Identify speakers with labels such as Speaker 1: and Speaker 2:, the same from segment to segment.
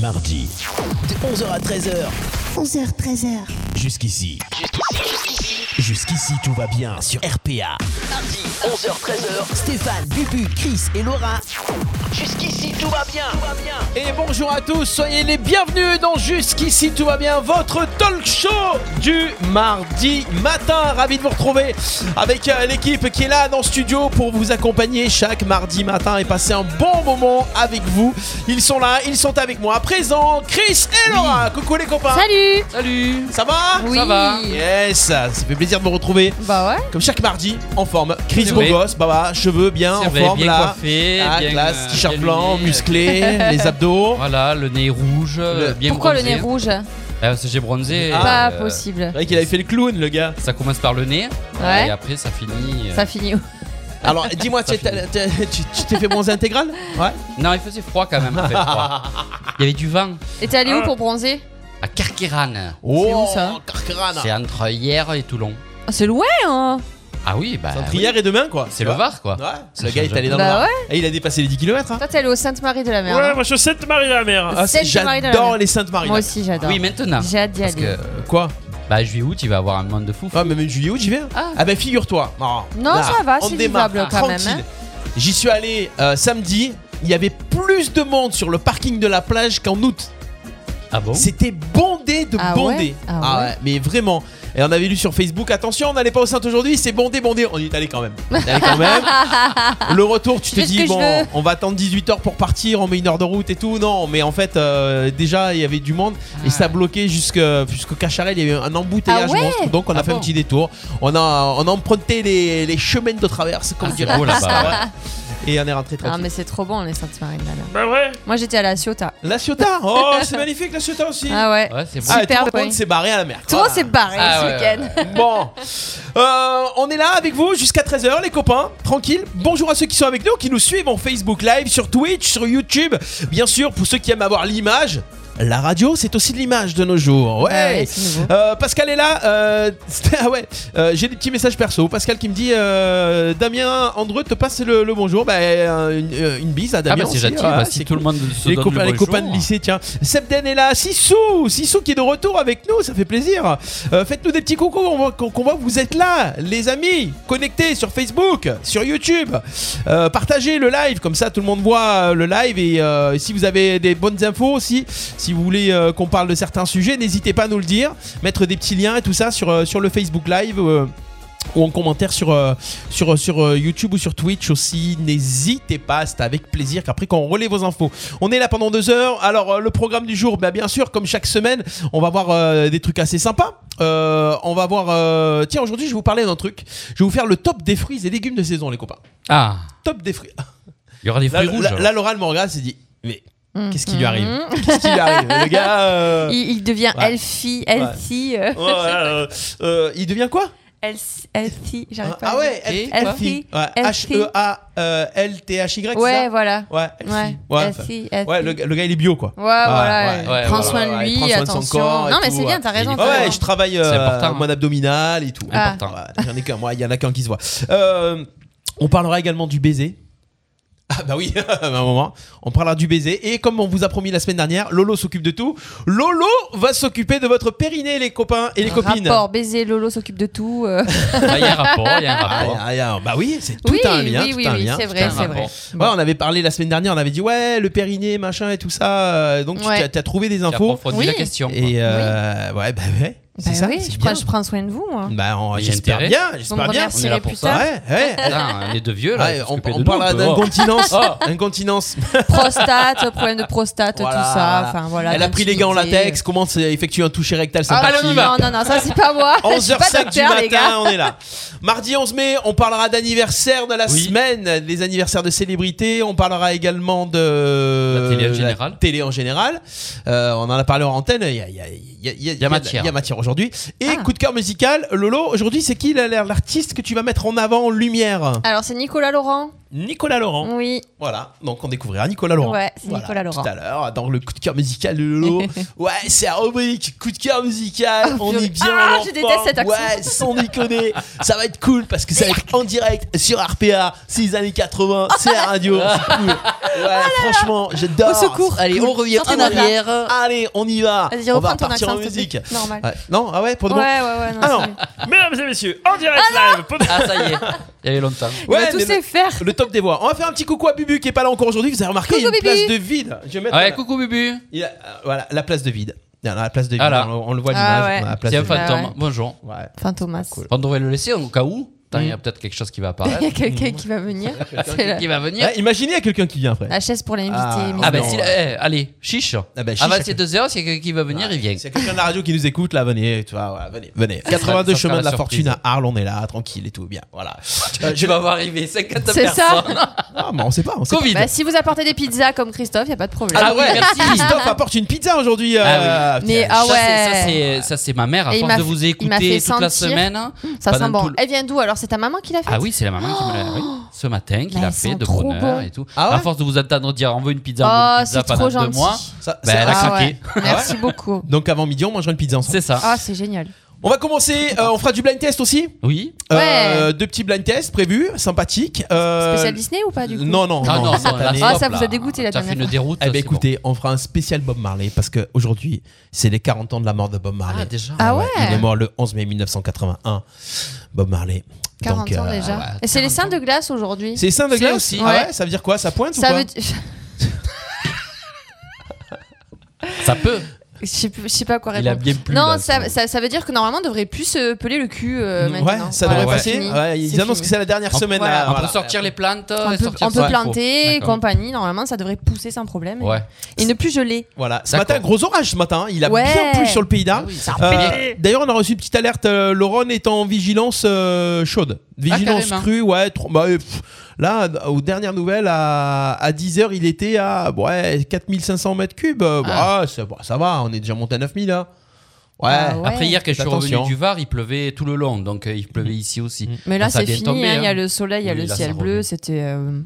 Speaker 1: mardi, de 11h à 13h.
Speaker 2: 11h, 13h.
Speaker 1: Jusqu'ici. Jusqu'ici. Jusqu'ici, tout va bien sur RPA. Mardi, 11h, 13h. Stéphane, Bubu, Chris et Laura. Jusqu'ici, tout va bien. Tout va bien.
Speaker 3: Et bonjour à tous, soyez les bienvenus dans Jusqu'ici tout va bien, votre talk show du mardi matin. Ravi de vous retrouver avec euh, l'équipe qui est là dans le studio pour vous accompagner chaque mardi matin et passer un bon moment avec vous. Ils sont là, ils sont avec moi à présent. Chris et Eh, Laura, coucou les copains.
Speaker 4: Salut
Speaker 5: Salut
Speaker 3: Ça va
Speaker 4: Oui. va.
Speaker 3: Yes, ça fait plaisir de me retrouver.
Speaker 4: Bah ouais.
Speaker 3: Comme chaque mardi, en forme. Chris,
Speaker 5: C'est
Speaker 3: beau
Speaker 5: vrai.
Speaker 3: gosse, baba, cheveux bien,
Speaker 5: C'est
Speaker 3: en
Speaker 5: vrai,
Speaker 3: forme
Speaker 5: bien
Speaker 3: là.
Speaker 5: coiffé,
Speaker 3: Ah,
Speaker 5: bien,
Speaker 3: classe,
Speaker 5: euh,
Speaker 3: t-shirt
Speaker 5: bien
Speaker 3: blanc,
Speaker 5: luné.
Speaker 3: musclé, les abdos.
Speaker 5: Voilà, le nez rouge, euh, bien
Speaker 4: Pourquoi le
Speaker 5: bronzé.
Speaker 4: nez rouge
Speaker 5: Ah, parce que J'ai bronzé.
Speaker 3: Ah.
Speaker 4: Pas
Speaker 5: euh,
Speaker 4: possible.
Speaker 3: C'est vrai qu'il avait fait le clown, le gars.
Speaker 5: Ça commence par le nez,
Speaker 4: Ouais.
Speaker 5: et après ça finit. euh,
Speaker 4: Ça finit où
Speaker 3: Alors, dis-moi,
Speaker 5: Ça
Speaker 3: t'es- t'es- t'es- tu tu t'es fait bronzer intégral Ouais.
Speaker 5: Non, il faisait froid quand même. il faisait froid. Il y avait du vent
Speaker 4: Et t'es allé où pour bronzer
Speaker 5: à Carqueran.
Speaker 3: Ah. Oh,
Speaker 4: où, ça
Speaker 3: Carcarana.
Speaker 5: C'est entre hier et Toulon.
Speaker 4: Ah, C'est loin, hein
Speaker 5: Ah oui, bah.
Speaker 3: Entre
Speaker 5: oui.
Speaker 3: hier et demain, quoi.
Speaker 5: C'est
Speaker 3: Tu
Speaker 5: le Ah,
Speaker 3: vois
Speaker 5: Var quoi.
Speaker 3: Ouais.
Speaker 5: Ça
Speaker 3: Le gars
Speaker 5: change
Speaker 3: est allé
Speaker 5: un
Speaker 3: dans
Speaker 4: peu.
Speaker 3: le
Speaker 4: Bah
Speaker 3: Var. Et il a dépassé les hein. 10 km.
Speaker 4: Toi, t'es allé au Sainte-Marie-de-la-Mer.
Speaker 6: Ouais,
Speaker 4: hein
Speaker 6: moi je suis Sainte-Marie-la-Mer.
Speaker 4: Ah, c'est- Sainte-Marie-de-la-Mer.
Speaker 3: J'adore les Saintes Maries.
Speaker 4: Moi aussi, j'adore.
Speaker 5: Oui, maintenant.
Speaker 4: J'ai hâte d'y
Speaker 5: Parce
Speaker 4: aller.
Speaker 5: que,
Speaker 3: Quoi
Speaker 5: bah, juillet-août, il va avoir un monde de fou.
Speaker 3: Ah, mais même juillet août, j'y vais.
Speaker 5: Ah.
Speaker 3: Ah, bah, figure-toi. Non,
Speaker 4: Non, ça va,
Speaker 3: on
Speaker 4: c'est
Speaker 3: démarre,
Speaker 4: vivable quand même,
Speaker 3: tranquille.
Speaker 4: hein.
Speaker 3: J'y suis allé euh, samedi. Il y avait plus de monde sur le parking de la plage qu'en août.
Speaker 5: Ah bon
Speaker 3: C'était bondé de
Speaker 4: Ah
Speaker 3: bondé.
Speaker 4: ouais Ah ouais.
Speaker 3: mais vraiment. Et on avait lu sur Facebook, attention, on n'allait pas au Saint aujourd'hui, c'est bondé, bondé. On y est allé quand même. On y est allé quand même. Ah, Le retour, tu
Speaker 4: Je
Speaker 3: te
Speaker 4: fais ce
Speaker 3: dis,
Speaker 4: que je
Speaker 3: bon,
Speaker 4: veux.
Speaker 3: on va attendre 18h pour partir, on met une heure de route et tout. Non, mais en fait, euh, déjà, il y avait du monde et
Speaker 5: Ah.
Speaker 3: ça bloquait jusqu'à- jusqu'au Cacharel. Il y avait un embouteillage
Speaker 4: Ah ouais
Speaker 3: monstre. Donc, on a
Speaker 5: Ah
Speaker 3: fait un
Speaker 5: bon
Speaker 3: petit détour. On a, on a emprunté les, les chemins de traverse, comme
Speaker 5: Ah,
Speaker 3: dirait.
Speaker 5: c'est beau là-bas. ouais.
Speaker 3: Et on est rentré très
Speaker 4: Ah, mais c'est trop bon, les Sainte-Marie-de-la-Mer.
Speaker 6: Bah ouais.
Speaker 4: Moi, j'étais allée à la Ciotat.
Speaker 3: La Ciotat, oh, c'est magnifique, la Ciotat aussi.
Speaker 4: Ah ouais.
Speaker 5: Ouais, c'est beau.
Speaker 3: Ah,
Speaker 4: Superbe,
Speaker 3: tout le
Speaker 4: oui.
Speaker 3: monde s'est barré à la mer.
Speaker 4: Tout le monde
Speaker 3: Voilà.
Speaker 4: s'est barré
Speaker 5: Ah,
Speaker 4: ce
Speaker 5: ouais,
Speaker 4: week-end.
Speaker 5: ouais,
Speaker 3: Bon, Euh, on est là avec vous jusqu'à 13h les copains, tranquille. Bonjour à ceux qui sont avec nous, qui nous suivent en Facebook Live, sur Twitch, sur YouTube. Bien sûr, pour ceux qui aiment avoir l'image, la radio c'est aussi de l'image de nos jours. Ouais.
Speaker 4: Ah ouais, c'est nouveau.
Speaker 3: Euh, Pascal est là. euh, ah ouais, euh, j'ai des petits messages perso. Pascal qui me dit euh, Damien Andreu te passe le, le bonjour. Bah, euh, une, euh, une bise à
Speaker 5: Ah,
Speaker 3: Damien.
Speaker 5: bah, c'est
Speaker 3: aussi,
Speaker 5: gentil.
Speaker 3: ouais,
Speaker 5: bah,
Speaker 3: c'est
Speaker 5: si tout le monde se
Speaker 3: les
Speaker 5: donne
Speaker 3: copains,
Speaker 5: le
Speaker 3: les copains de
Speaker 5: bonjour.
Speaker 3: lycée, tiens. Sebden est là, Sissou, Sissou qui est de retour avec nous, ça fait plaisir. Euh, Faites-nous des petits coucou, on voit qu'on qu'on voit que vous êtes là, les amis, connectés sur Facebook, sur YouTube. Euh, partagez le live, comme ça tout le monde voit euh, le live. Et euh, si vous avez des bonnes infos aussi, si vous voulez euh, qu'on parle de certains sujets, n'hésitez pas à nous le dire. Mettre des petits liens et tout ça sur, euh, sur le Facebook Live. euh, ou en commentaire sur, euh, sur, sur euh, YouTube ou sur Twitch aussi. N'hésitez pas, c'est avec plaisir qu'après qu'on relaie vos infos. On est là pendant deux heures. Alors, euh, le programme du jour, bah, bien sûr, comme chaque semaine, on va voir euh, des trucs assez sympas. Euh, on va voir. euh, Tiens, aujourd'hui, je vais vous parler d'un truc. Je vais vous faire le top des fruits et légumes de saison, les copains.
Speaker 5: Ah,
Speaker 3: Top des fruits.
Speaker 5: il y aura des
Speaker 3: Là,
Speaker 5: fruits rouges.
Speaker 3: là-
Speaker 5: alors.
Speaker 3: là, Laura, elle me regarde, s'est dit Mais
Speaker 4: Mm.
Speaker 3: qu'est-ce qui lui arrive
Speaker 4: Mm.
Speaker 3: Qu'est-ce qui lui arrive Le gars. euh,
Speaker 4: Il, il devient
Speaker 3: Ouais.
Speaker 4: healthy, healthy, euh,
Speaker 3: ouais, euh, euh, il devient quoi
Speaker 4: healthy, healthy, j'arrive
Speaker 3: Ah,
Speaker 4: pas à
Speaker 3: ah
Speaker 4: le
Speaker 3: ouais, Ah,
Speaker 5: Healthy,
Speaker 3: Healthy.
Speaker 4: quoi. E
Speaker 3: Ouais, E
Speaker 4: Healthy.
Speaker 3: H-E-A-L-T-H-Y.
Speaker 4: dire. Ouais, voilà.
Speaker 3: Ouais,
Speaker 4: Ouais,
Speaker 3: healthy. Ouais, enfin,
Speaker 4: healthy, healthy.
Speaker 3: ouais, le, gars- le gars il est bio quoi.
Speaker 4: Ouais, voilà.
Speaker 3: ouais,
Speaker 5: ouais,
Speaker 4: prends
Speaker 5: ouais,
Speaker 4: soin
Speaker 3: ouais,
Speaker 4: de
Speaker 3: ouais,
Speaker 4: lui,
Speaker 3: prends soin de son
Speaker 4: attention.
Speaker 3: corps et
Speaker 4: non, mais
Speaker 3: tout,
Speaker 4: c'est bien,
Speaker 3: ouais.
Speaker 4: t'as raison.
Speaker 5: Il
Speaker 4: t'as
Speaker 5: est pas
Speaker 3: Ouais,
Speaker 4: raison.
Speaker 5: mal.
Speaker 3: je travaille euh,
Speaker 5: C'est important,
Speaker 3: mon
Speaker 5: hein.
Speaker 3: abdominal et tout.
Speaker 4: Ah.
Speaker 5: Important.
Speaker 3: Ouais, J'en ai qu'un, moi, il y en a qu'un qui se voit. Euh, on parlera également du baiser. Ah bah oui, à un moment, on parlera du baiser. Et comme on vous a promis la semaine dernière, Lolo s'occupe de tout. Lolo va s'occuper de votre périnée, les copains et les copines.
Speaker 4: Rapport, baiser, Lolo s'occupe de tout. euh.
Speaker 5: Ah, Il y a un rapport, il y a un
Speaker 3: Ah,
Speaker 5: rapport.
Speaker 3: ah, ah, bah oui, c'est tout
Speaker 4: oui,
Speaker 3: un lien.
Speaker 4: oui,
Speaker 3: tout
Speaker 4: oui,
Speaker 3: un
Speaker 4: oui,
Speaker 3: lien,
Speaker 4: c'est
Speaker 3: tout
Speaker 4: vrai,
Speaker 3: un
Speaker 4: c'est
Speaker 3: lien.
Speaker 4: vrai.
Speaker 3: Ouais, on avait parlé la semaine dernière, on avait dit ouais, le périnée, machin et tout ça. euh, donc tu
Speaker 4: Ouais.
Speaker 3: t'as- t'as trouvé des
Speaker 5: Tu as
Speaker 3: infos.
Speaker 5: approfondi
Speaker 4: Oui.
Speaker 5: la question. quoi.
Speaker 3: Et euh, ouais, bah ouais, c'est
Speaker 4: Bah
Speaker 3: ça.
Speaker 4: oui,
Speaker 3: c'est
Speaker 4: je
Speaker 3: bien.
Speaker 4: prends, je prends soin de vous, moi.
Speaker 3: Bah, on-
Speaker 5: Il y a
Speaker 3: j'espère
Speaker 5: intérêt.
Speaker 3: bien,
Speaker 4: Vous me
Speaker 3: j'espère bien.
Speaker 5: On est là
Speaker 4: remercierez
Speaker 5: pour
Speaker 4: plus
Speaker 5: ça.
Speaker 4: tard.
Speaker 3: Ouais, ouais.
Speaker 5: Putain, les deux vieux là.
Speaker 3: Ouais,
Speaker 5: faut
Speaker 3: on
Speaker 5: s'occuper
Speaker 3: on
Speaker 5: de
Speaker 3: parlera
Speaker 5: nous, quoi.
Speaker 3: d'incontinence.
Speaker 5: Ah.
Speaker 3: Incontinence.
Speaker 4: Prostate, problème de prostate,
Speaker 3: Voilà.
Speaker 4: tout ça. Enfin, voilà,
Speaker 3: Elle a pris les gants en
Speaker 4: euh,
Speaker 3: latex, comment c'est- effectuer un toucher rectal
Speaker 4: Ah,
Speaker 3: sympathique.
Speaker 5: on
Speaker 4: non,
Speaker 5: y va.
Speaker 4: non, non, ça c'est pas moi. Je suis pas
Speaker 3: 11h05 du
Speaker 4: docteur, les
Speaker 3: matin,
Speaker 4: gars.
Speaker 3: on est là. Mardi 11 mai, on parlera d'anniversaire de la
Speaker 5: Oui.
Speaker 3: semaine, des anniversaires de célébrités. On parlera également de
Speaker 5: La télé en
Speaker 3: la
Speaker 5: général.
Speaker 3: télé en général. Euh, on en a parlé en antenne. Il y a, il y a- il y a- il y a- il y a-
Speaker 5: matière.
Speaker 3: Il y a matière aujourd'hui. Et
Speaker 4: Ah.
Speaker 3: coup de cœur musical, Lolo, aujourd'hui, c'est qui la- la- l'artiste que tu vas mettre en avant en lumière
Speaker 7: Alors, c'est Nicolas Laurent.
Speaker 3: Nicolas Laurent.
Speaker 7: Oui.
Speaker 3: Voilà, donc on découvrira Nicolas Laurent.
Speaker 7: Ouais, c'est
Speaker 3: Voilà,
Speaker 7: Nicolas Laurent.
Speaker 3: Tout à l'heure, hein, dans le coup de cœur musical de Lolo. ouais, c'est la rubrique coup de cœur musical.
Speaker 7: Oh,
Speaker 3: on
Speaker 7: purée.
Speaker 3: est bien.
Speaker 7: Ah,
Speaker 3: en
Speaker 7: je déteste cet accent.
Speaker 3: forme. Ouais, sans déconner. ça va être cool parce que ça va être en direct sur RPA. C'est les années 80, c'est la radio. c'est cool. Ouais, franchement, j'adore.
Speaker 7: Au secours.
Speaker 8: Allez, on revient en
Speaker 7: Sortez-moi de là.
Speaker 8: arrière.
Speaker 3: Allez, on y va.
Speaker 7: Vas-y,
Speaker 3: Ah, on va
Speaker 7: reprends ton
Speaker 3: partir
Speaker 7: accent.
Speaker 3: en
Speaker 7: s'il te
Speaker 3: musique.
Speaker 7: plaît. Normal.
Speaker 3: Ouais. Non, ah ouais, pour de bon.
Speaker 7: Ouais, ouais, ouais. Non,
Speaker 3: Ah
Speaker 7: c'est
Speaker 3: non.
Speaker 7: mieux.
Speaker 9: Mesdames et messieurs, en direct live. Pod-
Speaker 5: Ah, ça y est. Il y avait longtemps.
Speaker 7: Il va
Speaker 3: Ouais,
Speaker 7: tous
Speaker 3: mais
Speaker 7: les faire.
Speaker 3: le top des voix. On va faire un petit coucou à Bubu qui est pas là encore aujourd'hui. Vous avez remarqué, il y a une
Speaker 7: Coucou,
Speaker 3: place
Speaker 7: Bubu.
Speaker 3: de vide. Je vais mettre
Speaker 5: Ouais,
Speaker 3: voilà.
Speaker 5: coucou Bubu.
Speaker 3: Il a- euh, voilà, la place de vide. Non, non, la place de vide,
Speaker 5: Voilà.
Speaker 3: on, on le voit à
Speaker 7: Ah
Speaker 3: l'image.
Speaker 7: ouais.
Speaker 3: on a la place
Speaker 5: C'est un
Speaker 3: de vide.
Speaker 5: fantôme.
Speaker 7: Ouais, ouais.
Speaker 5: Bonjour.
Speaker 3: Ouais.
Speaker 7: Enfin, Thomas.
Speaker 3: Cool.
Speaker 5: On devrait le laisser au cas où. Attends, Il y a peut-être quelque chose qui va
Speaker 7: Mm. Il y
Speaker 5: apparaître.
Speaker 7: a quelqu'un qui va venir. C'est la...
Speaker 5: qui va venir.
Speaker 3: Ouais, Ah, imaginez, il y a quelqu'un qui vient après.
Speaker 7: la chaise pour l'inviter.
Speaker 3: Ah.
Speaker 7: mais-
Speaker 5: Ah, ben,
Speaker 3: Non,
Speaker 5: si,
Speaker 3: ouais.
Speaker 5: eh, allez, chiche.
Speaker 3: Ah ben, chiche,
Speaker 5: Avant
Speaker 3: à
Speaker 5: ces deux heures, s'il y a quelqu'un qui va venir, il vient.
Speaker 3: S'il y a quelqu'un de la radio qui nous écoute, là, venez, tu vois, voilà, venez, venez. 82
Speaker 5: ça sera
Speaker 3: chemin de
Speaker 5: la
Speaker 3: la
Speaker 5: surprise.
Speaker 3: fortune à Arles, on est là, tranquille et tout, bien, voilà. Euh,
Speaker 5: Je vais avoir arrivé 50
Speaker 7: C'est
Speaker 5: personnes.
Speaker 7: ça.
Speaker 3: ah, mais on sait pas, on sait
Speaker 5: Covid.
Speaker 7: Bah, si vous apportez des pizzas comme Christophe, il a pas de problème.
Speaker 5: Ah ouais, merci.
Speaker 3: pas. Christophe apporte une pizza aujourd'hui. euh,
Speaker 5: Ah
Speaker 3: putain,
Speaker 7: Mais ah
Speaker 5: Ça, c'est-
Speaker 7: ouais,
Speaker 5: ça, c'est- Ça, c'est ma mère, à
Speaker 7: Et il
Speaker 5: force
Speaker 7: m'a
Speaker 5: de
Speaker 7: fait-
Speaker 5: vous
Speaker 7: il m'a fait
Speaker 5: écouter toute la
Speaker 7: sentir.
Speaker 5: semaine.
Speaker 7: ça
Speaker 5: pendant
Speaker 7: sent
Speaker 5: tout
Speaker 7: bon.
Speaker 5: le-
Speaker 7: Elle vient d'où alors C'est ta maman qui l'a fait
Speaker 5: Ah oui, c'est la maman qui me l'a. oui. Ce matin, qui
Speaker 7: Oh. Mais
Speaker 5: l'a
Speaker 7: elles
Speaker 5: fait
Speaker 7: sont
Speaker 5: de
Speaker 7: trop
Speaker 5: bonheur
Speaker 7: bonnes.
Speaker 5: et tout.
Speaker 3: Ah ouais
Speaker 5: À force de vous entendre dire on veut une pizza, on veut
Speaker 7: Oh,
Speaker 5: une pizza
Speaker 7: c'est trop
Speaker 5: pendant deux
Speaker 7: gentil.
Speaker 5: mois.
Speaker 3: ça-
Speaker 5: Ben,
Speaker 3: ça-
Speaker 5: elle a
Speaker 7: Ah
Speaker 5: craqué.
Speaker 7: ouais. Merci beaucoup.
Speaker 3: Donc avant midi, on mangera une pizza ensemble.
Speaker 5: C'est ça.
Speaker 7: Ah, c'est génial.
Speaker 3: On va commencer, euh, on fera du blind test aussi.
Speaker 5: Oui.
Speaker 3: Euh, deux petits blind tests prévus, sympathiques. Euh,
Speaker 7: Spécial Disney ou pas du coup
Speaker 3: Non, non,
Speaker 5: Ah
Speaker 3: non,
Speaker 5: non,
Speaker 3: cette
Speaker 5: non, là,
Speaker 3: année-
Speaker 5: stop,
Speaker 7: Ah, ça vous
Speaker 5: là.
Speaker 7: a dégoûté la
Speaker 5: T'as fait
Speaker 7: dernière
Speaker 5: une
Speaker 7: fois.
Speaker 5: déroute.
Speaker 3: Eh
Speaker 5: c'est
Speaker 3: ben écoutez, on fera un spécial Bob Marley parce que aujourd'hui c'est les 40 ans de la mort de Bob
Speaker 5: bon.
Speaker 3: Marley.
Speaker 5: Ah, déjà.
Speaker 7: Ah ouais,
Speaker 3: Il est mort le 11 mai 1981. Bob Marley.
Speaker 7: 40
Speaker 3: Donc,
Speaker 7: ans
Speaker 3: euh,
Speaker 7: déjà.
Speaker 5: ouais,
Speaker 7: Et c'est les
Speaker 5: 40
Speaker 7: seins de glace aujourd'hui.
Speaker 3: C'est Saint de
Speaker 5: C'est
Speaker 3: glace
Speaker 5: aussi.
Speaker 3: Ah ouais,
Speaker 7: Ouais.
Speaker 3: ça veut dire quoi Ça pointe ou
Speaker 7: Ça
Speaker 3: quoi
Speaker 7: veut dire-
Speaker 5: Ça peut.
Speaker 7: Je sais plus- je sais pas à quoi
Speaker 5: Il a
Speaker 7: répondre.
Speaker 5: bien plus.
Speaker 7: Non,
Speaker 5: là,
Speaker 7: ça,
Speaker 5: son-
Speaker 7: ça, ça veut dire que normalement on devrait plus se peler le cul euh, maintenant.
Speaker 3: Ouais, ça
Speaker 7: Voilà,
Speaker 3: devrait
Speaker 5: ouais.
Speaker 3: passer.
Speaker 7: c'est fini.
Speaker 3: Ouais, ils
Speaker 7: C'est
Speaker 3: annoncent
Speaker 7: fini.
Speaker 3: que c'est la dernière
Speaker 5: On-
Speaker 3: semaine.
Speaker 7: voilà.
Speaker 3: là,
Speaker 5: On
Speaker 3: voilà.
Speaker 5: peut sortir les plantes.
Speaker 7: On
Speaker 5: et
Speaker 7: peut,
Speaker 5: sortir
Speaker 7: on
Speaker 5: ça.
Speaker 7: peut planter et
Speaker 5: D'accord.
Speaker 7: compagnie, normalement ça devrait pousser sans problème.
Speaker 5: Ouais.
Speaker 7: Et ne plus geler.
Speaker 3: Voilà. Ce
Speaker 5: D'accord.
Speaker 3: matin, gros orage ce matin. hein. Il a
Speaker 7: Ouais.
Speaker 3: bien plu sur le pays d'Arles.
Speaker 5: Ah oui, ça
Speaker 3: Euh,
Speaker 5: fait bien.
Speaker 3: D'ailleurs, on a reçu une petite alerte. euh, Laurent est en vigilance euh, chaude. Vigilance
Speaker 5: carrément.
Speaker 3: crue, ouais. trop- bah, euh, pff, là, d- aux dernières nouvelles, à, à 10h, il était à ouais, 4500 mètres cubes. Euh,
Speaker 5: Ah.
Speaker 3: bah, c'est- bah, ça va, on est déjà monté à 9000. Là. Ouais.
Speaker 7: Ah ouais.
Speaker 5: Après hier, quand je suis
Speaker 3: Attention. Mm.
Speaker 5: revenu du Var, il pleuvait tout le long, donc euh, il pleuvait ici aussi.
Speaker 7: Mais
Speaker 3: Ah,
Speaker 7: là
Speaker 5: ça a
Speaker 7: c'est
Speaker 5: bien
Speaker 7: fini, hein, il
Speaker 5: tombé,
Speaker 7: y a
Speaker 5: hein.
Speaker 7: le soleil, il y a
Speaker 5: Oui,
Speaker 7: le
Speaker 5: là, ça
Speaker 7: ciel bleu,
Speaker 5: revient.
Speaker 7: c'était euh,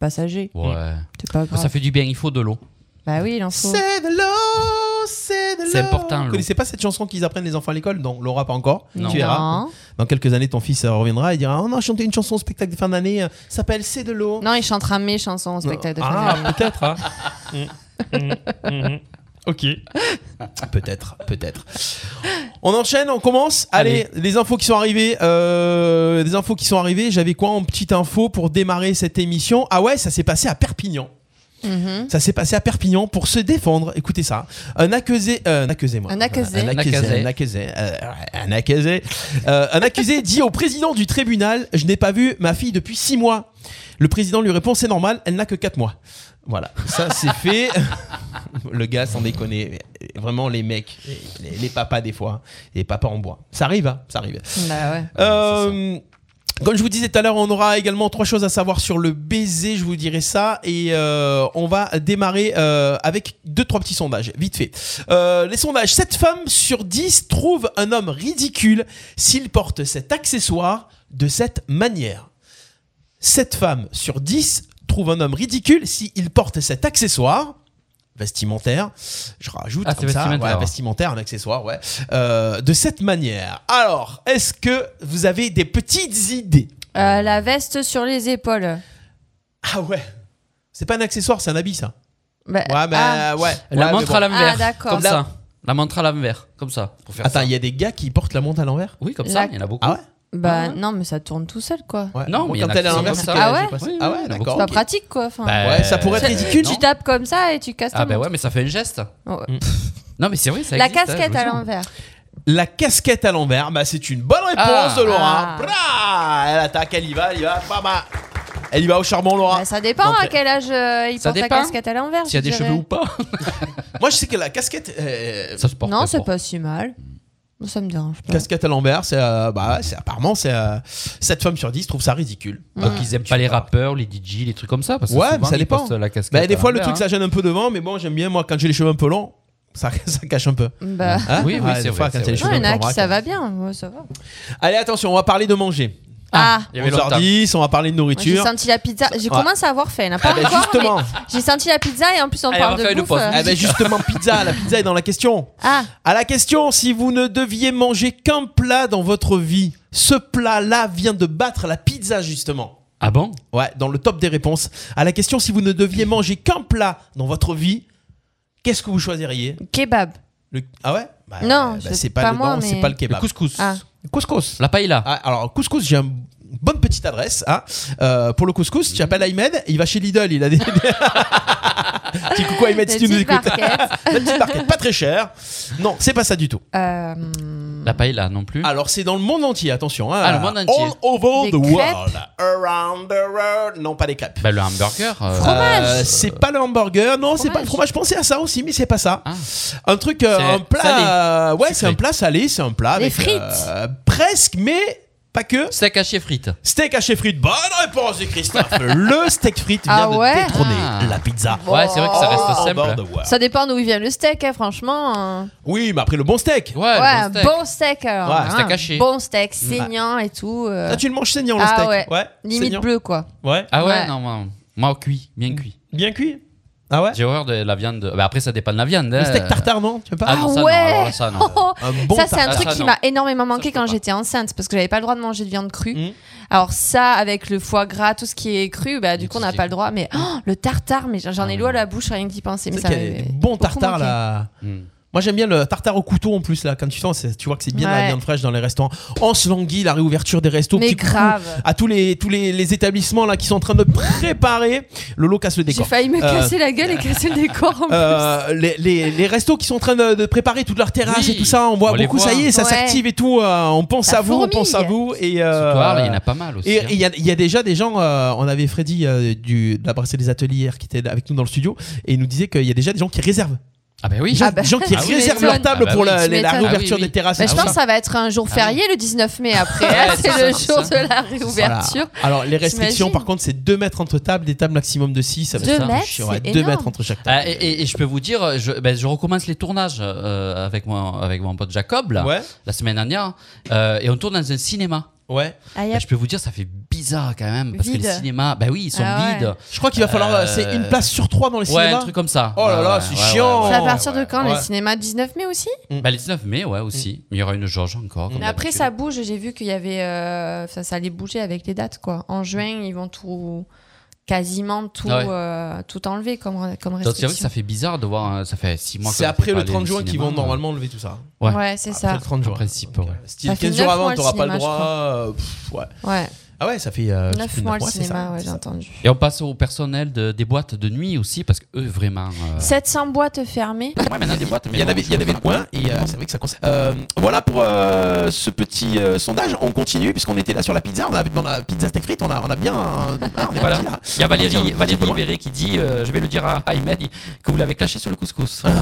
Speaker 7: passager.
Speaker 5: Ouais.
Speaker 7: C'est pas grave.
Speaker 5: Ça fait du bien, il faut de l'eau.
Speaker 7: Bah oui, il en faut.
Speaker 3: Ah, C'est de l'eau, c'est de l'eau.
Speaker 5: C'est important,
Speaker 3: Vous
Speaker 5: l'eau.
Speaker 3: connaissez pas cette chanson qu'ils apprennent les enfants à l'école Non, Laura, pas encore.
Speaker 5: Non.
Speaker 3: Tu verras. Dans quelques années, ton fils euh, reviendra et dira On a chanté une chanson au spectacle de fin d'année, euh, ça s'appelle C'est de l'eau.
Speaker 7: Non, il chantera mes chansons au spectacle de fin
Speaker 3: Ah,
Speaker 7: d'année.
Speaker 3: peut-être, hein. Mm,
Speaker 9: ok.
Speaker 3: Peut-être, peut-être. On enchaîne, on commence. Allez, les infos qui sont arrivées. euh, des infos qui sont arrivées. J'avais quoi en petite info pour démarrer cette émission Ah ouais, ça s'est passé à Perpignan.
Speaker 7: Mhm.
Speaker 3: Ça s'est passé à Perpignan pour se défendre. Écoutez ça. Un accusé, euh, un accusé moi.
Speaker 7: Un accusé.
Speaker 3: Un accusé, un accusé, euh, un accusé, Euh, un accusé dit au président du tribunal Je n'ai pas vu ma fille depuis six mois. Le président lui répond C'est normal, elle n'a que quatre mois. Voilà, ça c'est fait. Le gars, sans déconner, vraiment les mecs, les, les papas des fois, les papas en bois. Ça arrive, hein, ça arrive.
Speaker 7: Bah ouais.
Speaker 3: Euh, comme je vous disais tout à l'heure, on aura également trois choses à savoir sur le baiser, je vous dirai ça. Et euh, on va démarrer euh, avec deux, trois petits sondages, vite fait. Euh, les sondages, 7 femmes sur 10 trouvent un homme ridicule s'il porte cet accessoire de cette manière. 7 femmes sur 10 trouvent un homme ridicule s'il porte cet accessoire vestimentaire, je rajoute
Speaker 5: Ah, c'est
Speaker 3: comme ça,
Speaker 5: vestimentaire.
Speaker 3: ouais, vestimentaire, un accessoire, ouais, euh, de cette manière. Alors, est-ce que vous avez des petites idées
Speaker 7: Euh, la veste sur les épaules.
Speaker 3: Ah ouais, c'est pas un accessoire, c'est un habit ça.
Speaker 7: Bah,
Speaker 3: Ouais, mais euh,
Speaker 7: ah.
Speaker 3: ouais.
Speaker 5: La
Speaker 3: Ouais, mais
Speaker 5: montre
Speaker 3: bon.
Speaker 5: à l'envers.
Speaker 7: Ah, d'accord.
Speaker 5: Comme
Speaker 7: La-
Speaker 5: ça. La montre à l'envers. Comme ça. Pour faire
Speaker 3: Attends,
Speaker 5: ça.
Speaker 3: il y a des gars qui portent la montre à l'envers
Speaker 5: Oui, comme
Speaker 7: La-
Speaker 5: ça, il y en a beaucoup.
Speaker 3: Ah ouais
Speaker 7: Bah non, mais ça tourne tout seul quoi.
Speaker 3: Ouais.
Speaker 5: Non,
Speaker 3: Moi,
Speaker 5: mais il y en
Speaker 3: quand
Speaker 5: a
Speaker 3: elle est à
Speaker 5: qui
Speaker 3: l'envers,
Speaker 5: sont
Speaker 3: c'est
Speaker 7: comme
Speaker 3: qu'elle-
Speaker 7: ça. Ah
Speaker 3: j'ai
Speaker 7: ouais
Speaker 3: passé.
Speaker 5: Oui,
Speaker 3: Ah
Speaker 5: oui,
Speaker 3: ouais,
Speaker 5: il y en
Speaker 3: d'accord.
Speaker 5: a beaucoup.
Speaker 7: C'est pas
Speaker 3: ok.
Speaker 7: pratique quoi. Enfin,
Speaker 5: Bah,
Speaker 3: Ouais, ça pourrait être
Speaker 5: euh,
Speaker 3: ridicule.
Speaker 7: tu
Speaker 5: non.
Speaker 7: tapes comme ça et tu casses
Speaker 5: Ah
Speaker 7: ta
Speaker 5: bah
Speaker 7: montre.
Speaker 5: ouais, mais ça fait un geste.
Speaker 7: Oh.
Speaker 3: Mm.
Speaker 5: Non, mais c'est vrai, ça
Speaker 7: La
Speaker 5: existe, hein,
Speaker 7: casquette
Speaker 5: je
Speaker 7: à
Speaker 5: vous jure.
Speaker 7: l'envers.
Speaker 3: La casquette à l'envers, bah c'est une bonne réponse
Speaker 5: Ah.
Speaker 3: de Laura.
Speaker 7: Ah.
Speaker 3: Bra elle attaque, elle y va, elle y va, bah, bah. Elle y va au charbon, Laura.
Speaker 7: Bah, ça dépend
Speaker 3: Non,
Speaker 7: à
Speaker 3: mais-
Speaker 7: quel âge euh, il
Speaker 5: Ça
Speaker 7: porte
Speaker 5: dépend.
Speaker 7: la casquette à l'envers.
Speaker 5: S'il y a
Speaker 7: je
Speaker 5: des
Speaker 7: dirais.
Speaker 5: cheveux ou pas,
Speaker 3: euh, Moi, je sais que la casquette, euh,
Speaker 5: ça se porte.
Speaker 7: Non,
Speaker 5: ça
Speaker 7: c'est
Speaker 5: porte.
Speaker 7: pas si mal.
Speaker 3: Hmm.
Speaker 7: Moi, Ça me dérange pas.
Speaker 3: casquette à l'envers, c'est, euh, bah, c'est apparemment, c'est euh, 7 femmes sur 10 trouvent ça ridicule.
Speaker 5: Donc ils aiment pas les rappeurs, les DJ, les trucs comme ça. Parce que
Speaker 3: Ouais, mais
Speaker 5: souvent,
Speaker 3: ça
Speaker 5: ils
Speaker 3: dépend.
Speaker 5: postent La casquette
Speaker 3: Bah, des
Speaker 5: à
Speaker 3: fois, le
Speaker 5: l'envers, hein.
Speaker 3: truc, ça gêne un peu devant, mais bon, j'aime bien moi quand j'ai les cheveux un peu longs. Ça, ça cache un peu.
Speaker 7: Bah.
Speaker 3: Hein
Speaker 5: Oui, oui,
Speaker 3: Ah,
Speaker 5: c'est
Speaker 3: des
Speaker 5: vrai,
Speaker 3: fois, quand il y
Speaker 5: c'est
Speaker 3: a
Speaker 5: vrai.
Speaker 3: les
Speaker 7: Non,
Speaker 3: cheveux
Speaker 7: il y en a
Speaker 3: encore
Speaker 7: qui ça
Speaker 3: racles.
Speaker 7: va bien, moi ça va.
Speaker 3: Allez, attention, on va parler de manger.
Speaker 7: Ah,
Speaker 5: Il y avait
Speaker 3: 11h10, on va parler de
Speaker 7: Moi, j'ai
Speaker 3: nourriture.
Speaker 7: senti la pizza.
Speaker 3: Ouais.
Speaker 7: J'ai commencé à avoir faim, là,
Speaker 3: Ah
Speaker 7: pas
Speaker 3: bah
Speaker 7: encore,
Speaker 3: justement,
Speaker 7: mais j'ai senti la pizza et en plus on
Speaker 5: Allez, on
Speaker 7: parle
Speaker 5: va faire
Speaker 7: de
Speaker 5: une
Speaker 7: bouffe.
Speaker 5: pause.
Speaker 7: euh.
Speaker 3: ah bah justement pizza, la pizza est dans la question.
Speaker 7: Ah,
Speaker 3: À la question, si vous ne deviez manger qu'un plat dans votre vie, ce plat-là vient de battre la pizza justement.
Speaker 5: Ah bon
Speaker 3: Ouais, dans le top des réponses. À la question, si vous ne deviez manger qu'un plat dans votre vie, qu'est-ce que vous choisiriez
Speaker 7: kebab.
Speaker 3: Le- Ah ouais Bah,
Speaker 7: Non,
Speaker 3: bah,
Speaker 7: je-
Speaker 3: c'est pas,
Speaker 7: pas
Speaker 3: le-
Speaker 7: moi,
Speaker 3: non, c'est
Speaker 7: mais-
Speaker 3: pas le
Speaker 5: Le
Speaker 3: kebab.
Speaker 5: couscous.
Speaker 7: Ah.
Speaker 3: Couscous.
Speaker 5: La paella.
Speaker 3: Ah, alors couscous, j'ai une bonne petite adresse. hein. Euh, pour le couscous, tu appelles Ahmed, il va chez Lidl, il a des. Petit coucou Ahmed si
Speaker 7: Des
Speaker 3: tu nous
Speaker 7: petites
Speaker 3: écoutes.
Speaker 7: barquettes.
Speaker 3: La petite barquette, pas très cher. Non, c'est pas ça du tout.
Speaker 7: Euh,
Speaker 5: La paella non plus.
Speaker 3: Alors c'est dans le monde entier, attention. hein.
Speaker 5: Ah, le monde entier.
Speaker 3: All over
Speaker 7: Des
Speaker 3: the
Speaker 7: crêpes.
Speaker 3: world. Around the world. Non, pas les crêpes.
Speaker 5: Bah, le hamburger. euh,
Speaker 7: Fromage.
Speaker 3: Euh, c'est pas le hamburger, non, c'est pas le fromage.
Speaker 7: Fromage.
Speaker 3: Je pensais à ça aussi, mais c'est pas ça.
Speaker 5: Ah.
Speaker 3: Un truc, euh,
Speaker 5: C'est
Speaker 3: un
Speaker 5: salé.
Speaker 3: plat. euh, ouais,
Speaker 5: Sucré.
Speaker 3: c'est un plat salé, c'est un plat.
Speaker 7: Des
Speaker 3: avec,
Speaker 7: frites.
Speaker 3: euh, presque, mais pas que.
Speaker 5: Steak haché frites.
Speaker 3: Steak haché frites, bonne réponse de Christophe. le steak frites vient
Speaker 7: Ah
Speaker 3: de
Speaker 7: ouais Oh.
Speaker 3: détrôner
Speaker 5: Ah.
Speaker 3: la pizza.
Speaker 5: Ouais, c'est vrai que ça reste
Speaker 3: All
Speaker 5: simple.
Speaker 3: over the world.
Speaker 7: Ça dépend d'où il vient le steak, hein, franchement. euh.
Speaker 3: Oui, mais après le bon steak.
Speaker 5: Ouais,
Speaker 7: ouais,
Speaker 5: le
Speaker 7: un
Speaker 5: bon steak.
Speaker 7: bon steak alors.
Speaker 3: Ouais,
Speaker 7: hein,
Speaker 5: steak
Speaker 7: un
Speaker 5: haché.
Speaker 7: Bon steak, saignant et tout. euh,
Speaker 3: Ah, tu le manges saignant le
Speaker 7: Ah
Speaker 3: steak.
Speaker 7: ouais. limite
Speaker 3: saignant.
Speaker 7: bleu, quoi.
Speaker 3: Ouais.
Speaker 5: Ah ouais,
Speaker 7: Ouais.
Speaker 5: non, moi, moi, cuit, bien cuit.
Speaker 3: Bien cuit. Ah ouais.
Speaker 5: J'ai horreur de la viande. Bah, après, ça dépend de la viande.
Speaker 3: Le
Speaker 5: hein.
Speaker 3: steak tartare, non Tu veux pas
Speaker 5: Ah, non, ça, non,
Speaker 7: ouais
Speaker 5: alors là, ça, non.
Speaker 3: Un bon
Speaker 7: ça, c'est un
Speaker 5: tartare.
Speaker 7: truc
Speaker 5: Ah, ça,
Speaker 7: qui
Speaker 5: non.
Speaker 7: m'a énormément manqué
Speaker 5: je peux
Speaker 7: quand
Speaker 5: pas. Hmm.
Speaker 7: j'étais enceinte parce que j'avais pas le droit de manger de viande crue.
Speaker 3: Mm.
Speaker 7: Alors, ça, avec le foie gras, tout ce qui est cru, bah,
Speaker 5: Et
Speaker 7: du coup,
Speaker 5: tout
Speaker 7: on
Speaker 5: ce
Speaker 7: n'a
Speaker 5: qui
Speaker 7: pas
Speaker 5: est
Speaker 7: le droit. Mais oh, le tartare, mais j'en
Speaker 5: Ah
Speaker 7: ai l'eau à la bouche rien que d'y penser. Mais ça m'avait
Speaker 3: Bon
Speaker 7: beaucoup
Speaker 3: tartare
Speaker 7: manqué.
Speaker 3: là.
Speaker 5: Hmm.
Speaker 3: Moi j'aime bien le tartare au couteau en plus là quand tu sens c'est- tu vois que c'est bien de la
Speaker 7: Ouais.
Speaker 3: viande fraîche dans les restaurants. En Slangui la réouverture des restos
Speaker 7: Mais
Speaker 3: petit coucou
Speaker 7: grave.
Speaker 3: à tous les tous les, les établissements là qui sont en train de préparer le lot casse le
Speaker 7: J'ai
Speaker 3: décor.
Speaker 7: failli me
Speaker 3: Euh,
Speaker 7: casser la gueule et casser le décor en plus.
Speaker 3: Euh, les, les, les restos qui sont en train de, de préparer toute leur terrasse
Speaker 5: Oui,
Speaker 3: et tout ça, on voit
Speaker 5: on les
Speaker 3: beaucoup,
Speaker 5: voit.
Speaker 3: ça y est, ça
Speaker 7: Ouais.
Speaker 3: s'active et tout. euh, on pense
Speaker 7: Ça
Speaker 3: à vous, on pense à
Speaker 7: fourmille.
Speaker 3: vous. Et,
Speaker 5: Surtout
Speaker 3: euh,
Speaker 5: à Arles, il y en a pas mal aussi.
Speaker 3: et
Speaker 5: hein.
Speaker 3: et il y, a- il y a déjà des gens, euh, on avait Freddy euh, du, de la brasserie des ateliers hier qui était avec nous dans le studio et il nous disait qu'il y a déjà des gens qui réservent.
Speaker 5: Ah, bah oui.
Speaker 3: Des gens-
Speaker 7: bah,
Speaker 3: des gens qui
Speaker 7: tu
Speaker 3: réservent
Speaker 7: m'étonnes.
Speaker 3: leur table
Speaker 5: Ah bah
Speaker 3: pour
Speaker 5: oui,
Speaker 3: la,
Speaker 7: tu
Speaker 3: la- la
Speaker 7: m'étonnes.
Speaker 3: réouverture
Speaker 5: Ah oui,
Speaker 3: des terrasses. et
Speaker 7: Bah, je
Speaker 3: tout
Speaker 7: pense que
Speaker 3: ça.
Speaker 7: ça va être un jour
Speaker 5: Ah oui.
Speaker 7: férié le 19 mai après. hein,
Speaker 5: Ouais,
Speaker 7: c'est
Speaker 5: c'est
Speaker 7: le
Speaker 5: ça,
Speaker 7: jour
Speaker 5: c'est ça.
Speaker 7: de
Speaker 3: Voilà.
Speaker 7: la réouverture.
Speaker 3: Alors les restrictions
Speaker 7: T'imagines
Speaker 3: par contre c'est 2 mètres entre tables, des tables maximum de 6. Ça va
Speaker 5: Deux
Speaker 3: être
Speaker 7: mètres,
Speaker 3: chiant, ouais,
Speaker 7: c'est
Speaker 3: deux
Speaker 7: énorme.
Speaker 3: mètres entre chaque
Speaker 5: Ah,
Speaker 3: table.
Speaker 5: et, et- et je peux vous dire, je, ben, je recommence les tournages euh, avec, mon, avec mon pote Jacob là,
Speaker 3: ouais,
Speaker 5: la semaine dernière. euh, et on tourne dans un cinéma.
Speaker 3: ouais.
Speaker 7: Ah, y a-
Speaker 5: Ben, je peux vous dire, ça fait bizarre quand même. Parce que
Speaker 7: Vide.
Speaker 5: les cinémas, bah oui, ils sont
Speaker 7: Ah ouais.
Speaker 5: vides.
Speaker 3: Je crois qu'il va falloir, euh, c'est une place sur trois dans les
Speaker 5: Ouais,
Speaker 3: cinémas.
Speaker 5: un truc comme ça.
Speaker 3: Oh là
Speaker 5: Ouais,
Speaker 3: là,
Speaker 5: ouais,
Speaker 3: c'est
Speaker 5: ouais,
Speaker 3: chiant.
Speaker 5: ouais,
Speaker 7: C'est à
Speaker 3: Oh,
Speaker 7: partir de
Speaker 3: ouais,
Speaker 7: quand
Speaker 3: ouais.
Speaker 7: les cinémas 19 mai aussi
Speaker 3: Mm.
Speaker 5: ouais. Bah, les 19 mai, ouais, aussi. Mais Il y aura une jauge encore. comme
Speaker 3: Mais
Speaker 7: Après
Speaker 5: d'habitude.
Speaker 7: ça bouge, j'ai vu qu'il y avait euh, ça, ça allait bouger avec les dates quoi. En juin, ils vont tout quasiment tout
Speaker 5: Ah ouais.
Speaker 7: euh, tout enlever comme comme
Speaker 5: Donc c'est vrai que
Speaker 7: restriction.
Speaker 5: ça fait bizarre de voir. hein, Ça fait 6 mois
Speaker 3: C'est
Speaker 5: qu'on a
Speaker 3: après
Speaker 5: pas
Speaker 3: le
Speaker 5: allé
Speaker 3: 30
Speaker 5: au
Speaker 3: juin qu'ils
Speaker 5: cinéma. euh,
Speaker 3: vont normalement lever tout ça.
Speaker 5: Ouais.
Speaker 7: Ouais, c'est
Speaker 3: Après
Speaker 7: ça.
Speaker 3: le 30 juin.
Speaker 5: En principe, ouais.
Speaker 3: Style
Speaker 7: Ça fait
Speaker 3: 15 jours
Speaker 7: neuf
Speaker 3: avant,
Speaker 7: mois, le
Speaker 3: t'auras pas le
Speaker 7: cinéma, je
Speaker 3: droit.
Speaker 7: crois.
Speaker 3: euh, pff, ouais.
Speaker 7: Ouais,
Speaker 3: Ah ouais, ça fait. euh, ça
Speaker 7: 9
Speaker 3: fait
Speaker 7: mois le
Speaker 3: c'est ça,
Speaker 7: cinéma, ouais,
Speaker 3: c'est
Speaker 7: j'ai
Speaker 3: ça.
Speaker 7: entendu.
Speaker 5: Et on passe au personnel de- des boîtes de nuit aussi, parce que eux, vraiment. euh,
Speaker 7: 700 boîtes fermées.
Speaker 5: Ouais, maintenant des boîtes, mais
Speaker 6: Il y en
Speaker 5: bon.
Speaker 6: avait, il y en avait le coin et euh, c'est vrai que ça concerne. Euh, voilà pour euh, ce petit euh, sondage. On continue puisqu'on était là sur la pizza. On a dans la pizza steak frites. On a, on a bien. euh, ah, on est
Speaker 10: Voilà.
Speaker 6: parti, là.
Speaker 10: Il y a Valérie, Valérie Béré qui dit, euh, je vais le dire à Ahmed, il- que vous l'avez clashé sur le couscous.
Speaker 3: Ah.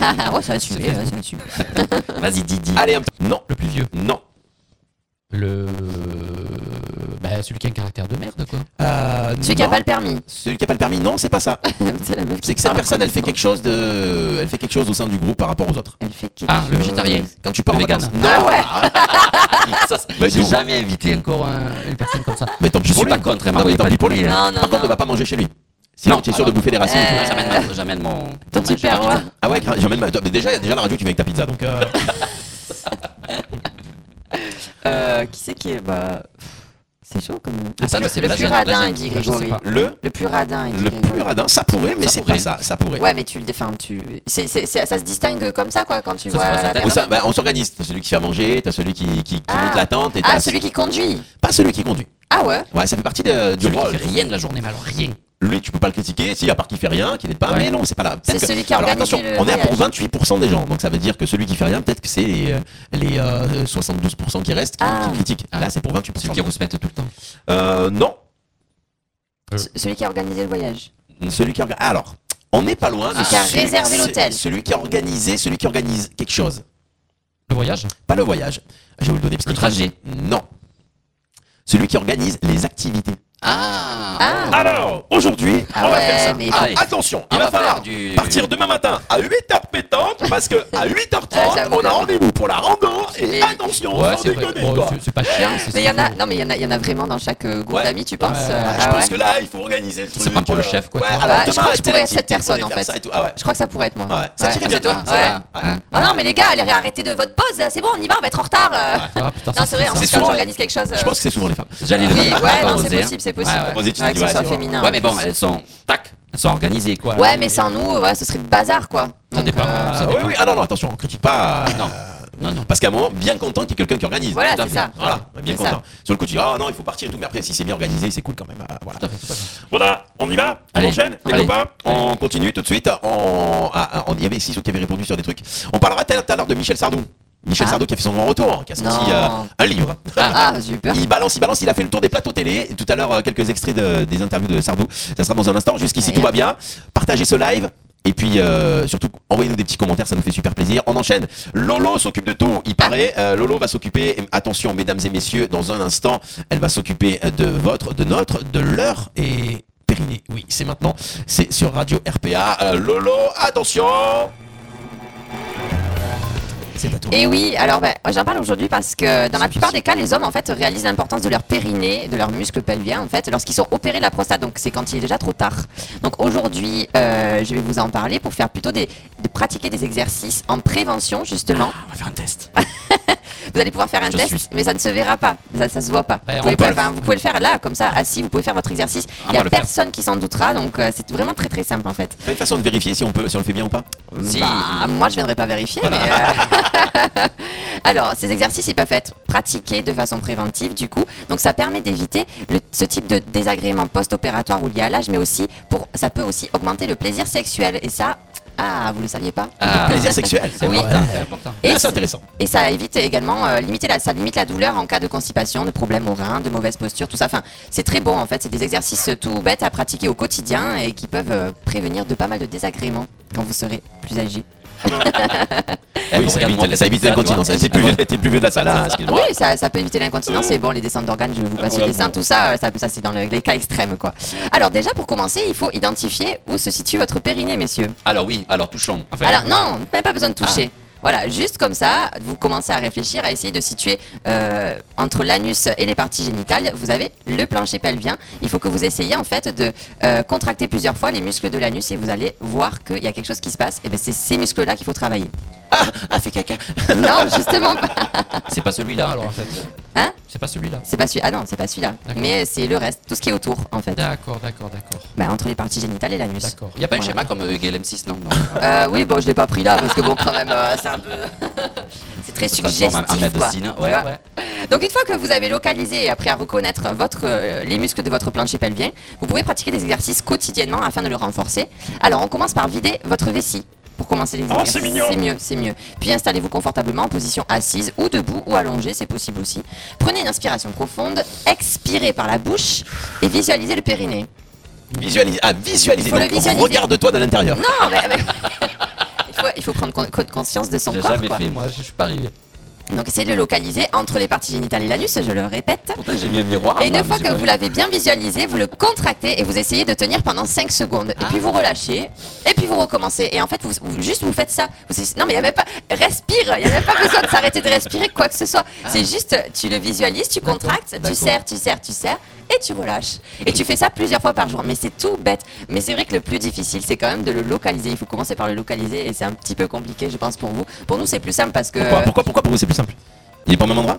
Speaker 11: Ah,
Speaker 6: Vas-y Didi. Allez un petit- Non, le plus vieux. Non.
Speaker 10: Le. Bah, celui qui a un caractère de merde, quoi.
Speaker 6: Euh,
Speaker 11: Celui qui
Speaker 6: non.
Speaker 11: a pas le permis.
Speaker 6: Celui qui a pas le permis. Non, c'est pas ça.
Speaker 11: C'est la meuf qui
Speaker 6: C'est que cette
Speaker 11: parle.
Speaker 6: personne, elle fait quelque chose de, elle fait quelque chose au sein du groupe par rapport aux autres.
Speaker 11: Elle fait quelque Ah
Speaker 10: Ah, le
Speaker 11: chose.
Speaker 10: végétarien.
Speaker 6: Quand tu pars en
Speaker 10: Le vegan.
Speaker 6: vacances. Non.
Speaker 10: Ça, c'est-
Speaker 6: Mais
Speaker 10: J'ai
Speaker 6: non.
Speaker 10: jamais invité encore un- une personne comme ça.
Speaker 6: Mais tant pis
Speaker 10: Je
Speaker 6: pour
Speaker 10: suis
Speaker 6: lui.
Speaker 10: pas contre, elle
Speaker 6: Non,
Speaker 10: m'envoie
Speaker 6: mais tant
Speaker 10: pas
Speaker 6: pis
Speaker 10: de
Speaker 6: pour lui.
Speaker 10: colis, hein.
Speaker 6: Par contre, on va pas manger chez lui. Sinon, tu es sûr de bouffer des racines. et tout.
Speaker 10: Euh, J'amène j'amène mon.
Speaker 11: Ton
Speaker 10: mon
Speaker 11: super
Speaker 10: ingénieur.
Speaker 11: roi.
Speaker 6: Ah ouais, grave, j'emmène ma. mais Déjà, il y a déjà la radio qui vient avec ta pizza, donc. euh,
Speaker 11: Euh, qui c'est qui est bah... C'est chaud comme.
Speaker 10: Ah, ça,
Speaker 11: le,
Speaker 10: c'est
Speaker 11: le
Speaker 10: la
Speaker 11: plus
Speaker 10: jeune, la
Speaker 11: radin,
Speaker 10: jeune,
Speaker 11: il dit
Speaker 10: ça, je sais
Speaker 11: Grégory.
Speaker 10: pas.
Speaker 6: Le.
Speaker 11: Le plus radin, il dit
Speaker 6: Le
Speaker 11: Grégory.
Speaker 6: plus radin, ça pourrait, mais
Speaker 10: Ça
Speaker 6: c'est
Speaker 10: pourrait.
Speaker 6: pas ça, ça pourrait.
Speaker 11: Ouais, mais tu le défends. Tu... c'est c'est- c'est- ça se distingue comme ça, quoi, quand tu
Speaker 10: Ça,
Speaker 11: vois.
Speaker 10: c'est pas sa
Speaker 11: la
Speaker 10: tête.
Speaker 6: Ou
Speaker 11: personne.
Speaker 6: ça, bah, on s'organise. T'as celui qui fait à manger, t'as celui qui, qui, qui
Speaker 11: Ah.
Speaker 6: monte la tente, et t'as
Speaker 11: Ah, celui qui conduit.
Speaker 6: pas celui qui conduit.
Speaker 11: Ah ouais.
Speaker 6: Ouais, ça fait partie de, du
Speaker 10: Celui qui
Speaker 6: rôle.
Speaker 10: fait rien de la journée, mais alors rien.
Speaker 6: Lui, tu peux pas le critiquer, si à part qu'il fait rien, qu'il n'aide pas,
Speaker 10: Ouais.
Speaker 6: mais non, c'est pas là. Peut-être
Speaker 11: C'est celui qui a
Speaker 6: Alors
Speaker 11: organisé
Speaker 6: attention,
Speaker 11: le
Speaker 6: on est à pour 28% des gens, donc ça veut dire que celui qui fait rien, peut-être que c'est les, euh, les euh, 72% qui restent qui,
Speaker 11: Ah.
Speaker 6: qui critiquent. Là, c'est pour 28%.
Speaker 10: Celui qui rouspète tout le temps.
Speaker 6: Euh, non,
Speaker 11: Euh. Ce- Celui qui a organisé le voyage.
Speaker 6: celui qui organise. Alors, on n'est pas loin. mais
Speaker 11: Celui Ah. qui a
Speaker 6: celui-
Speaker 11: réservé
Speaker 6: c'est-
Speaker 11: l'hôtel.
Speaker 6: Celui qui a organisé, celui qui organise quelque chose.
Speaker 10: Le voyage
Speaker 6: Pas le voyage. Je vais vous le donner. parce que-
Speaker 10: Le trajet.
Speaker 6: Non. Celui qui organise les activités.
Speaker 10: Ah
Speaker 11: Ah,
Speaker 6: Alors, aujourd'hui,
Speaker 11: Ah
Speaker 6: on va
Speaker 11: ouais,
Speaker 6: faire ça.
Speaker 11: mais-
Speaker 6: Ah, attention, il
Speaker 10: Il
Speaker 6: va
Speaker 10: va
Speaker 6: falloir
Speaker 10: faire du-
Speaker 6: partir demain matin à 8h pétant parce que à 8h30,
Speaker 11: Ah, j'avoue,
Speaker 6: on a rendez-vous pour la rando et
Speaker 11: Mais-
Speaker 6: attention,
Speaker 12: Ouais,
Speaker 6: sans
Speaker 12: c'est vrai.
Speaker 6: déconner
Speaker 12: Ouais,
Speaker 6: quoi.
Speaker 12: c'est- c'est pas
Speaker 5: Ah,
Speaker 12: chiant, c'est
Speaker 11: Mais il y en a,
Speaker 12: c'est-
Speaker 11: non mais il y en a, il y en a vraiment dans chaque euh, groupe
Speaker 6: Ouais.
Speaker 11: d'amis, tu penses euh,
Speaker 6: Ah, je
Speaker 11: ah ouais.
Speaker 6: pense que là, il faut organiser le truc.
Speaker 12: pas pour le
Speaker 6: euh,
Speaker 12: chef, quoi.
Speaker 6: Ouais,
Speaker 12: Ah
Speaker 6: alors
Speaker 11: bah, je
Speaker 6: demain,
Speaker 11: crois que
Speaker 6: à
Speaker 11: je pourrais
Speaker 6: telle
Speaker 11: être cette
Speaker 6: équipe, on
Speaker 11: personne,
Speaker 6: est
Speaker 11: en
Speaker 6: faire
Speaker 11: fait.
Speaker 6: ça et tout. Ah ouais.
Speaker 11: Je crois que ça pourrait être moi. Ah,
Speaker 6: Ouais, ça tirait
Speaker 11: c'est
Speaker 6: bien,
Speaker 11: toi.
Speaker 6: toi,
Speaker 11: Ouais.
Speaker 6: ça va.
Speaker 11: Ouais. Ah non mais les gars, allez arrêtez de votre pause, c'est bon, on y va, on va être en retard. euh.
Speaker 12: Ah, putain,
Speaker 11: Non
Speaker 12: ça,
Speaker 11: c'est vrai, en
Speaker 6: c'est
Speaker 11: tout cas,
Speaker 6: souvent-
Speaker 11: j'organise quelque chose.
Speaker 6: Je
Speaker 11: euh,
Speaker 6: pense que c'est souvent les femmes.
Speaker 12: J'allais le
Speaker 11: Oui,
Speaker 12: dire,
Speaker 11: ouais,
Speaker 12: pas
Speaker 11: non, c'est
Speaker 12: oser, hein.
Speaker 11: possible, c'est possible.
Speaker 12: Ouais,
Speaker 6: Aux études,
Speaker 11: Ouais, que
Speaker 6: tu
Speaker 11: ce
Speaker 6: vois,
Speaker 11: soit
Speaker 6: c'est-
Speaker 11: féminin.
Speaker 12: Ouais, mais bon, elles sont. Tac Elles sont organisées, quoi.
Speaker 11: Ouais, mais sans nous, ouais, ce serait le bazar quoi.
Speaker 12: Ça
Speaker 11: Donc,
Speaker 12: dépend.
Speaker 11: euh,
Speaker 12: Ça
Speaker 6: Ah, oui,
Speaker 12: dépend. Ah,
Speaker 6: oui, ah non, non, attention, on critique pas. euh,
Speaker 12: Non. Non, non.
Speaker 6: Parce qu'à un moment, bien content qu'il y ait quelqu'un qui organise.
Speaker 11: Voilà,
Speaker 6: Tout à
Speaker 11: c'est
Speaker 6: fait.
Speaker 11: ça.
Speaker 6: Voilà, bien
Speaker 11: C'est ça.
Speaker 6: content. Sur le coup, tu dis, oh non, il faut partir et tout. Mais après, si c'est bien organisé, c'est cool quand même. euh, Voilà. Voilà, on y va. On
Speaker 12: Allez.
Speaker 6: enchaîne, les
Speaker 12: Allez.
Speaker 6: copains. On continue tout de suite. On... ah, ah, on y avait Sissou qui avait répondu sur des trucs. On parlera tout à l'heure de Michel Sardou. Michel
Speaker 11: Ah.
Speaker 6: Sardou qui a fait son grand retour, qui a sorti
Speaker 11: Non.
Speaker 6: euh, un livre.
Speaker 11: Ah, j'ai eu peur.
Speaker 6: Il balance, il balance, il a fait le tour des plateaux télé. Et Tout à l'heure, euh, quelques extraits de- des interviews de Sardou. Ça sera dans un instant. Jusqu'ici, tout va bien. Partagez ce live. Et puis, euh, surtout, envoyez-nous des petits commentaires, ça nous fait super plaisir. On enchaîne. Lolo s'occupe de tout, il paraît. Euh, Lolo va s'occuper, attention, mesdames et messieurs, dans un instant, elle va s'occuper euh, de votre, de notre, de leur et périnée. Oui, c'est maintenant. C'est sur Radio RPA. Euh, Lolo, attention C'est à toi.
Speaker 11: Et oui, alors ben, j'en parle aujourd'hui parce que dans la plupart des cas, les hommes en fait réalisent l'importance de leur périnée, de leur muscle pelvien en fait, lorsqu'ils sont opérés de la prostate. Donc c'est quand il est déjà trop tard. Donc aujourd'hui, euh, je vais vous en parler pour faire plutôt des, de pratiquer des exercices en prévention justement.
Speaker 12: Ah, On va faire un test.
Speaker 11: Vous allez pouvoir faire un
Speaker 12: Je
Speaker 11: test,
Speaker 12: suis.
Speaker 11: mais ça ne se verra pas, ça, ça se voit pas.
Speaker 12: Ouais,
Speaker 11: vous,
Speaker 12: on
Speaker 11: pouvez
Speaker 12: peut
Speaker 11: pas-
Speaker 12: le faire.
Speaker 11: enfin, vous pouvez le faire là, comme ça, assis, vous pouvez faire votre exercice.
Speaker 12: On
Speaker 11: Il n'y
Speaker 12: va
Speaker 11: a
Speaker 12: le faire.
Speaker 11: personne qui s'en doutera, donc euh, c'est vraiment très très simple en fait.
Speaker 6: T'as une façon de vérifier si on, peut, si on le fait bien ou pas
Speaker 12: Si.
Speaker 11: Bah, moi, je viendrai pas vérifier. Mais euh, Alors, ces exercices, ils peuvent être pratiqués de façon préventive, du coup. Donc, ça permet d'éviter le- ce type de désagrément post-opératoire ou lié à l'âge, mais aussi pour, ça peut aussi augmenter le plaisir sexuel. Et ça, ah, vous le saviez pas.
Speaker 12: Ah,
Speaker 6: Plaisir sexuel.
Speaker 12: c'est
Speaker 11: Oui.
Speaker 12: important, c'est important.
Speaker 11: Et,
Speaker 6: Ah, c'est intéressant.
Speaker 11: et ça évite également, euh, limiter la, ça limite la douleur en cas de constipation, de problèmes aux reins, de mauvaise posture, tout ça. Enfin, c'est très bon en fait. C'est des exercices tout bêtes à pratiquer au quotidien et qui peuvent euh, prévenir de pas mal de désagréments quand vous serez plus âgé.
Speaker 6: Ah,
Speaker 12: Eh,
Speaker 6: Oui,
Speaker 12: bon,
Speaker 6: ça
Speaker 12: regarde,
Speaker 6: évite,
Speaker 12: moi,
Speaker 6: ça évite
Speaker 12: toi,
Speaker 6: l'incontinence.
Speaker 12: toi.
Speaker 6: T'es plus, vieux- t'es plus vieux de la salle, hein,
Speaker 11: Ah
Speaker 6: excuse-moi.
Speaker 11: Oui, ça, ça peut éviter l'incontinence, c'est bon, les descentes d'organes, je vous passe le dessin, tout ça, euh, ça, ça c'est dans le- les cas extrêmes, quoi. Alors déjà, pour commencer, il faut identifier où se situe votre périnée, messieurs.
Speaker 12: Alors, oui, alors touchons. Enfin, Ah.
Speaker 11: Alors non, même pas besoin de toucher. Voilà, juste comme ça, vous commencez à réfléchir, à essayer de situer euh, entre l'anus et les parties génitales. Vous avez le plancher pelvien. Il faut que vous essayiez en fait de euh, contracter plusieurs fois les muscles de l'anus et vous allez voir qu'il y a quelque chose qui se passe. Et ben c'est ces muscles-là qu'il faut travailler.
Speaker 6: Ah, fait caca.
Speaker 11: non, justement pas.
Speaker 12: c'est pas celui-là, alors en fait.
Speaker 11: Hein
Speaker 12: C'est pas celui-là.
Speaker 11: C'est pas celui. Ah non, c'est pas celui-là.
Speaker 12: D'accord.
Speaker 11: Mais c'est le reste, tout ce qui est autour en fait.
Speaker 12: D'accord, d'accord, d'accord.
Speaker 11: Bah, entre les parties génitales et l'anus.
Speaker 12: D'accord. Y a pas un
Speaker 11: Voilà.
Speaker 12: schéma comme euh, GLM6, non, non.
Speaker 11: Euh, oui, bon, je l'ai pas pris là parce que bon, quand même, euh, c'est un peu. c'est très
Speaker 12: transforme en- en
Speaker 11: suggestif. quoi.
Speaker 12: Adostine,
Speaker 11: Tu
Speaker 12: ouais,
Speaker 11: vois
Speaker 12: ouais.
Speaker 11: Donc, une fois que vous avez localisé et appris à reconnaître votre, euh, les muscles de votre plancher pelvien, vous pouvez pratiquer des exercices quotidiennement afin de le renforcer. Alors, on commence par vider votre vessie. Pour commencer les exercices,
Speaker 6: Oh, c'est mignon.
Speaker 11: mieux, c'est mieux. Puis installez-vous confortablement en position assise ou debout ou allongée, c'est possible aussi. Prenez une inspiration profonde, expirez par la bouche et visualisez le périnée.
Speaker 6: Visualiser. Ah, visualiser.
Speaker 11: Faut le
Speaker 6: Donc,
Speaker 11: visualiser.
Speaker 6: Regarde-toi de l'intérieur.
Speaker 11: Non, mais, mais- il, faut, il faut prendre con- con- conscience de son
Speaker 12: J'ai
Speaker 11: corps.
Speaker 12: jamais
Speaker 11: quoi.
Speaker 12: fait, moi, je suis pas arrivé.
Speaker 11: Donc essayez de le localiser entre les parties génitales et l'anus, je le répète.
Speaker 12: Pourtant, j'ai mis un miroir.
Speaker 11: Et une
Speaker 12: moi,
Speaker 11: fois
Speaker 12: mais
Speaker 11: que
Speaker 12: j'ai
Speaker 11: vous l'avez bien visualisé, vous le contractez et vous essayez de tenir pendant 5 secondes. Et puis vous relâchez, et puis vous recommencez. Et en fait, vous, vous- juste vous faites ça. Vous- non, mais il n'y a même pas. Respire, il n'y a même pas besoin de s'arrêter de respirer, quoi que ce soit. C'est juste, tu le visualises, tu contractes, tu
Speaker 12: d'accord.
Speaker 11: serres, tu serres, tu serres, et tu relâches. Et tu fais ça plusieurs fois par jour. Mais c'est tout bête. Mais c'est vrai que le plus difficile, c'est quand même de le localiser. Il faut commencer par le localiser et c'est un petit peu compliqué, je pense, pour vous. Pour nous, c'est plus simple parce que.
Speaker 6: Pourquoi, pourquoi, pourquoi pour vous c'est plus simple Il est pas au même endroit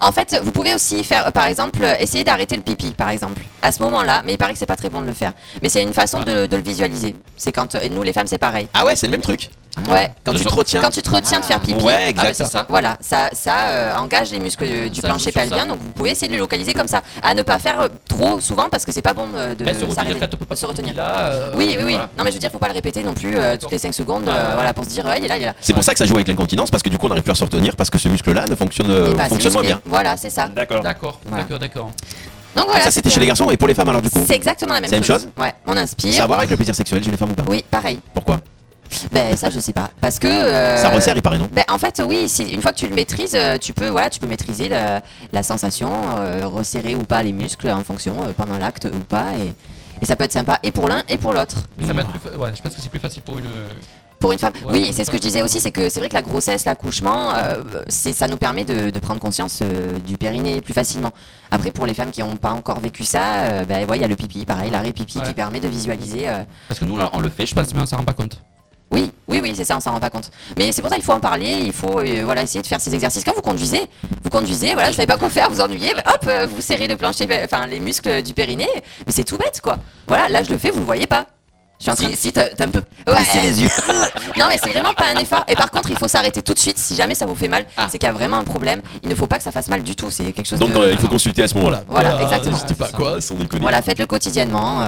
Speaker 11: En fait, vous pouvez aussi faire, euh, par exemple, euh, essayer d'arrêter le pipi, par exemple, à ce moment-là. Mais il paraît que c'est pas très bon de le faire. Mais c'est une façon de, de le visualiser. C'est quand euh, nous, les femmes, c'est pareil.
Speaker 6: Ah ouais, c'est le même truc.
Speaker 11: Ah. ouais.
Speaker 6: Quand tu te retiens.
Speaker 11: Quand tu te retiens de faire pipi.
Speaker 6: Ouais,
Speaker 12: Ah, mais
Speaker 6: exact.
Speaker 12: c'est ça.
Speaker 11: Voilà, ça, ça euh, engage les muscles euh, du
Speaker 12: Ça
Speaker 11: plancher
Speaker 12: joue sur
Speaker 11: pelvien,
Speaker 12: ça.
Speaker 11: donc vous pouvez essayer de le localiser comme ça, à ne pas faire euh, trop souvent parce que c'est pas bon euh, de
Speaker 12: Eh, se retenir,
Speaker 11: s'arrêter,
Speaker 12: quand on peut pas
Speaker 11: se retenir.
Speaker 12: Là, euh,
Speaker 11: oui, oui, oui.
Speaker 12: voilà.
Speaker 11: Non mais je veux dire, faut pas le répéter non plus euh, toutes les 5 secondes, euh, voilà, pour se dire, ouais, il est là, il est là.
Speaker 6: C'est pour ça que ça joue avec l'incontinence, parce que du coup on n'arrive plus à se retenir, parce que ce muscle-là ne fonctionne,
Speaker 11: Il est
Speaker 6: euh,
Speaker 11: pas assez
Speaker 6: fonctionne moins
Speaker 11: musclé.
Speaker 6: bien.
Speaker 11: Voilà, c'est ça.
Speaker 2: D'accord.
Speaker 12: D'accord,
Speaker 11: Voilà.
Speaker 12: d'accord, d'accord.
Speaker 11: Donc
Speaker 6: Ah,
Speaker 11: voilà.
Speaker 6: ça c'était chez les garçons et pour les femmes alors du coup
Speaker 11: C'est exactement la même
Speaker 6: C'est la
Speaker 11: chose.
Speaker 6: même
Speaker 11: Ouais, on inspire.
Speaker 6: Ça a à voir avec le plaisir sexuel chez les femmes ou pas
Speaker 11: Oui, pareil.
Speaker 6: Pourquoi
Speaker 11: Ben ça je sais pas parce que euh,
Speaker 6: Ça resserre, il paraît non
Speaker 11: Ben en fait oui, si, une fois que tu le maîtrises, euh, tu peux voilà, tu peux maîtriser la, la sensation, euh, resserrer ou pas les muscles en fonction euh, pendant l'acte ou pas et, et ça peut être sympa et pour l'un et pour l'autre.
Speaker 5: euh,
Speaker 12: Mais ça va être plus fa- Ouais, je pense que c'est plus facile pour une.
Speaker 11: Pour une femme. Oui, c'est ce que je disais aussi, c'est que c'est vrai que la grossesse, l'accouchement, euh, c'est ça nous permet de, de prendre conscience euh, du périnée plus facilement. Après, pour les femmes qui n'ont pas encore vécu ça, euh, ben ouais, il y a le pipi, pareil, l'arrêt pipi qui permet de visualiser. euh,
Speaker 5: Parce que nous, on le fait, je pense, mais on s'en rend pas compte.
Speaker 11: oui, oui, oui, c'est ça, on s'en rend pas compte. Mais c'est pour ça qu'il faut en parler, il faut euh, voilà, essayer de faire ces exercices. Quand vous conduisez, vous conduisez, voilà, je savais pas quoi faire, vous ennuyez, ben hop, euh, vous serrez le plancher, ben, enfin les muscles du périnée, mais c'est tout bête quoi. Voilà, là je le fais, vous le voyez pas. Je suis en train de-
Speaker 6: Si, si, t'as t'as un peu
Speaker 11: Ouais.
Speaker 6: baissé les yeux.
Speaker 11: Non mais c'est vraiment pas un effort. Et par contre, il faut s'arrêter tout de suite si jamais ça vous fait mal. C'est qu'il y a vraiment un problème. Il ne faut pas que ça fasse mal du tout. C'est quelque chose.
Speaker 6: Ah. Donc
Speaker 11: de...
Speaker 6: euh, il faut consulter à ce moment-là.
Speaker 11: Voilà, exactement.
Speaker 3: euh,
Speaker 6: N'hésitez pas quoi, sans déconner.
Speaker 11: Voilà, faites-le quotidiennement,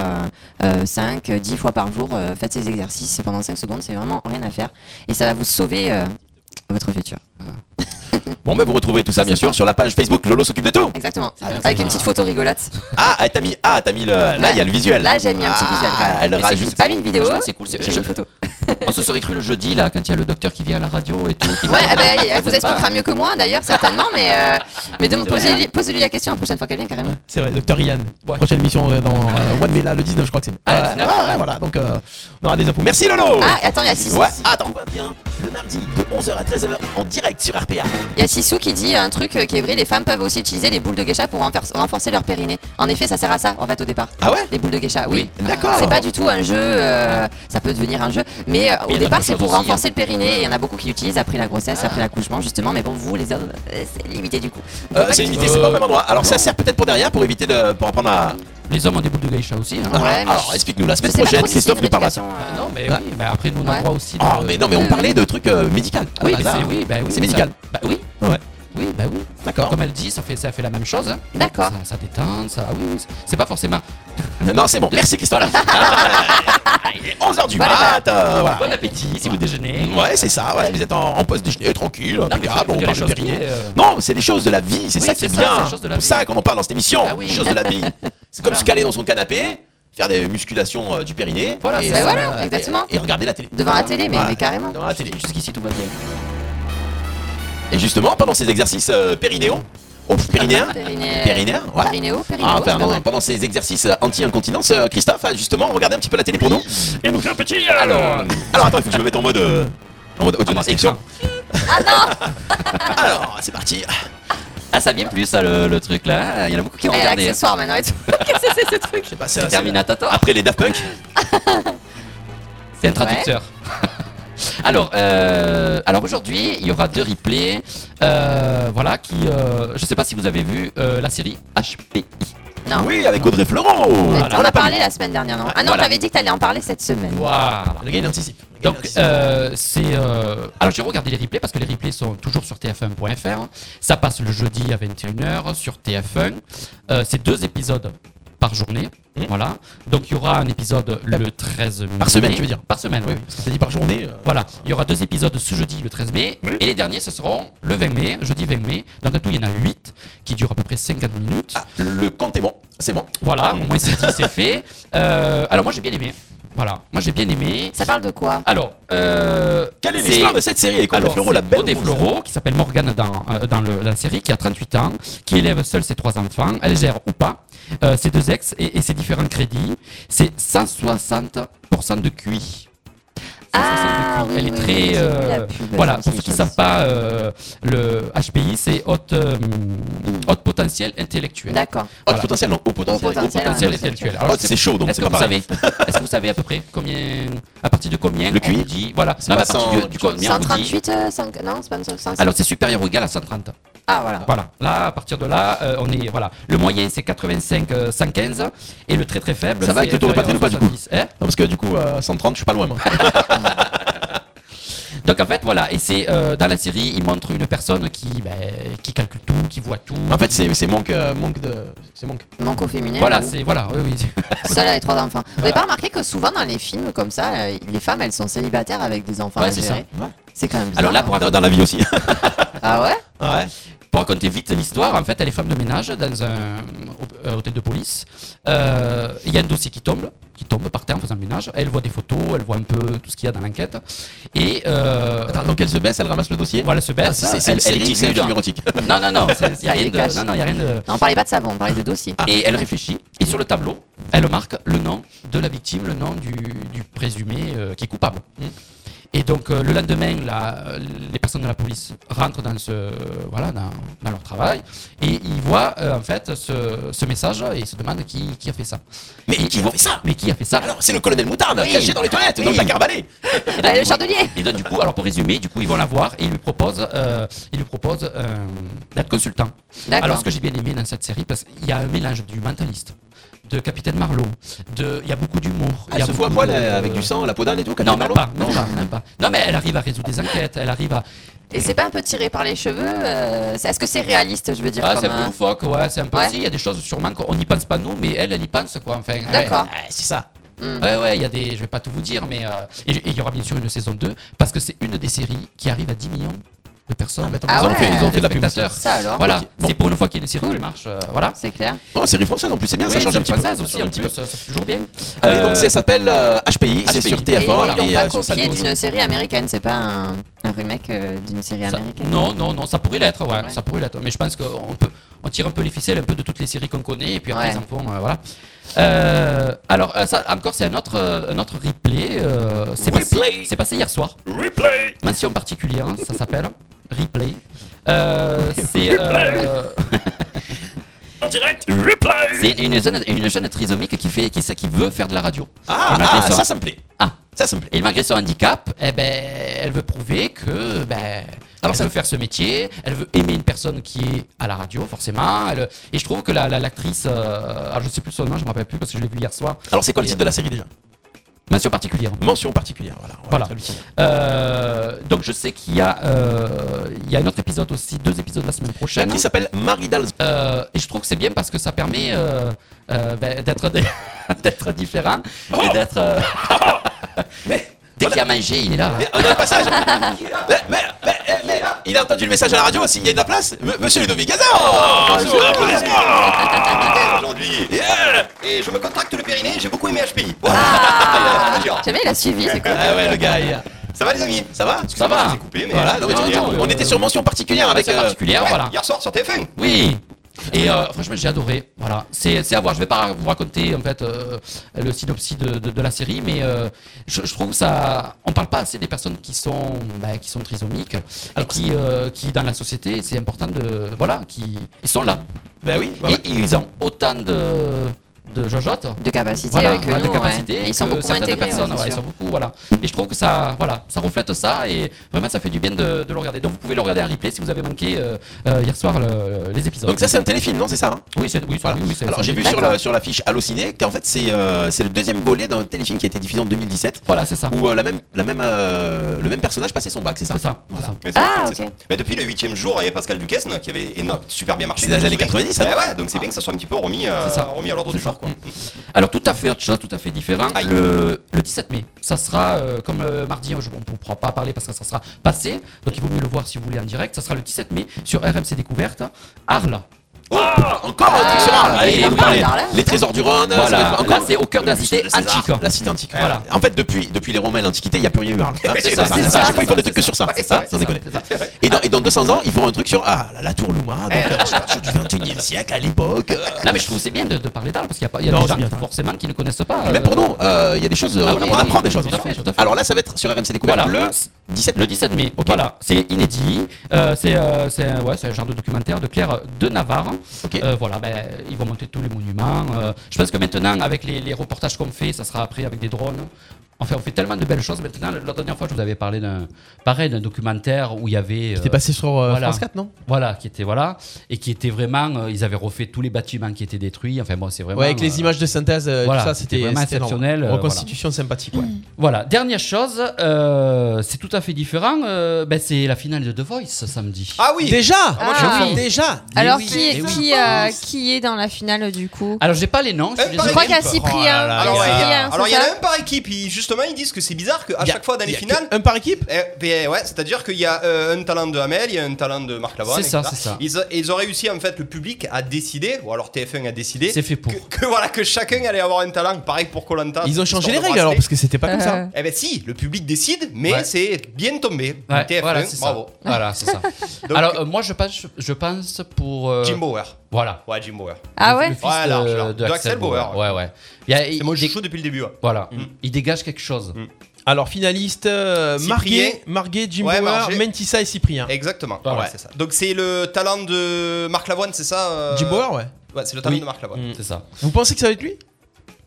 Speaker 11: euh, 5, 10 fois par jour. euh, faites ces exercices pendant 5 secondes. C'est vraiment rien à faire. Et ça va vous sauver euh, votre futur.
Speaker 6: Bon, mais vous retrouvez tout ça bien sûr sur la page Facebook. Lolo s'occupe de tout.
Speaker 11: Exactement. Avec une petite photo rigolote.
Speaker 6: Ah, ah, t'as mis, ah, t'as mis le. Là, il y a le visuel.
Speaker 11: Là, j'ai mis un petit
Speaker 6: Ah,
Speaker 11: visuel. voilà.
Speaker 6: elle
Speaker 11: Mais c'est-
Speaker 6: rajoute.
Speaker 11: j'ai pas mis une vidéo.
Speaker 5: Franchement, c'est cool, c'est-
Speaker 11: J'ai
Speaker 5: je-
Speaker 11: une photo.
Speaker 6: Oh,
Speaker 5: On se serait cru le jeudi, là, quand il y a le docteur qui vient à la radio et tout. qui
Speaker 11: Ouais,
Speaker 5: va-
Speaker 11: ah bah, elle vous expliquera mieux que moi d'ailleurs, certainement. Mais, euh, mais de me poser, posez-lui la question la prochaine fois qu'elle vient carrément.
Speaker 3: C'est vrai, Docteur Ian. Prochaine émission euh, dans euh, One Mela, le 19, je crois que c'est.
Speaker 5: Ah, le
Speaker 3: Ouais,
Speaker 5: 19.
Speaker 3: ouais, ouais, voilà, donc euh, on aura des infos.
Speaker 6: Merci Lolo.
Speaker 11: Ah, attends, il y a Sissou.
Speaker 6: Ouais, attends, on va bien le mardi de 11h à 13h en direct sur RPA.
Speaker 11: Il y a Sissou qui dit un truc euh, qui est vrai les femmes peuvent aussi utiliser les boules de geisha pour renfer- renforcer leur périnée. En effet, ça sert à ça en fait au départ.
Speaker 6: Ah ouais
Speaker 11: Les boules de geisha, oui.
Speaker 6: d'accord.
Speaker 11: C'est pas du tout un jeu, euh, ça peut devenir un jeu, mais euh,
Speaker 5: il y en
Speaker 11: au
Speaker 5: a
Speaker 11: départ
Speaker 5: plein
Speaker 11: c'est pour
Speaker 5: d'autres aussi,
Speaker 11: renforcer le périnée. Il y en a beaucoup qui l'utilisent après la grossesse, après l'accouchement justement, mais bon, vous les hommes, euh, c'est limité du coup.
Speaker 6: Euh, c'est limité, c'est pas au même endroit. Alors ça sert peut-être pour derrière pour éviter de pour apprendre à.
Speaker 5: Les hommes ont des boules de geisha aussi. hein.
Speaker 11: Ouais, mais
Speaker 6: Alors
Speaker 11: je-
Speaker 6: explique-nous la
Speaker 11: Je
Speaker 6: semaine
Speaker 11: sais pas
Speaker 6: prochaine,
Speaker 11: trop si c'est
Speaker 6: Christophe
Speaker 11: une
Speaker 6: nous parlera.
Speaker 11: réplication, euh,
Speaker 5: Non, mais oui, bah après, nous, on a
Speaker 11: Ouais.
Speaker 5: le droit aussi. de-
Speaker 6: Ah mais non mais on parlait de trucs euh, médicaux.
Speaker 5: Oui,
Speaker 6: Ah,
Speaker 5: mais
Speaker 6: bah,
Speaker 5: c'est oui, bah oui,
Speaker 6: c'est
Speaker 5: ça-
Speaker 6: médical.
Speaker 5: Bah oui.
Speaker 3: Ouais.
Speaker 5: Oui, bah oui.
Speaker 6: D'accord.
Speaker 5: Comme elle dit, ça fait, ça fait la même chose. hein.
Speaker 11: D'accord.
Speaker 5: Ça, ça détend, ça. Oui, oui, c'est- c'est pas forcément.
Speaker 6: Non c'est bon, merci Christophe. Ah, Il est 11h du
Speaker 11: Voilà,
Speaker 6: mat. euh, voilà.
Speaker 5: Bon appétit si vous déjeunez.
Speaker 6: Ouais, c'est ça, ouais, vous êtes en, en pause déjeuner, tranquille, impeccable,
Speaker 5: mais
Speaker 6: on
Speaker 5: faut dire
Speaker 6: parle
Speaker 5: les
Speaker 6: de
Speaker 5: choses
Speaker 6: périnée.
Speaker 5: qui est, euh,
Speaker 6: Non, c'est des choses de la vie, c'est
Speaker 5: Oui,
Speaker 6: ça qui est
Speaker 5: c'est ça, c'est
Speaker 6: bien.
Speaker 5: les choses de
Speaker 6: C'est
Speaker 5: la vie.
Speaker 6: ça qu'on en parle dans cette émission,
Speaker 5: Ah oui.
Speaker 6: les choses de la vie. C'est comme se caler dans son canapé, faire des musculations euh, du périnée.
Speaker 5: Voilà,
Speaker 6: et,
Speaker 5: c'est-
Speaker 11: voilà,
Speaker 6: et-
Speaker 11: exactement.
Speaker 6: Et, regarder la télé.
Speaker 11: Devant la télé, mais,
Speaker 6: Ouais.
Speaker 11: mais carrément.
Speaker 6: Devant la télé.
Speaker 5: Jusqu'ici, tout va bien.
Speaker 6: Et justement, pendant ces exercices euh, périnéaux,
Speaker 5: Ah,
Speaker 6: oh, périnéens,
Speaker 11: Périnée.
Speaker 6: périnéens, ouais.
Speaker 11: Périnéo, périnéo,
Speaker 6: Ah,
Speaker 11: c'est pas
Speaker 6: enfin,
Speaker 11: mal.
Speaker 6: pendant ces exercices euh, anti-incontinence, euh, Christophe a justement regardé un petit peu la télé pour nous. Et nous fait un petit. euh, Alors, alors attends, il faut que je me mette en mode. euh, en mode audio description.
Speaker 7: ah
Speaker 6: Alors, Ah, c'est parti.
Speaker 5: Ah, ça vient plus, ça, le, le truc là. Il y en a beaucoup qui
Speaker 6: Eh,
Speaker 5: ont
Speaker 11: Et
Speaker 5: regardé. hein.
Speaker 11: l'accessoire maintenant et tout. Qu'est-ce que c'est ce truc
Speaker 6: Bah, c'est-
Speaker 5: C'est Terminator.
Speaker 6: Après les Daft Punk.
Speaker 5: C'est un traducteur. alors, euh, alors aujourd'hui, il y aura deux replays. euh, voilà, qui. euh, je sais pas si vous avez vu euh, la série HPI.
Speaker 11: Non.
Speaker 6: Oui, avec Audrey Fleurant.
Speaker 11: On en
Speaker 6: l'a
Speaker 11: a
Speaker 6: pas
Speaker 11: parlé
Speaker 6: vu.
Speaker 11: la semaine dernière, non Ah non,
Speaker 5: Voilà.
Speaker 11: t'avais dit que t'allais en parler cette semaine.
Speaker 5: Voilà.
Speaker 6: Le gars, il anticipe. Le gars, il
Speaker 5: Donc,
Speaker 6: anticipe.
Speaker 5: euh, c'est. euh, Alors, j'ai regardé les replays parce que les replays sont toujours sur TF1.fr. Ça passe le jeudi à 21h sur TF1. Euh, c'est deux épisodes par journée. Voilà. Donc, il y aura un épisode le 13 mai.
Speaker 6: Mmh. Par semaine, tu veux dire.
Speaker 5: Par semaine, oui.
Speaker 6: oui, parce que c'est dit par journée. euh,
Speaker 5: Voilà, il y aura deux épisodes ce jeudi le 13 mai et les derniers ce seront le 20 mai, jeudi 20 mai. Donc en tout il y en a 8 qui durent à peu près 50 minutes.
Speaker 6: ah, le compte est bon. C'est bon.
Speaker 5: Voilà, au moins c'est dit, c'est fait. Euh, alors moi j'ai bien aimé. Voilà, moi j'ai bien aimé.
Speaker 11: Ça parle de quoi
Speaker 5: Alors, euh,
Speaker 6: Quelle est
Speaker 5: c'est-
Speaker 6: l'histoire de cette série avec Audrey
Speaker 5: alors,
Speaker 6: Fleurot,
Speaker 5: c'est
Speaker 6: la belle
Speaker 5: Aude et
Speaker 6: rose
Speaker 5: Fleurot, qui s'appelle Morgane dans, euh, dans le- la série, qui a 38 ans, qui élève seule ses trois enfants, elle gère ou pas euh, ses deux ex et, et ses différents crédits. C'est 160% de QI. 160% de QI.
Speaker 11: oui,
Speaker 5: elle
Speaker 11: Ah oui,
Speaker 5: est
Speaker 11: oui,
Speaker 5: très.
Speaker 11: j'ai vu
Speaker 5: euh,
Speaker 11: la pub,
Speaker 5: voilà,
Speaker 11: j'ai
Speaker 5: pour
Speaker 11: vu
Speaker 5: ceux qui ne
Speaker 11: ça.
Speaker 5: savent pas, euh, le HPI, c'est haute, euh, haute potentiel intellectuel.
Speaker 11: D'accord.
Speaker 6: Ah, du Mm. potentiel, non, au potentiel.
Speaker 11: Au potentiel,
Speaker 6: Au
Speaker 5: Potentiel
Speaker 11: ouais.
Speaker 5: intellectuel.
Speaker 6: Alors,
Speaker 5: Alors, je sais
Speaker 6: Ah, c'est chaud, donc
Speaker 5: est-ce
Speaker 6: c'est
Speaker 5: que
Speaker 6: pas
Speaker 5: vous
Speaker 6: pareil.
Speaker 5: savez Est-ce que vous savez à peu près combien à partir de combien
Speaker 6: Le
Speaker 5: on
Speaker 6: QI
Speaker 5: vous dit voilà
Speaker 6: C'est pas
Speaker 5: à partir
Speaker 6: 100,
Speaker 5: du, du combien on vous dit
Speaker 11: 138, euh, 100 non, c'est pas une 100.
Speaker 5: alors c'est supérieur ou égal à 130.
Speaker 11: ah voilà.
Speaker 5: Voilà. Là, à partir de là, euh, on est voilà. Le moyen c'est 85, euh, 115 et le très très faible.
Speaker 6: Ça va
Speaker 5: c'est
Speaker 6: avec le taux de
Speaker 5: inférieur
Speaker 6: patrimoine ou pas, du
Speaker 5: à
Speaker 6: coup
Speaker 5: 70, hein
Speaker 6: Non, parce que du coup, euh, 130, je suis pas loin, moi.
Speaker 5: Donc en fait voilà et c'est euh, dans la série il montre une personne qui ben, qui calcule tout, qui voit tout.
Speaker 6: en fait, c'est c'est manque, euh, manque de. C'est manque.
Speaker 11: Manque au féminin.
Speaker 5: Voilà
Speaker 11: ou
Speaker 5: c'est voilà oui oui.
Speaker 11: Seul avec trois enfants. Vous n'avez pas remarqué que souvent dans les films comme ça, euh, les femmes elles sont célibataires avec des enfants
Speaker 5: Ouais,
Speaker 11: à
Speaker 5: c'est
Speaker 11: gérer.
Speaker 6: ça. Ouais.
Speaker 11: C'est quand même bizarre.
Speaker 6: Alors là, pour dans, dans la vie aussi.
Speaker 11: Ah ouais
Speaker 6: ouais.
Speaker 5: Pour raconter vite l'histoire, en fait, elle est femme de ménage dans un hô- euh, hôtel de police. Euh, Il y a un dossier qui tombe, qui tombe par terre en faisant le ménage. Elle voit des photos, elle voit un peu tout ce qu'il y a dans l'enquête. Et euh,
Speaker 6: Attends, donc elle se baisse, elle ramasse le dossier.
Speaker 5: voilà, elle se
Speaker 6: Ah,
Speaker 5: baisse.
Speaker 6: c'est- c'est
Speaker 5: elle,
Speaker 6: une
Speaker 5: elle
Speaker 6: série,
Speaker 5: est
Speaker 6: c'est un
Speaker 5: nulle.
Speaker 6: film érotique.
Speaker 5: Non, non, non, c'est- il y
Speaker 11: Ça
Speaker 5: a rien
Speaker 11: dégage.
Speaker 5: de. Non, non, il y a rien de. Ah.
Speaker 11: Non, on parlait pas de savon, on parlait de dossier.
Speaker 5: Et elle réfléchit. Et sur le tableau,
Speaker 6: Mmh.
Speaker 5: elle marque le nom de la victime, le nom du, du présumé euh, qui est coupable. Et donc euh, le lendemain, la- euh, les personnes de la police rentrent dans ce voilà dans, dans leur travail et ils voient euh, en fait ce, ce message et ils se demandent qui, qui a fait ça.
Speaker 6: Mais qui a fait ça
Speaker 5: Mais qui a fait ça
Speaker 6: Alors, c'est le colonel Moutarde,
Speaker 11: Oui.
Speaker 6: caché dans les toilettes, dans le
Speaker 11: Oui.
Speaker 6: placard balai.
Speaker 11: Ah, le chardonnier
Speaker 5: Et donc, du coup, alors pour résumer, du coup, ils vont la voir et ils lui proposent, euh, ils lui proposent euh, d'être consultant.
Speaker 11: D'accord.
Speaker 5: Alors, ce que j'ai bien aimé dans cette série, parce qu'il y a un mélange du mentaliste, de Capitaine Marlowe, de, il y a beaucoup d'humour. il
Speaker 6: Elle
Speaker 5: y a
Speaker 6: se fout à
Speaker 5: beaucoup
Speaker 6: poil
Speaker 5: de-
Speaker 6: euh, avec du sang, la peau d'âne et tout.
Speaker 5: Non,
Speaker 6: Capitaine
Speaker 5: même
Speaker 6: Marlowe.
Speaker 5: pas, non, pas, même pas. Non, mais elle arrive à résoudre des enquêtes, elle arrive à.
Speaker 11: Et c'est pas un peu tiré par les cheveux euh, c'est- Est-ce que c'est réaliste, je veux dire
Speaker 5: Ah,
Speaker 11: comme
Speaker 5: c'est un peu
Speaker 11: un-
Speaker 5: loufoque, ouais, c'est un peu.
Speaker 11: Ouais.
Speaker 5: si, il y a des choses sûrement qu'on n'y pense pas nous, mais elle, elle y pense, quoi, enfin. ouais,
Speaker 11: D'accord.
Speaker 5: ouais, Euh, c'est ça.
Speaker 11: Hmm.
Speaker 5: Ouais, ouais, il y a des. Je vais pas tout vous dire, mais. euh, et et il y aura bien sûr une saison 2, parce que c'est une des séries qui arrive à 10 millions de personnes.
Speaker 11: Ah
Speaker 5: ils ont
Speaker 11: ouais.
Speaker 5: fait, ils ont fait de la pub.
Speaker 11: Ça alors
Speaker 5: Voilà, c'est pour une fois qu'il y a une série qui marche. euh, voilà.
Speaker 11: C'est clair.
Speaker 6: Oh, série française en plus, c'est bien, ça
Speaker 5: Oui,
Speaker 6: change
Speaker 5: c'est
Speaker 6: un petit peu.
Speaker 5: française
Speaker 6: Ça
Speaker 5: aussi,
Speaker 6: change
Speaker 5: en
Speaker 6: un petit
Speaker 5: plus, ça c'est toujours bien.
Speaker 6: peu. Euh, donc,
Speaker 5: Euh,
Speaker 6: ça s'appelle euh, HPI, c'est
Speaker 5: HPI.
Speaker 6: sur
Speaker 11: Et ils l'ont
Speaker 6: TF1 et
Speaker 11: pas
Speaker 6: euh, sur Salto
Speaker 11: copié
Speaker 6: aussi.
Speaker 11: d'une série américaine, c'est pas un, un remake euh, d'une série
Speaker 5: ça-
Speaker 11: américaine.
Speaker 5: non, non, non, ça pourrait l'être, ouais,
Speaker 11: Ouais.
Speaker 5: ça pourrait l'être. Mais je pense qu'on peut, on tire un peu les ficelles un peu de toutes les séries qu'on connaît, et puis après
Speaker 11: Ouais.
Speaker 5: ils en font, euh, voilà. Euh, alors, euh, ça, encore, c'est un autre, euh, un autre replay. euh, c'est passé,
Speaker 6: Replay.
Speaker 5: c'est passé hier soir.
Speaker 6: Replay
Speaker 5: Mention particulière, hein, ça s'appelle replay. Euh, c'est euh,
Speaker 6: En direct Replay
Speaker 5: c'est une jeune, une jeune trisomique qui fait, qui, sait- qui veut faire de la radio.
Speaker 6: Ah,
Speaker 5: Et malgré
Speaker 6: ah,
Speaker 5: ça-
Speaker 6: ça, ça me plaît.
Speaker 5: Ah.
Speaker 6: Ça, ça me plaît.
Speaker 5: Et malgré son handicap, eh ben, elle veut prouver que ben,
Speaker 6: Alors
Speaker 5: elle
Speaker 6: ça-
Speaker 5: veut faire ce métier, elle veut aimer une personne qui est à la radio, forcément. elle- et je trouve que la- la- l'actrice, la, je sais plus son nom, je me rappelle plus parce que je l'ai vu hier soir,
Speaker 6: Alors, c'est quoi le titre de la série déjà
Speaker 5: mention particulière.
Speaker 6: Mention particulière, voilà. on va
Speaker 5: Voilà.
Speaker 6: mettre le titre.
Speaker 5: Euh, donc je sais qu'il y, a, euh, il y a un autre épisode aussi, deux épisodes la semaine prochaine.
Speaker 6: Qui s'appelle Marie Dalz.
Speaker 5: Euh, et je trouve que c'est bien parce que ça permet euh, euh, ben, d'être des- d'être différent et d'être. euh, Dès qu'il a mangé, il est là.
Speaker 6: On a le euh, passage mais, mais, mais, mais, Il a entendu le message à la radio aussi, il y a de la place M- Monsieur Ludovic Oh, Gazan Bonjour, applaudissements Aujourd'hui Yeah
Speaker 13: Et je me contracte le périnée, j'ai beaucoup aimé HPI.
Speaker 11: Ah
Speaker 13: Bien.
Speaker 11: Jamais il a suivi, c'est cool.
Speaker 6: Ah ouais, le gars, il-
Speaker 13: Ça va les amis
Speaker 6: ça va
Speaker 13: Excusez-moi,
Speaker 5: va.
Speaker 13: je vous ai coupé, mais
Speaker 6: Voilà, non, mais tu
Speaker 5: Non,
Speaker 6: veux dire,
Speaker 5: non,
Speaker 6: on
Speaker 5: euh,
Speaker 6: était sur mention particulière avec...
Speaker 5: Mention
Speaker 6: euh,
Speaker 5: particulière,
Speaker 13: Ouais,
Speaker 5: voilà.
Speaker 13: hier soir sur TF1.
Speaker 5: Oui. Et euh, franchement, j'ai adoré. Voilà, c'est c'est à voir. Je vais pas vous raconter en fait euh, le synopsis de, de- de la série, mais euh, je, je trouve que ça, on parle pas assez des personnes qui sont bah, qui sont trisomiques, et qui euh, qui dans la société, c'est important de voilà, qui ils sont là.
Speaker 6: Ben oui, bah
Speaker 5: et
Speaker 6: ouais.
Speaker 5: ils ont autant de de jojotes.
Speaker 11: De capacité
Speaker 5: Voilà,
Speaker 11: avec eux.
Speaker 5: ouais, de
Speaker 11: nous, ouais.
Speaker 5: capacité,
Speaker 11: Ils sont
Speaker 5: que
Speaker 11: beaucoup
Speaker 5: certaines
Speaker 11: intégrés.
Speaker 5: personnes,
Speaker 11: ouais, c'est
Speaker 5: ouais, ils
Speaker 11: sûr.
Speaker 5: sont beaucoup, voilà. Et je trouve que ça, voilà, ça reflète ça et vraiment ça fait du bien de, de le regarder. Donc vous pouvez le regarder en replay si vous avez manqué euh, euh, hier soir le- les épisodes.
Speaker 6: Donc ça, c'est un téléfilm, non C'est ça hein
Speaker 5: oui, c'est oui,
Speaker 6: Voilà.
Speaker 5: oui, oui, c'est-
Speaker 6: Alors
Speaker 5: c'est-
Speaker 6: j'ai vu sur la, sur la fiche Allociné qu'en fait c'est euh, c'est le deuxième volet d'un téléfilm qui a été diffusé en 2017
Speaker 5: Voilà, c'est ça.
Speaker 6: où euh, la même, la même, euh, le même personnage passait son bac, c'est ça
Speaker 5: C'est ça. c'est ça.
Speaker 13: Mais c'est-
Speaker 11: Ah,
Speaker 13: c'est-
Speaker 11: ok.
Speaker 13: Mais depuis le huitième jour, il y a Pascal Duquesne qui avait énorme- super bien marché.
Speaker 6: C'est dans les années 90, ça.
Speaker 13: Ouais, ouais, donc c'est bien que ça soit un petit peu remis, euh,
Speaker 5: hein. Ah. C'est ça.
Speaker 13: remis à l'ordre du jour, quoi.
Speaker 5: Alors tout à fait autre chose, tout à fait différent. Le, Euh, le 17 mai, ça sera euh, comme euh, mardi, on ne pourra pas parler parce que ça sera passé, donc il vaut mieux le voir si vous voulez en direct. Ça sera le 17 mai sur RMC Découverte, Arles.
Speaker 6: Encore
Speaker 5: Ah,
Speaker 6: un truc sur Arles. Allez,
Speaker 5: et
Speaker 6: vous parlez.
Speaker 11: Arles.
Speaker 6: Les trésors du Rhône, ça va
Speaker 5: Voilà.
Speaker 6: être
Speaker 5: Là,
Speaker 6: encore
Speaker 5: c'est au cœur de la cité
Speaker 6: César,
Speaker 5: antique.
Speaker 6: La cité antique.
Speaker 5: Voilà.
Speaker 6: En fait, depuis, depuis les Romains et l'Antiquité, il n'y a plus rien eu Arles. Hein,
Speaker 13: C'est
Speaker 6: ça,
Speaker 13: ça,
Speaker 6: c'est
Speaker 13: c'est
Speaker 6: ça. À
Speaker 13: ça,
Speaker 6: chaque fois, ils font des trucs que sur ça.
Speaker 13: c'est
Speaker 6: Ça,
Speaker 13: ça,
Speaker 6: sans déconner.
Speaker 5: c'est ça.
Speaker 6: Et dans, et dans 200 ans, ils feront un truc sur ah, la, la tour Louma, donc
Speaker 3: euh,
Speaker 6: la architecture du 21 e siècle à l'époque. euh,
Speaker 5: Non mais je trouve que c'est bien de, de parler d'Arles parce qu'il y a, pas, il y a
Speaker 6: Non,
Speaker 5: des
Speaker 6: c'est
Speaker 5: gens
Speaker 6: bien.
Speaker 5: forcément qui ne connaissent pas.
Speaker 6: Même
Speaker 5: euh,
Speaker 6: pour nous, euh, il y a des choses,
Speaker 5: Ah
Speaker 6: on
Speaker 5: oui,
Speaker 6: on
Speaker 5: oui,
Speaker 6: apprend
Speaker 5: oui,
Speaker 6: des choses.
Speaker 5: tout à fait, tout à fait.
Speaker 6: Alors là, ça va être sur RMC Découverte
Speaker 5: Voilà.
Speaker 6: le 17
Speaker 5: le 17 mai. Voilà, c'est inédit.
Speaker 3: Ah,
Speaker 5: Euh, c'est euh, c'est un- ouais, c'est un genre de documentaire de Claire de Navarre.
Speaker 6: Ok.
Speaker 5: Euh, voilà, ben, ils vont monter tous les monuments. Euh, je pense que maintenant, avec les, les reportages qu'on fait, ça sera après avec des drones. Enfin, on fait tellement de belles choses maintenant. La dernière fois, je vous avais parlé d'un pareil d'un documentaire où il y avait.
Speaker 3: T'es
Speaker 5: euh,
Speaker 3: passé sur euh,
Speaker 5: voilà.
Speaker 3: France 4, non
Speaker 5: Voilà, qui était voilà et qui était vraiment. euh, ils avaient refait tous les bâtiments qui étaient détruits. Enfin, bon, c'est vraiment.
Speaker 3: Ouais, avec les
Speaker 5: euh,
Speaker 3: images de synthèse, euh,
Speaker 5: voilà,
Speaker 3: tout ça,
Speaker 5: c'était
Speaker 3: c'était
Speaker 5: vraiment
Speaker 3: c'était énorme.
Speaker 5: exceptionnel, euh, voilà.
Speaker 3: Reconstitution sympathique, ouais.
Speaker 5: Voilà, dernière chose, euh, c'est tout à fait différent. euh, ben, c'est la finale de The Voice samedi.
Speaker 3: Ah oui Déjà
Speaker 7: moi, je Ah. suis-
Speaker 3: Déjà
Speaker 7: Alors,
Speaker 5: oui,
Speaker 7: qui, est,
Speaker 5: eh oui.
Speaker 7: qui, euh, qui est dans la finale du coup
Speaker 5: Alors j'ai pas les noms, je suis
Speaker 7: Je
Speaker 13: Eh,
Speaker 5: désolé.
Speaker 7: crois qu'il y a
Speaker 13: Oh là
Speaker 7: Cyprien.
Speaker 3: là,
Speaker 13: Alors,
Speaker 7: Il y a
Speaker 13: ouais, il y a-
Speaker 7: Cyprien,
Speaker 13: alors, il
Speaker 7: c'est
Speaker 13: y en
Speaker 7: ça
Speaker 13: a même par équipe. Ils- justement, ils disent que c'est bizarre qu'à chaque fois dans les
Speaker 3: Il y a que
Speaker 13: finales,
Speaker 3: Un par équipe
Speaker 13: Eh, ben ouais, c'est-à-dire qu'il y a euh, un talent de Hamel, il y a un talent de Marc Lavoine.
Speaker 5: C'est ça,
Speaker 13: etc.
Speaker 5: c'est ça.
Speaker 13: Ils, ils ont réussi en fait, le public a décidé, ou alors TF1 a décidé,
Speaker 5: C'est fait pour.
Speaker 13: que, que, voilà que chacun allait avoir un talent. Pareil pour Colanta.
Speaker 3: Ils ont changé les règles alors, parce que c'était pas comme ça.
Speaker 7: Euh,
Speaker 13: Eh ben si, le public décide, mais
Speaker 5: Ouais.
Speaker 13: c'est bien tombé.
Speaker 5: Ouais,
Speaker 13: TF1,
Speaker 5: voilà, c'est ça.
Speaker 13: bravo.
Speaker 5: Voilà, c'est ça.
Speaker 13: Donc,
Speaker 5: Alors euh, moi je pense, je pense pour euh,
Speaker 13: Jim Bauer.
Speaker 5: Voilà.
Speaker 13: Ouais, Jim Bauer.
Speaker 7: Ah
Speaker 5: Le-
Speaker 7: ouais
Speaker 5: le fils
Speaker 13: Ouais, large,
Speaker 5: de,
Speaker 13: large.
Speaker 5: de Axel Bauer. Ouais ouais. Il y a- il-
Speaker 13: C'est mon
Speaker 5: il dé-
Speaker 13: chouchou depuis le début. ouais.
Speaker 5: Voilà. Il dégage quelque chose.
Speaker 3: Mm. Alors, finaliste, euh,
Speaker 13: Cyprien.
Speaker 3: Marguet, Marguet, Jim
Speaker 13: Ouais,
Speaker 3: Bauer,
Speaker 13: Marguet.
Speaker 3: Mentissa et Cyprien.
Speaker 13: Exactement.
Speaker 3: Ah
Speaker 13: voilà,
Speaker 3: ouais.
Speaker 13: c'est ça. Donc c'est le talent de Marc Lavoine, c'est ça euh,
Speaker 3: Jim Bauer, ouais.
Speaker 13: Ouais, c'est le talent
Speaker 3: Oui.
Speaker 13: de
Speaker 5: Mm.
Speaker 13: Marc Lavoine.
Speaker 5: C'est ça.
Speaker 3: Mm. Vous pensez que ça va être lui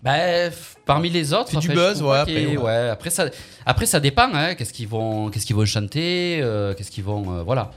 Speaker 5: Bref, parmi les autres,
Speaker 3: Fait du
Speaker 5: je
Speaker 3: buzz,
Speaker 5: trouve
Speaker 3: ouais,
Speaker 5: pas
Speaker 3: après,
Speaker 5: qu'il-
Speaker 3: ouais.
Speaker 5: ouais. Après ça, après ça dépend. hein, qu'est-ce qu'ils vont, qu'est-ce qu'ils vont chanter, euh, qu'est-ce qu'ils vont, euh, voilà.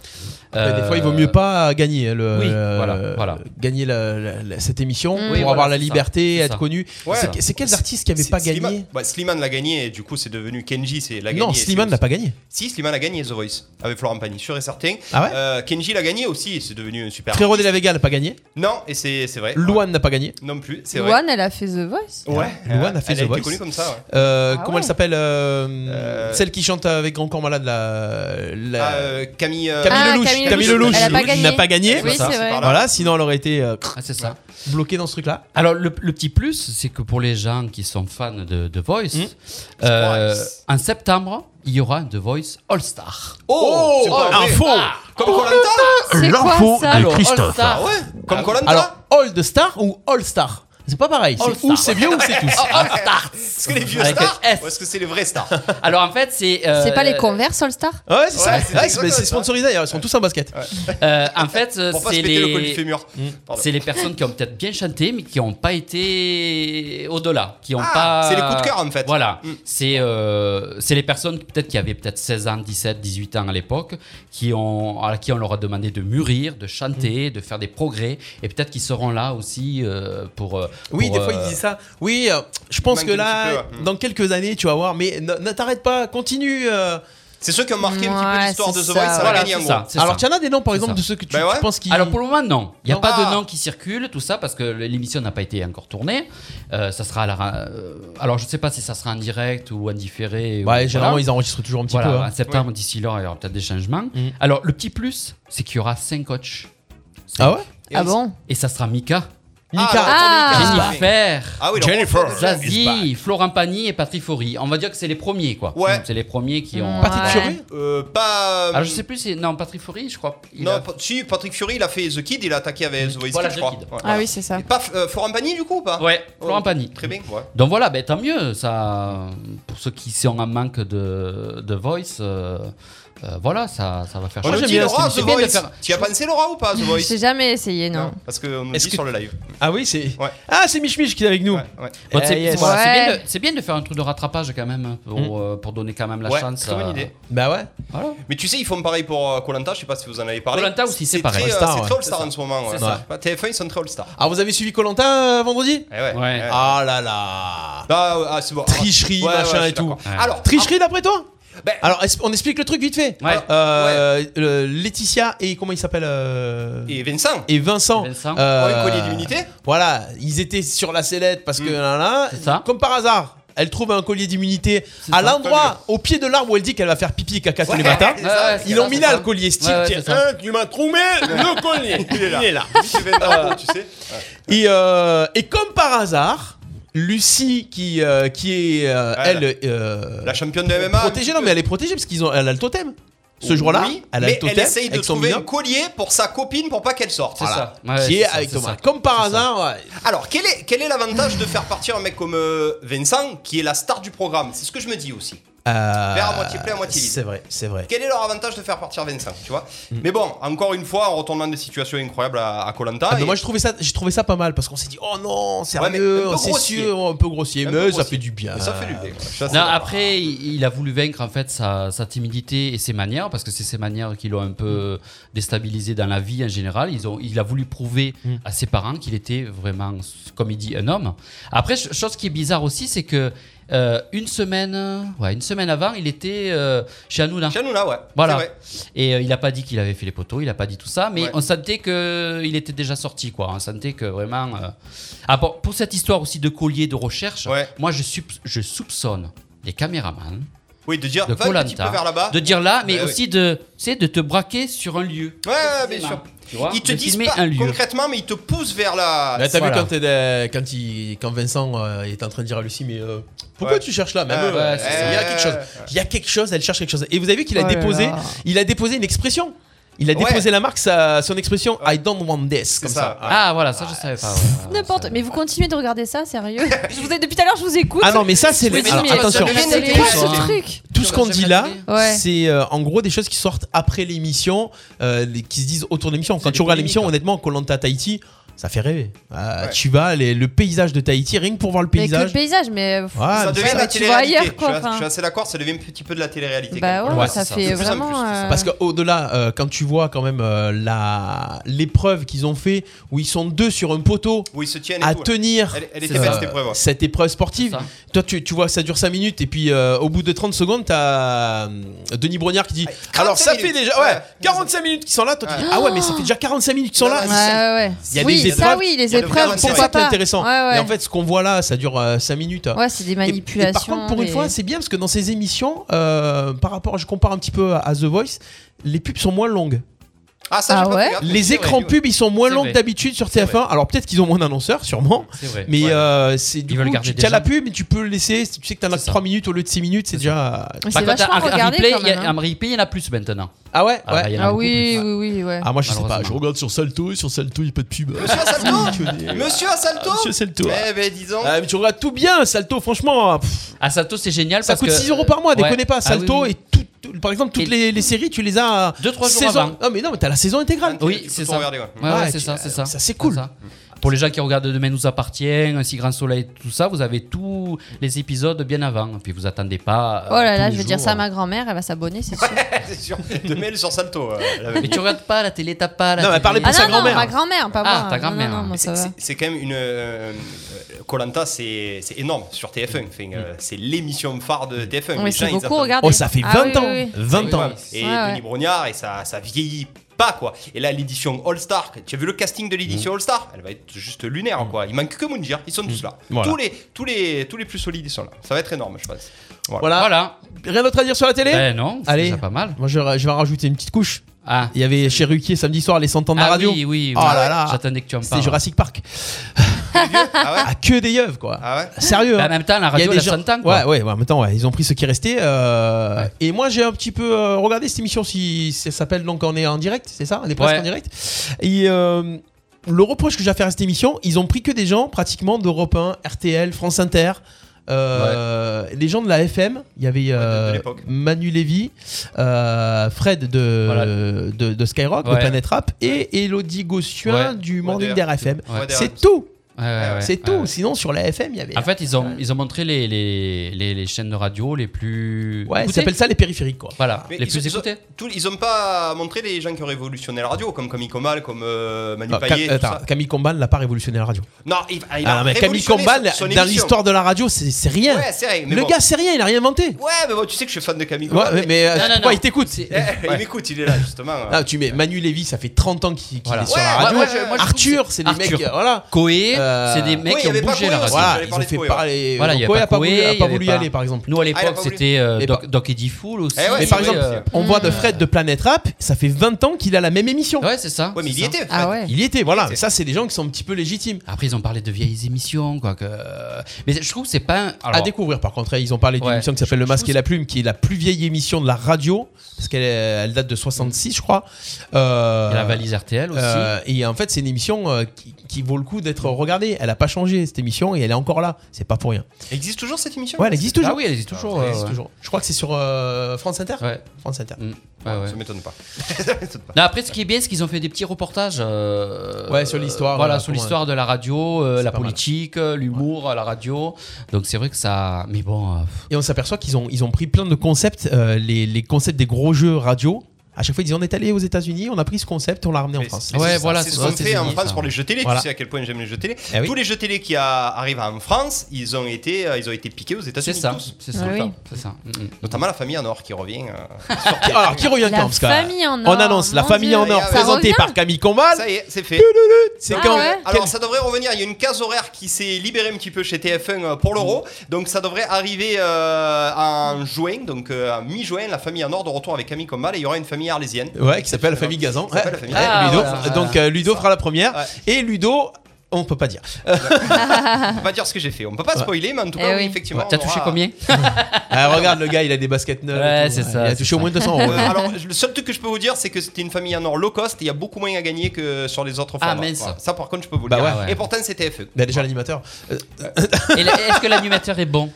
Speaker 3: Après, Des
Speaker 5: Euh,
Speaker 3: fois, il vaut mieux pas gagner hein, le,
Speaker 5: oui,
Speaker 3: le-
Speaker 5: voilà, voilà.
Speaker 3: gagner la- la- la- cette émission
Speaker 13: Mm.
Speaker 3: pour
Speaker 5: Oui,
Speaker 3: avoir
Speaker 5: voilà,
Speaker 3: la
Speaker 5: c'est ça,
Speaker 3: liberté,
Speaker 5: c'est
Speaker 3: être
Speaker 5: ça.
Speaker 3: connu.
Speaker 13: Ouais.
Speaker 3: C'est- C'est quels artistes qui n'avaient
Speaker 13: C'est-
Speaker 3: pas
Speaker 13: Slimane-
Speaker 3: gagné
Speaker 13: bah, Slimane l'a gagné et du coup c'est devenu Kenji, c'est l'a gagné.
Speaker 3: Non,
Speaker 13: et c'est-
Speaker 3: Slimane n'a pas gagné.
Speaker 13: Si, Slimane a gagné The Voice avec Florent Pagny, sûr et certain.
Speaker 3: Ah ouais
Speaker 13: Euh, Kenji l'a gagné aussi, c'est devenu un super.
Speaker 3: Frérot de la Vega n'a pas gagné.
Speaker 13: Non, et c'est c'est vrai.
Speaker 3: Luan n'a pas gagné.
Speaker 13: Non plus, c'est vrai.
Speaker 7: Luan, elle a fait The Voice.
Speaker 13: Ouais.
Speaker 3: Luan a fait
Speaker 13: Elle
Speaker 3: The
Speaker 13: a
Speaker 3: Voice.
Speaker 13: été connue comme ça. ouais.
Speaker 3: Euh,
Speaker 7: Ah
Speaker 3: comment
Speaker 7: ouais.
Speaker 3: elle s'appelle euh,
Speaker 13: Euh,
Speaker 3: Celle qui chante avec Grand Corps Malade, la, la-
Speaker 13: Ah, euh, Camille. euh,
Speaker 3: Camille
Speaker 7: Ah,
Speaker 3: Lelouch.
Speaker 7: Camille
Speaker 3: Camille
Speaker 7: Lelouch.
Speaker 3: Lelouch
Speaker 7: Elle a pas gagné.
Speaker 3: n'a pas gagné.
Speaker 7: Oui,
Speaker 13: ça,
Speaker 7: c'est
Speaker 13: c'est
Speaker 7: vrai.
Speaker 13: par là.
Speaker 3: Voilà, sinon elle aurait été euh,
Speaker 5: Ah, c'est ça.
Speaker 3: bloquée dans ce truc-là.
Speaker 5: Alors le, le petit plus, c'est que pour les gens qui sont fans de The Voice,
Speaker 3: Hmm.
Speaker 5: euh,
Speaker 13: Voice.
Speaker 5: en septembre, il y aura un The Voice All Star.
Speaker 13: Oh, c'est pas vrai.
Speaker 3: info
Speaker 13: Comme Colanta
Speaker 7: Ah, C'est quoi ça Ah
Speaker 5: Alors, All
Speaker 3: Oh,
Speaker 5: Star.
Speaker 13: Ah ouais Comme Colanta
Speaker 3: Alors, All the Star ou All Star C'est pas pareil. C'est ou c'est vieux ou c'est tous.
Speaker 13: Ah, Est-ce que les vieux
Speaker 5: Avec un
Speaker 13: stars
Speaker 5: S.
Speaker 13: Ou est-ce que c'est les vrais stars
Speaker 5: Alors en fait, c'est euh,
Speaker 7: C'est pas les Converse All Star
Speaker 3: Ouais, c'est ça.
Speaker 13: Ouais, c'est
Speaker 3: Ouais,
Speaker 13: exactement
Speaker 3: mais c'est
Speaker 13: ça.
Speaker 3: sponsorisé d'ailleurs, ils sont tous en basket.
Speaker 5: euh, en fait, euh,
Speaker 13: Pour pas se
Speaker 5: c'est
Speaker 13: péter le col du
Speaker 5: les Hmm.
Speaker 13: fémur. Pardon.
Speaker 5: c'est les personnes qui ont peut-être bien chanté, mais qui n'ont pas été au-delà, qui ont
Speaker 13: Ah,
Speaker 5: pas.
Speaker 13: c'est les coups de cœur, en fait.
Speaker 5: Voilà,
Speaker 13: Mm.
Speaker 5: c'est euh, c'est les personnes peut-être qui avaient peut-être 16 ans, 17, 18 ans à l'époque, qui ont à qui on leur a demandé de mûrir, de
Speaker 3: Hmm.
Speaker 5: chanter, de faire des progrès, et peut-être qu'ils seront là aussi euh, pour. euh,
Speaker 3: Oui,
Speaker 5: pour,
Speaker 3: des fois
Speaker 5: euh,
Speaker 3: ils disent ça. Oui, euh, je pense
Speaker 13: Manque
Speaker 3: que
Speaker 13: un
Speaker 3: là,
Speaker 13: petit peu, ouais.
Speaker 3: dans quelques années, tu vas voir, mais ne, ne t'arrête pas, continue. euh.
Speaker 13: C'est ceux qui ont marqué un petit peu
Speaker 7: Ouais,
Speaker 13: l'histoire de The
Speaker 7: c'est
Speaker 13: Voice, ça
Speaker 7: ça.
Speaker 13: l'a
Speaker 5: Voilà,
Speaker 13: gagné en
Speaker 5: c'est
Speaker 13: gros.
Speaker 5: ça. c'est
Speaker 3: Alors,
Speaker 5: ça.
Speaker 3: tiens là des noms par
Speaker 5: C'est
Speaker 3: exemple
Speaker 5: ça.
Speaker 3: de ceux que tu,
Speaker 13: Ben
Speaker 3: tu
Speaker 13: ouais.
Speaker 3: penses qu'ils.
Speaker 5: Alors pour le moment non, il n'y a
Speaker 3: Non.
Speaker 5: pas
Speaker 13: Ah.
Speaker 5: de nom qui circule, tout ça parce que l'émission n'a pas été encore tournée. Euh, ça sera à la ra- euh, alors je ne sais pas si ça sera en direct ou en différé. ou-
Speaker 3: Ouais, généralement
Speaker 5: voilà.
Speaker 3: ils enregistrent toujours un petit
Speaker 5: Voilà,
Speaker 3: peu. hein.
Speaker 5: en septembre d'ici là, il y aura peut-être des changements.
Speaker 3: Mm.
Speaker 5: Alors le petit plus, c'est qu'il y aura 5 coachs. Cinq.
Speaker 3: Ah ouais
Speaker 13: Et
Speaker 7: Ah
Speaker 13: oui,
Speaker 7: bon
Speaker 5: Et ça sera Mika,
Speaker 3: Mika.
Speaker 13: Ah,
Speaker 7: Ah.
Speaker 13: attendez, Jennifer.
Speaker 5: Jennifer,
Speaker 13: Ah oui, alors,
Speaker 3: Jennifer.
Speaker 13: on-
Speaker 5: Zazie, Florent Pagny et Patrick Fiori. On va dire que c'est les premiers quoi.
Speaker 13: Ouais.
Speaker 5: C'est les premiers qui ont.
Speaker 7: Ouais.
Speaker 3: Mm. Patrick Fiori
Speaker 13: Euh, pas. euh,
Speaker 5: Alors Ah, je sais plus, c'est non Patrick Fiori, je crois. il
Speaker 13: non,
Speaker 5: a- Mm.
Speaker 13: pa- si, Patrick Fury, il a fait The Kid, il a attaqué avec The Voice
Speaker 5: Voilà,
Speaker 13: Kids, je
Speaker 5: The
Speaker 13: crois.
Speaker 5: Kid.
Speaker 13: Ouais.
Speaker 7: Ah oui, c'est ça.
Speaker 13: Et pas euh, Florent Pagny, du coup, ou pas
Speaker 5: Ouais,
Speaker 13: Oh,
Speaker 5: Florent Pagny.
Speaker 13: Très bien, ouais.
Speaker 5: Donc voilà, ben, tant mieux. Ça, pour ceux qui sont en manque de, de voice, euh, euh, voilà, ça, ça va faire
Speaker 13: On
Speaker 3: Moi,
Speaker 5: changer.
Speaker 13: nous
Speaker 3: j'aime
Speaker 13: dit
Speaker 3: bien
Speaker 13: Laura,
Speaker 3: cette
Speaker 13: The
Speaker 5: émission. Bien de
Speaker 13: Voice.
Speaker 5: faire-
Speaker 13: Tu y as pensé, Laura, ou pas, The Voice
Speaker 7: J'ai jamais essayé, non.
Speaker 13: Parce euh, qu'on me
Speaker 3: Est-ce
Speaker 13: dit
Speaker 3: que-
Speaker 13: sur le live.
Speaker 3: Ah oui, c'est.
Speaker 13: Ouais.
Speaker 3: Ah, c'est Mich Mich qui est avec nous.
Speaker 13: Ouais, ouais.
Speaker 5: Bon, c'est
Speaker 3: Eh, yes.
Speaker 5: voilà, c'est
Speaker 7: Ouais. Hmm.
Speaker 5: bien de- c'est bien, de faire un truc de rattrapage quand même hein, pour, euh, pour donner quand même la
Speaker 13: Ouais,
Speaker 5: chance.
Speaker 13: très bonne
Speaker 5: à-
Speaker 13: idée.
Speaker 3: Bah ouais.
Speaker 5: Voilà.
Speaker 13: Mais tu sais, ils font pareil pour Colanta, je sais pas si vous en avez parlé.
Speaker 5: Koh-Lanta aussi, c'est pareil.
Speaker 13: très, euh,
Speaker 3: All-Star,
Speaker 13: C'est
Speaker 3: ouais.
Speaker 13: très All-Star en ce moment. ouais.
Speaker 3: ça. Ouais.
Speaker 13: Bah, TF1, ils sont très All-Star.
Speaker 3: Alors vous avez suivi Colanta euh, vendredi
Speaker 13: Eh ouais.
Speaker 5: Ouais.
Speaker 13: ouais.
Speaker 3: Ah là là.
Speaker 13: Ah, ouais, ah, c'est bon.
Speaker 3: Tricherie,
Speaker 13: Ouais, ouais, je
Speaker 3: machin
Speaker 13: suis
Speaker 3: et tout.
Speaker 13: d'accord. Alors,
Speaker 3: Tricherie d'après toi
Speaker 13: Ben-
Speaker 3: Alors, est-ce- on explique le truc vite fait.
Speaker 5: Ouais.
Speaker 3: Euh, le- Laetitia et comment il s'appelle euh,
Speaker 13: et Vincent, Oh,
Speaker 3: et Vincent.
Speaker 5: Vincent.
Speaker 13: pour
Speaker 3: euh,
Speaker 13: les colliers d'immunité,
Speaker 3: Voilà, ils étaient sur la sellette parce que
Speaker 13: Mm.
Speaker 3: là, là,
Speaker 5: C'est ça.
Speaker 3: comme par hasard. Elle trouve un collier d'immunité à
Speaker 5: ça.
Speaker 3: l'endroit, au pied de l'arbre où elle dit qu'elle va faire pipi et caca tous les matins.
Speaker 13: C'est ça,
Speaker 5: c'est
Speaker 3: Ils
Speaker 5: ça,
Speaker 3: l'ont mis
Speaker 5: c'est
Speaker 3: là
Speaker 5: ça.
Speaker 3: le collier style.
Speaker 5: Ouais, ouais,
Speaker 3: tiens,
Speaker 5: c'est ça.
Speaker 3: hein, tu m'as trouvé le collier.
Speaker 13: il est là. Vite, Vincent, tu sais.
Speaker 3: Et, euh, et comme par hasard, Lucie, qui, euh, qui est, euh,
Speaker 13: Ah,
Speaker 3: elle, euh,
Speaker 13: La championne de MMA.
Speaker 3: protégée, non mais elle est protégée parce qu'ils ont, elle a le totem. Ce jour-là,
Speaker 13: Oui,
Speaker 3: elle a
Speaker 13: mais
Speaker 3: le totem
Speaker 13: elle essaye de
Speaker 3: avec son
Speaker 13: trouver un
Speaker 3: binôme,
Speaker 13: collier pour sa copine pour pas qu'elle sorte.
Speaker 5: C'est
Speaker 13: Voilà.
Speaker 5: ça. Ouais,
Speaker 3: qui
Speaker 5: c'est
Speaker 3: est
Speaker 5: ça,
Speaker 3: avec
Speaker 5: c'est
Speaker 3: Thomas.
Speaker 5: ça.
Speaker 3: Comme par hasard, ouais.
Speaker 13: Alors, quel est quel est l'avantage de faire partir un mec comme euh, Vincent, qui est la star du programme C'est ce que je me dis aussi.
Speaker 3: Euh,
Speaker 13: Verre à moitié plein, à moitié vide.
Speaker 3: C'est vrai, c'est vrai.
Speaker 13: Quel est leur avantage de faire partir Vincent, tu vois
Speaker 3: Mm.
Speaker 13: Mais bon, encore une fois, en retournant des situations incroyables à Colanta.
Speaker 3: Ah, mais moi j'ai trouvé ça, j'ai trouvé ça pas mal parce qu'on s'est dit oh non
Speaker 13: mais
Speaker 3: sérieux,
Speaker 13: un peu
Speaker 3: c'est
Speaker 13: grossier.
Speaker 3: sûr, un peu grossier,
Speaker 13: Un
Speaker 3: mais
Speaker 13: peu
Speaker 3: ça
Speaker 13: grossier.
Speaker 3: fait du bien.
Speaker 13: ça fait du bien. Je suis assez
Speaker 5: Non,
Speaker 13: d'accord.
Speaker 5: après, il il a voulu vaincre en fait sa, sa timidité et ses manières, parce que c'est ses manières qui l'ont un peu déstabilisé dans la vie en général. Ils ont, il a voulu prouver à ses parents qu'il était vraiment, comme il dit, un homme. Après, ch- chose qui est bizarre aussi, c'est que euh, une semaine, ouais, une semaine avant, il était euh, chez Hanouna.
Speaker 13: Hanouna, ouais.
Speaker 5: Voilà.
Speaker 13: C'est vrai.
Speaker 5: Et euh, il n'a pas dit qu'il avait fait les poteaux, il n'a pas dit tout ça, mais
Speaker 13: Ouais.
Speaker 5: on sentait qu'il était déjà sorti, quoi. On sentait que vraiment. euh, Ah, pour, pour cette histoire aussi de collier de recherche,
Speaker 13: Ouais.
Speaker 5: moi je, sup- je soupçonne les caméramans
Speaker 13: Oui, de dire
Speaker 5: de
Speaker 13: va un petit peu
Speaker 5: Colanta
Speaker 13: vers là-bas.
Speaker 5: de dire là, mais
Speaker 13: Ouais,
Speaker 5: aussi de, tu sais, de te braquer sur un lieu.
Speaker 13: Ouais, ouais, bien
Speaker 5: Précisément.
Speaker 13: sûr.
Speaker 5: Tu vois,
Speaker 13: Ils te
Speaker 5: de
Speaker 13: disent
Speaker 5: filmer
Speaker 13: pas
Speaker 5: un lieu.
Speaker 13: concrètement, mais ils te poussent vers la.
Speaker 3: Là, Bah, t'as
Speaker 5: Voilà.
Speaker 3: vu quand, t'es de- quand, il- quand Vincent euh, est en train de dire à Lucie, mais euh, pourquoi
Speaker 13: Ouais.
Speaker 3: tu cherches là même
Speaker 13: Ah,
Speaker 3: euh,
Speaker 5: ouais,
Speaker 3: Il
Speaker 5: c'est
Speaker 3: y a
Speaker 13: ça.
Speaker 3: quelque chose. Il y a quelque chose, elle cherche quelque chose. Et vous avez vu qu'il a
Speaker 7: Oh là
Speaker 3: déposé,
Speaker 7: là.
Speaker 3: il a déposé une expression. Il a
Speaker 13: Ouais.
Speaker 3: déposé la marque, sa, son expression I don't want this, comme ça.
Speaker 13: ça, ouais.
Speaker 12: Ah voilà, ça je savais pas. ouais,
Speaker 3: Ah,
Speaker 12: ouais.
Speaker 7: N'importe. Mais vous continuez de regarder ça, sérieux Je vous ai depuis tout à l'heure, je vous écoute.
Speaker 3: Ah non, mais ça, c'est
Speaker 7: Je me
Speaker 3: les.
Speaker 7: dis,
Speaker 3: alors,
Speaker 7: mais
Speaker 3: attention,
Speaker 7: c'est
Speaker 13: Jamais
Speaker 7: quoi
Speaker 13: de
Speaker 7: ce
Speaker 13: télé.
Speaker 7: truc
Speaker 3: tout ce qu'on dit là,
Speaker 7: Ouais.
Speaker 3: c'est euh, en gros des choses qui sortent après l'émission, euh, les- qui se disent autour de l'émission. Quand
Speaker 5: C'est
Speaker 3: tu
Speaker 5: des
Speaker 3: regardes l'émission,
Speaker 5: polémiques,
Speaker 3: honnêtement, Colanta Tahiti, ça fait rêver. Euh,
Speaker 13: Ouais.
Speaker 3: Tu vas, les- le paysage de Tahiti, rien que pour voir le
Speaker 7: Mais que le
Speaker 3: paysage.
Speaker 7: paysage, mais. pff,
Speaker 3: Ouais,
Speaker 13: ça
Speaker 3: mais
Speaker 13: devient
Speaker 3: ça-
Speaker 13: de la
Speaker 7: tu vois
Speaker 13: télé-réalité.
Speaker 7: ailleurs,
Speaker 13: Je suis
Speaker 7: quoi,
Speaker 13: as-
Speaker 7: enfin.
Speaker 13: je suis assez d'accord, ça devient un petit peu de la télé-réalité.
Speaker 7: Bah
Speaker 13: quand
Speaker 7: ouais,
Speaker 13: même.
Speaker 7: ça,
Speaker 12: c'est ça.
Speaker 7: fait
Speaker 13: De plus en
Speaker 7: vraiment.
Speaker 13: plus, c'est ça.
Speaker 7: euh,
Speaker 3: Parce que au-delà, euh, quand tu vois quand même euh, la l'épreuve qu'ils ont fait, où ils sont deux sur un poteau
Speaker 13: Où ils se tiennent et
Speaker 3: à
Speaker 7: hein.
Speaker 13: tout.
Speaker 3: tenir
Speaker 13: Elle, elle
Speaker 12: C'est
Speaker 13: était belle
Speaker 12: ça.
Speaker 13: cette épreuve. ouais.
Speaker 3: cette épreuve sportive,
Speaker 12: C'est ça.
Speaker 3: toi tu, tu vois ça dure 5 minutes et puis euh, au bout de 30 secondes t'as euh, Denis Brognard qui dit
Speaker 13: Ah,
Speaker 3: alors ça
Speaker 13: 45
Speaker 3: fait
Speaker 13: minutes.
Speaker 3: déjà ouais
Speaker 13: Ouais.
Speaker 3: 45 minutes qu'ils sont là, toi tu dis ah ouais mais ça fait déjà 45 minutes qu'ils sont
Speaker 13: Non,
Speaker 3: là,
Speaker 13: non,
Speaker 7: Ouais, ouais, ouais.
Speaker 3: Il y a
Speaker 7: oui,
Speaker 3: des
Speaker 7: ça,
Speaker 3: épreuves.
Speaker 7: oui,
Speaker 13: Il y
Speaker 7: les
Speaker 13: a des
Speaker 7: épreuves,
Speaker 13: épreuves,
Speaker 3: c'est
Speaker 7: pourquoi
Speaker 3: ça qui est
Speaker 7: pas
Speaker 3: intéressant.
Speaker 7: Ouais, ouais.
Speaker 3: Et en fait, ce qu'on voit là, ça dure 5 minutes.
Speaker 7: Ouais, c'est des
Speaker 3: Et-
Speaker 7: manipulations.
Speaker 3: Et, par contre, pour
Speaker 7: des-
Speaker 3: une fois, c'est bien parce que dans ces émissions, euh, par rapport, je compare un petit peu à, à The Voice, les pubs sont moins longues.
Speaker 13: Ah, ça,
Speaker 7: Ah
Speaker 13: j'ai pas
Speaker 7: ouais
Speaker 13: fait gaffe, mais
Speaker 3: Les
Speaker 13: c'est
Speaker 3: écrans
Speaker 13: vrai.
Speaker 3: pubs, ils sont moins
Speaker 12: C'est
Speaker 3: longs que
Speaker 12: vrai.
Speaker 3: d'habitude sur TF1. Alors peut-être qu'ils ont moins d'annonceurs, sûrement.
Speaker 12: C'est vrai.
Speaker 3: Mais
Speaker 12: Ouais.
Speaker 3: euh, c'est du
Speaker 12: Ils veulent
Speaker 3: coup,
Speaker 12: garder
Speaker 3: tu as
Speaker 12: des
Speaker 3: la
Speaker 12: gens.
Speaker 3: pub, mais tu peux le laisser. Tu sais que t'en as
Speaker 12: C'est ça.
Speaker 3: 3 minutes au lieu de 6 minutes, c'est déjà. euh,
Speaker 7: Mais
Speaker 12: Par
Speaker 7: C'est
Speaker 12: contre,
Speaker 7: vachement
Speaker 12: un- un
Speaker 7: regardé
Speaker 12: replay,
Speaker 7: quand
Speaker 12: il y
Speaker 7: même.
Speaker 12: a- un
Speaker 7: hein.
Speaker 12: replay, il y en a plus maintenant.
Speaker 3: Ah ouais,
Speaker 12: Ah, bah, il y en a
Speaker 7: Ah
Speaker 12: beaucoup
Speaker 7: oui,
Speaker 12: plus.
Speaker 7: oui, oui, ouais.
Speaker 3: Ah moi je sais pas, je
Speaker 12: Malheureusement.
Speaker 3: regarde sur Salto et sur Salto il n'y a pas de pub. Ah,
Speaker 13: Monsieur Assalto Monsieur Assalto
Speaker 3: Monsieur Salto.
Speaker 13: Eh ben, disons.
Speaker 3: Ah, mais tu regardes tout bien, Salto, franchement. pff,
Speaker 12: Ah Salto c'est génial
Speaker 3: Ça
Speaker 12: parce
Speaker 3: coûte
Speaker 12: que
Speaker 3: 6 euros par mois,
Speaker 12: ouais.
Speaker 3: déconnez pas.
Speaker 12: Ah
Speaker 3: Salto
Speaker 12: oui, oui.
Speaker 3: et tout, tout- par exemple, toutes
Speaker 12: Et-
Speaker 3: les, les séries, tu les as. euh,
Speaker 12: Deux, trois jours
Speaker 3: saison.
Speaker 12: avant.
Speaker 3: Non, mais non, mais t'as la saison intégrale.
Speaker 13: Tu-
Speaker 12: oui,
Speaker 13: tu peux
Speaker 12: c'est
Speaker 13: tout
Speaker 12: ça.
Speaker 13: regarder, ouais.
Speaker 12: Ouais, ouais,
Speaker 3: Ouais,
Speaker 12: c'est
Speaker 3: tu-
Speaker 12: ça, c'est ça.
Speaker 3: ça, c'est cool.
Speaker 12: ça. Pour les gens qui regardent Demain nous appartient, Un Si Grand Soleil, tout ça, vous avez tous les épisodes bien avant. Puis vous attendez pas.
Speaker 3: Ah,
Speaker 12: euh,
Speaker 7: Oh là
Speaker 12: tous
Speaker 7: là, je
Speaker 12: les
Speaker 7: vais dire
Speaker 12: jours.
Speaker 7: ça à ma grand-mère, elle va s'abonner, c'est sûr.
Speaker 13: C'est sûr. De mail sur Salto. euh, la veille.
Speaker 12: Mais tu regardes pas la télé, t'as pas la
Speaker 3: Non, mais
Speaker 12: télé.
Speaker 3: parlez pour
Speaker 7: Ah
Speaker 3: sa
Speaker 7: non, non,
Speaker 3: grand-mère.
Speaker 7: ma grand-mère, pas
Speaker 12: Ah,
Speaker 7: moi.
Speaker 12: ta
Speaker 7: Non,
Speaker 12: grand-mère.
Speaker 3: hein.
Speaker 7: Non, non, moi,
Speaker 13: C'est-
Speaker 7: ça va.
Speaker 13: C'est c'est quand même une. euh, Colanta, c'est c'est énorme sur TF1. Enfin, euh, c'est l'émission phare de TF1. Les
Speaker 7: Oui,
Speaker 13: gens,
Speaker 7: c'est
Speaker 13: ils
Speaker 7: beaucoup
Speaker 13: attendent
Speaker 7: regardé.
Speaker 3: Mm. Oh, ça fait 20
Speaker 7: Ah oui,
Speaker 3: ans.
Speaker 7: oui, oui.
Speaker 3: 20 ans.
Speaker 13: Ouais, Et
Speaker 7: Ouais, ouais.
Speaker 13: Denis Brognard, et ça, ça vieillit pas quoi. Et là, l'édition All Star, tu as vu le casting de
Speaker 3: Mm.
Speaker 13: l'édition All Star Elle va être juste lunaire quoi. Il manque que Moundir, ils sont tous là.
Speaker 3: Voilà.
Speaker 13: Tous, les, tous, les, tous les plus solides, ils sont là. Ça va être énorme, je pense.
Speaker 3: Voilà.
Speaker 12: Voilà.
Speaker 3: Rien d'autre à dire sur la télé
Speaker 12: Ben non, c'est
Speaker 3: Allez.
Speaker 12: déjà pas mal.
Speaker 3: Moi je, je vais en rajouter une petite couche.
Speaker 12: Ah.
Speaker 3: Il y avait chez Ruquier samedi soir les 100 ans de la
Speaker 12: Ah
Speaker 3: radio.
Speaker 12: oui, oui, oui.
Speaker 3: Oh là là.
Speaker 12: J'attendais que tu en
Speaker 3: C'était
Speaker 12: parles.
Speaker 3: Jurassic Park.
Speaker 13: Ah ouais
Speaker 3: Ah, que des yeux quoi.
Speaker 13: Ah ouais
Speaker 3: Sérieux.
Speaker 12: Ben, en
Speaker 3: hein.
Speaker 12: même temps, la
Speaker 3: Il y a
Speaker 12: radio,
Speaker 3: des
Speaker 12: elle a
Speaker 3: gens-
Speaker 12: 100 ans. quoi.
Speaker 3: Ouais, ouais, ouais, en même temps, ouais, ils ont pris ce qui restait. euh,
Speaker 12: Ouais.
Speaker 3: Et moi, j'ai un petit peu euh, regardé cette émission, si ça s'appelle donc On est en direct, c'est ça On est presque
Speaker 12: Ouais.
Speaker 3: en direct. Et euh, le reproche que j'ai à faire à cette émission, ils ont pris que des gens pratiquement d'Europe 1, RTL, France Inter. euh, Les gens de la FM, il y avait euh,
Speaker 13: de l'époque.
Speaker 3: Manu Lévy, euh, Fred de,
Speaker 12: Voilà.
Speaker 3: de, de Skyrock, de
Speaker 12: Ouais.
Speaker 3: Planet Rap, et Elodie Gossuin
Speaker 12: Ouais.
Speaker 3: du Morning
Speaker 13: Ouais,
Speaker 3: d'RFM. FM.
Speaker 12: Ouais.
Speaker 3: C'est tout,
Speaker 12: Ouais, ouais, ouais.
Speaker 3: c'est tout.
Speaker 12: Ouais.
Speaker 3: Sinon, sur la FM, il y avait.
Speaker 12: En fait, ils ont, ils ont montré les, les, les, les chaînes de radio les plus.
Speaker 3: ouais, ils
Speaker 12: écoutées.
Speaker 3: appellent ça les périphériques, quoi.
Speaker 12: Voilà,
Speaker 13: Mais
Speaker 12: les
Speaker 13: ils
Speaker 12: plus
Speaker 13: ont- ils ont-
Speaker 12: écoutées.
Speaker 13: tous, Ils ont pas montré les gens qui ont révolutionné la radio, comme Camille Comal, comme euh, Manu
Speaker 3: Non,
Speaker 13: Payet.
Speaker 3: Ah, Cam-
Speaker 13: tout
Speaker 3: attends,
Speaker 13: ça.
Speaker 3: Camille Combal n'a pas révolutionné la radio.
Speaker 13: Non, il, ah, il a
Speaker 3: Ah, mais Camille
Speaker 13: révolutionné
Speaker 3: Combal,
Speaker 13: son- son
Speaker 3: dans
Speaker 13: émission.
Speaker 3: l'histoire de la radio, c'est c'est rien.
Speaker 13: Ouais, c'est vrai. Mais
Speaker 3: le
Speaker 13: bon.
Speaker 3: gars, c'est rien, il a rien inventé.
Speaker 13: Ouais, mais bon, tu sais que je suis fan de Camille
Speaker 3: Ouais,
Speaker 13: Combal.
Speaker 3: mais,
Speaker 12: Non,
Speaker 3: euh,
Speaker 12: non,
Speaker 3: pourquoi
Speaker 12: non.
Speaker 3: il t'écoute
Speaker 12: C'est-
Speaker 13: Eh, Il m'écoute, il est là justement.
Speaker 3: Ah, tu mets Manu Lévy, ça fait 30 ans qu'il qu'il
Speaker 12: Voilà.
Speaker 3: est sur
Speaker 13: Ouais,
Speaker 3: la
Speaker 13: ouais,
Speaker 3: radio.
Speaker 13: moi, je- moi, je
Speaker 3: Arthur, c'est des mecs.
Speaker 12: Arthur.
Speaker 3: euh, Voilà.
Speaker 12: Coé,
Speaker 3: Euh,
Speaker 12: c'est des mecs
Speaker 13: oui, il y
Speaker 12: qui
Speaker 13: avait
Speaker 12: ont
Speaker 13: pas
Speaker 12: bougé
Speaker 13: Coé
Speaker 12: la
Speaker 13: aussi.
Speaker 12: radio.
Speaker 3: Voilà,
Speaker 13: j'allais
Speaker 3: ils ont
Speaker 13: parler de
Speaker 3: fait
Speaker 13: Coé, hein.
Speaker 3: parler. euh,
Speaker 12: Voilà, il y a
Speaker 3: Coé
Speaker 12: pas
Speaker 3: a pas
Speaker 12: Coé,
Speaker 3: voulu- a
Speaker 12: il y
Speaker 3: pas
Speaker 12: avait
Speaker 3: voulu y
Speaker 12: pas-
Speaker 3: aller, par exemple.
Speaker 12: Nous à
Speaker 13: Ah, il a
Speaker 12: l'époque
Speaker 13: pas voulu.
Speaker 12: c'était euh,
Speaker 3: Mais
Speaker 12: Doc,
Speaker 3: par-
Speaker 12: Doc Eddie Fool aussi.
Speaker 13: Eh ouais,
Speaker 3: Mais
Speaker 13: c'est
Speaker 3: par
Speaker 13: vrai,
Speaker 3: exemple,
Speaker 13: euh,
Speaker 3: on voit de Fred de Planète Rap, ça fait 20 ans qu'il a la même émission.
Speaker 12: Ouais, c'est ça.
Speaker 13: Ouais, mais
Speaker 12: c'est
Speaker 13: il y
Speaker 12: ça.
Speaker 13: était. Fred.
Speaker 7: Ah ouais.
Speaker 3: Il y était, voilà.
Speaker 13: C'est-
Speaker 3: Ça, c'est des gens qui sont un petit peu légitimes.
Speaker 12: Après, ils ont parlé de vieilles émissions, quoi. Que... euh, Mais je trouve que c'est pas. un-
Speaker 3: à
Speaker 12: Alors,
Speaker 3: découvrir par contre hein, ils ont parlé d'une
Speaker 12: Ouais.
Speaker 3: émission qui s'appelle Le
Speaker 12: Je
Speaker 3: Masque
Speaker 12: trouve
Speaker 3: et la Plume qui est la plus vieille émission de la radio parce qu'elle euh, elle date de 66 je crois Euh,
Speaker 12: il y a la valise RTL aussi.
Speaker 3: euh, et en fait c'est une émission euh, qui, qui vaut le coup d'être regardée elle a pas changé cette émission et elle est encore là c'est pas pour rien
Speaker 13: Existe toujours cette émission
Speaker 3: ouais elle existe toujours
Speaker 12: Ah oui, elle existe toujours.
Speaker 3: Elle
Speaker 12: ouais,
Speaker 3: existe
Speaker 12: ouais.
Speaker 3: toujours. je crois que c'est sur euh, France Inter
Speaker 12: Ouais,
Speaker 3: France Inter
Speaker 12: mm, ouais, ouais.
Speaker 13: Ça m'étonne pas. Ça m'étonne pas.
Speaker 12: Non, après, ce qui est bien, c'est qu'ils ont fait des petits reportages. euh,
Speaker 3: Ouais, sur l'histoire,
Speaker 12: euh, Voilà,
Speaker 3: voilà,
Speaker 12: sur
Speaker 3: comment-
Speaker 12: l'histoire de la radio, euh,
Speaker 3: C'est
Speaker 12: la
Speaker 3: pas mal.
Speaker 12: politique, euh, l'humour, à la radio. Donc, c'est vrai que ça. Mais bon. euh, pff.
Speaker 3: et on s'aperçoit qu'ils ont ils ont pris plein de concepts euh, les, les concepts des gros jeux radio à chaque fois ils disent on est allé aux États-Unis on a pris ce concept on l'a ramené en
Speaker 13: Mais
Speaker 3: France
Speaker 13: hein, c'est-
Speaker 12: Ouais,
Speaker 13: c'est-
Speaker 12: voilà,
Speaker 13: C'est
Speaker 12: c'est
Speaker 13: ce qu'on
Speaker 12: ça,
Speaker 13: fait
Speaker 12: c'est
Speaker 13: en
Speaker 12: ça.
Speaker 13: France pour les jeux télé.
Speaker 3: Voilà.
Speaker 13: Tu sais à quel point j'aime les jeux télé.
Speaker 3: Eh oui.
Speaker 13: Tous les jeux télé qui a- arrivent en France, ils ont été, euh, ils ont été piqués aux
Speaker 12: C'est
Speaker 13: États-Unis.
Speaker 12: ça.
Speaker 13: tous.
Speaker 12: C'est ça.
Speaker 7: Ah oui.
Speaker 12: C'est ça. Mm, mm.
Speaker 13: Notamment la famille en or qui revient. euh,
Speaker 3: alors qui revient quand
Speaker 7: La
Speaker 3: parce que-
Speaker 7: famille en or.
Speaker 3: on annonce la
Speaker 7: mon
Speaker 3: famille
Speaker 7: Dieu.
Speaker 3: en or
Speaker 13: Ça
Speaker 3: présentée
Speaker 7: revient
Speaker 3: par Camille Combal
Speaker 13: ça y est, c'est fait.
Speaker 3: C'est
Speaker 7: Ah
Speaker 3: quand
Speaker 7: ouais.
Speaker 3: quel-
Speaker 13: Alors ça devrait revenir. Il y a une case horaire qui s'est libérée un petit peu chez TF1 euh, pour l'euro. Donc ça devrait arriver euh, en juin, donc euh, en mi-juin, la famille en or de retour avec Camille Combal et il y aura une famille arlésienne.
Speaker 3: Ouais, qui s'appelle la famille
Speaker 13: Qui
Speaker 3: Gazan. Ouais.
Speaker 13: s'appelle la famille
Speaker 3: Ouais,
Speaker 12: Gazan.
Speaker 3: Ludo.
Speaker 12: Ah, voilà.
Speaker 3: Donc euh, Ludo fera la première.
Speaker 13: Ouais.
Speaker 3: Et Ludo On peut pas dire.
Speaker 13: On peut pas dire ce que j'ai fait. On peut pas spoiler, mais en tout
Speaker 5: Eh
Speaker 13: cas, oui,
Speaker 5: oui.
Speaker 13: effectivement.
Speaker 5: T'as
Speaker 13: on
Speaker 5: touché
Speaker 13: aura-
Speaker 5: combien
Speaker 3: Ah, regarde, le gars, il a des baskets neuves. et
Speaker 5: Ouais,
Speaker 3: tout.
Speaker 5: c'est ça,
Speaker 3: Il a
Speaker 5: c'est
Speaker 3: touché au
Speaker 5: ça.
Speaker 3: moins 200 euros.
Speaker 13: Euh, alors, le seul truc que je peux vous dire, c'est que c'était une famille en or low cost et il y a beaucoup moins à gagner que sur les autres
Speaker 5: Ah,
Speaker 13: formats.
Speaker 5: mince.
Speaker 13: Voilà. Ça, par contre, je peux vous le
Speaker 3: Bah
Speaker 13: dire.
Speaker 3: ouais.
Speaker 13: Et pourtant, c'était E FE.
Speaker 3: Bah, déjà, l'animateur. Euh,
Speaker 5: Et la- Est-ce que l'animateur est bon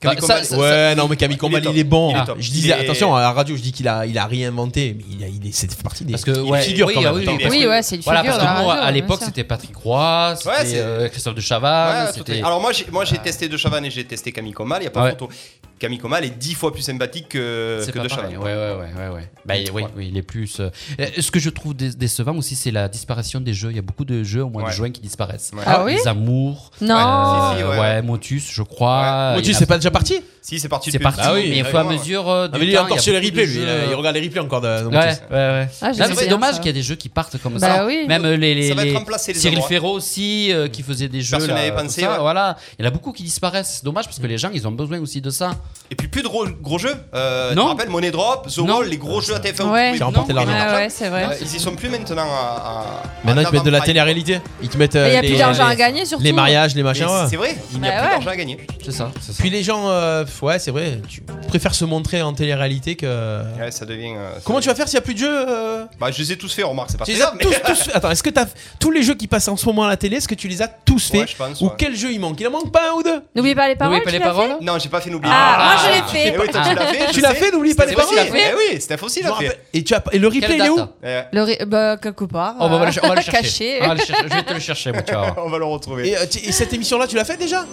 Speaker 13: Camille
Speaker 5: Bah, ça-
Speaker 13: Combal-
Speaker 5: ça-
Speaker 3: ouais,
Speaker 5: ça-
Speaker 3: non, mais Camille Combal,
Speaker 13: top.
Speaker 3: il, est bon.
Speaker 13: Il est
Speaker 3: Ah,
Speaker 13: top.
Speaker 3: je
Speaker 13: Il
Speaker 3: disais,
Speaker 13: est-
Speaker 3: attention, à la radio, je dis qu'il a, il a réinventé, mais il a, il est, c'est partie des.
Speaker 5: Parce que
Speaker 3: il
Speaker 5: ouais,
Speaker 3: figure
Speaker 5: oui, ah
Speaker 3: quand même.
Speaker 5: oui,
Speaker 3: Attends,
Speaker 5: oui, parce
Speaker 7: Oui,
Speaker 5: que-
Speaker 7: ouais, c'est une
Speaker 5: voilà,
Speaker 7: figure
Speaker 5: parce
Speaker 7: de la
Speaker 5: que nous,
Speaker 7: radio,
Speaker 5: à
Speaker 7: bien
Speaker 5: l'époque,
Speaker 7: sûr.
Speaker 5: c'était Patrick Roy, c'était
Speaker 13: Ouais, c'est-
Speaker 5: euh, Christophe de
Speaker 13: Ouais,
Speaker 3: Ah,
Speaker 5: Chavannes,
Speaker 13: tout
Speaker 5: c'était
Speaker 13: est- Alors moi, j'ai, moi, j'ai testé De Chavannes et j'ai testé Camille Comal. Il y a pas
Speaker 5: Ouais.
Speaker 13: photo. Camille Comal est dix fois plus sympathique que,
Speaker 5: C'est
Speaker 13: que
Speaker 5: pas
Speaker 13: De
Speaker 5: pareil.
Speaker 13: Chavannes.
Speaker 5: Ouais, ouais, ouais, ouais, ouais. Bah, oui, oui, il est plus. euh, euh, Ce que je trouve dé- décevant aussi, c'est la disparition des jeux. Il y a beaucoup de jeux au mois
Speaker 13: Ouais.
Speaker 5: de juin qui disparaissent.
Speaker 13: Ouais.
Speaker 7: Ah oui
Speaker 5: Les Amours.
Speaker 7: Non.
Speaker 5: euh,
Speaker 13: Si, si, ouais.
Speaker 5: ouais, Motus, je crois.
Speaker 3: Motus,
Speaker 5: Ah, Il y en a-
Speaker 3: c'est pas déjà parti
Speaker 13: Si, c'est parti
Speaker 5: C'est
Speaker 13: depuis-
Speaker 5: parti.
Speaker 3: Ah oui,
Speaker 5: mais au
Speaker 13: ouais,
Speaker 5: fur et à
Speaker 13: ouais.
Speaker 5: mesure euh, du
Speaker 3: Ah, mais lui, il est
Speaker 5: temps,
Speaker 3: encore
Speaker 5: il
Speaker 3: sur
Speaker 5: y a
Speaker 3: les
Speaker 5: beaucoup de
Speaker 3: replays, lui. Il, a-
Speaker 5: jeux. euh,
Speaker 3: il regarde les replays encore. De, de
Speaker 5: Ouais,
Speaker 3: Motus.
Speaker 5: ouais, ouais.
Speaker 7: Ah, j'aime
Speaker 5: Non, mais c'est
Speaker 7: bien
Speaker 5: dommage
Speaker 7: ça.
Speaker 5: qu'il y a des jeux qui partent comme
Speaker 7: Bah
Speaker 5: ça.
Speaker 7: oui.
Speaker 5: Même euh, les, les,
Speaker 13: Ça va
Speaker 5: les-
Speaker 13: être remplacé, les
Speaker 5: Cyril
Speaker 13: endroits.
Speaker 5: Ferro aussi euh, qui faisait des jeux.
Speaker 13: Personne
Speaker 5: là,
Speaker 13: n'avait
Speaker 5: comme
Speaker 13: pensé,
Speaker 5: ça,
Speaker 13: ouais. Mm.
Speaker 5: Voilà, il y en a beaucoup qui disparaissent. C'est Dommage parce que les gens ils ont besoin aussi de ça.
Speaker 13: Et puis plus de gros, gros jeux. Euh,
Speaker 5: Non.
Speaker 13: Tu te rappelles Money Drop, The
Speaker 5: Non.
Speaker 13: Wall, les gros jeux à TF1.
Speaker 7: Ouais.
Speaker 13: où
Speaker 3: Qui a
Speaker 13: vous
Speaker 3: remporté
Speaker 13: pouvez
Speaker 3: l'argent.
Speaker 13: gagner de
Speaker 7: Ah ouais, c'est vrai.
Speaker 13: Euh, Ils y sont plus maintenant. À, à-
Speaker 3: Maintenant,
Speaker 13: en
Speaker 3: ils te mettent de la
Speaker 13: avant-prime.
Speaker 3: télé-réalité. Ils te mettent.
Speaker 7: Il
Speaker 3: euh,
Speaker 7: y a
Speaker 3: les-
Speaker 7: plus d'argent à
Speaker 3: les-
Speaker 7: gagner surtout.
Speaker 3: Les mariages, les
Speaker 13: Mais
Speaker 3: machins. ouais.
Speaker 13: C'est vrai, il n'y a
Speaker 7: Bah
Speaker 13: plus
Speaker 7: ouais.
Speaker 13: d'argent à gagner.
Speaker 5: C'est ça. c'est ça.
Speaker 3: Puis les gens, euh, ouais, c'est vrai, tu préfères se montrer en télé-réalité que.
Speaker 13: Ouais, ça devient. euh, ça
Speaker 3: Comment tu
Speaker 13: devient-
Speaker 3: vas faire s'il n'y a plus de jeux euh
Speaker 13: Bah, je les ai tous fait, remarque, c'est pas
Speaker 3: Tu
Speaker 13: très
Speaker 3: les as
Speaker 13: grave. mais-
Speaker 3: tous, tous- Attends, est-ce que t'as tous les jeux qui passent en ce moment à la télé, est-ce que tu les as tous
Speaker 13: Ouais,
Speaker 3: faits
Speaker 13: je pense,
Speaker 3: Ou
Speaker 13: ouais.
Speaker 3: quel jeu il manque Il en manque pas un ou deux
Speaker 7: N'oubliez pas les paroles.
Speaker 5: N'oubliez pas
Speaker 7: tu
Speaker 5: les
Speaker 7: l'as
Speaker 5: paroles.
Speaker 7: fait
Speaker 13: Non, j'ai pas fait n'oublier.
Speaker 7: Ah,
Speaker 5: Ah,
Speaker 7: moi je l'ai
Speaker 13: Eh
Speaker 7: fait.
Speaker 13: oui, toi, tu l'as fait. je
Speaker 3: Ah. Tu l'as
Speaker 13: sais.
Speaker 3: fait, n'oublie pas les
Speaker 13: Steph aussi
Speaker 3: paroles.
Speaker 13: l'a fait. Eh oui, Steph aussi
Speaker 3: Je me
Speaker 13: l'a fait.
Speaker 3: rappelle- Et, tu as... et le replay,
Speaker 5: Quelle
Speaker 3: il est où
Speaker 5: date
Speaker 13: Eh,
Speaker 7: Le
Speaker 4: euh,
Speaker 7: ré- bah, quelque part.
Speaker 5: Oh, bah, on va le- on va le chercher.
Speaker 7: Caché.
Speaker 5: On va le chercher. Je vais te le chercher, moi, tu vas voir.
Speaker 13: On va le retrouver.
Speaker 3: et, euh, tu- et cette émission-là, tu l'as faite déjà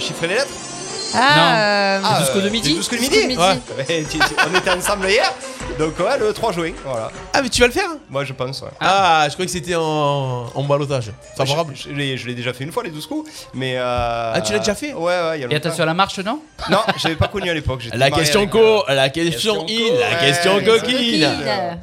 Speaker 13: Chiffrer les lettres
Speaker 7: Ah, euh,
Speaker 5: jusqu'au de midi
Speaker 13: c'est Jusqu'au de midi
Speaker 7: midi. Ouais.
Speaker 13: Ouais, tu- tu- On était ensemble hier, donc ouais, le 3 juin, voilà.
Speaker 3: Ah, mais tu vas le faire
Speaker 13: Moi je pense, ouais. Bah,
Speaker 3: Ah, je croyais que c'était en, en balotage. Favorable.
Speaker 13: Je, je l'ai- je l'ai déjà fait une fois, les 12 coups, mais. euh,
Speaker 3: Ah, tu l'as déjà fait
Speaker 13: Ouais, ouais, il y a
Speaker 5: Et
Speaker 13: longtemps.
Speaker 5: attention à la marche, non
Speaker 13: Non, j'avais pas connu à l'époque. j'étais
Speaker 3: La
Speaker 13: marié
Speaker 3: question
Speaker 13: avec- euh,
Speaker 3: co, la question
Speaker 13: Question
Speaker 3: in,
Speaker 13: co,
Speaker 3: la
Speaker 13: ouais,
Speaker 3: question
Speaker 13: question
Speaker 3: coquine.
Speaker 7: coquine.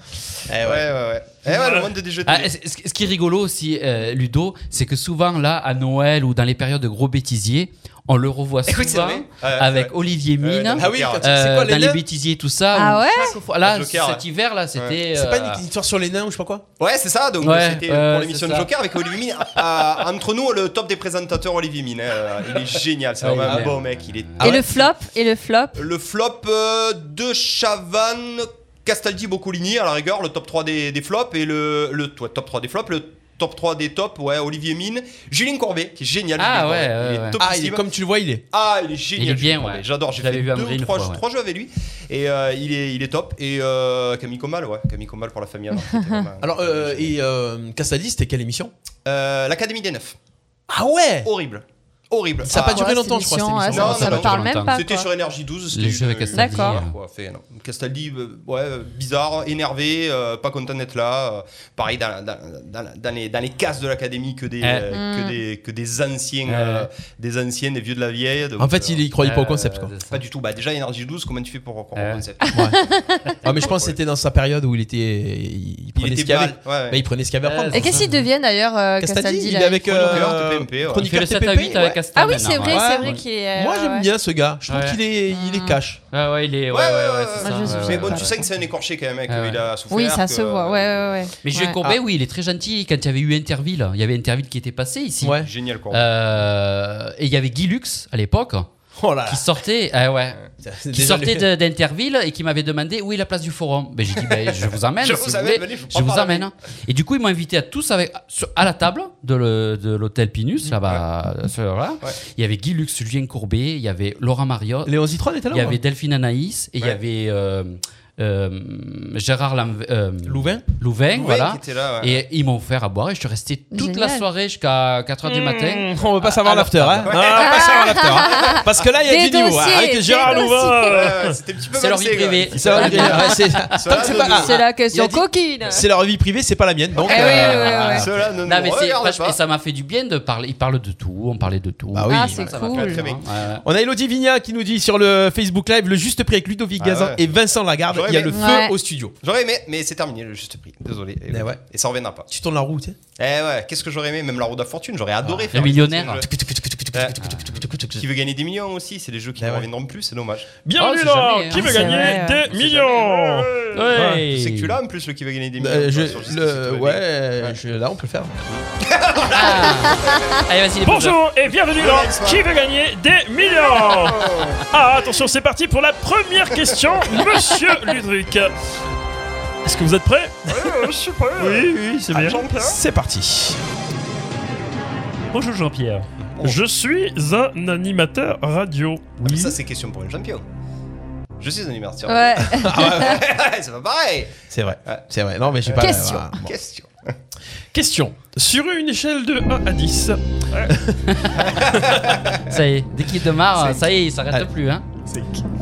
Speaker 3: Eh
Speaker 13: Ouais,
Speaker 3: ouais.
Speaker 13: ouais, ouais. Eh ouais, le monde des jeux de
Speaker 5: Ah,
Speaker 13: télé.
Speaker 5: ce, ce- ce qui est rigolo aussi, euh, Ludo, c'est que souvent, là, à Noël ou dans les périodes de gros bêtisiers, on le revoit
Speaker 13: Eh oui, c'est
Speaker 5: souvent
Speaker 13: vrai. Ouais, c'est
Speaker 5: avec
Speaker 13: vrai.
Speaker 5: Olivier
Speaker 13: Ouais,
Speaker 5: Mine.
Speaker 13: dans-
Speaker 3: Ah oui,
Speaker 13: Joker,
Speaker 3: quand-
Speaker 13: ouais.
Speaker 3: c'est
Speaker 5: euh,
Speaker 3: quoi
Speaker 5: dans
Speaker 3: les
Speaker 5: les
Speaker 3: nains
Speaker 5: bêtisiers, tout ça.
Speaker 7: Ah
Speaker 5: où
Speaker 7: ouais
Speaker 5: chaque fois- Là,
Speaker 13: Le Joker,
Speaker 5: cet
Speaker 13: ouais.
Speaker 5: hiver, là, c'était.
Speaker 3: C'est pas
Speaker 5: euh,
Speaker 3: une- une histoire sur les nains ou je sais pas quoi
Speaker 7: Ah,
Speaker 13: Ouais, c'est ça. Donc
Speaker 5: Ouais,
Speaker 13: c'était
Speaker 5: ouais,
Speaker 13: pour
Speaker 5: ouais,
Speaker 13: l'émission
Speaker 5: c'est
Speaker 13: de
Speaker 5: ça.
Speaker 13: Joker avec Olivier Mine. Ah, entre nous, le top des présentateurs, Olivier Mine. hein, euh, il est génial. C'est
Speaker 5: Ouais,
Speaker 13: vraiment
Speaker 5: il
Speaker 13: un
Speaker 5: est-
Speaker 13: bon mec. Il est.
Speaker 7: Et le flop, et le flop.
Speaker 13: Le flop euh, de Chavannes, Castaldi, Boccolini à la rigueur, le top 3 des, des flops et le, le ouais, top 3 des flops, le top 3 des tops, ouais, Olivier Mine, Julien Courbet, qui est génial.
Speaker 5: Ah,
Speaker 13: Julien
Speaker 5: ouais,
Speaker 13: Courbet.
Speaker 5: ouais,
Speaker 13: il est
Speaker 5: ouais.
Speaker 13: topissime.
Speaker 3: Ah, il est- comme tu le vois, il est.
Speaker 13: Ah, il est génial.
Speaker 5: Il est bien,
Speaker 13: Julien Courbet.
Speaker 5: ouais.
Speaker 13: J'adore, j'ai
Speaker 5: Je l'avais
Speaker 13: fait
Speaker 5: vu à
Speaker 13: deux
Speaker 5: Madrid
Speaker 13: ou
Speaker 5: une
Speaker 13: trois,
Speaker 5: fois, ouais.
Speaker 13: trois jeux avec lui et euh, il, est, il est top. Et euh, Camille Comal, ouais, Camille Comal pour la famille. Adam, c'était vraiment-
Speaker 3: Alors, euh, et euh, Castaldi, c'était quelle émission
Speaker 13: Euh, L'Académie des Neufs,
Speaker 3: Ah ouais
Speaker 13: horrible. Horrible.
Speaker 3: Ça a
Speaker 13: Ah,
Speaker 3: pas duré
Speaker 7: Ouais,
Speaker 3: longtemps,
Speaker 7: c'est
Speaker 3: je crois, cette
Speaker 7: méchant,
Speaker 3: émission.
Speaker 13: ouais,
Speaker 7: ça,
Speaker 13: Non,
Speaker 7: ça
Speaker 13: ça
Speaker 7: me
Speaker 13: dure
Speaker 7: parle même
Speaker 5: longtemps.
Speaker 7: pas.
Speaker 13: C'était
Speaker 7: quoi.
Speaker 13: sur NRJ12. c'était
Speaker 5: Les jeux
Speaker 13: une-
Speaker 5: avec
Speaker 13: une-
Speaker 5: Castaldi.
Speaker 7: D'accord.
Speaker 5: euh,
Speaker 13: Quoi, fait, non. Castaldi, euh, ouais, euh, bizarre, énervé, euh, pas content d'être là. euh, pareil dans, dans- dans- dans les, dans les cases de l'académie que des,
Speaker 5: Eh.
Speaker 13: euh,
Speaker 7: Mm.
Speaker 13: que des que des anciens, euh, des anciens, des vieux de la vieille. donc,
Speaker 3: Eh. En fait,
Speaker 13: euh,
Speaker 3: il y croyait pas au
Speaker 5: euh,
Speaker 3: concept, quoi.
Speaker 5: c'est ça.
Speaker 13: pas du tout. Bah déjà énergie 12 comment tu fais pour reprendre
Speaker 5: Eh.
Speaker 13: le concept
Speaker 3: Ah, mais je pense que c'était dans sa période où il était. Il
Speaker 13: Il
Speaker 3: prenait
Speaker 13: était
Speaker 3: ce qu'il y avait.
Speaker 13: mal, ouais, ouais.
Speaker 3: Bah, il prenait ce qu'il y avait à
Speaker 5: Euh,
Speaker 3: prendre.
Speaker 7: Et qu'est-ce qu'ils deviennent d'ailleurs, euh,
Speaker 3: Castaldi,
Speaker 7: Castaldi
Speaker 3: il
Speaker 7: là,
Speaker 3: est avec.
Speaker 13: il est chroniqueur
Speaker 3: euh,
Speaker 13: TPMP, ouais.
Speaker 5: Il fait le 7 à 8
Speaker 3: TPMP, ouais.
Speaker 5: avec Aston.
Speaker 7: Ah oui, c'est vrai,
Speaker 3: Ouais.
Speaker 7: c'est vrai qu'il est.
Speaker 3: Moi,
Speaker 7: euh, Mm.
Speaker 3: j'aime
Speaker 7: ouais.
Speaker 3: bien ce gars. Je trouve
Speaker 5: Ouais.
Speaker 3: qu'il est, il est cash.
Speaker 5: Ouais, ouais, il est. Ouais,
Speaker 13: Ouais,
Speaker 5: ouais,
Speaker 13: ouais,
Speaker 5: ouais,
Speaker 13: ouais,
Speaker 5: c'est
Speaker 7: ouais,
Speaker 5: ça.
Speaker 7: Euh, je
Speaker 5: ouais,
Speaker 13: Mais
Speaker 7: sais
Speaker 13: bon,
Speaker 3: Ah,
Speaker 5: ouais.
Speaker 7: pas.
Speaker 3: bah,
Speaker 13: tu sais que c'est un écorché quand même, mec,
Speaker 5: Ah ouais.
Speaker 13: il a souffert.
Speaker 7: Oui, ça
Speaker 13: que-
Speaker 7: se voit. Ouais, ouais, ouais.
Speaker 5: Mais Gilles
Speaker 7: Ouais.
Speaker 4: Ah.
Speaker 7: Ah.
Speaker 5: Courbet, oui, il est très gentil. Quand il y avait eu Interville, il y avait Interville qui était passé ici.
Speaker 3: Ouais.
Speaker 13: Génial quoi.
Speaker 5: Euh, et il y avait Guy Lux à l'époque
Speaker 3: Oh là
Speaker 5: qui sortait, ah ouais,
Speaker 3: là.
Speaker 5: qui sortait de- d'Interville et qui m'avait demandé où est la place du forum. Ben, j'ai dit ben, je vous emmène,
Speaker 13: Je
Speaker 5: si
Speaker 13: vous
Speaker 5: vous
Speaker 13: amène,
Speaker 5: voulez.
Speaker 13: venez, je vous
Speaker 5: je vous
Speaker 13: prends par la
Speaker 5: emmène. Et du coup ils m'ont invité à tous avec sur- à la table de le- de l'hôtel Pinus là-bas. sur- voilà.
Speaker 13: Mm. Ouais.
Speaker 5: Il y avait Guy Lux, Julien Courbet, il y avait Laurent Mariotte,
Speaker 3: Léon Zitrone était là
Speaker 5: il y
Speaker 3: ou pas
Speaker 5: avait Delphine Anaïs et il y
Speaker 13: Ouais.
Speaker 5: avait euh, euh, Gérard Lanv- euh,
Speaker 3: Louvain
Speaker 5: Louvain,
Speaker 13: Ouais,
Speaker 5: voilà.
Speaker 13: qui était là, ouais.
Speaker 5: Et ils m'ont offert à boire et je suis resté toute la
Speaker 7: Génial. Mm.
Speaker 5: soirée jusqu'à 4h du matin.
Speaker 2: Mm.
Speaker 3: On veut pas savoir
Speaker 5: alors,
Speaker 3: l'after, hein.
Speaker 5: pardon.
Speaker 3: Non, on veut pas savoir l'after. hein. Parce que là, il y a
Speaker 7: Ah. Des
Speaker 3: du niveau. hein.
Speaker 7: dossiers,
Speaker 3: Avec
Speaker 7: des
Speaker 3: Gérard
Speaker 7: dossiers.
Speaker 3: Louvain. euh,
Speaker 13: Ouais, ouais, c'était un petit peu
Speaker 5: C'est leur vie
Speaker 13: malsain, quoi.
Speaker 5: privée.
Speaker 3: c'est vrai que- ouais, c'est-
Speaker 13: Cela
Speaker 3: Tant que c'est
Speaker 13: ne
Speaker 3: pas-
Speaker 13: nous-
Speaker 3: ah,
Speaker 7: C'est la
Speaker 3: il a
Speaker 7: question
Speaker 3: dit-
Speaker 7: coquine.
Speaker 3: C'est leur vie privée, c'est pas la mienne. Donc.
Speaker 7: Eh oui,
Speaker 3: euh,
Speaker 7: oui, oui, oui.
Speaker 13: Cela ne
Speaker 5: Non,
Speaker 13: nous
Speaker 5: mais c'est,
Speaker 13: regarde
Speaker 5: franchement,
Speaker 13: pas.
Speaker 5: et ça m'a fait du bien de parler. Ils parlent de tout, on parlait de tout.
Speaker 3: Bah oui.
Speaker 7: Ah, c'est
Speaker 5: Ça m'a fait
Speaker 7: cool.
Speaker 13: très bien.
Speaker 5: Ouais, ouais.
Speaker 3: On a Elodie Vigna qui nous dit sur le Facebook Live le juste prix avec Ludovic
Speaker 13: Ah
Speaker 3: Gazan
Speaker 13: ouais.
Speaker 3: et Vincent Lagarde.
Speaker 13: J'aurais
Speaker 3: Il y a
Speaker 13: aimé.
Speaker 3: le feu
Speaker 7: Ouais.
Speaker 3: au studio.
Speaker 13: J'aurais aimé, mais c'est terminé le juste prix. Désolé.
Speaker 3: Eh ouais.
Speaker 13: Et ça reviendra pas.
Speaker 3: Tu tournes la roue, tu sais. Ah.
Speaker 13: Eh ouais, qu'est-ce que j'aurais aimé Même la roue de la fortune, j'aurais adoré faire.
Speaker 5: Les millionnaires.
Speaker 13: ce jeu. Euh, Qui veut gagner des millions aussi, c'est les jeux
Speaker 3: Eh
Speaker 13: qui ne reviendront plus, c'est dommage.
Speaker 7: Oh,
Speaker 2: Bienvenue
Speaker 13: c'est
Speaker 2: là
Speaker 13: jamais,
Speaker 2: Qui
Speaker 13: hein.
Speaker 2: veut
Speaker 13: C'est
Speaker 2: gagner
Speaker 13: vrai,
Speaker 2: des millions
Speaker 13: Ouais, Tu sais que tu l'as en plus, le qui veut gagner des millions.
Speaker 3: Euh, je-
Speaker 13: toi, sur Justice
Speaker 3: le-
Speaker 13: Citoyen.
Speaker 3: ouais, je- là on peut le faire. Ah.
Speaker 5: Allez, vas-y, les
Speaker 2: Bonjour et bienvenue dans Qui veut gagner des
Speaker 3: Oh.
Speaker 2: millions Ah, attention, c'est parti pour la première question, monsieur Ludwig. Est-ce que vous êtes prêts Je suis prêt. Oui, oui, c'est bien.
Speaker 3: C'est parti.
Speaker 2: Bonjour Jean-Pierre. Je suis un animateur radio.
Speaker 13: Ah, mais Ça, c'est question pour une champion. Je suis un animateur.
Speaker 7: Ouais.
Speaker 13: c'est pas pareil.
Speaker 3: C'est vrai. C'est vrai. Non, mais j'ai pas.
Speaker 7: Question.
Speaker 3: voilà, bon.
Speaker 13: Question.
Speaker 2: Question. Sur une échelle de 1 à 10,
Speaker 5: Ça y est, dès qu'il démarre,
Speaker 13: C'est-
Speaker 5: ça y est, il s'arrête
Speaker 3: Allez.
Speaker 5: plus. Hein.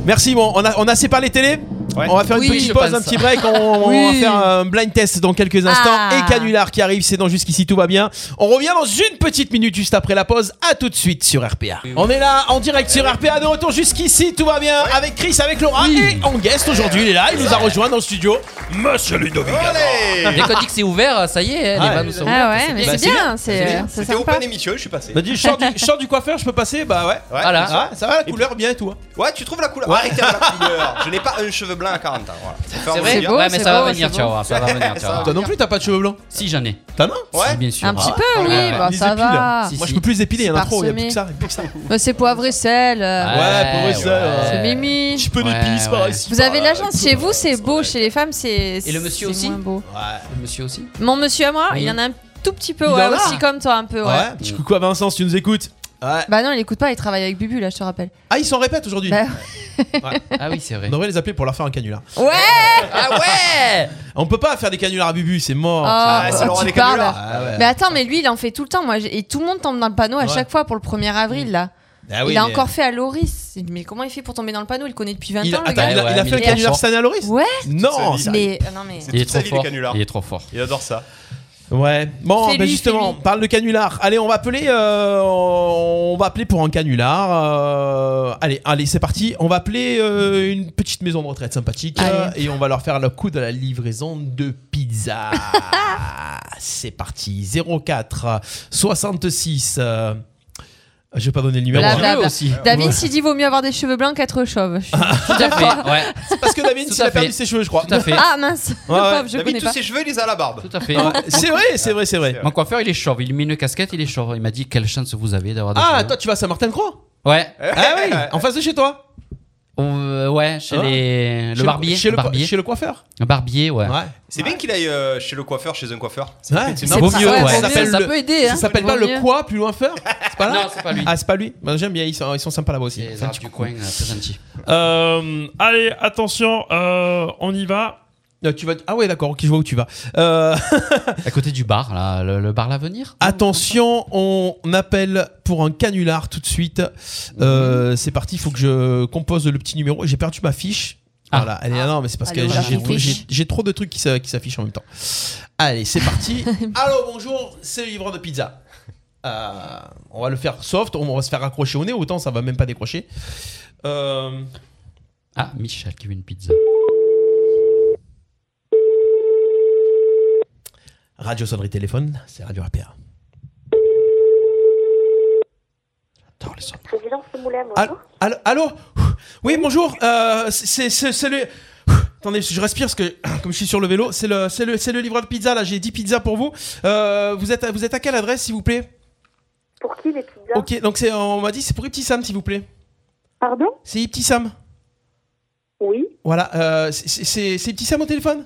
Speaker 3: Merci, bon, on a, on a assez parlé télé.
Speaker 13: Ouais.
Speaker 3: On va faire
Speaker 5: Oui,
Speaker 3: une petite
Speaker 5: je
Speaker 3: pause,
Speaker 5: pense.
Speaker 3: un petit break. On, on va
Speaker 7: Oui.
Speaker 3: faire un blind test dans quelques instants.
Speaker 7: Ah.
Speaker 3: Et Canular qui arrive, c'est dans jusqu'ici, tout va bien. On revient dans une petite minute juste après la pause. À tout de suite sur RPA. On est là en direct sur RPA. De retour jusqu'ici, tout va bien. Avec Chris, avec Laura. Et en guest aujourd'hui, il est là. Il nous a rejoint dans le studio. Monsieur Ludovic.
Speaker 13: Allez
Speaker 5: Dès qu'on dit que c'est ouvert, ça y est, hein, les
Speaker 3: Ouais.
Speaker 5: vannes sont ouvertes.
Speaker 4: Ah ouais, mais
Speaker 3: Bah,
Speaker 4: c'est
Speaker 3: c'est
Speaker 4: bien, c'est c'est
Speaker 13: C'était
Speaker 4: sympa.
Speaker 13: open émission, je suis passé.
Speaker 3: Bah, dis, je sors, du, je sors du coiffeur, je peux passer Bah ouais.
Speaker 13: Ouais.
Speaker 5: Voilà.
Speaker 3: Ah, ça va, la couleur, bien et tout. hein.
Speaker 13: Ouais, tu trouves la couleur. Arrêtez avec la couleur. Je n'ai pas un cheveu blanc à 40 ans. Voilà.
Speaker 5: C'est
Speaker 13: Ferme
Speaker 5: vrai
Speaker 13: le
Speaker 4: beau,
Speaker 5: Ouais, mais
Speaker 4: c'est
Speaker 5: ça
Speaker 4: beau,
Speaker 5: va venir,
Speaker 4: c'est
Speaker 5: tu vas voir, ça va venir, tu vas voir.
Speaker 3: Toi non plus, t'as pas de cheveux blancs.
Speaker 5: Si j'en ai.
Speaker 3: T'as non
Speaker 13: gars. Ouais.
Speaker 5: Si, bien sûr.
Speaker 4: Un petit
Speaker 5: Ah,
Speaker 4: peu,
Speaker 5: ouais,
Speaker 4: oui,
Speaker 5: ouais.
Speaker 4: bah,
Speaker 3: Des
Speaker 4: ça
Speaker 3: épiles.
Speaker 4: va.
Speaker 5: Si,
Speaker 3: Moi, je
Speaker 5: si.
Speaker 3: peux plus les épiler, il y en a trop, il y a plus
Speaker 4: Parsemé.
Speaker 3: que ça. il y a plus que ça. Ouais,
Speaker 4: Mais C'est poivre et sel, euh,
Speaker 3: pour eux, ça.
Speaker 4: c'est Mimi.
Speaker 3: Petit peu
Speaker 5: Ouais,
Speaker 3: d'épices par
Speaker 5: ouais.
Speaker 3: ici.
Speaker 4: Vous avez de la chance, chez vous c'est beau, chez les femmes c'est
Speaker 5: Et le monsieur
Speaker 4: c'est
Speaker 5: aussi
Speaker 4: moins beau.
Speaker 5: Le monsieur aussi.
Speaker 4: Mon monsieur à moi,
Speaker 5: Oui.
Speaker 4: il en a un tout petit peu,
Speaker 3: Il
Speaker 4: ouais,
Speaker 3: en a
Speaker 4: aussi comme toi un peu, ouais.
Speaker 3: Ouais, petit coucou à Vincent si tu nous écoutes. Ouais.
Speaker 4: Bah non, il écoute pas, il travaille avec Bubu là, je te rappelle.
Speaker 3: Ah, ils s'en répètent aujourd'hui.
Speaker 4: Bah,
Speaker 5: Ah oui, c'est vrai.
Speaker 3: On devrait les appeler pour leur faire un canular.
Speaker 4: ouais.
Speaker 5: Ah ouais
Speaker 3: On peut pas faire des canulars à Bubu, c'est mort.
Speaker 4: Ah,
Speaker 13: ouais, ça leur
Speaker 4: tu
Speaker 13: rend les
Speaker 4: parles.
Speaker 13: canulars.
Speaker 3: Ah ouais.
Speaker 4: Mais attends, mais lui, il en fait tout le temps. Moi, j'ai- et tout le monde tombe dans le panneau à
Speaker 3: Ouais.
Speaker 4: chaque fois pour le 1er avril là.
Speaker 3: Ah oui,
Speaker 4: il a
Speaker 3: mais-
Speaker 4: encore fait à Loris. Mais comment il fait pour tomber dans le panneau Il le connaît depuis 20
Speaker 3: Il a,
Speaker 4: ans le
Speaker 3: attends,
Speaker 4: gars.
Speaker 3: il a- il a
Speaker 5: Ouais,
Speaker 3: fait un
Speaker 4: mais-
Speaker 3: canular Stan à Loris
Speaker 4: Ouais.
Speaker 3: Non.
Speaker 13: C'est
Speaker 3: ça-
Speaker 4: Mais euh, non mais.
Speaker 13: toute sa vie, les canulars.
Speaker 5: Il est trop fort.
Speaker 13: Il adore ça.
Speaker 3: Ouais. Bon,
Speaker 4: Fais-lui,
Speaker 3: bah justement,
Speaker 4: fais-lui.
Speaker 3: parle de canular. Allez, on va appeler. euh, on va appeler pour un canular. euh, allez, allez, c'est parti. On va appeler euh, une petite maison de retraite sympathique euh, et on va leur faire le coup de la livraison de pizza. c'est parti. 04 66. euh, je vais pas donner le numéro.
Speaker 4: Bla,
Speaker 3: hein.
Speaker 4: bla, bla.
Speaker 5: aussi.
Speaker 4: David s'il dit vaut mieux avoir des cheveux blancs qu'être chauve. Je suis-
Speaker 5: Tout à fait, ouais.
Speaker 3: Parce que David,
Speaker 5: Tout
Speaker 3: il
Speaker 5: à
Speaker 3: a perdu
Speaker 5: fait.
Speaker 3: ses cheveux, je crois.
Speaker 5: Tout à fait.
Speaker 4: Ah mince, le
Speaker 3: Ouais, ouais.
Speaker 4: pauvre, je
Speaker 13: David,
Speaker 4: connais
Speaker 13: tous
Speaker 4: pas.
Speaker 13: ses cheveux, il les a à la barbe.
Speaker 5: Tout à fait.
Speaker 3: Ah, C'est vrai, c'est vrai, c'est vrai.
Speaker 5: Mon coiffeur, il est chauve. Il met une casquette, il est chauve. Il m'a dit quelle chance vous avez d'avoir des
Speaker 3: Ah,
Speaker 5: cheveux.
Speaker 3: toi, tu vas à Saint-Martin-Croix
Speaker 5: Ouais.
Speaker 3: Ah oui, en face de chez toi.
Speaker 5: Euh, ouais, chez
Speaker 3: Hein
Speaker 5: les...
Speaker 3: Chez
Speaker 5: le barbier.
Speaker 3: Chez le,
Speaker 5: barbier.
Speaker 3: chez le coiffeur.
Speaker 5: Le barbier, ouais.
Speaker 13: C'est bien qu'il aille euh, chez le coiffeur, chez un coiffeur. C'est
Speaker 3: Ouais,
Speaker 13: c'est-
Speaker 3: c'est
Speaker 5: Vaut
Speaker 4: ça,
Speaker 5: mieux,
Speaker 4: ouais,
Speaker 5: ouais.
Speaker 4: vaut mieux.
Speaker 3: s'appelle
Speaker 4: Ça
Speaker 3: le-
Speaker 4: peut aider.
Speaker 3: Ça
Speaker 4: hein.
Speaker 3: s'appelle
Speaker 4: Vaut
Speaker 3: pas
Speaker 4: mieux.
Speaker 3: le quoi plus loin faire C'est pas là
Speaker 5: Non, c'est pas lui.
Speaker 3: Ah, c'est pas lui Ben, J'aime bien, ils sont, ils sont sympas là-bas aussi.
Speaker 5: C'est les arts du coin, euh, très gentil.
Speaker 2: euh, allez, attention, euh, on y va.
Speaker 3: Euh, tu vas... Ah ouais, d'accord, ok, je vois où tu vas. Euh,
Speaker 5: À côté du bar, là, le, le bar l'avenir.
Speaker 3: attention, on appelle pour un canular tout de suite.
Speaker 5: Mhm.
Speaker 3: Euh, C'est parti, il faut que je compose le petit numéro. J'ai perdu ma fiche.
Speaker 5: Ah.
Speaker 3: Voilà, elle est- non, mais c'est parce
Speaker 4: Allez,
Speaker 3: que
Speaker 4: voilà,
Speaker 3: j'ai-
Speaker 4: on fiche.
Speaker 3: j'ai- j'ai trop de trucs qui s'a- qui s'affichent en même temps. Allez, c'est parti. Allô, bonjour, c'est le livreur de pizza. Euh, on va le faire soft, on va se faire accrocher au nez, autant ça va même pas décrocher. Euh,
Speaker 5: Ah, Michel qui veut une pizza.
Speaker 3: Radio sonnerie téléphone, c'est Radio RPA. J'adore les sonneries. Allô, allô, allô Oui, bonjour. euh, c'est c'est- c'est le. Attendez, je respire parce que comme je suis sur le vélo, c'est le c'est le c'est le livreur de pizza là. J'ai 10 pizzas pour vous. Euh, vous êtes à- vous êtes à quelle adresse s'il vous plaît
Speaker 14: Pour qui les pizzas
Speaker 3: Ok, donc c'est on m'a dit c'est pour Petit Sam s'il vous plaît.
Speaker 14: Pardon
Speaker 3: C'est Petit Sam.
Speaker 14: Oui,
Speaker 3: Voilà, euh, c'est- c'est c'est- c'est Petit Sam au téléphone.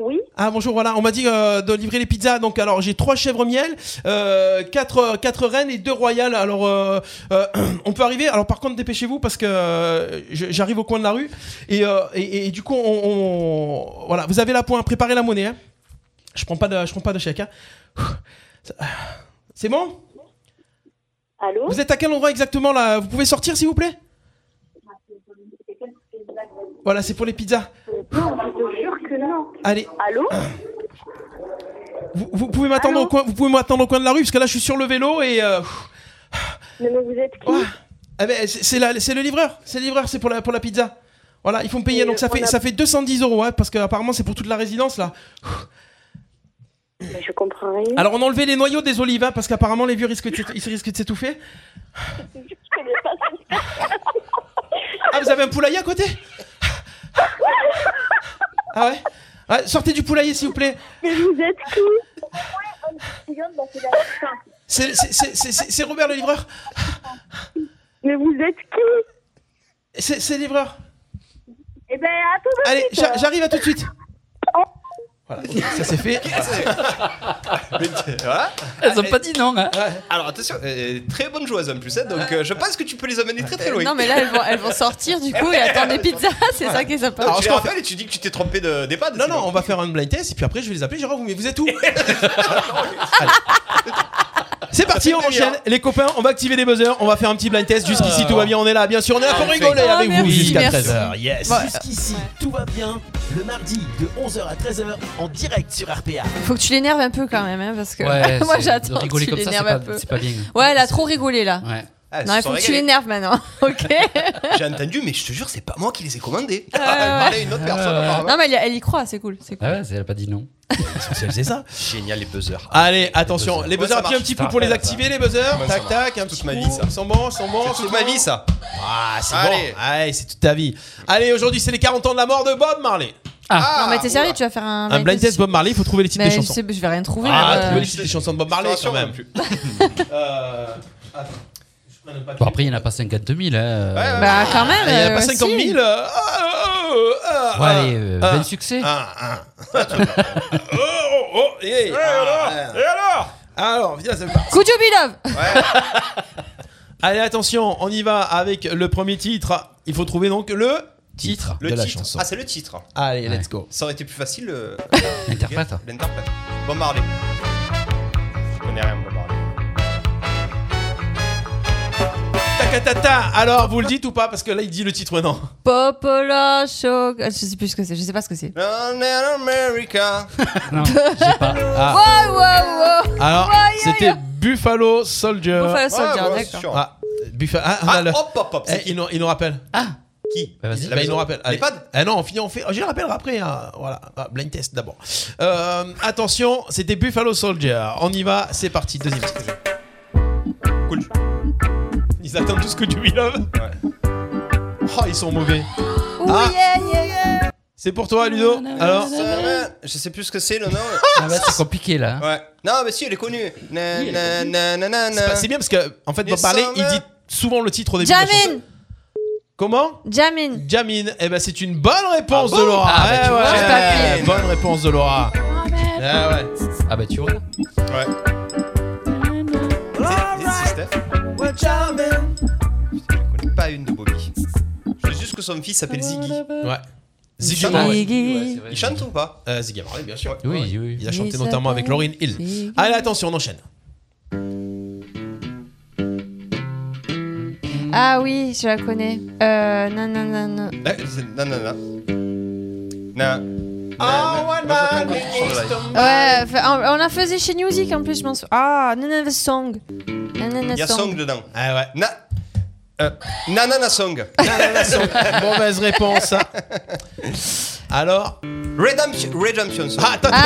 Speaker 14: oui,
Speaker 3: Ah bonjour, voilà, on m'a dit euh, de livrer les pizzas. Donc alors j'ai trois chèvres miel, euh, quatre, quatre rennes et deux royales. Alors euh, euh, on peut arriver. Alors par contre dépêchez-vous parce que euh, je- j'arrive au coin de la rue et, euh, et, et- et du coup on, on- voilà, vous avez la pointe, préparez la monnaie. hein. Je prends pas de, je prends pas de chèque. hein. Ça- euh, C'est bon
Speaker 14: allô
Speaker 3: Vous êtes à quel endroit exactement là Vous pouvez sortir s'il vous plaît Voilà, c'est pour les pizzas.
Speaker 14: Non, je te jure que non.
Speaker 3: Allez,
Speaker 14: Allô
Speaker 3: vous, vous pouvez m'attendre
Speaker 14: Allô
Speaker 3: au coin, vous pouvez m'attendre au coin de la rue parce que là je suis sur le vélo et euh,
Speaker 14: Non, mais vous êtes qui
Speaker 3: Ouais. Ah ben, c'est c'est la- c'est le livreur, c'est le livreur, c'est pour la, pour la pizza. Voilà, ils font payer,
Speaker 14: Et
Speaker 3: donc ça
Speaker 14: on
Speaker 3: fait,
Speaker 14: a-
Speaker 3: ça fait 210 euros, hein, parce que apparemment c'est pour toute la résidence là.
Speaker 8: Mais je comprends rien.
Speaker 3: Alors on a enlevé les noyaux des olivins parce qu'apparemment les vieux risquent de s'étou- ils risquent de s'étouffer.
Speaker 8: Je connais pas
Speaker 3: Ah, vous avez un poulailler à côté Ah ouais Ouais, Sortez du poulailler, s'il vous plaît.
Speaker 8: Mais vous êtes qui
Speaker 3: C'est- c'est- C'est c'est- c'est Robert le livreur
Speaker 8: Mais vous êtes qui
Speaker 3: C'est c'est le livreur.
Speaker 8: Eh ben, à tout de
Speaker 3: Allez,
Speaker 8: suite.
Speaker 3: j'a- j'arrive à tout de suite. Voilà, ok, ça c'est fait.
Speaker 13: Elles
Speaker 5: ont pas dit non. hein.
Speaker 13: Alors attention, euh, très bonne joueuse en plus. hein, donc euh, je pense que tu peux les amener très très loin.
Speaker 7: non, mais là, elles vont, elles vont sortir du coup et attendre des pizzas, c'est ça qui est sympa.
Speaker 13: Alors, tu les rappelles et tu dis que tu t'es trompé de d'EHPAD.
Speaker 3: Non, non, on va faire un blind test et puis après je vais les appeler. Jérôme, mais vous êtes où Allez. C'est parti, on enchaîne. Les copains, on va activer les buzzers. On va faire un petit blind test.
Speaker 13: Ah.
Speaker 3: Jusqu'ici, tout va bien. On est là, bien sûr. On est là pour
Speaker 6: Parfait.
Speaker 3: rigoler
Speaker 6: Ah,
Speaker 3: avec vous
Speaker 6: merci,
Speaker 3: jusqu'à
Speaker 6: merci.
Speaker 3: 13h. Yes.
Speaker 6: Ouais. Jusqu'ici, tout va bien. Le mardi de 11h à 13h en direct sur RPA.
Speaker 7: Faut que tu l'énerves un peu quand même, hein, parce que
Speaker 5: Ouais,
Speaker 7: moi
Speaker 5: c'est-
Speaker 7: j'attends.
Speaker 5: de rigoler
Speaker 7: que tu
Speaker 5: comme ça,
Speaker 7: l'énerves
Speaker 5: c'est
Speaker 7: un
Speaker 5: pas-
Speaker 7: peu.
Speaker 5: c'est pas bien.
Speaker 7: Ouais, elle a trop rigolé là.
Speaker 5: Ouais.
Speaker 13: Ah, elles
Speaker 7: non,
Speaker 13: se
Speaker 7: il
Speaker 13: sont
Speaker 7: faut que tu
Speaker 13: régalées.
Speaker 7: l'énerves maintenant, ok
Speaker 13: J'ai entendu, mais je te jure, c'est pas moi qui les ai commandés.
Speaker 7: Euh,
Speaker 13: Elle parlait à une autre
Speaker 7: ouais.
Speaker 13: personne. apparemment.
Speaker 7: Non, mais elle, elle y croit, c'est cool. C'est cool.
Speaker 5: Ah ouais, c'est- elle a pas dit non.
Speaker 3: c'est ça.
Speaker 13: Génial les buzzers.
Speaker 3: Allez, attention. Les
Speaker 13: Ouais,
Speaker 3: buzzers,
Speaker 13: ça
Speaker 3: appuyez un
Speaker 13: marche.
Speaker 3: petit coup pour les activer, les buzzers.
Speaker 13: Ouais, ça
Speaker 3: Tac, tac, un
Speaker 13: Toute
Speaker 3: petit
Speaker 13: ma
Speaker 3: coup.
Speaker 13: vie, ça.
Speaker 3: Ils sont bons, ils sont bons.
Speaker 13: Toute ma vie ça.
Speaker 3: Ah, c'est
Speaker 13: Allez.
Speaker 3: bon. Allez, c'est toute ta vie. Allez, aujourd'hui, c'est les 40 ans de la mort de Bob Marley.
Speaker 13: Ah,
Speaker 7: non, mais t'es sérieux,
Speaker 13: oula.
Speaker 7: tu vas faire un.
Speaker 3: Un blind test Bob Marley, il faut trouver les titres
Speaker 7: Mais
Speaker 3: des
Speaker 7: Ben, je,
Speaker 3: chansons.
Speaker 7: sais, je vais rien trouver.
Speaker 3: Ah,
Speaker 7: euh,
Speaker 3: trouver les titres des chansons de Bob Marley quand même.
Speaker 13: plus.
Speaker 3: Euh,
Speaker 7: Ah.
Speaker 3: attends. Je prends un papier.
Speaker 5: Bon, après, il y en a pas 50 000. Hein.
Speaker 13: Ouais, ouais.
Speaker 7: Bah, quand même.
Speaker 3: Ah, Il y en a pas
Speaker 7: euh,
Speaker 3: 50
Speaker 7: si.
Speaker 3: 000. euh, ah, ah, ah,
Speaker 5: Bon,
Speaker 3: ah,
Speaker 5: allez, euh,
Speaker 3: ah,
Speaker 5: 20 succès.
Speaker 3: ah, ah, ah. Oh, oh, oh, eh, ah,
Speaker 13: Et alors
Speaker 3: ah. Alors, viens, c'est parti.
Speaker 7: Could you be love
Speaker 3: Allez, attention, on y va avec le premier titre. Il faut trouver donc le titre
Speaker 13: Le
Speaker 3: de la
Speaker 13: titre.
Speaker 3: chanson.
Speaker 13: Ah, c'est le titre.
Speaker 3: Allez,
Speaker 5: Ouais.
Speaker 3: let's go.
Speaker 13: Ça aurait été plus facile. euh,
Speaker 5: L'interprète.
Speaker 13: L'interprète. Bon Marley. Je connais rien, Bon Marley.
Speaker 3: Tacatata. Alors, vous le dites ou pas Parce que là, il dit le titre maintenant.
Speaker 7: Popolo Shock. Ah, Je sais plus ce que c'est, je sais pas ce que c'est.
Speaker 13: Down in America.
Speaker 5: Non, j'ai pas.
Speaker 7: Wow, wow, wow
Speaker 3: Ah. Alors,
Speaker 7: Ouais, ouais,
Speaker 3: c'était
Speaker 7: ouais.
Speaker 3: Buffalo Soldier.
Speaker 7: Buffalo
Speaker 13: Ouais,
Speaker 7: Soldier,
Speaker 13: ouais, c'est
Speaker 7: d'accord.
Speaker 13: sûr.
Speaker 3: Ah, Buffalo. Ah, on a
Speaker 13: Ah,
Speaker 3: le-
Speaker 13: hop, hop, hop.
Speaker 3: Eh,
Speaker 13: c'est qui
Speaker 3: il, nous, il nous rappelle.
Speaker 13: Qui
Speaker 5: Bah, vas-y.
Speaker 13: La
Speaker 3: Bah, il
Speaker 13: maison.
Speaker 3: nous rappelle. Allez.
Speaker 13: L'EHPAD
Speaker 3: Eh non, on finit, on fait. Je le rappellerai après. hein. Voilà, Ah, blind test d'abord. Euh, attention, c'était Buffalo Soldier. On y va, c'est parti. Deuxième titre. Cool. Ils attendent tout ce que tu lui love. Oh, ils sont mauvais.
Speaker 7: Ouh,
Speaker 3: Ah.
Speaker 7: yeah, yeah, yeah.
Speaker 13: Ah.
Speaker 3: C'est pour toi, Ludo. Alors,
Speaker 13: Euh, Je sais plus ce que c'est le nom.
Speaker 5: Ah, bah, c'est compliqué là.
Speaker 13: Ouais. Non, mais si, elle est connue. Na, na, na, na, na,
Speaker 3: c'est
Speaker 13: na.
Speaker 3: pas- c'est bien parce que, en fait,
Speaker 13: Les
Speaker 3: Bob Marley, il
Speaker 13: sommets.
Speaker 3: dit souvent le titre au début. de la chanson.
Speaker 7: Jamin
Speaker 3: Comment
Speaker 7: Jamin
Speaker 3: Jamine, eh ben c'est une bonne réponse de Laura.
Speaker 5: Ah, bah, tu
Speaker 3: Eh
Speaker 5: vois,
Speaker 3: ouais,
Speaker 7: j'ai pas
Speaker 13: fait.
Speaker 3: bonne réponse de Laura. Eh ouais.
Speaker 5: Ah bah tu vois.
Speaker 13: Ouais. C'est- c'est Steph. Je connais pas une de Bobby. Je sais juste que son fils s'appelle Ziggy.
Speaker 3: Ouais. Ziggy
Speaker 13: Ah ouais.
Speaker 3: Marley.
Speaker 7: Ziggy
Speaker 13: Il chante ou pas
Speaker 3: Euh, Ziggy Marley, bien sûr.
Speaker 5: Oui, oui.
Speaker 3: Il a chanté notamment avec Lauryn Hill.
Speaker 7: Ziggy.
Speaker 3: Allez, attention, on enchaîne.
Speaker 7: Ah oui, je la connais. Euh, non, non, non, non.
Speaker 13: Ouais, c'est- Non, non, non. Non. Ah,
Speaker 7: Ouais, fa- on on la faisait chez Newsic en plus, je m'en souviens. Ah, Nanana Song. Nanana
Speaker 13: Il y a Song dedans.
Speaker 3: Ah ouais.
Speaker 13: Na... euh, Nanana Song.
Speaker 3: Mauvaise réponse. Alors.
Speaker 13: Redemption. Redemption Song.
Speaker 3: Ah, attendez.
Speaker 7: Ah,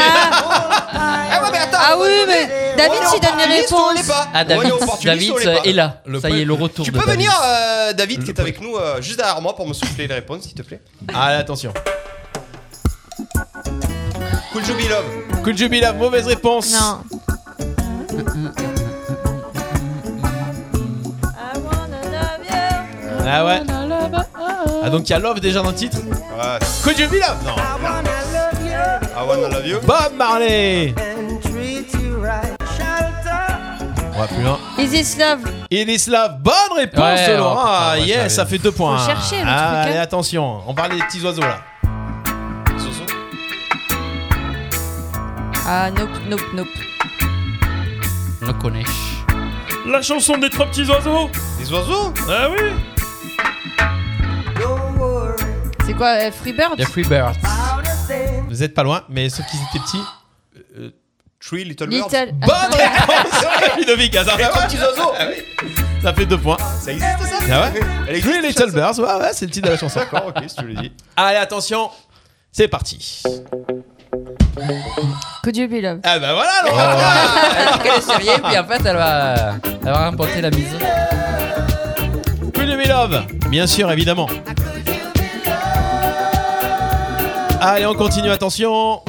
Speaker 13: Ah ouais, mais attends.
Speaker 7: ah oui, mais David,
Speaker 13: On est
Speaker 7: tu donnes les
Speaker 13: opportuniste ou on l'est
Speaker 7: réponses.
Speaker 13: pas
Speaker 5: Ah David,
Speaker 13: On est opportuniste
Speaker 5: David euh,
Speaker 13: ou on l'est pas
Speaker 5: est là.
Speaker 3: Le
Speaker 5: Ça y est, le retour
Speaker 13: Tu
Speaker 5: de
Speaker 13: peux
Speaker 5: David.
Speaker 13: venir, euh, David,
Speaker 3: Le
Speaker 13: qui est avec nous, euh, juste derrière moi, pour me souffler les réponses, s'il te plaît.
Speaker 3: Allez, attention.
Speaker 13: Cool Jubi Love.
Speaker 3: Could you be la mauvaise réponse
Speaker 7: Non.
Speaker 3: Ah ouais. Ah donc il y a Love déjà dans le titre.
Speaker 13: Ouais.
Speaker 3: Could you be love Non.
Speaker 13: I wanna love you.
Speaker 3: Bob Marley. On va plus loin.
Speaker 7: Is this love
Speaker 3: Elislav, bonne réponse
Speaker 5: Ouais, ouais,
Speaker 3: Laura.
Speaker 5: ouais, ouais,
Speaker 3: yes,
Speaker 5: j'avais-
Speaker 3: ça fait deux points.
Speaker 7: Faut chercher, le truc,
Speaker 3: Ah,
Speaker 7: hein.
Speaker 3: Allez, attention, on parle des petits oiseaux là.
Speaker 13: Zozo.
Speaker 7: Ah, nope, nope, nope.
Speaker 5: On connaît.
Speaker 15: La chanson des trois petits oiseaux
Speaker 13: Les oiseaux
Speaker 15: Ah oui
Speaker 7: C'est quoi, euh, Freebird
Speaker 5: Il y a Freebird.
Speaker 3: Vous êtes pas loin, mais sauf qu'ils étaient petits.
Speaker 13: Euh, Three Little Birds.
Speaker 7: Little.
Speaker 3: Bonne réponse Ludovic, ah, ça,
Speaker 13: Les
Speaker 3: fait-
Speaker 13: trois petits oiseaux
Speaker 3: ça fait deux points.
Speaker 13: Ça existe ça
Speaker 3: Ah ouais
Speaker 13: Elle existe,
Speaker 3: Three
Speaker 13: cette
Speaker 3: Little
Speaker 13: chanson
Speaker 3: Birds, ouais, ouais, c'est le titre de la chanson.
Speaker 13: D'accord, ok, si tu le dis.
Speaker 3: Eh Allez, attention, c'est parti.
Speaker 7: Que Dieu lui love.
Speaker 13: Ah
Speaker 3: ben
Speaker 13: bah voilà,
Speaker 5: Laura Elle est sérieuse, puis en fait, elle va, elle va remporter la mise.
Speaker 3: Plus de mes love, bien sûr, évidemment. Allez, on continue, attention.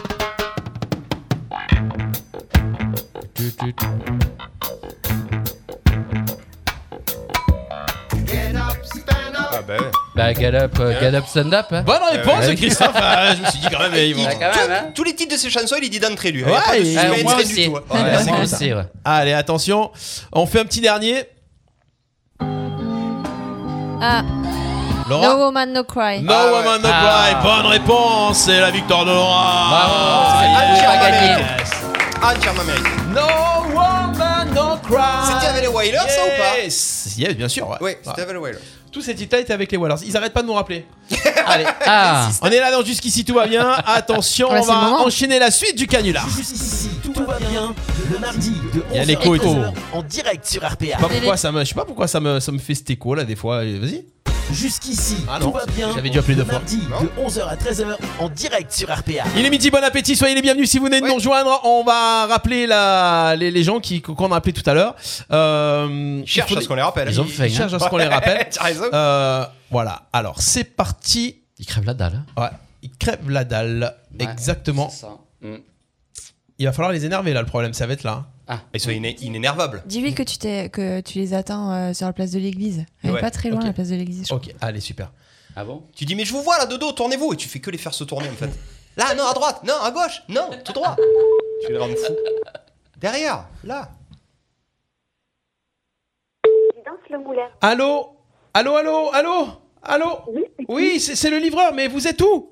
Speaker 13: Ah bah ouais.
Speaker 5: Bah, get up, euh, get up, stand up. Hein.
Speaker 3: Bonne réponse,
Speaker 5: Ouais.
Speaker 3: Christophe. Ah, je me suis dit quand même, ils vont.
Speaker 5: Ah, quand même, hein.
Speaker 13: Tous les titres de ses chansons, il les dit d'entrée lui.
Speaker 3: Ouais,
Speaker 13: hein. il
Speaker 3: il-
Speaker 13: y a pas de suspense,
Speaker 5: Ouais, moi
Speaker 13: rien
Speaker 5: aussi.
Speaker 13: du tout. hein.
Speaker 5: Ouais,
Speaker 3: Ouais, c'est
Speaker 5: moi
Speaker 3: comme
Speaker 5: aussi, ouais.
Speaker 3: Allez, attention. On fait un petit dernier.
Speaker 7: Ah,
Speaker 3: Laura.
Speaker 7: No Woman No Cry.
Speaker 3: No
Speaker 13: Ah ouais.
Speaker 3: woman, no
Speaker 5: Ah.
Speaker 3: cry. Bonne réponse. C'est la victoire de
Speaker 5: Bravo,
Speaker 3: Laura.
Speaker 5: c'est
Speaker 3: Yeah.
Speaker 5: pas
Speaker 13: entièrement
Speaker 5: gagné.
Speaker 13: mérité. Entièrement mérité.
Speaker 3: No woman, no cry.
Speaker 13: C'était avec les Wailers, ça, ou pas
Speaker 3: Yes. Yes, bien sûr. ouais.
Speaker 13: Oui,
Speaker 3: Ouais.
Speaker 13: c'était avec le Wailers.
Speaker 3: Tous ces titres-là étaient avec les Wallers. Ils arrêtent pas de nous rappeler. Allez,
Speaker 5: Ah,
Speaker 3: on est là dans Jusqu'ici tout va bien. Attention,
Speaker 7: Ouais,
Speaker 3: on
Speaker 7: c'est le
Speaker 3: va
Speaker 7: moment.
Speaker 3: enchaîner la suite du canular.
Speaker 1: Jusqu'ici, tout va bien. Le mardi de 11h
Speaker 3: Il y a l'écho et tout.
Speaker 1: en direct sur RPA.
Speaker 3: Je sais pas pourquoi ça me, je sais pas pourquoi ça me, ça me fait cet écho là des fois. Vas-y.
Speaker 1: Jusqu'ici,
Speaker 3: Ah non,
Speaker 1: tout va bien.
Speaker 3: j'avais dû appeler deux
Speaker 1: Le
Speaker 3: fois.
Speaker 1: Mardi de 11h à 13h en direct sur RPA.
Speaker 3: Il est midi, bon appétit, soyez les bienvenus si vous venez de nous rejoindre. On va rappeler la, les, les gens qui- qu'on a appelés tout à l'heure. Euh, il
Speaker 13: Ils cherchent
Speaker 3: faut
Speaker 13: à
Speaker 3: des-
Speaker 13: ce qu'on les rappelle.
Speaker 5: Ils ont fait,
Speaker 3: ils
Speaker 5: hein.
Speaker 3: cherchent à ce qu'on les rappelle.
Speaker 13: T'as raison.
Speaker 3: Euh, voilà, alors c'est parti.
Speaker 5: il crève la dalle. hein.
Speaker 3: Ouais, ils crèvent la dalle.
Speaker 5: Ouais,
Speaker 3: Exactement.
Speaker 13: Mm.
Speaker 3: Il va falloir les énerver là, le problème, ça va être là. hein.
Speaker 13: Ils sont Ah. iné- inénervables.
Speaker 4: Dis-lui que tu, t'es, que tu les attends euh, sur la place de l'église. Elle
Speaker 13: Ouais,
Speaker 4: est pas très loin,
Speaker 3: ok.
Speaker 4: la place de l'église. je crois.
Speaker 3: Ok, allez, super.
Speaker 5: Ah bon
Speaker 13: Tu dis, mais je vous vois là, dodo, tournez-vous. Et tu fais que les faire se tourner en fait. Là, non, à droite, non, à gauche, non, tout droit. Tu les rends fous. Derrière, là.
Speaker 14: Danse le moulin.
Speaker 3: Allô Allô, allô, allô Allô Oui, c'est c'est le livreur, mais vous êtes où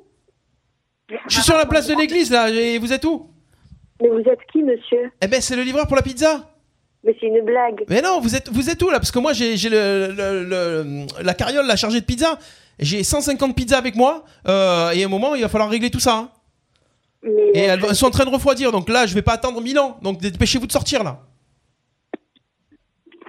Speaker 3: Je suis sur la place de l'église là, et vous êtes où
Speaker 14: Mais vous êtes qui, monsieur
Speaker 3: Eh ben, c'est le livreur pour la pizza
Speaker 14: Mais c'est une blague.
Speaker 3: Mais non, vous êtes, vous êtes où là Parce que moi j'ai j'ai le, le- le- la carriole la chargée de pizza. J'ai 150 pizzas avec moi euh, et à un moment il va falloir régler tout ça. hein.
Speaker 14: Mais
Speaker 3: Et
Speaker 14: euh,
Speaker 3: elles, elles sont en train de refroidir donc là je vais pas attendre 1000 ans. Donc dépêchez-vous de sortir là.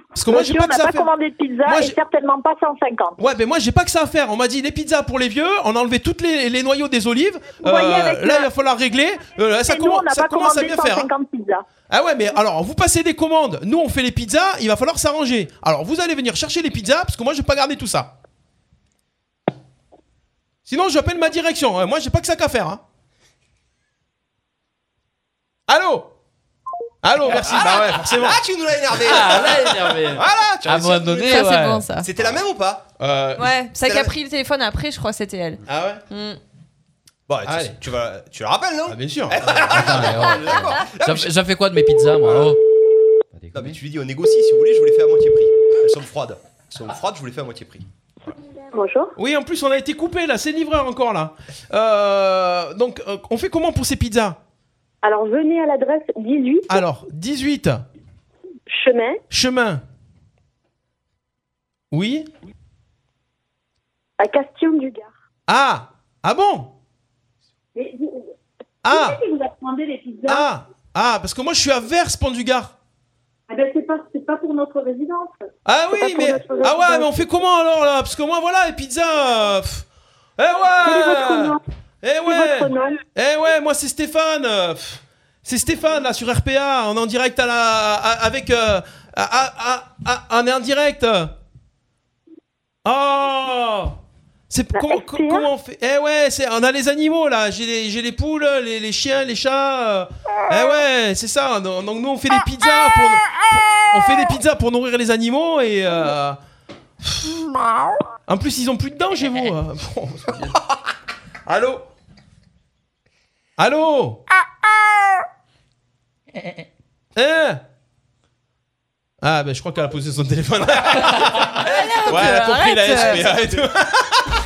Speaker 3: Parce que moi j'ai
Speaker 14: monsieur,
Speaker 3: pas que
Speaker 14: on n'a
Speaker 3: ça à
Speaker 14: pas
Speaker 3: faire.
Speaker 14: commandé de pizza
Speaker 3: Moi,
Speaker 14: et
Speaker 3: j'ai-
Speaker 14: certainement pas 150.
Speaker 3: Ouais, mais moi j'ai pas que ça à faire. On m'a dit les pizzas pour les vieux, on a enlevé toutes les, les noyaux des olives. Euh,
Speaker 14: Vous voyez, avec
Speaker 3: là
Speaker 14: la-
Speaker 3: il va falloir régler. Euh, là, ça,
Speaker 14: et nous,
Speaker 3: commence-
Speaker 14: on n'a
Speaker 3: ça
Speaker 14: pas
Speaker 3: commence à
Speaker 14: commandé
Speaker 3: bien faire. hein.
Speaker 14: 150 pizzas.
Speaker 3: Ah ouais, mais alors vous passez des commandes, nous on fait les pizzas, il va falloir s'arranger. Alors vous allez venir chercher les pizzas parce que moi je vais pas garder tout ça. Sinon j'appelle ma direction, hein. moi j'ai pas que ça qu'à faire. Hein. Allô Allô, merci. bah ouais, forcément.
Speaker 13: Ah, tu nous l'as énervé.
Speaker 5: Ah, là, il est énervé.
Speaker 13: Voilà, tu
Speaker 5: À un
Speaker 13: as essayé
Speaker 5: moment
Speaker 13: de nous
Speaker 5: donné,
Speaker 7: Ça, c'est
Speaker 5: ouais.
Speaker 7: bon, ça.
Speaker 13: C'était la même ou pas
Speaker 3: Euh,
Speaker 7: Ouais, ça
Speaker 13: C'est
Speaker 7: qui a
Speaker 13: la-
Speaker 7: pris le téléphone après, je crois, c'était elle.
Speaker 13: Ah ouais
Speaker 7: Mm.
Speaker 13: Bon, tu-
Speaker 3: Allez.
Speaker 13: tu, vas, tu le rappelles, non
Speaker 3: ah, bien sûr.
Speaker 5: Attends, mais ouais.
Speaker 13: D'accord.
Speaker 5: J'en- J'en fais quoi de mes pizzas, moi oh.
Speaker 13: Non, mais tu lui dis, on négocie, si vous voulez, je vous les fais à moitié prix. Elles sont froides. Elles sont froides, je vous les fais à moitié prix.
Speaker 14: Bonjour.
Speaker 3: Oui, en plus on a été coupé là, c'est le livreur encore là. Euh, donc euh, on fait comment pour ces pizzas
Speaker 14: Alors, venez à l'adresse 18
Speaker 3: Alors, 18
Speaker 14: chemin.
Speaker 3: chemin. Oui
Speaker 14: à Castillon du Gard.
Speaker 3: Ah Ah bon
Speaker 14: Mais vous,
Speaker 3: Ah
Speaker 14: qui vous a commandé les pizzas
Speaker 3: Ah Ah Parce que moi je suis à Vers du Gard.
Speaker 14: Ah ben, c'est pas, c'est pas pour notre résidence.
Speaker 3: Ah
Speaker 14: C'est
Speaker 3: oui,
Speaker 14: pas
Speaker 3: mais.
Speaker 14: pour notre
Speaker 3: Ah ouais,
Speaker 14: résidence.
Speaker 3: mais on fait comment alors là Parce que moi voilà, les pizzas. euh, pff. Eh
Speaker 14: Quel est votre
Speaker 3: ouais
Speaker 14: nom
Speaker 3: Eh
Speaker 14: C'est votre
Speaker 3: ouais
Speaker 14: nom
Speaker 3: Eh ouais, moi c'est Stéphane euh, pff. C'est Stéphane là sur RPA, on est en direct à la. à- avec. euh, à- à- à- à- on est en direct Oh c'est
Speaker 14: La
Speaker 3: comment,
Speaker 14: SPA?
Speaker 3: comment on fait Eh ouais, c'est on a les animaux là, j'ai les, j'ai les poules, les, les chiens, les chats.
Speaker 14: Ah.
Speaker 3: euh. Eh ouais, c'est ça. Donc donc, nous on fait des pizzas pour
Speaker 14: ah,
Speaker 3: on fait des pizzas pour nourrir les animaux et euh, en plus ils ont plus de dents chez vous. euh. Bon, c'est bien. Allô Allô
Speaker 4: Ah,
Speaker 3: Hein Ah ben je crois qu'elle a posé son téléphone. ouais, elle a compris la
Speaker 7: arrête.
Speaker 3: SPA et tout.
Speaker 1: Euh,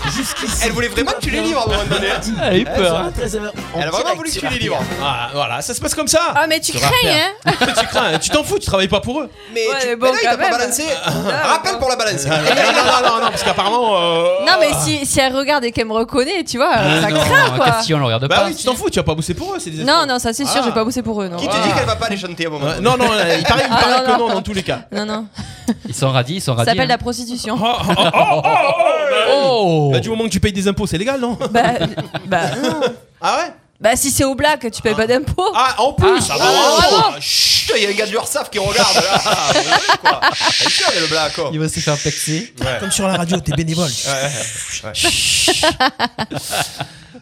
Speaker 1: Jusqu'ici.
Speaker 13: Elle voulait vraiment que tu les livres à un moment donné.
Speaker 1: Mardi
Speaker 5: Elle a eu
Speaker 1: de
Speaker 5: peur,
Speaker 1: 11h à
Speaker 5: hein.
Speaker 1: 13h en
Speaker 13: Elle a vraiment
Speaker 1: direct
Speaker 13: voulu que
Speaker 1: sur
Speaker 13: tu les
Speaker 1: RPA.
Speaker 13: livres.
Speaker 3: Ah, voilà, ça se passe comme ça.
Speaker 7: Oh, mais tu
Speaker 3: Sur
Speaker 7: craignes, hein
Speaker 3: tu crains, tu t'en fous, tu travailles pas pour eux.
Speaker 7: Ouais,
Speaker 13: Mais tu
Speaker 7: mais
Speaker 13: mais
Speaker 7: bon,
Speaker 13: là, il t'a
Speaker 7: quand
Speaker 13: pas
Speaker 7: même.
Speaker 13: balancé. Rappel Ah, pour la balancer.
Speaker 3: Ah, non, non, non, non, parce qu'apparemment. euh,
Speaker 7: Non, mais si, si elle regarde et qu'elle me reconnaît, tu vois, Ah,
Speaker 3: Ah,
Speaker 7: ça
Speaker 5: Ah, Non,
Speaker 7: craint, quoi.
Speaker 5: qu'est-ce qu'on le regarde
Speaker 3: Bah
Speaker 5: pas
Speaker 3: oui, tu t'en fous, tu vas pas bosser pour eux, c'est des escrocs.
Speaker 7: Non, non, ça c'est sûr,
Speaker 3: Ah.
Speaker 7: j'ai pas bossé pour eux, non.
Speaker 13: Qui te dit qu'elle va pas les chanter à un moment
Speaker 3: Euh,
Speaker 13: donné
Speaker 3: non, non, euh, il paraît, il
Speaker 7: Ah,
Speaker 3: paraît
Speaker 7: non,
Speaker 3: que
Speaker 7: non.
Speaker 3: non, dans tous les cas.
Speaker 7: Non, non.
Speaker 5: Ils sont radis, ils sont
Speaker 7: Ça
Speaker 5: radis.
Speaker 7: s'appelle la
Speaker 5: hein.
Speaker 7: prostitution.
Speaker 3: Oh, oh, oh, oh, oh, oh, bah,
Speaker 5: Oh
Speaker 3: bah, du moment que tu payes des impôts, c'est légal, non
Speaker 7: Bah, bah, non.
Speaker 3: Ah ouais
Speaker 7: Bah, si c'est au black, tu payes pas d'impôts.
Speaker 13: Ah, en plus
Speaker 7: Ah, bravo.
Speaker 13: Chut, il y a un gars de l'URSAF qui regarde là Mais oui, quoi. Et sûr, il y a le blague,
Speaker 3: oh.
Speaker 13: quoi
Speaker 5: Il va se faire taxer.
Speaker 3: Comme sur la radio, t'es bénévole.
Speaker 13: Ouais, ouais, ouais.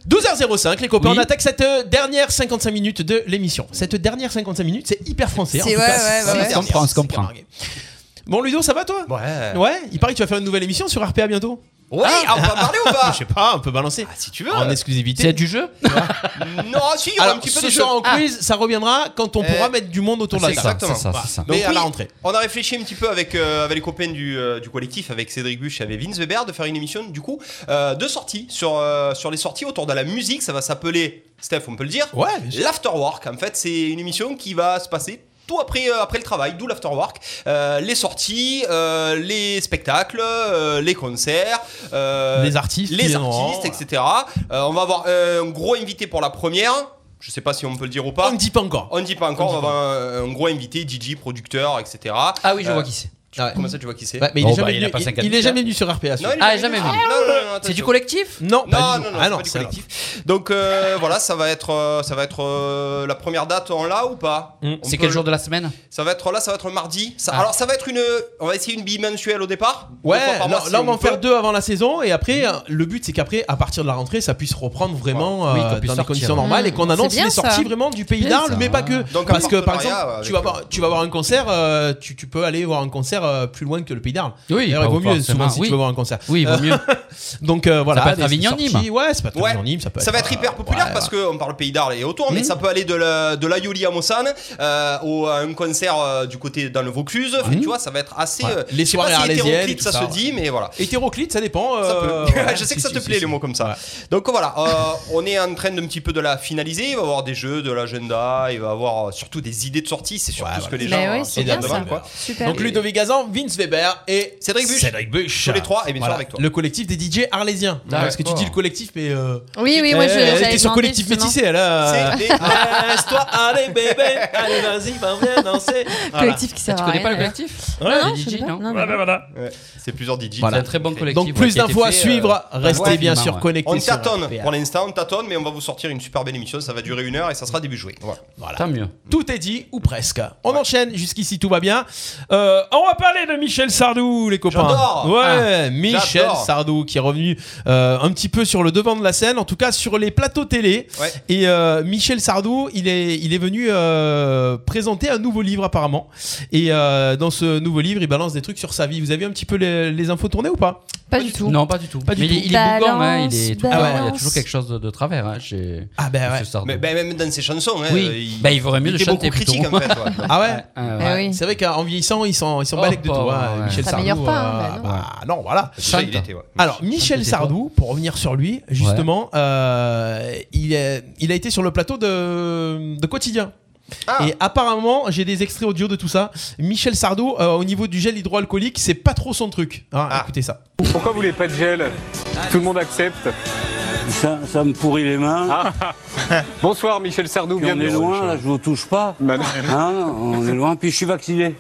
Speaker 3: 12h05, les copains,
Speaker 5: Oui.
Speaker 3: on attaque cette euh, dernière 55 minutes de l'émission. Cette dernière 55 minutes, c'est hyper français. hein, en
Speaker 7: C'est-
Speaker 3: tout
Speaker 7: ouais,
Speaker 3: cas,
Speaker 7: ouais,
Speaker 3: c'est
Speaker 7: ouais,
Speaker 3: la
Speaker 7: ouais.
Speaker 5: On
Speaker 3: dernière.
Speaker 5: comprend, on se comprend.
Speaker 3: Bon, Ludo, ça va toi
Speaker 13: Ouais.
Speaker 3: Ouais, il paraît que tu vas faire une nouvelle émission sur RPA bientôt.
Speaker 13: Oui, ah, on va parler ou pas Ah,
Speaker 3: Je sais pas, on peut balancer.
Speaker 13: Si tu veux.
Speaker 3: En
Speaker 5: C'est
Speaker 3: exclusivité.
Speaker 5: du jeu
Speaker 13: Non, si, il y aura
Speaker 3: Alors,
Speaker 13: un petit peu
Speaker 3: ce
Speaker 13: de jeu.
Speaker 3: soir en quiz, ça reviendra quand on
Speaker 13: Euh,
Speaker 3: pourra mettre du monde autour de la
Speaker 13: c'est
Speaker 3: table.
Speaker 13: exactement.
Speaker 5: ça, c'est ça.
Speaker 3: Mais
Speaker 13: Donc
Speaker 3: Bah, à
Speaker 13: oui,
Speaker 3: la rentrée.
Speaker 13: On a réfléchi un petit peu avec, euh, avec les copains du, euh, du collectif, avec Cédric Buche et avec Vince Weber, de faire une émission du coup euh, de sortie sur, euh, sur les sorties autour de la musique. Ça va s'appeler, Steph, on peut le dire,
Speaker 3: Ouais, bien sûr.
Speaker 13: l'Afterwork. En fait, c'est une émission qui va se passer tout après, euh, après le travail, d'où l'afterwork, Euh, les sorties, euh, les spectacles, euh, les concerts, euh,
Speaker 3: Les artistes qui
Speaker 13: les
Speaker 3: viendront,
Speaker 13: artistes, etc. Euh, on va avoir euh, un gros invité pour la première. Je sais pas si on peut le dire ou pas.
Speaker 3: on ne dit pas encore.
Speaker 13: On ne dit pas encore, on va avoir un, un gros invité, DJ, producteur, etc.
Speaker 5: Ah oui, je
Speaker 13: Euh,
Speaker 5: vois qui c'est.
Speaker 13: tu- Comment ça, tu vois qui c'est
Speaker 3: Ouais, mais il,
Speaker 5: Bon,
Speaker 3: est jamais
Speaker 5: bah, il
Speaker 3: venu,
Speaker 5: a passé un
Speaker 3: il- il est
Speaker 5: capital.
Speaker 3: jamais venu sur RPA. celui-là.
Speaker 13: il est
Speaker 5: Ah, jamais
Speaker 13: venu.
Speaker 5: venu.
Speaker 13: Non, non, non,
Speaker 5: C'est du
Speaker 13: attention.
Speaker 5: collectif
Speaker 3: Non,
Speaker 13: Non,
Speaker 3: pas
Speaker 13: non,
Speaker 3: du tout.
Speaker 13: non, c'est
Speaker 3: Ah non,
Speaker 13: pas du
Speaker 3: c'est
Speaker 13: collectif. Donc euh, voilà, ça va être, euh, ça va être euh, la première date, on l'a ou pas
Speaker 3: Mm.
Speaker 13: On
Speaker 5: C'est
Speaker 13: peut
Speaker 5: quel
Speaker 13: le-
Speaker 5: jour de la semaine
Speaker 13: Ça va être là, ça va être mardi. Ça-
Speaker 5: Ah.
Speaker 13: Alors ça va être une, on va essayer une bimensuelle au départ.
Speaker 3: Ouais,
Speaker 13: Deux fois
Speaker 3: là,
Speaker 13: par mois, si
Speaker 3: là, on
Speaker 13: on
Speaker 3: va en
Speaker 13: peut.
Speaker 3: faire deux avant la saison et après euh, le but c'est qu'après à partir de la rentrée ça puisse reprendre vraiment
Speaker 5: Oui,
Speaker 3: euh, dans
Speaker 5: qu'on puisse
Speaker 3: des
Speaker 5: sortir.
Speaker 3: conditions normales
Speaker 4: Mmh.
Speaker 3: et qu'on
Speaker 4: C'est
Speaker 3: annonce
Speaker 4: bien,
Speaker 3: les
Speaker 4: ça.
Speaker 3: sorties vraiment du pays
Speaker 5: bien,
Speaker 3: d'Arles
Speaker 5: ça.
Speaker 3: mais pas que
Speaker 13: Donc, un
Speaker 3: parce que par exemple
Speaker 13: partenariat avec,
Speaker 3: tu vas voir tu vas voir un concert euh, tu, tu peux aller voir un concert euh, plus loin que le pays d'Arles.
Speaker 5: Oui,
Speaker 3: D'ailleurs, il vaut mieux souvent si
Speaker 5: oui.
Speaker 3: tu veux voir un concert.
Speaker 5: Oui, il vaut mieux.
Speaker 3: Donc euh, voilà,
Speaker 5: peut être
Speaker 3: des
Speaker 5: Avignon,
Speaker 3: sorties.
Speaker 5: Nîmes.
Speaker 3: Ouais, c'est pas
Speaker 13: Ouais.
Speaker 3: Avignon Nîmes, ça peut euh,
Speaker 13: Ça va être hyper populaire
Speaker 3: ouais,
Speaker 13: parce qu'on parle pays d'Arles et autour, mais
Speaker 3: Mhm.
Speaker 13: ça peut aller de la, de l'Aioli à Mossane euh, au, à un concert euh, du côté dans le Vaucluse. Enfin, Tu vois, ça va être assez.
Speaker 3: Mmh. Ouais.
Speaker 13: euh,
Speaker 3: Les
Speaker 13: je sais pas
Speaker 3: soirées
Speaker 13: si
Speaker 3: arlésiennes et
Speaker 13: hétéroclite,
Speaker 3: tout
Speaker 13: ça,
Speaker 3: ça,
Speaker 13: se
Speaker 3: ouais.
Speaker 13: dit, mais voilà.
Speaker 3: hétéroclite, ça dépend.
Speaker 13: Ça peut.
Speaker 3: euh,
Speaker 13: je
Speaker 3: voilà.
Speaker 13: sais que
Speaker 3: Si,
Speaker 13: ça te
Speaker 3: si,
Speaker 13: plaît
Speaker 3: si,
Speaker 13: les
Speaker 3: si.
Speaker 13: mots comme ça.
Speaker 3: Ouais.
Speaker 13: Donc voilà, euh, on est en train d'un petit peu de la finaliser. Il va y avoir des jeux, de l'agenda, il va y avoir euh, surtout des idées de sortie. C'est surtout
Speaker 3: Ouais,
Speaker 13: ce
Speaker 3: voilà.
Speaker 13: que les gens
Speaker 4: Mais
Speaker 13: euh,
Speaker 4: oui, c'est
Speaker 13: se
Speaker 4: bien
Speaker 13: demandent,
Speaker 4: ça.
Speaker 13: quoi.
Speaker 4: Super.
Speaker 3: Donc Ludovic Gazan, Vince Weber et
Speaker 13: Cédric Buche.
Speaker 3: Cédric Buche.
Speaker 13: Tous les trois, et bien sûr
Speaker 3: Voilà,
Speaker 13: avec toi.
Speaker 3: Le collectif des DJ arlésiens.
Speaker 5: D'accord.
Speaker 3: Parce que tu dis le collectif, mais. Euh...
Speaker 4: Oui, oui,
Speaker 3: eh,
Speaker 4: moi je.
Speaker 3: elle
Speaker 4: j'avais
Speaker 3: était sur
Speaker 4: demandé,
Speaker 3: collectif
Speaker 4: justement.
Speaker 3: métissé, elle a.
Speaker 13: C'est des-
Speaker 3: Laisse-toi, allez bébé, allez vas-y, va viens danser. Voilà.
Speaker 4: Collectif qui sert
Speaker 5: Tu
Speaker 4: à
Speaker 5: connais
Speaker 4: rien.
Speaker 5: pas le
Speaker 4: d'ailleurs.
Speaker 5: collectif
Speaker 3: Ouais.
Speaker 4: Non, non,
Speaker 5: Les
Speaker 4: je
Speaker 5: DJ,
Speaker 4: sais pas.
Speaker 5: non
Speaker 4: Non,
Speaker 8: bah
Speaker 3: Ah,
Speaker 2: Voilà,
Speaker 4: non.
Speaker 2: voilà.
Speaker 13: Ouais, c'est plusieurs DJ.
Speaker 5: C'est
Speaker 3: Voilà.
Speaker 5: un très bon collectif.
Speaker 3: Donc plus
Speaker 5: ouais, qui a été
Speaker 3: d'infos à
Speaker 5: fait, euh,
Speaker 3: suivre, restez
Speaker 5: ouais,
Speaker 3: bien
Speaker 5: filmement,
Speaker 3: sûr
Speaker 5: ouais.
Speaker 3: connectés.
Speaker 13: On
Speaker 3: sur
Speaker 13: tâtonne
Speaker 3: RPA.
Speaker 13: pour l'instant, on tâtonne, mais on va vous sortir une superbe émission. Ça va durer une heure et ça sera début juillet. Voilà.
Speaker 3: Voilà.
Speaker 5: Tant mieux.
Speaker 3: Tout est dit, ou presque. On enchaîne, jusqu'ici tout va bien.
Speaker 2: Euh, on va parler de Michel Sardou, les copains.
Speaker 13: J'adore. Ah,
Speaker 3: Ouais, Michel
Speaker 13: j'adore.
Speaker 3: Sardou qui est revenu euh, un petit peu sur le devant de la scène, en tout cas sur les plateaux télé.
Speaker 13: Ouais.
Speaker 3: Et euh, Michel Sardou, il est, il est venu euh, présenter un nouveau livre apparemment. Et euh, dans ce nouveau livre, il balance des trucs sur sa vie. Vous avez un petit peu les, les infos tournées ou pas
Speaker 4: Pas du tout.
Speaker 5: Non, pas du tout.
Speaker 3: Pas du
Speaker 5: Mais il
Speaker 3: tout.
Speaker 5: est- il est bougon, hein, il est tout le temps,
Speaker 4: Balance,
Speaker 5: il y a toujours
Speaker 4: balance.
Speaker 5: quelque chose de, de travers hein, chez
Speaker 3: Ah ben
Speaker 5: Monsieur Sardou.
Speaker 13: Mais, ben, même dans ses chansons, hein, euh,
Speaker 5: oui,
Speaker 13: il,
Speaker 5: bah, il vaudrait mieux
Speaker 13: il
Speaker 5: le
Speaker 13: était beaucoup
Speaker 5: chanter
Speaker 13: critique
Speaker 5: plutôt.
Speaker 13: en fait. ouais.
Speaker 3: Ah ouais
Speaker 5: Ah,
Speaker 4: Eh
Speaker 5: ouais.
Speaker 4: oui.
Speaker 3: C'est vrai qu'en vieillissant, ils s'en ils s'en
Speaker 5: Oh,
Speaker 3: balèquent de tout.
Speaker 5: pas,
Speaker 3: hein,
Speaker 5: ouais.
Speaker 3: Michel
Speaker 4: Ça
Speaker 3: Sardou.
Speaker 4: améliore pas, hein,
Speaker 3: euh,
Speaker 4: ben non.
Speaker 13: Ah
Speaker 3: bah, non, voilà.
Speaker 13: Déjà, il était, ouais.
Speaker 3: Alors,
Speaker 5: un peu
Speaker 3: Michel Sardou, pour revenir sur lui, justement, euh, il, est- il a été sur le plateau de, de Quotidien.
Speaker 13: Ah.
Speaker 3: Et apparemment, j'ai des extraits audio de tout ça. Michel Sardou, euh, au niveau du gel hydroalcoolique, c'est pas trop son truc. hein.
Speaker 13: Ah.
Speaker 3: Écoutez ça.
Speaker 16: Pourquoi vous voulez pas de gel Tout le monde accepte.
Speaker 17: Ça, ça me pourrit les mains.
Speaker 16: Ah. Bonsoir Michel Sardou,
Speaker 17: Puis on
Speaker 16: bienvenue.
Speaker 17: est loin, là, je vous touche pas.
Speaker 16: Bah non. Ah.
Speaker 17: Hein, on est loin, puis je suis vacciné.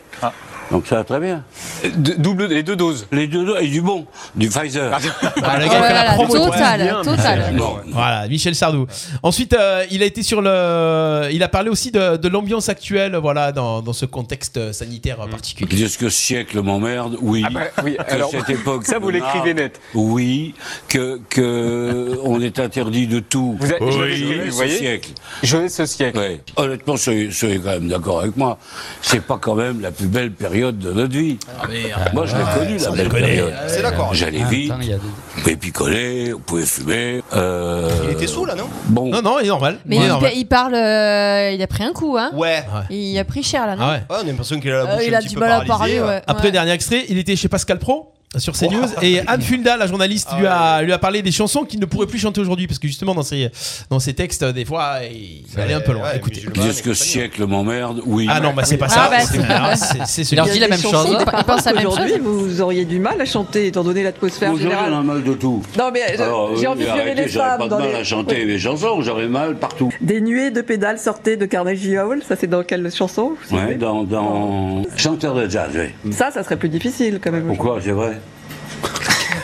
Speaker 17: Donc ça va très bien.
Speaker 16: Euh, d- double les deux doses.
Speaker 17: Les deux, do- et du bon, du Pfizer.
Speaker 3: Ah, le
Speaker 4: Oh
Speaker 3: gars, il fait
Speaker 4: là
Speaker 3: la
Speaker 4: là,
Speaker 3: promo, quoi.
Speaker 4: total, total.
Speaker 17: Bon.
Speaker 3: Voilà, Michel Sardou. Ensuite, euh, il a été sur le, il a parlé aussi de, de l'ambiance actuelle, voilà, dans, dans ce contexte sanitaire
Speaker 13: Mm.
Speaker 3: particulier.
Speaker 17: Que ce siècle m'emmerde, oui.
Speaker 16: Ah bah oui,
Speaker 17: Que
Speaker 16: alors,
Speaker 17: cette époque
Speaker 16: ça, vous
Speaker 17: m'emmerde,
Speaker 16: l'écrivez net.
Speaker 17: Oui, que, que on est interdit de tout.
Speaker 16: Vous avez- je l'ai- je l'ai-
Speaker 17: Ce
Speaker 16: vous voyez
Speaker 17: siècle.
Speaker 16: Je vais ce siècle.
Speaker 17: Ouais. Honnêtement, soyez, soyez quand même d'accord avec moi. C'est pas quand même la plus belle période de notre vie.
Speaker 5: Ah, euh,
Speaker 17: moi, je l'ai connue, la belle période.
Speaker 13: C'est d'accord.
Speaker 17: J'allais vite,
Speaker 5: Attends, il y a des-
Speaker 17: vous pouvez picoler, vous pouvez fumer. euh,
Speaker 13: Il était sous là, non
Speaker 17: Bon.
Speaker 3: Non, non, il est normal.
Speaker 4: Mais
Speaker 3: Il est
Speaker 4: il,
Speaker 3: normal.
Speaker 4: il parle. euh, il a pris un coup, hein.
Speaker 13: Ouais.
Speaker 4: Il a pris cher, là, non
Speaker 3: Ah ouais.
Speaker 13: Ouais, on a l'impression qu'il a la
Speaker 4: Euh,
Speaker 13: bouche
Speaker 4: Il
Speaker 13: un
Speaker 4: a
Speaker 13: petit
Speaker 4: du
Speaker 13: peu
Speaker 4: mal à parler,
Speaker 13: paralysée, ouais.
Speaker 4: ouais.
Speaker 3: Après,
Speaker 4: ouais.
Speaker 3: dernier extrait, il était chez Pascal Pro euh, sur CNews et Anne Fulda, la journaliste,
Speaker 13: Ah
Speaker 3: lui, a, lui a parlé des chansons qu'il ne pourrait plus chanter aujourd'hui parce que justement dans ses, dans ses textes, euh, des fois, il allait un peu loin.
Speaker 13: Ouais,
Speaker 3: Écoutez.
Speaker 13: musulmane,
Speaker 17: Qu'est-ce que
Speaker 13: et compagnie.
Speaker 17: siècle m'emmerde Oui.
Speaker 3: Ah non, bah c'est pas
Speaker 4: Ah
Speaker 3: ça.
Speaker 4: bah,
Speaker 3: c'est
Speaker 4: c'est-
Speaker 3: alors, c'est- c'est
Speaker 5: Il
Speaker 3: celui
Speaker 5: leur dit la même chose.
Speaker 4: Il Hein pense à la même chose.
Speaker 14: vous auriez du mal à chanter étant donné l'atmosphère
Speaker 17: Aujourd'hui, on a mal de tout.
Speaker 14: Non, mais euh,
Speaker 17: Alors, Ah, oui, arrêtez, j'aurais pas de mal à chanter mes chansons, j'aurais mal partout.
Speaker 14: Des nuées de pédales sortaient de Carnegie Hall, ça c'est dans quelle chanson
Speaker 17: Ouais, dans, dans... Chanteur de jazz, oui.
Speaker 14: Ça, ça serait plus difficile quand même.
Speaker 17: Pourquoi, c'est vrai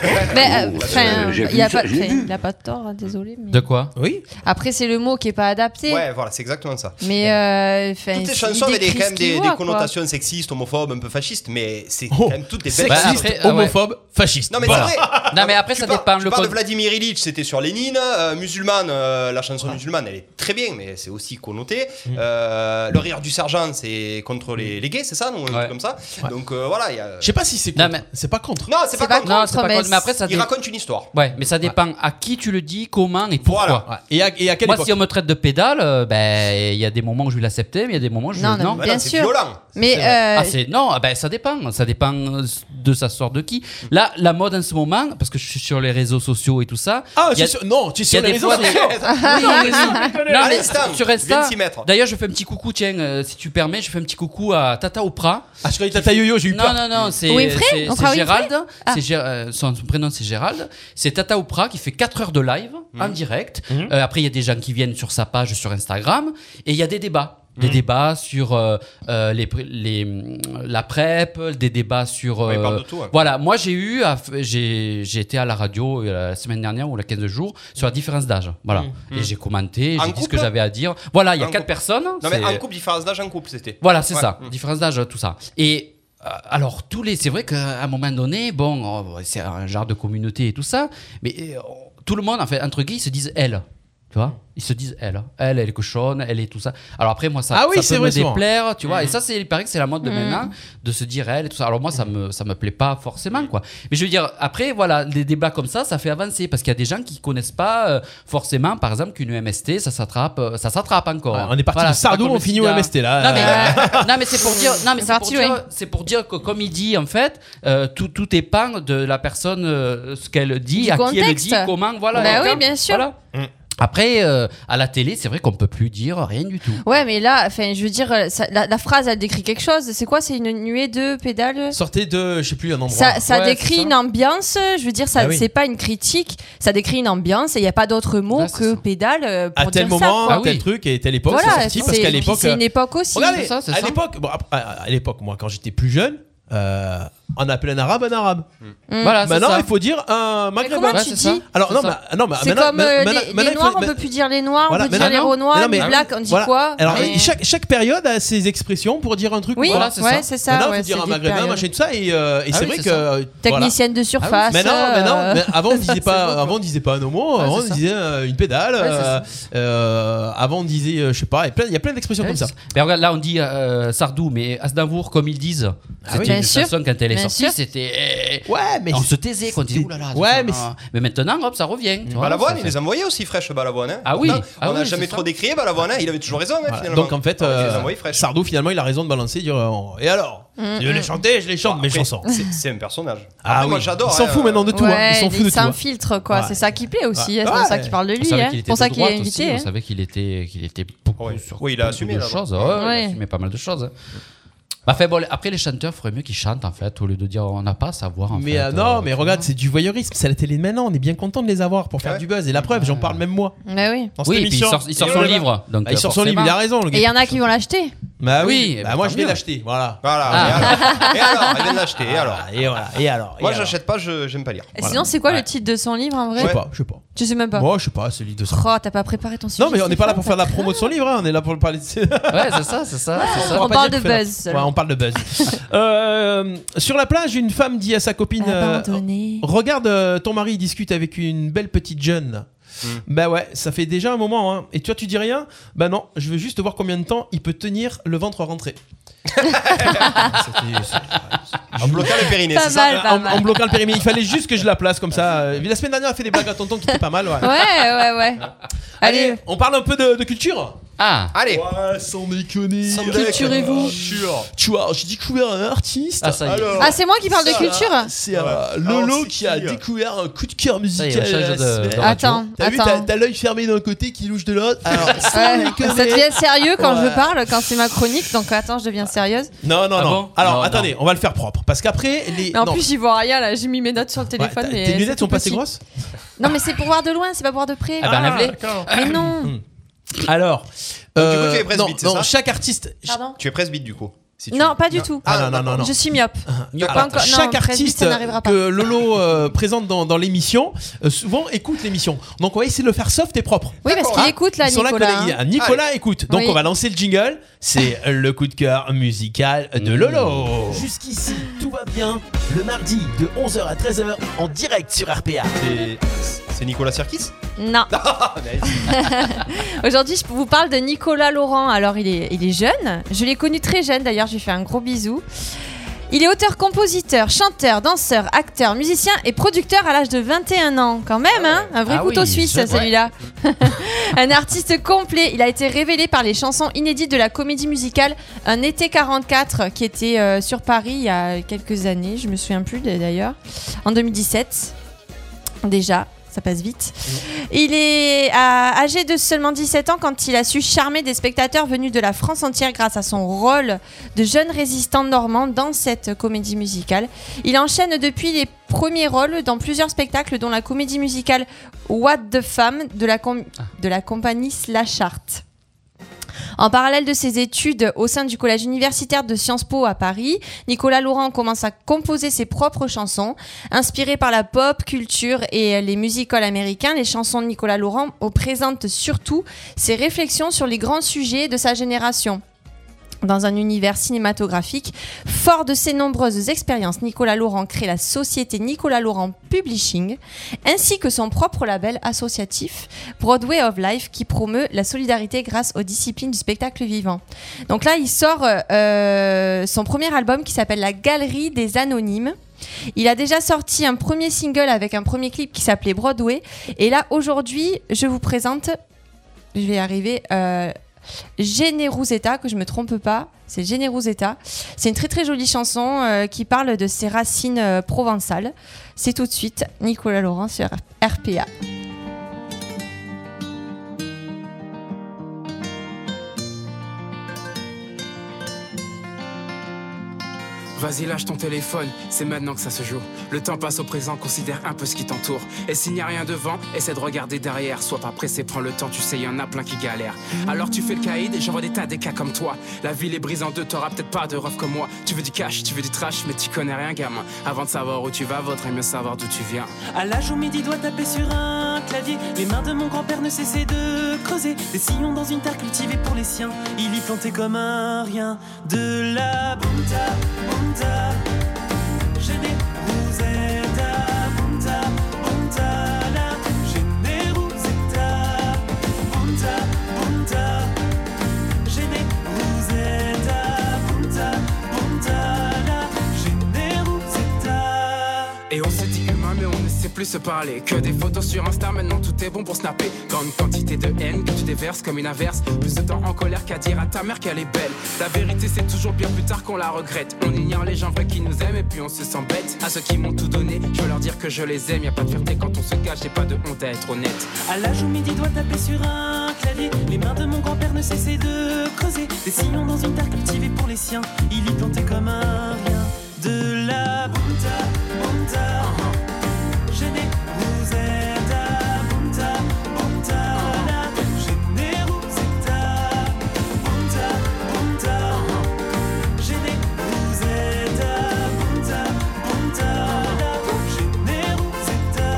Speaker 7: Mais,
Speaker 13: Oh,
Speaker 7: euh,
Speaker 17: Bon,
Speaker 7: enfin,
Speaker 17: euh, j'ai
Speaker 7: il y a
Speaker 17: vu ça,
Speaker 7: pas-
Speaker 17: j'ai
Speaker 7: enfin,
Speaker 17: vu.
Speaker 7: il a pas de tort, hein, désolé. mais-
Speaker 5: De quoi
Speaker 3: Oui.
Speaker 7: Après, c'est le mot qui est pas adapté.
Speaker 13: Ouais, voilà, c'est exactement ça.
Speaker 7: Mais euh, enfin,
Speaker 13: Toutes ces
Speaker 7: il
Speaker 13: chansons avaient des-
Speaker 7: décrit
Speaker 13: quand même
Speaker 7: ce qu'il
Speaker 13: des,
Speaker 7: voit,
Speaker 13: des
Speaker 7: quoi.
Speaker 13: connotations sexistes, homophobes, un peu fascistes, mais c'est
Speaker 3: Oh,
Speaker 13: quand même toutes des belles
Speaker 3: sexiste, homophobe, fasciste.
Speaker 13: Non mais
Speaker 3: Voilà.
Speaker 13: c'est vrai.
Speaker 5: Non, mais après, ça dépend.
Speaker 13: Tu
Speaker 5: le
Speaker 13: parles de
Speaker 5: con-
Speaker 13: Vladimir Ilitch, c'était sur Lénine, euh, musulmane, euh, la chanson musulmane, elle est très bien, mais c'est aussi connoté.
Speaker 5: Mm.
Speaker 13: Euh, le rire du sergent, c'est contre les, les gays, c'est ça, non, un truc comme ça. Donc euh, voilà, il y a.
Speaker 3: Je sais pas si c'est contre. C'est pas contre.
Speaker 13: Non, c'est pas,
Speaker 5: pas
Speaker 13: contre.
Speaker 5: contre, Non, c'est pas mais contre, mais après, ça
Speaker 13: Il
Speaker 5: dé-
Speaker 13: raconte une histoire.
Speaker 5: Ouais, mais ça dépend à qui tu le dis, comment et pourquoi.
Speaker 3: Et, à, quelle
Speaker 5: Moi,
Speaker 3: époque
Speaker 5: si on me traite de pédale, euh, ben il y a des moments où je vais l'accepter, mais il y a des moments où je
Speaker 7: Non, non,
Speaker 5: non.
Speaker 7: mais bien sûr. Mais
Speaker 5: C'est vrai.
Speaker 7: euh,
Speaker 5: Ah, c'est- non, ah ben, ça dépend. Ça dépend euh, de ça sort de qui.
Speaker 3: Mm.
Speaker 5: Là, la mode en ce moment, parce que je suis sur les réseaux sociaux et tout ça.
Speaker 3: Ah,
Speaker 5: il y a-
Speaker 3: tu es sur- non, tu es
Speaker 5: il y
Speaker 3: sur
Speaker 5: a
Speaker 3: les
Speaker 5: des
Speaker 3: réseaux
Speaker 5: fois des-
Speaker 3: sociaux.
Speaker 5: Oui, non, mais- non,
Speaker 13: À
Speaker 5: mais
Speaker 13: l'instant,
Speaker 5: sur
Speaker 13: je viens
Speaker 5: Insta.
Speaker 13: de s'y mettre.
Speaker 5: D'ailleurs, je fais un petit coucou, tiens, euh, si tu permets, je fais un petit coucou à Tata Oprah.
Speaker 3: Ah, je croyais Tata Yo-Yo, j'ai eu
Speaker 5: Non,
Speaker 3: peur.
Speaker 5: non, non, c'est
Speaker 3: Winfrey
Speaker 5: c'est-
Speaker 3: On
Speaker 5: c'est
Speaker 3: fera Winfrey Ah.
Speaker 5: Gérald. C'est Gé- euh, son, son prénom, c'est Gérald. C'est Tata Oprah qui fait 4 heures de live en
Speaker 3: Mhm.
Speaker 5: direct. Euh, après, il y a des gens qui viennent sur sa page sur Instagram et il y a des débats. Des
Speaker 3: Mhm.
Speaker 5: débats sur euh, euh, les, pré- les, mm, la PrEP, des débats sur.
Speaker 13: Ouais, il parle de
Speaker 5: euh,
Speaker 13: tout, hein.
Speaker 5: Voilà, moi j'ai eu. à f- J'ai j'ai été à la radio euh, la semaine dernière ou la 15 jours sur la différence d'âge. Voilà.
Speaker 13: Mhm.
Speaker 5: Et j'ai commenté,
Speaker 13: En
Speaker 5: j'ai dit ce
Speaker 13: couple
Speaker 5: que j'avais à dire. Voilà, il y a
Speaker 13: En
Speaker 5: 4
Speaker 13: couple.
Speaker 5: personnes.
Speaker 13: Non mais
Speaker 5: c'est-
Speaker 13: en couple, différence d'âge, en couple, c'était.
Speaker 5: voilà, c'est
Speaker 13: Ouais.
Speaker 5: ça.
Speaker 13: Mm.
Speaker 5: Différence d'âge, tout ça. Et euh, alors, tous les, c'est vrai qu'à un moment donné, bon, oh, c'est un genre de communauté et tout ça, mais euh, on- tout le monde, en fait, entre guillemets, ils se disent elle. Tu vois Ils se disent elle. Elle, elle est cochonne, elle est tout ça. Alors après, moi, ça,
Speaker 3: Ah oui,
Speaker 5: ça
Speaker 3: c'est
Speaker 5: peut
Speaker 3: vrai,
Speaker 5: me
Speaker 3: souvent.
Speaker 5: déplaire, tu vois.
Speaker 3: Mhm.
Speaker 5: Et ça, c'est, il paraît que c'est la mode de
Speaker 3: Mhm.
Speaker 5: maintenant, de se dire elle et tout ça. Alors moi,
Speaker 3: Mm.
Speaker 5: ça me, ça me plaît pas forcément, quoi. Mais je veux dire, après, voilà, des débats comme ça, ça fait avancer parce qu'il y a des gens qui connaissent pas euh, forcément, par exemple, qu'une MST, ça s'attrape, euh, ça s'attrape encore.
Speaker 3: Ouais, on est parti de
Speaker 5: c'est pas
Speaker 3: Sardou,
Speaker 5: comme
Speaker 3: on
Speaker 5: le
Speaker 3: finit au
Speaker 5: sida.
Speaker 3: MST, là.
Speaker 5: Non, mais-
Speaker 3: Euh.
Speaker 5: non, mais c'est pour dire, non, mais c'est pour
Speaker 7: parti,
Speaker 5: dire,
Speaker 7: ouais.
Speaker 5: c'est pour dire que comme il dit en fait, euh, tout tout dépend de la personne, euh, ce qu'elle dit,
Speaker 7: Du
Speaker 5: à qui elle
Speaker 7: contexte.
Speaker 5: dit, comment, voilà.
Speaker 7: Bah
Speaker 5: d'accord
Speaker 7: oui, bien sûr.
Speaker 5: Voilà.
Speaker 3: Mm.
Speaker 5: Après, euh, à la télé, c'est vrai qu'on peut plus dire rien du tout.
Speaker 7: Ouais, mais là, enfin, je veux dire, euh, ça- la, la phrase, elle décrit quelque chose. C'est quoi C'est une nuée de pédales
Speaker 3: Sortez de, je sais plus, un endroit.
Speaker 7: ça, ça
Speaker 3: Ouais,
Speaker 7: décrit
Speaker 3: c'est ça.
Speaker 7: une ambiance, je veux dire, ça
Speaker 3: Ah oui.
Speaker 7: c'est pas une critique, ça décrit une ambiance et il n'y a pas d'autre mot que pédale euh, pour
Speaker 3: à tel
Speaker 7: dire
Speaker 3: moment,
Speaker 7: ça.
Speaker 5: Ah
Speaker 7: quoi.
Speaker 3: à telle truc et telle époque,
Speaker 7: Voilà,
Speaker 3: c'est sorti parce
Speaker 7: c'est-
Speaker 3: qu'à
Speaker 7: puis
Speaker 3: l'époque.
Speaker 7: c'est une
Speaker 3: euh,
Speaker 7: époque aussi,
Speaker 3: regardez,
Speaker 7: c'est ça, c'est
Speaker 3: à
Speaker 7: ça.
Speaker 3: l'époque, bon, après, à à l'époque, moi, quand j'étais plus jeune, euh, on appelait un arabe un arabe.
Speaker 7: Mm. Voilà, c'est
Speaker 3: Maintenant,
Speaker 7: ça.
Speaker 3: il faut dire un maghrébin.
Speaker 7: comment Ouais, tu c'est ça. dis
Speaker 3: Alors, non,
Speaker 7: C'est ça.
Speaker 3: mais, non, mais
Speaker 7: C'est
Speaker 3: maintenant-
Speaker 7: comme euh,
Speaker 3: maintenant-
Speaker 7: les,
Speaker 3: maintenant,
Speaker 7: les
Speaker 3: il faut-
Speaker 7: noirs, on peut plus dire les noirs,
Speaker 3: Voilà,
Speaker 7: Ah, on peut dire
Speaker 3: maintenant-
Speaker 7: les
Speaker 3: mais
Speaker 7: renois,
Speaker 3: non, mais-
Speaker 7: les blacks, on dit
Speaker 3: voilà.
Speaker 7: quoi
Speaker 3: Alors,
Speaker 7: Mais-
Speaker 3: chaque, chaque période a ses expressions pour dire un truc.
Speaker 7: Oui,
Speaker 3: ou pas.
Speaker 7: voilà, c'est ouais, ça. c'est ça,
Speaker 3: Maintenant, il
Speaker 7: ouais,
Speaker 3: faut dire
Speaker 7: c'est
Speaker 3: un
Speaker 7: des
Speaker 3: maghrébin,
Speaker 7: périodes.
Speaker 3: machin, tout ça. Et, euh, et
Speaker 7: Ah
Speaker 3: c'est
Speaker 7: oui,
Speaker 3: vrai
Speaker 7: c'est
Speaker 3: que.
Speaker 7: ça.
Speaker 3: euh,
Speaker 7: Technicienne de surface,
Speaker 3: Mais non, mais non,
Speaker 7: euh,
Speaker 3: mais avant on disait pas, avant on disait pas un homo, avant on
Speaker 5: c'est ça.
Speaker 3: disait euh, une pédale,
Speaker 5: Ouais, c'est
Speaker 3: euh,
Speaker 5: ça.
Speaker 3: euh, avant on disait, euh, je sais pas, et plein- il y a plein d'expressions comme ça.
Speaker 5: Ben regarde, là on dit euh, Sardou, mais Asdavour, comme ils disent,
Speaker 3: Ah oui.
Speaker 5: c'était
Speaker 3: Bien
Speaker 5: une
Speaker 3: sûr.
Speaker 5: chanson quand elle est
Speaker 3: Bien
Speaker 5: sortie,
Speaker 3: sûr.
Speaker 5: c'était.
Speaker 3: Ouais, mais
Speaker 5: on se taisait quand on disait oh
Speaker 3: c'était-
Speaker 5: oulala.
Speaker 3: ouais, mais Bah,
Speaker 5: mais maintenant, hop, ça revient. tu vois,
Speaker 13: Balavoine,
Speaker 5: ça
Speaker 13: il
Speaker 5: fait-
Speaker 13: les envoyait aussi fraîches, Balavoine. hein.
Speaker 5: Ah oui,
Speaker 13: Pourtant,
Speaker 5: ah
Speaker 13: on n'a
Speaker 5: oui,
Speaker 13: jamais
Speaker 5: c'est
Speaker 13: trop
Speaker 5: ça.
Speaker 13: décrié Balavoine, hein, il avait toujours raison, hein,
Speaker 3: Voilà.
Speaker 13: finalement.
Speaker 3: Donc en fait,
Speaker 13: Ah, il les
Speaker 3: euh,
Speaker 13: envoyait fraîches.
Speaker 3: Sardou finalement il a raison de balancer, dire euh, et alors,
Speaker 13: Mm,
Speaker 3: je les
Speaker 13: mm.
Speaker 3: chantais, je les chante mes
Speaker 13: Après,
Speaker 3: chansons.
Speaker 13: c'est- C'est un personnage.
Speaker 3: Ah
Speaker 13: Après, moi,
Speaker 3: oui.
Speaker 13: j'adore.
Speaker 3: Il s'en
Speaker 13: hein,
Speaker 3: fout maintenant de tout, hein.
Speaker 7: Ouais,
Speaker 3: Il s'en fout de tout. hein.
Speaker 7: s'infiltre quoi,
Speaker 3: Ouais.
Speaker 7: c'est ça qui plaît aussi,
Speaker 3: Ouais.
Speaker 7: hein, c'est pour ça qu'il parle de
Speaker 5: On
Speaker 7: lui,
Speaker 5: savait
Speaker 7: hein.
Speaker 5: qu'il était
Speaker 7: pour ça
Speaker 5: de
Speaker 7: qu'il est
Speaker 5: droite aussi,
Speaker 7: invité. hein.
Speaker 5: On savait qu'il était, qu'il était beaucoup sur
Speaker 13: Oui, il a
Speaker 5: beaucoup
Speaker 13: assumé,
Speaker 5: de
Speaker 13: là-bas.
Speaker 5: choses. ouais, ouais,
Speaker 7: Ouais.
Speaker 5: Il assumait pas mal de choses. hein. Bah, fait, bon, les- après, les chanteurs, il faudrait mieux qu'ils chantent, en fait, au lieu de dire on n'a pas à savoir. En
Speaker 3: Mais
Speaker 5: fait,
Speaker 3: euh, non, mais regarde, c'est du voyeurisme, c'est la télé de maintenant, on est bien content de les avoir pour faire du buzz. Et la preuve, j'en parle même moi.
Speaker 7: Mais Bah oui.
Speaker 3: Dans
Speaker 5: Oui,
Speaker 3: cette
Speaker 5: et puis il
Speaker 3: émission.
Speaker 5: sort- il sort
Speaker 3: Et
Speaker 5: son
Speaker 3: on est-
Speaker 5: livre, donc,
Speaker 3: Ah, il sort son livre,
Speaker 5: forcément.
Speaker 3: il a raison, le
Speaker 7: Et il y
Speaker 3: gars.
Speaker 7: en a qui vont l'acheter.
Speaker 3: Bah
Speaker 5: Oui,
Speaker 3: oui,
Speaker 5: eh
Speaker 3: bah
Speaker 5: ben,
Speaker 3: moi
Speaker 5: tant
Speaker 3: je l'ai
Speaker 5: mieux.
Speaker 3: l'acheté, voilà. Ah.
Speaker 13: Et alors, elle vient de l'acheter, et alors
Speaker 3: Et voilà, et alors
Speaker 13: Moi,
Speaker 3: et alors
Speaker 13: j'achète pas, je- j'aime pas lire.
Speaker 7: Et Sinon, c'est quoi le titre de son livre en vrai
Speaker 3: Je sais pas, je sais pas.
Speaker 7: Tu sais même pas.
Speaker 3: Moi, je sais pas, c'est l'idée de ça.
Speaker 7: Oh, t'as pas préparé ton sujet.
Speaker 3: Non, mais on n'est pas là
Speaker 7: Stéphane,
Speaker 3: pour faire la promo de son livre, hein, on est là pour le parler de. ouais,
Speaker 5: c'est ça, c'est ça.
Speaker 7: c'est ça.
Speaker 3: pourra
Speaker 7: On
Speaker 3: pas
Speaker 7: parle
Speaker 3: dire
Speaker 7: de
Speaker 3: que c'est la-
Speaker 7: buzz
Speaker 3: Ouais,
Speaker 7: seulement.
Speaker 3: on parle de buzz. Euh, sur la plage, une femme dit à sa copine euh, Regarde, euh, ton mari discute avec une belle petite jeune.
Speaker 13: Hmm.
Speaker 3: Bah ouais, ça fait déjà un moment. hein. Et toi, tu dis rien Bah non, je veux juste voir combien de temps il peut tenir le ventre rentré. euh,
Speaker 13: En bloquant le périnée,
Speaker 7: Pas
Speaker 13: c'est ça
Speaker 7: mal, pas
Speaker 3: en,
Speaker 7: mal.
Speaker 3: en bloquant le périmètre. Il fallait juste que je la place comme ça. Euh, La semaine dernière, elle a fait des blagues à tonton qui étaient pas mal.
Speaker 7: Ouais, ouais, ouais.
Speaker 3: Allez, on parle un peu de, de culture
Speaker 5: Ah
Speaker 13: Allez
Speaker 3: Ouais, sans déconner
Speaker 13: Sans
Speaker 7: culturez-vous.
Speaker 13: Culture.
Speaker 3: Tu vois, j'ai découvert un artiste.
Speaker 5: Ah, ça y est.
Speaker 3: Alors,
Speaker 7: Ah, c'est moi qui parle de
Speaker 3: ça,
Speaker 7: culture
Speaker 3: C'est euh, Lolo qui a découvert un coup de cœur musical.
Speaker 5: Ça y est, on change
Speaker 3: à la
Speaker 5: de- de
Speaker 3: semaine.
Speaker 5: radio. Attends,
Speaker 3: T'as vu,
Speaker 7: attends.
Speaker 3: t'as- t'as l'œil fermé d'un côté qui louche de l'autre. Alors, sans
Speaker 7: Ouais,
Speaker 3: déconner.
Speaker 7: ça devient sérieux quand
Speaker 3: Ouais.
Speaker 7: je parle, quand c'est ma chronique, donc attends, je deviens sérieuse.
Speaker 3: Non, non,
Speaker 5: Ah
Speaker 3: non.
Speaker 5: bon
Speaker 3: Alors,
Speaker 5: Non,
Speaker 3: attendez, on va le faire propre. Parce qu'après, les.
Speaker 7: Mais en
Speaker 3: non.
Speaker 7: plus, j'y vois rien là, j'ai mis mes notes sur le
Speaker 3: Ouais,
Speaker 7: téléphone.
Speaker 3: t'as-
Speaker 7: mais
Speaker 3: tes
Speaker 7: c'est
Speaker 3: lunettes sont
Speaker 7: tout
Speaker 3: passées
Speaker 7: petit.
Speaker 3: grosses
Speaker 7: Non, mais c'est pour voir de loin, c'est pas pour voir de près.
Speaker 5: Ah, ben, lave-les.
Speaker 7: Mais non
Speaker 3: Alors.
Speaker 13: du coup, tu es
Speaker 3: euh, non,
Speaker 13: presbyte, c'est
Speaker 3: non,
Speaker 13: ça
Speaker 3: chaque artiste.
Speaker 7: Pardon
Speaker 13: Tu es presbyte, du coup.
Speaker 6: si tu
Speaker 7: Non,
Speaker 6: veux.
Speaker 7: pas du tout.
Speaker 3: Ah, non, non, non, non.
Speaker 7: Je suis myope.
Speaker 3: Alors,
Speaker 7: Pas encore- non,
Speaker 3: chaque
Speaker 7: très vite,
Speaker 3: artiste
Speaker 7: ça n'arrivera pas.
Speaker 3: que Lolo euh, présente dans, dans l'émission, euh, souvent écoute l'émission. Donc on va essayer de le faire soft et propre.
Speaker 7: Oui, parce qu'il
Speaker 3: Ah,
Speaker 7: écoute, là,
Speaker 3: ils sont
Speaker 7: Nicolas,
Speaker 3: collés.
Speaker 7: hein.
Speaker 3: Nicolas
Speaker 7: Allez.
Speaker 3: écoute. Donc
Speaker 7: Oui.
Speaker 3: on va lancer le jingle. C'est le coup de cœur musical de Lolo.
Speaker 1: Jusqu'ici, tout va bien. Le mardi de 11h à 13h
Speaker 13: Ah,
Speaker 1: en direct sur RPA.
Speaker 13: C'est- C'est Nicolas Serkis
Speaker 7: Non. Aujourd'hui, je vous parle de Nicolas Laurent. Alors, il est, il est jeune. Je l'ai connu très jeune, d'ailleurs, je lui fais un gros bisou. Il est auteur, compositeur, chanteur, danseur, acteur, musicien et producteur à l'âge de 21 ans. Quand même, hein Un vrai
Speaker 4: Ah
Speaker 7: couteau
Speaker 4: oui,
Speaker 7: suisse,
Speaker 4: jeune, ouais.
Speaker 7: celui-là. un artiste complet. Il a été révélé par les chansons inédites de la comédie musicale Un été 44, qui était euh, sur Paris il y a quelques années. Je me souviens plus d'ailleurs. En 2017 déjà. Ça passe vite. Il est euh, âgé de seulement 17 ans quand il a su charmer des spectateurs venus de la France entière grâce à son rôle de jeune résistant normand dans cette comédie musicale. Il enchaîne depuis les premiers rôles dans plusieurs spectacles dont la comédie musicale What the Femme de la, com- de la compagnie Slashart. En parallèle de ses études au sein du Collège universitaire de Sciences Po à Paris, Nicolas Laurent commence à composer ses propres chansons. Inspiré par la pop culture et les music-halls américains, les chansons de Nicolas Laurent présentent surtout ses réflexions sur les grands sujets de sa génération. Dans un univers cinématographique, fort de ses nombreuses expériences, Nicolas Laurent crée la société Nicolas Laurent Publishing, ainsi que son propre label associatif Broadway of Life, qui promeut la solidarité grâce aux disciplines du spectacle vivant. Donc là, il sort euh, son premier album qui s'appelle La Galerie des Anonymes. Il a déjà sorti un premier single avec un premier clip qui s'appelait Broadway. Et là, aujourd'hui, je vous présente je vais y arriver. Euh, Generosetta, que je me trompe pas, c'est Generosetta. C'est une très très jolie chanson euh, qui parle de ses racines euh, provençales. C'est tout de suite Nicolas Laurent sur RPA.
Speaker 18: Vas-y, lâche ton téléphone, c'est maintenant que ça se joue. Le temps passe au présent, considère un peu ce qui t'entoure. Et s'il n'y a rien devant, essaie de regarder derrière. Sois pas pressé, prends le temps, tu sais, y en a plein qui galèrent. Alors tu fais le caïd et j'en vois des tas des cas comme toi. La ville est brisante, en deux, t'auras peut-être pas de ref comme moi. Tu veux du cash, tu veux du trash, mais tu connais rien, gamin. Avant de savoir où tu vas, vaudrait mieux savoir d'où tu viens.
Speaker 8: À l'âge où midi doit taper sur un clavier, les mains de mon grand-père ne cessaient de creuser des sillons dans une terre cultivée pour les siens. Il y plantait comme un rien de la bunta, bunta. Générosetta, bunta, bunta, la générosetta, bunta, bunta. Générosetta, bunta, bunta, la générosetta.
Speaker 18: Et on se dit humain mais on ne sait plus se parler Que des photos sur Insta maintenant tout est bon pour snapper Grande quantité de haine que tu déverses comme une averse Plus de temps en colère qu'à dire à ta mère qu'elle est belle La vérité c'est toujours bien plus tard qu'on la regrette On ignore les gens vrais qui nous aiment et puis on se sent bête À ceux qui m'ont tout donné, je veux leur dire que je les aime y a pas de fierté quand on se cache et pas de honte à être honnête
Speaker 8: À l'âge où midi doit taper sur un clavier, les mains de mon grand-père ne cessaient de creuser des sillons dans une terre cultivée pour les siens. Il y plantait comme un rien de la bunta, bunta. Générosetta, bunta, bunta. La générosetta, bunta, bunta. Générosetta, bunta, bunta. La générosetta.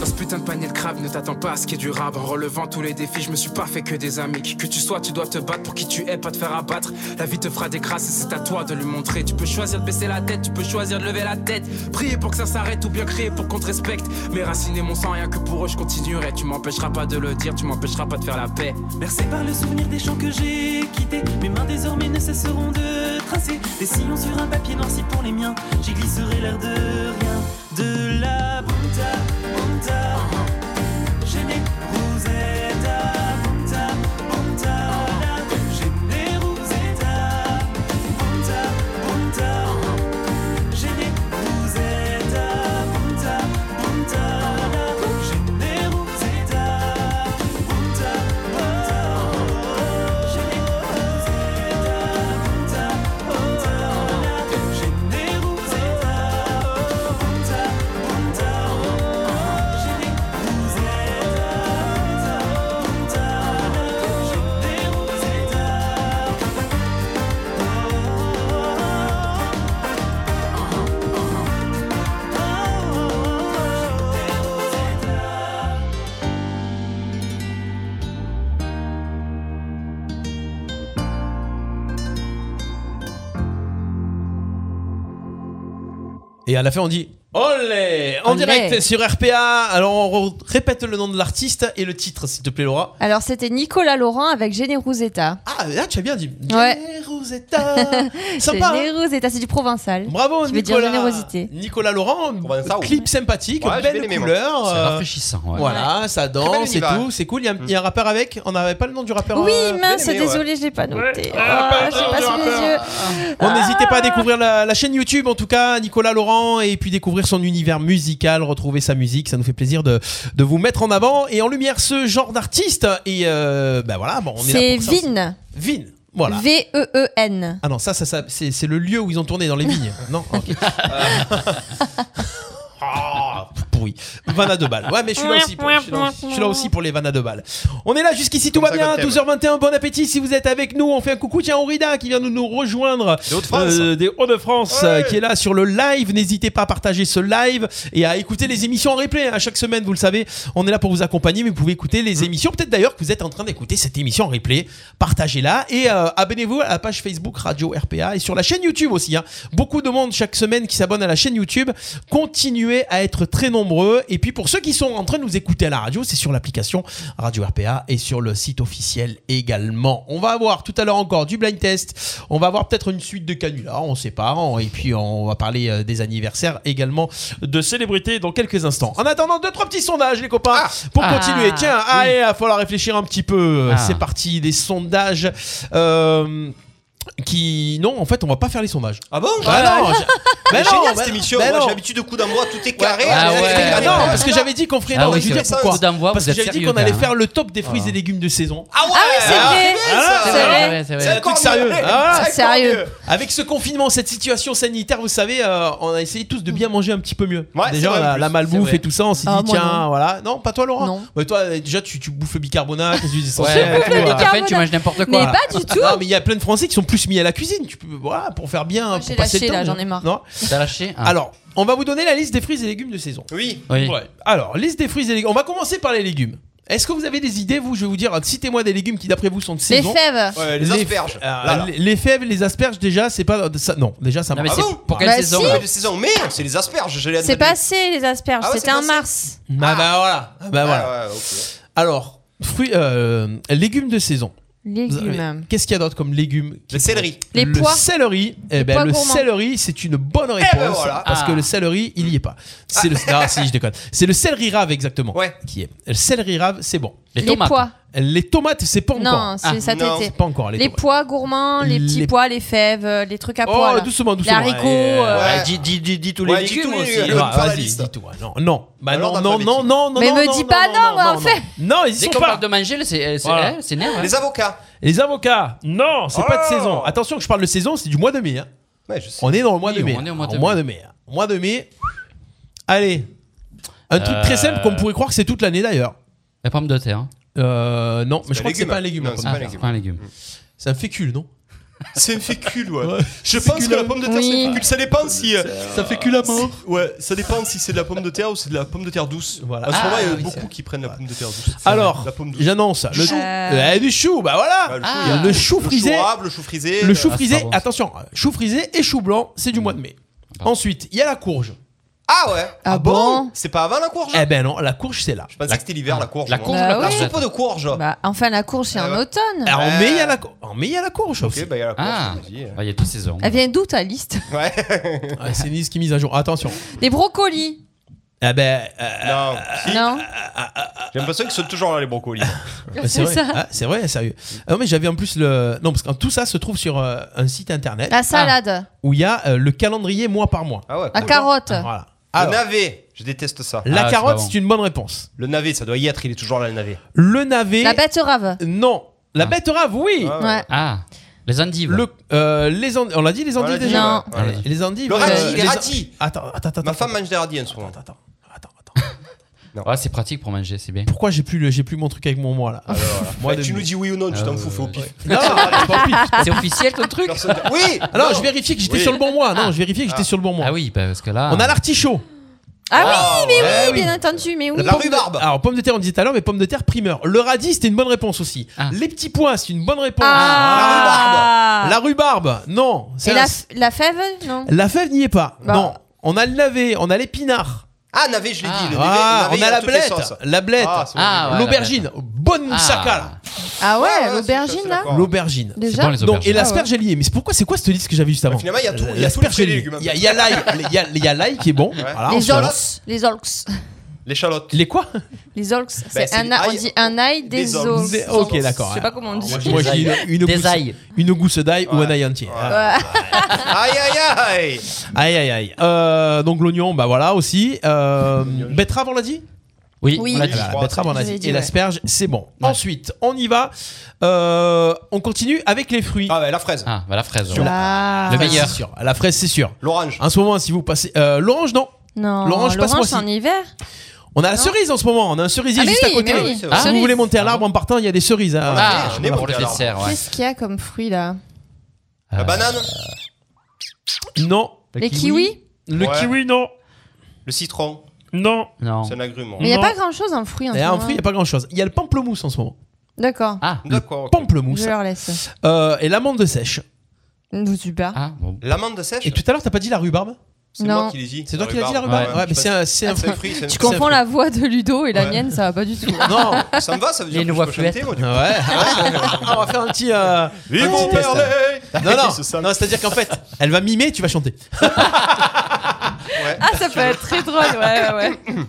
Speaker 18: Dans ce putain de panier de crabe, ne t'attends pas à ce qui est durable. En relevant tous les défis, je me suis pas fait que des amis. Qui Que tu sois, tu dois te battre pour qui tu es, pas te faire abattre. La vie te fera des grâces et c'est à toi de lui montrer. Tu peux choisir de baisser la tête, tu peux choisir de lever la tête. Prier pour que ça s'arrête ou bien crier pour qu'on te respecte. Mes racines et mon sang, rien que pour eux, je continuerai. Tu m'empêcheras pas de le dire, tu m'empêcheras pas de faire la paix.
Speaker 8: Bercé par le souvenir des champs que j'ai quittés, mes mains désormais ne cesseront de tracer des sillons sur un papier noirci pour les miens. J'y glisserai l'air de rien, de la bunta, bunta. Générosetta, bunta, bunta. La générosetta, bunta, bunta. Générosetta, bunta, bunta. La générosetta, bunta, bunta. Générosetta, bunta, bunta. La générosetta.
Speaker 3: Et à la fin, on dit Olé En
Speaker 7: Olé.
Speaker 3: direct sur RPA. Alors, on re- répète le nom de l'artiste et le titre, s'il te plaît, Laura.
Speaker 7: Alors c'était Nicolas Laurent avec Zeta.
Speaker 3: Ah, là, tu as bien dit.
Speaker 7: Ouais.
Speaker 3: Zeta. Sympa, hein
Speaker 7: Zeta, c'est du provençal.
Speaker 3: Bravo,
Speaker 7: Qui veut dire
Speaker 3: Nicolas.
Speaker 7: générosité.
Speaker 3: Nicolas Laurent, clip sympathique,
Speaker 7: Ouais, j'ai bien
Speaker 3: belle
Speaker 7: aimé, moi.
Speaker 3: couleur.
Speaker 5: C'est
Speaker 3: euh,
Speaker 5: rafraîchissant, ouais.
Speaker 3: Voilà, ça
Speaker 5: Très belle
Speaker 3: danse et
Speaker 5: diva.
Speaker 3: tout, c'est cool. Il y, a un- il y a un rappeur avec, on n'avait pas le nom du rappeur.
Speaker 7: Oui,
Speaker 3: euh,
Speaker 7: mince,
Speaker 3: bien aimé, ouais.
Speaker 7: désolé, je l'ai pas noté.
Speaker 3: Ouais. Ah,
Speaker 7: Oh,
Speaker 3: pardon,
Speaker 7: j'ai pas sous les yeux.
Speaker 3: On n'hésitez pas à découvrir la, la chaîne YouTube, en tout cas, Nicolas Laurent, et puis découvrir son univers musical, retrouver sa musique. Ça nous fait plaisir de, de vous mettre en avant et en lumière ce genre d'artiste. Et euh, ben voilà, bon, on est,
Speaker 7: C'est
Speaker 3: là pour ça aussi.
Speaker 7: Vin. E
Speaker 3: Vin, voilà.
Speaker 7: V-E-E-N.
Speaker 3: ah non, ça, ça, ça c'est c'est le lieu où ils ont tourné dans les vignes. Non ok. Ah, pourri. Vanna de balle. Ouais, mais je suis là aussi pour, je suis là aussi- je suis là aussi pour les vanna de balle. On est là jusqu'ici, tout
Speaker 6: Comme
Speaker 3: va
Speaker 6: ça
Speaker 3: bien.
Speaker 6: qu'on t'aime.
Speaker 3: 12h21, bon appétit si vous êtes avec nous. On fait un coucou, tiens, Aurida qui vient de nous rejoindre.
Speaker 2: Des Hauts-de-France.
Speaker 3: Euh, des Hauts-de-France, euh, qui est là sur le live. N'hésitez pas à partager ce live et à écouter les émissions en replay. hein. Chaque semaine, vous le savez, on est là pour vous accompagner, mais vous pouvez écouter les émissions. Peut-être d'ailleurs que vous êtes en train d'écouter cette émission en replay. Partagez-la et euh, abonnez-vous à la page Facebook Radio RPA et sur la chaîne YouTube aussi. hein. Beaucoup de monde chaque semaine qui s'abonne à la chaîne YouTube. Continuez à être très nombreux. Et puis pour ceux qui sont en train de nous écouter à la radio, c'est sur l'application Radio RPA et sur le site officiel également. On va avoir tout à l'heure encore du blind test. On va avoir peut-être une suite de canulars, on sait pas. On- Et puis on va parler euh, des anniversaires également de célébrités dans quelques instants. En attendant, deux trois petits sondages, les copains, pour
Speaker 6: Ah.
Speaker 3: continuer. Tiens,
Speaker 6: Oui.
Speaker 3: allez, il va falloir réfléchir un petit peu.
Speaker 6: Ah.
Speaker 3: C'est parti, des sondages. euh, qui non en fait on va pas faire les sondages ah bon
Speaker 13: Ah,
Speaker 3: non,
Speaker 13: ouais.
Speaker 3: j'ai-
Speaker 13: Mais
Speaker 3: Mais non,
Speaker 13: génial
Speaker 3: mais-
Speaker 13: cette émission.
Speaker 3: mais
Speaker 13: Moi
Speaker 3: non.
Speaker 13: j'ai l'habitude de coups d'envoi, tout est carré.
Speaker 3: Ah
Speaker 13: Allez, allez,
Speaker 3: ouais.
Speaker 13: allez,
Speaker 3: non,
Speaker 13: allez.
Speaker 3: parce que j'avais dit qu'on ferait.
Speaker 13: Ah
Speaker 3: non,
Speaker 13: oui,
Speaker 3: je vais
Speaker 13: c'est
Speaker 3: dire
Speaker 13: vrai.
Speaker 3: pourquoi.
Speaker 13: Coup d'envoi,
Speaker 3: parce
Speaker 13: vous
Speaker 3: que
Speaker 13: êtes
Speaker 3: j'avais dit
Speaker 13: sérieux,
Speaker 3: qu'on allait
Speaker 13: quand
Speaker 3: faire
Speaker 13: même.
Speaker 3: le top des fruits et légumes de saison.
Speaker 13: Ah ouais.
Speaker 3: Ah,
Speaker 13: c'est vrai, c'est vrai.
Speaker 3: un truc
Speaker 13: C'est
Speaker 1: Eh,
Speaker 3: sérieux.
Speaker 13: vrai.
Speaker 3: Ah ouais.
Speaker 13: C'est sérieux.
Speaker 3: Avec ce confinement, cette situation sanitaire, vous savez, euh, on a essayé tous de bien manger un petit peu mieux.
Speaker 13: Ouais, c'est
Speaker 3: déjà
Speaker 13: vrai, en
Speaker 3: la,
Speaker 13: plus.
Speaker 3: la
Speaker 13: C'est
Speaker 3: malbouffe
Speaker 13: vrai.
Speaker 3: et tout ça, on s'est
Speaker 13: Ah,
Speaker 3: dit
Speaker 13: moi,
Speaker 3: tiens,
Speaker 13: non.
Speaker 3: voilà. Non, pas toi Laurent.
Speaker 13: Non.
Speaker 3: Bah, toi euh, déjà tu, tu bouffes le bicarbonate, les huiles essentielles.
Speaker 5: Je bouffe le
Speaker 3: tout, voilà.
Speaker 5: bicarbonate. T'as fait, tu manges n'importe quoi. Mais pas du tout.
Speaker 3: Non, Ah, mais il y a plein de Français qui sont plus mis à la cuisine, tu peux voilà, pour faire bien
Speaker 5: j'ai
Speaker 3: pour passer
Speaker 5: lâché,
Speaker 3: le temps.
Speaker 5: là, j'en ai marre.
Speaker 3: Non
Speaker 5: T'as lâché
Speaker 13: hein.
Speaker 5: Ah.
Speaker 3: Alors, on va vous donner la liste des fruits et légumes de saison.
Speaker 13: Oui.
Speaker 5: Oui.
Speaker 3: Ouais. Alors, liste des fruits et légumes. On va commencer par les légumes. Est-ce que vous avez des idées, vous Je vais vous dire, citez-moi des légumes qui, d'après vous, sont de
Speaker 7: Les
Speaker 3: saison.
Speaker 7: fèves. Ouais, les
Speaker 13: asperges.
Speaker 3: euh,
Speaker 13: Là, là.
Speaker 3: Les, les fèves, les asperges, déjà, c'est pas. ça- non, déjà, ça
Speaker 13: Ah
Speaker 3: marche. Bah
Speaker 13: bon
Speaker 3: pas.
Speaker 7: Bah,
Speaker 13: Ah, ouais, de saison Mais c'est les asperges. je l'ai
Speaker 7: C'est
Speaker 13: entendu.
Speaker 7: passé les asperges,
Speaker 13: Ah ouais,
Speaker 7: c'était
Speaker 13: c'est
Speaker 7: en
Speaker 13: passé.
Speaker 7: mars.
Speaker 3: Ah, bah voilà. Ah, bah,
Speaker 13: Ah,
Speaker 3: voilà.
Speaker 13: ouais, ok.
Speaker 3: Alors, fruits, euh, légumes de saison.
Speaker 7: Légumes.
Speaker 3: Vous avez- Qu'est-ce qu'il y a d'autre comme légumes Le
Speaker 13: céleri.
Speaker 7: Les
Speaker 3: le
Speaker 7: pois.
Speaker 3: céleri. Eh
Speaker 7: Les
Speaker 3: ben,
Speaker 7: pois
Speaker 3: le
Speaker 7: gourmands.
Speaker 3: céleri, c'est une bonne réponse.
Speaker 13: ben voilà.
Speaker 3: Parce
Speaker 13: Ah.
Speaker 3: que le céleri, il n'y est pas. C'est le, ah, si, je déconne. C'est le céleri rave, exactement. Qui est. Le céleri rave, c'est bon.
Speaker 7: Les Les tomates. pois.
Speaker 3: Les tomates, c'est pas encore. Ah,
Speaker 7: Non, c'est ça
Speaker 3: Non,
Speaker 7: t'était.
Speaker 3: c'est pas encore. Les,
Speaker 7: Les
Speaker 3: tomates.
Speaker 7: pois gourmands, les petits
Speaker 3: Les-
Speaker 7: pois, les fèves, euh, les trucs à
Speaker 3: Oh,
Speaker 7: pois. là.
Speaker 3: doucement, doucement.
Speaker 7: Les haricots.
Speaker 3: Eh, ouais,
Speaker 7: euh,
Speaker 5: tous
Speaker 3: Ouais,
Speaker 5: les
Speaker 3: dis
Speaker 5: légumes
Speaker 3: tous les
Speaker 5: aussi.
Speaker 3: légumes,
Speaker 5: Ouais,
Speaker 3: fais la
Speaker 5: vas-y.
Speaker 3: liste, dis tout, ouais. Non, non. Bah non,
Speaker 5: Ordre
Speaker 3: non, non, non, non.
Speaker 7: Mais
Speaker 3: non,
Speaker 7: me
Speaker 3: non,
Speaker 7: dis
Speaker 3: non,
Speaker 7: pas non,
Speaker 3: non,
Speaker 7: moi,
Speaker 3: non,
Speaker 7: en fait.
Speaker 3: Non, ils y
Speaker 5: Dès
Speaker 3: sont
Speaker 5: qu'on
Speaker 3: pas.
Speaker 5: parle de manger, c'est hein,
Speaker 3: Voilà.
Speaker 5: c'est nerf.
Speaker 13: Les avocats. Oh.
Speaker 3: Les avocats, non, c'est pas de saison. Attention que je parle de saison, c'est du mois de mai. hein. On est dans le mois
Speaker 5: Oui,
Speaker 3: de mai.
Speaker 5: on est au
Speaker 3: hein.
Speaker 5: mois de
Speaker 3: Au
Speaker 5: mai.
Speaker 3: mois de mai. hein. Au mois de mai. Allez. Un truc
Speaker 5: Euh.
Speaker 3: très simple qu'on pourrait croire que c'est toute l'année d'ailleurs.
Speaker 5: La pomme de terre.
Speaker 3: Euh, non, mais je crois
Speaker 5: pas un
Speaker 3: que c'est
Speaker 5: légume.
Speaker 3: pas un légume. la
Speaker 5: Non,
Speaker 3: pomme
Speaker 5: c'est
Speaker 3: de
Speaker 5: pas un
Speaker 3: terre.
Speaker 5: légume. C'est pas un légume.
Speaker 3: C'est un fécule, non
Speaker 13: C'est une fécule, ouais.
Speaker 3: Ouais.
Speaker 13: Je pense que la pomme de terre, c'est une fécule. Ça dépend si. euh,
Speaker 3: Ça fécule à mort.
Speaker 13: Ouais, ça dépend si c'est de la pomme de terre ou c'est de la pomme de terre douce.
Speaker 3: Voilà.
Speaker 13: En ce
Speaker 3: Ah,
Speaker 13: moment, il y a
Speaker 3: oui,
Speaker 13: beaucoup qui prennent la pomme de terre douce.
Speaker 3: Alors,
Speaker 13: La pomme douce.
Speaker 3: j'annonce. Le
Speaker 13: Chou.
Speaker 3: Euh, du chou, bah voilà.
Speaker 13: le chou,
Speaker 3: Ah.
Speaker 13: il y a
Speaker 3: Le chou frisé.
Speaker 13: Le chou arabe, le chou frisé.
Speaker 3: Le chou
Speaker 13: euh,
Speaker 3: frisé, attention, euh, chou frisé et chou blanc, c'est du mois de mai.
Speaker 5: Ah.
Speaker 3: Ensuite, il y a la courge.
Speaker 13: Ah ouais
Speaker 3: Ah bon
Speaker 13: C'est pas avant la courge
Speaker 3: Eh ben non, la courge c'est là.
Speaker 13: Je pensais que c'était l'hiver, la courge.
Speaker 3: La
Speaker 13: moi.
Speaker 3: courge, la
Speaker 13: Ah,
Speaker 3: courge.
Speaker 13: soupe de courge.
Speaker 7: Bah, enfin, la courge,
Speaker 3: Ah,
Speaker 7: c'est en automne.
Speaker 3: Alors, en mai, il y a la cour- en mai, il y a la courge. aussi.
Speaker 13: Euh. bah, il y a la courge,
Speaker 5: Ah, il y a deux saisons.
Speaker 7: Elle vient d'où ta liste
Speaker 13: Ouais.
Speaker 3: Ah, c'est Nice qui mise à jour. Attention.
Speaker 7: Des brocolis.
Speaker 3: Eh ben. euh,
Speaker 13: non.
Speaker 7: Non.
Speaker 13: J'ai l'impression qu'ils sont toujours là, les brocolis.
Speaker 3: Ah, C'est vrai, Ah, c'est vrai, sérieux. Ah, mais j'avais en plus le. Non, parce que tout ça se trouve sur euh, un site internet.
Speaker 7: La salade.
Speaker 3: Où il y a euh, le calendrier mois par mois.
Speaker 13: Ah ouais,
Speaker 7: La
Speaker 13: cool.
Speaker 7: carotte.
Speaker 3: Voilà.
Speaker 13: Le
Speaker 3: Alors,
Speaker 13: navet, je déteste ça.
Speaker 3: La Ah, c'est carotte, pas bon. c'est une bonne réponse.
Speaker 13: Le navet, ça doit y être, il est toujours là, le navet.
Speaker 3: le navet.
Speaker 7: La betterave.
Speaker 3: Non. La betterave, oui.
Speaker 13: Ah
Speaker 7: ouais. Ouais.
Speaker 5: Ah. Les endives.
Speaker 3: Le, euh, les endives. On l'a dit, les endives
Speaker 13: l'a dit,
Speaker 3: déjà
Speaker 13: ouais. Non.
Speaker 3: Ouais. Les endives.
Speaker 13: Le
Speaker 3: euh,
Speaker 13: radis, les
Speaker 3: en-
Speaker 13: radis.
Speaker 3: Attends, attends, attends.
Speaker 13: Ma femme mange des radis en ce moment.
Speaker 5: Ouais, c'est pratique pour manger, c'est bien.
Speaker 3: Pourquoi j'ai plus, le- j'ai plus mon truc avec mon moi là Moi,
Speaker 13: Ouais, tu
Speaker 3: de-
Speaker 13: nous dis oui ou non, tu
Speaker 5: Ah
Speaker 13: t'en
Speaker 5: ouais.
Speaker 13: fous, fais au pif.
Speaker 3: Non, c'est pas pif.
Speaker 5: C'est officiel ton truc
Speaker 13: Personne- Oui
Speaker 3: Ah non, je vérifiais que j'étais sur le bon mois. Non, je vérifiais que j'étais sur le bon mois.
Speaker 5: Ah oui, bah, parce que là.
Speaker 3: On a l'artichaut.
Speaker 7: Ah,
Speaker 3: Ah,
Speaker 7: oui, mais
Speaker 3: ouais,
Speaker 7: oui,
Speaker 3: oui.
Speaker 7: bien entendu, mais oui.
Speaker 3: Pomme de- Alors, pomme de terre, on disait tout à l'heure, mais pomme de terre primeur. Le radis, c'était une bonne réponse aussi. Les petits pois, c'est une bonne réponse.
Speaker 7: Ah.
Speaker 3: La rhubarbe. La rhubarbe, non. c'est
Speaker 7: Et
Speaker 3: un-
Speaker 7: la, f- la fève, non
Speaker 3: La fève n'y est pas.
Speaker 7: Bah,
Speaker 3: non. on a le navet, on a l'épinard.
Speaker 13: Ah, navet, je l'ai dit. le navet-
Speaker 3: Ah,
Speaker 13: navet,
Speaker 3: on a
Speaker 13: il
Speaker 3: la
Speaker 13: toutes les
Speaker 3: blette,
Speaker 13: sauces.
Speaker 3: la blette,
Speaker 13: Ah, c'est bon, Ah, j'ai vu. ouais,
Speaker 3: l'aubergine,
Speaker 13: la
Speaker 3: bonne moussaka
Speaker 13: Ah.
Speaker 3: là.
Speaker 7: Ah ouais, l'aubergine là
Speaker 3: L'aubergine.
Speaker 7: Déjà C'est bon, les
Speaker 3: Donc, et
Speaker 7: aubergines.
Speaker 3: l'asperge ailier. Mais c'est pourquoi c'est quoi cette liste que j'avais juste avant
Speaker 13: Bah, finalement, il y a tout- il y a
Speaker 3: Euh,
Speaker 13: tous les
Speaker 3: L'asperge
Speaker 13: fruits et
Speaker 3: ailier.
Speaker 13: légumes.
Speaker 3: Il y a- il y a l'ail, il y a- il y a l'ail qui est bon. Voilà, on
Speaker 4: les
Speaker 3: se lance.
Speaker 4: olx. Les olx.
Speaker 13: Les chalottes.
Speaker 3: Les quoi
Speaker 4: Les olx, c'est
Speaker 3: Bah, c'est
Speaker 4: un,
Speaker 3: des
Speaker 4: a- on
Speaker 3: ailes-
Speaker 4: dit un ail des,
Speaker 3: Des
Speaker 4: olx.
Speaker 3: Des- Ok, d'accord. hein.
Speaker 4: Je sais pas comment on dit.
Speaker 3: Moi, je dis une, une gousse,
Speaker 4: ailes.
Speaker 3: une gousse d'ail ou un ail entier. Ah.
Speaker 13: Aïe, aïe, aïe.
Speaker 3: Aïe aïe aïe. Euh, donc l'oignon, bah voilà aussi. Euh, betterave, on l'a dit
Speaker 5: Oui,
Speaker 3: on l'a dit. Voilà, betterave, on l'a
Speaker 5: Je l'ai
Speaker 3: dit.
Speaker 5: dit,
Speaker 3: Et
Speaker 5: ouais.
Speaker 3: l'asperge, c'est bon. Ensuite, on y va. Euh, on continue avec les fruits.
Speaker 13: Ah ouais, la fraise.
Speaker 5: Ah, bah la fraise. ouais.
Speaker 7: Ah.
Speaker 3: La
Speaker 5: Le
Speaker 3: fraise,
Speaker 5: meilleur.
Speaker 3: c'est sûr. La fraise, c'est sûr.
Speaker 13: L'orange.
Speaker 3: En ce moment, si vous passez. euh, l'orange, non.
Speaker 7: Non,
Speaker 3: L'orange, passe
Speaker 7: l'orange c'est
Speaker 3: moi
Speaker 7: en hiver.
Speaker 3: On a la cerise en ce moment, on a un cerisier
Speaker 7: Ah, mais
Speaker 3: juste
Speaker 7: oui,
Speaker 3: à côté.
Speaker 7: mais oui, c'est vrai.
Speaker 3: Si vous
Speaker 7: Cerise.
Speaker 3: voulez monter à l'arbre en partant, il y a des cerises. hein.
Speaker 5: Ah, je pour le
Speaker 3: Voilà.
Speaker 5: dessert, ouais.
Speaker 7: Qu'est-ce qu'il y a comme fruit là
Speaker 13: La banane
Speaker 3: Non.
Speaker 7: Les kiwis kiwis
Speaker 2: Le
Speaker 13: Ouais.
Speaker 2: kiwi, non.
Speaker 13: Le citron
Speaker 2: Non.
Speaker 5: Non.
Speaker 13: C'est un agrume.
Speaker 7: Mais il n'y a pas grand chose en fruit en
Speaker 3: Il y
Speaker 7: ce
Speaker 3: a un
Speaker 7: moment. hein.
Speaker 3: fruit, il n'y a pas grand chose. Il y a le pamplemousse en ce moment.
Speaker 7: D'accord.
Speaker 5: Ah,
Speaker 13: d'accord.
Speaker 3: Pamplemousse.
Speaker 7: Je leur laisse.
Speaker 3: Euh, et l'amande sèche.
Speaker 7: Mm, Super.
Speaker 3: Ah.
Speaker 13: L'amande sèche
Speaker 3: Et tout à l'heure, t'as pas dit la rhubarbe
Speaker 7: C'est Non. moi qui l'ai
Speaker 13: dit.
Speaker 3: C'est toi
Speaker 13: La
Speaker 3: qui l'as dit la
Speaker 13: rhubarbe.
Speaker 3: rhubarbe
Speaker 13: Ouais.
Speaker 3: Ouais, mais c'est un, c'est un
Speaker 13: Ah, C'est un
Speaker 3: fruit.
Speaker 13: fruit, c'est un
Speaker 7: Tu
Speaker 3: C'est un
Speaker 7: confonds
Speaker 3: fruit.
Speaker 7: la voix de Ludo et la
Speaker 3: Ouais.
Speaker 7: mienne, ça va pas du tout.
Speaker 3: Non.
Speaker 13: Ça me va, ça veut
Speaker 5: Il y a
Speaker 13: dire
Speaker 5: une
Speaker 13: que
Speaker 5: voix
Speaker 13: je peux chanter,
Speaker 5: fluette.
Speaker 13: moi, du
Speaker 3: Ouais.
Speaker 13: coup.
Speaker 3: Ah, on va faire un petit. euh,
Speaker 13: Vive
Speaker 3: un
Speaker 13: mon
Speaker 3: petit test.
Speaker 13: Merlet
Speaker 3: Non, non.
Speaker 13: C'est ça.
Speaker 3: non c'est-à-dire qu'en fait, elle va mimer, tu vas chanter.
Speaker 7: Ah, ça peut être très drôle, ouais, ouais.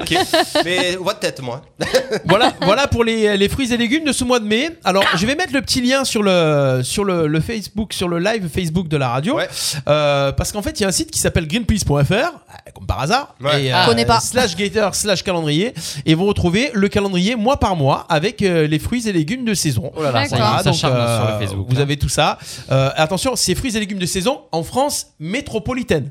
Speaker 13: Ok. Mais voix de tête, moi.
Speaker 3: voilà, voilà pour les, les fruits et légumes de ce mois de mai. Alors, je vais mettre le petit lien sur le, sur le, le Facebook, sur le live Facebook de la radio. Euh, parce qu'en fait, il y a un site qui s'appelle greenpeace.fr, euh, comme par hasard. Et, euh,
Speaker 7: Ah. Connais pas.
Speaker 3: Slash gator, slash calendrier. Et vous retrouvez le calendrier mois par mois avec euh, les fruits et légumes de saison.
Speaker 5: Oh là là, ça y est,
Speaker 3: Voilà,
Speaker 5: ça
Speaker 3: donc,
Speaker 5: charme
Speaker 3: euh,
Speaker 5: sur le Facebook, hein.
Speaker 3: Vous avez tout ça. Euh, attention, c'est fruits et légumes de saison en France métropolitaine.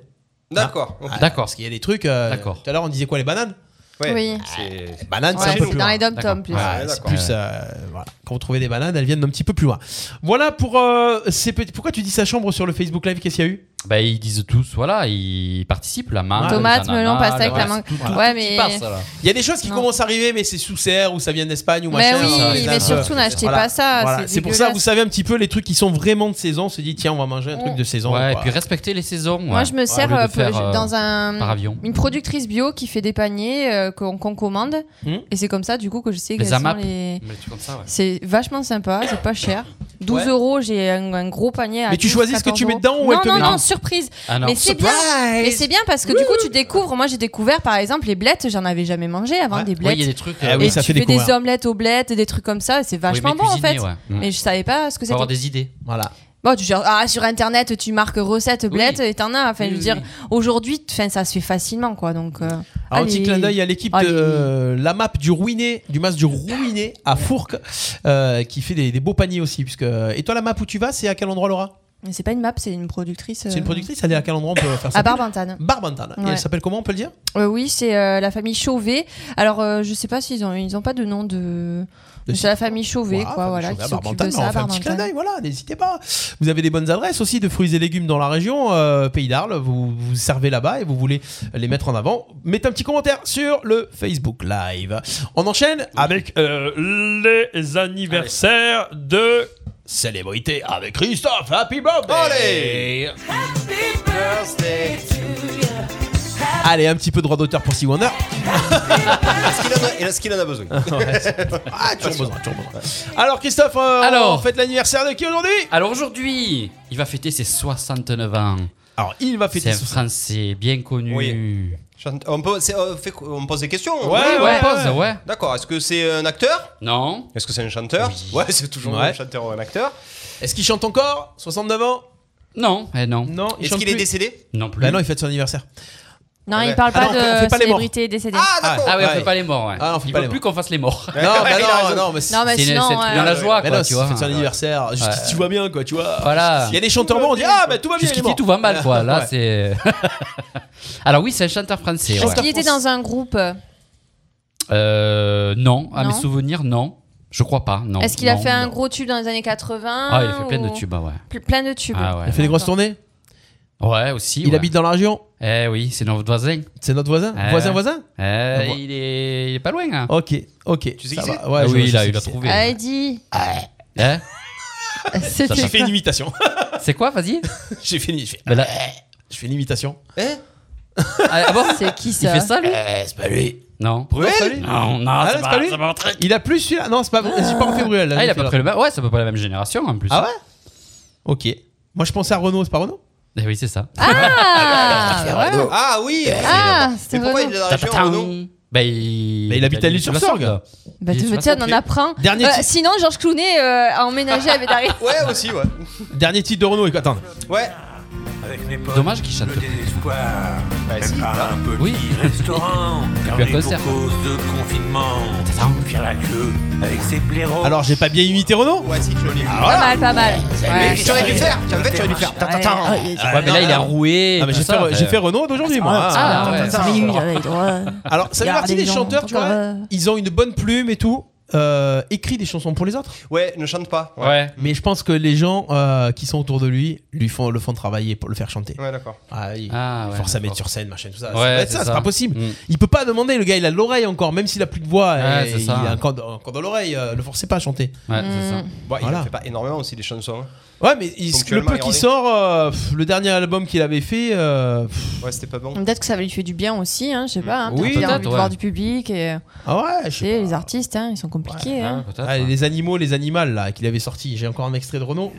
Speaker 13: D'accord. ok.
Speaker 3: Ah,
Speaker 5: D'accord.
Speaker 3: Parce qu'il y a des trucs. euh, tout à l'heure, on disait quoi les bananes
Speaker 13: Ouais.
Speaker 7: Oui.
Speaker 13: C'est-
Speaker 3: Bananes,
Speaker 7: Ouais,
Speaker 3: c'est un peu
Speaker 7: c'est
Speaker 3: plus
Speaker 7: dans
Speaker 3: loin.
Speaker 7: les dom-toms, plus.
Speaker 3: Ouais,
Speaker 7: Ouais,
Speaker 3: c'est
Speaker 7: d'accord.
Speaker 3: plus. euh, voilà. Quand vous trouvez des bananes, elles viennent un petit peu plus loin. Voilà pour euh, ces petits. Pourquoi tu dis sa chambre sur le Facebook Live Qu'est-ce qu'il y a eu
Speaker 5: Bah, ils disent tous, voilà, ils participent, la main.
Speaker 7: Tomate, melon, pastèque, la mangue.
Speaker 5: mangue.
Speaker 7: Ouais, mais.
Speaker 3: Il y a des choses qui commencent à arriver, mais c'est sous serre ou ça vient d'Espagne ou
Speaker 7: Mais
Speaker 3: machin.
Speaker 7: oui,
Speaker 3: ça, les
Speaker 7: mais
Speaker 3: dates,
Speaker 7: surtout,
Speaker 3: euh,
Speaker 7: n'achetez
Speaker 3: voilà.
Speaker 7: pas ça,
Speaker 3: Voilà.
Speaker 7: c'est
Speaker 3: C'est pour ça,
Speaker 7: dégueulasse.
Speaker 3: vous savez un petit peu les trucs qui sont vraiment de saison. On se dit, tiens, on va manger un truc de saison.
Speaker 5: Ouais, et
Speaker 3: quoi.
Speaker 5: puis respecter les saisons. ouais.
Speaker 7: Moi, je me sers
Speaker 5: Au lieu de
Speaker 7: euh,
Speaker 5: faire,
Speaker 7: pour-
Speaker 5: euh,
Speaker 7: dans un,
Speaker 5: Par avion.
Speaker 7: une productrice bio qui fait des paniers euh, qu'on qu'on commande.
Speaker 5: Hmm.
Speaker 7: Et c'est comme ça, du coup, que je sais
Speaker 5: Les
Speaker 7: quels sont
Speaker 5: AMAP.
Speaker 7: les.
Speaker 5: Mais tu comptes ça, ouais.
Speaker 7: C'est vachement sympa, c'est pas cher. 12
Speaker 5: Ouais.
Speaker 7: euros, j'ai un, un gros panier. À
Speaker 3: Mais tu
Speaker 7: 12,
Speaker 3: choisis ce que tu
Speaker 7: 14
Speaker 3: mets dedans ou
Speaker 7: euros.
Speaker 3: elle te
Speaker 7: Non,
Speaker 3: met-
Speaker 7: non, non,
Speaker 3: Non.
Speaker 7: surprise.
Speaker 5: Ah non.
Speaker 7: Mais c'est bien.
Speaker 5: Surprise.
Speaker 7: Mais c'est bien parce que du coup, tu découvres. Moi, j'ai découvert par exemple les blettes, j'en avais jamais mangé avant des
Speaker 5: Ouais,
Speaker 7: blettes.
Speaker 5: il y a des trucs.
Speaker 3: Ah
Speaker 5: euh,
Speaker 3: oui,
Speaker 7: Et
Speaker 3: ça
Speaker 7: tu
Speaker 3: fait
Speaker 7: fais des
Speaker 3: découvrir.
Speaker 7: omelettes aux blettes, et des trucs comme ça, c'est vachement
Speaker 5: mais
Speaker 7: bon en fait.
Speaker 5: cuisiner, ouais. Mm.
Speaker 7: Mais je savais pas ce que
Speaker 5: Faut avoir
Speaker 7: c'était.
Speaker 5: des idées.
Speaker 3: Voilà.
Speaker 7: Bon, tu genre, ah, sur internet, tu marques recette blette et t'en as. Enfin, je veux dire, aujourd'hui, enfin, ça se fait facilement, quoi. Donc, euh,
Speaker 3: Alors, un
Speaker 7: allez.
Speaker 3: petit clin d'œil à l'équipe
Speaker 7: ah,
Speaker 3: de euh, la map du Rouiné, du mas du Rouiné à Fourques, euh, qui fait des, des beaux paniers aussi. Puisque... Et toi, la map où tu vas, c'est à quel endroit, Laura
Speaker 7: Mais c'est pas une map, c'est une productrice.
Speaker 3: C'est une
Speaker 7: euh,
Speaker 3: productrice, elle est à quel endroit on peut faire ça
Speaker 7: À Barbantane.
Speaker 3: Barbantane. Et
Speaker 7: Ouais.
Speaker 3: elle s'appelle comment, on peut le dire
Speaker 7: Euh, oui, c'est euh, la famille Chauvet. Alors, euh, je sais pas s'ils ont, ils ont pas de nom de.
Speaker 3: De
Speaker 7: C'est la famille Chauvet,
Speaker 3: Voilà,
Speaker 7: quoi,
Speaker 3: famille
Speaker 7: voilà,
Speaker 3: Chauvet
Speaker 7: qui
Speaker 3: à
Speaker 7: s'occupe
Speaker 3: Barbantane,
Speaker 7: de ça.
Speaker 3: on fait un petit clin
Speaker 7: Barbantane.
Speaker 3: d'œil, voilà, n'hésitez pas. Vous avez des bonnes adresses aussi de fruits et légumes dans la région, euh, Pays d'Arles, vous vous servez là-bas et vous voulez les mettre en avant. Mettez un petit commentaire sur le Facebook Live. On enchaîne avec euh, les anniversaires de célébrités avec Christophe Happy Birthday. Allez, un petit peu de droit d'auteur pour Sea Wonder.
Speaker 13: Est-ce qu'il en a- Est-ce qu'il en a besoin
Speaker 3: Ouais, Ah, toujours besoin, toujours besoin. Alors Christophe, euh,
Speaker 5: Alors.
Speaker 3: on fête l'anniversaire de qui aujourd'hui
Speaker 5: Alors aujourd'hui, il va fêter ses 69 ans.
Speaker 3: Alors il va fêter
Speaker 5: C'est un Français bien connu.
Speaker 13: Oui. Chante- On, peut- c'est- on fait- on pose des questions
Speaker 5: Ouais, ouais, on pose, ouais.
Speaker 13: D'accord, est-ce que c'est un acteur
Speaker 5: Non.
Speaker 13: Est-ce que c'est un chanteur Ouais, c'est toujours
Speaker 5: Ouais.
Speaker 13: un chanteur ou un acteur.
Speaker 3: Est-ce qu'il chante encore 69 ans
Speaker 5: Non, eh non.
Speaker 3: Non, il
Speaker 13: Est-ce
Speaker 3: chante
Speaker 13: qu'il est
Speaker 3: plus.
Speaker 13: décédé
Speaker 5: Non plus.
Speaker 3: Bah non, il fête son anniversaire.
Speaker 7: Non,
Speaker 13: Ouais.
Speaker 7: il parle
Speaker 3: Ah
Speaker 7: pas
Speaker 3: non, on fait
Speaker 7: de
Speaker 3: pas les morts.
Speaker 7: célébrité décédée.
Speaker 5: Ah, ouais, on
Speaker 3: Ouais.
Speaker 5: fait pas les morts. Ouais.
Speaker 3: Ah, on fait
Speaker 5: il
Speaker 3: pas
Speaker 5: veut
Speaker 3: les
Speaker 5: plus qu'on fasse les morts.
Speaker 3: Non, bah
Speaker 5: Il a
Speaker 3: non,
Speaker 5: raison.
Speaker 3: non, mais
Speaker 7: Non, mais
Speaker 5: C'est une-
Speaker 7: sinon,
Speaker 5: c'est
Speaker 7: ouais.
Speaker 5: dans la joie,
Speaker 3: Mais
Speaker 5: quoi,
Speaker 3: Bah non,
Speaker 5: tu
Speaker 3: c'est
Speaker 5: vois.
Speaker 3: c'est son anniversaire. Jusqu'ici, tout va bien, quoi, Ah, tu vois.
Speaker 5: Voilà.
Speaker 3: Il y a des chanteurs bons, on dit Ah, bah tout va bien. il est
Speaker 5: Jusqu'ici
Speaker 3: mort.
Speaker 5: tout va mal, quoi. Là,
Speaker 3: Ouais.
Speaker 5: c'est. Alors oui, c'est un chanteur français.
Speaker 7: Est-ce
Speaker 5: ouais.
Speaker 7: qu'il était dans un groupe euh,
Speaker 5: Euh, non, à mes
Speaker 7: Non.
Speaker 5: souvenirs, non. Je crois pas, non.
Speaker 7: Est-ce qu'il a
Speaker 5: Non,
Speaker 7: fait un
Speaker 5: non.
Speaker 7: gros tube dans les années 80
Speaker 5: Ah, il a fait plein de
Speaker 7: ou-
Speaker 5: tubes, ah ouais.
Speaker 7: Pl- Plein de tubes.
Speaker 5: Ah ouais.
Speaker 3: Il a fait des grosses tournées
Speaker 5: Ouais, aussi.
Speaker 3: Il habite dans la région
Speaker 5: Eh oui, c'est notre voisin.
Speaker 3: C'est notre voisin Voisin, voisin
Speaker 5: Eh,
Speaker 3: Vo-
Speaker 5: il, est... il est pas loin, hein.
Speaker 3: Ok, ok.
Speaker 5: Tu sais
Speaker 3: ça
Speaker 5: qui
Speaker 3: va.
Speaker 5: c'est
Speaker 3: Ouais,
Speaker 5: Ah
Speaker 3: je-
Speaker 5: oui,
Speaker 3: je
Speaker 5: il a-
Speaker 3: sais
Speaker 5: il
Speaker 3: qui
Speaker 5: a
Speaker 3: c'est. Eh,
Speaker 5: trouvé.
Speaker 7: Ah, il dit.
Speaker 5: Hein
Speaker 7: C'était
Speaker 3: J'ai fait
Speaker 7: quoi
Speaker 3: une imitation.
Speaker 5: c'est quoi, vas-y
Speaker 3: J'ai fini. J'ai fait,
Speaker 5: Mais là-
Speaker 3: je fais une imitation.
Speaker 13: Eh
Speaker 7: C'est qui
Speaker 5: Il
Speaker 7: ça
Speaker 5: fait ça, lui
Speaker 7: Eh,
Speaker 3: Bah
Speaker 5: C'est pas lui. Non.
Speaker 3: Bruel
Speaker 5: Non, c'est pas lui. Non, non,
Speaker 3: Ah,
Speaker 5: c'est
Speaker 3: là,
Speaker 5: pas-
Speaker 3: lui
Speaker 5: c'est pas un truc.
Speaker 3: Il a plus celui-là. Non, c'est pas vrai. J'ai pas refait Bruel. là,
Speaker 5: Ah, il
Speaker 3: j'ai
Speaker 5: a
Speaker 3: fait
Speaker 5: pas
Speaker 3: là.
Speaker 5: pris le même. Ouais, c'est à peu près la même génération en plus.
Speaker 3: Ah ouais Ok. Moi, je pensais à Renault, c'est pas Renault
Speaker 5: Eh oui, c'est ça.
Speaker 7: Ah,
Speaker 5: alors,
Speaker 7: ouais.
Speaker 5: Renaud.
Speaker 13: Ah oui
Speaker 3: Eh,
Speaker 7: Ah, c'est Renaud.
Speaker 5: Tapatam. Bah, il...
Speaker 3: Mais il habite à Lille-sur-Sorgue.
Speaker 5: Lille-sur-Sorgue.
Speaker 7: Bah, tu veux dire, on en apprend.
Speaker 3: Dernier
Speaker 7: Euh,
Speaker 3: titre.
Speaker 7: sinon, Georges Clooney euh, a emménagé avec Daryl.
Speaker 13: Ouais, aussi, ouais.
Speaker 3: Dernier titre de Renault. écoute, Attends.
Speaker 13: Ouais.
Speaker 5: Dommage qu'il chante.
Speaker 19: Le désespoir.
Speaker 3: Bah,
Speaker 13: Même
Speaker 19: pas un petit restaurant.
Speaker 5: Puis un
Speaker 19: fermé
Speaker 5: concert.
Speaker 19: pour cause de confinement. Faire la queue avec ses blaireaux.
Speaker 3: Alors, j'ai pas bien imité Renault
Speaker 13: Ouais, si, tu l'as
Speaker 3: Ah,
Speaker 7: Pas
Speaker 3: voilà.
Speaker 7: mal, pas mal.
Speaker 13: Mais tu aurais dû faire. Tu en fait, tu aurais dû faire. Attends, attends.
Speaker 5: Ouais, mais là, il est enroué.
Speaker 3: Ah, mais j'ai
Speaker 5: tout ça,
Speaker 3: fait, j'ai fait Renault d'aujourd'hui, moi. hein.
Speaker 5: Ah, ouais.
Speaker 3: Alors, ça fait
Speaker 7: Regarde
Speaker 3: partie
Speaker 7: les
Speaker 3: des
Speaker 7: gens, euh.
Speaker 3: chanteurs, tu vois. Ils ont une bonne plume et tout. Euh, écrit des chansons pour les autres.
Speaker 13: Ouais, ne chante pas. Ouais.
Speaker 3: Mais je pense que les gens euh, qui sont autour de lui lui font le font travailler pour le faire chanter.
Speaker 13: Ouais, d'accord.
Speaker 3: Ah, il
Speaker 5: Ah,
Speaker 3: il
Speaker 5: ouais,
Speaker 3: force à
Speaker 5: d'accord.
Speaker 3: mettre sur scène, machin, tout ça.
Speaker 5: Ouais,
Speaker 3: Ça doit être
Speaker 5: c'est
Speaker 3: ça, c'est
Speaker 5: ça.
Speaker 3: pas possible.
Speaker 5: Mm.
Speaker 3: Il peut pas demander. Le gars, il a l'oreille encore, même s'il a plus de voix.
Speaker 5: Ouais,
Speaker 3: et
Speaker 5: c'est
Speaker 3: il
Speaker 5: ça.
Speaker 3: a encore, encore dans l'oreille. euh, le forcez pas à chanter.
Speaker 5: Ouais, c'est ça.
Speaker 13: Bon, il
Speaker 3: Voilà.
Speaker 13: en fait pas énormément aussi des chansons. hein.
Speaker 3: Ouais, mais il- le
Speaker 13: Ponctuellement,
Speaker 3: peu
Speaker 13: il
Speaker 3: qui
Speaker 13: en est.
Speaker 3: sort, euh, pff, le dernier album qu'il avait fait. euh, pff,
Speaker 13: Ouais, c'était pas bon.
Speaker 7: Peut-être que ça va lui faire du bien aussi, hein, je sais pas. Hein,
Speaker 3: Oui,
Speaker 7: peut-être qu'il a
Speaker 3: peut-être,
Speaker 7: envie de
Speaker 3: ouais.
Speaker 7: voir du public. Et...
Speaker 3: Ah ouais,
Speaker 7: Tu sais, les artistes, hein, ils sont compliqués. hein.
Speaker 3: ah, les animaux, les animaux là qu'il avait sorti. J'ai encore un extrait de Renault.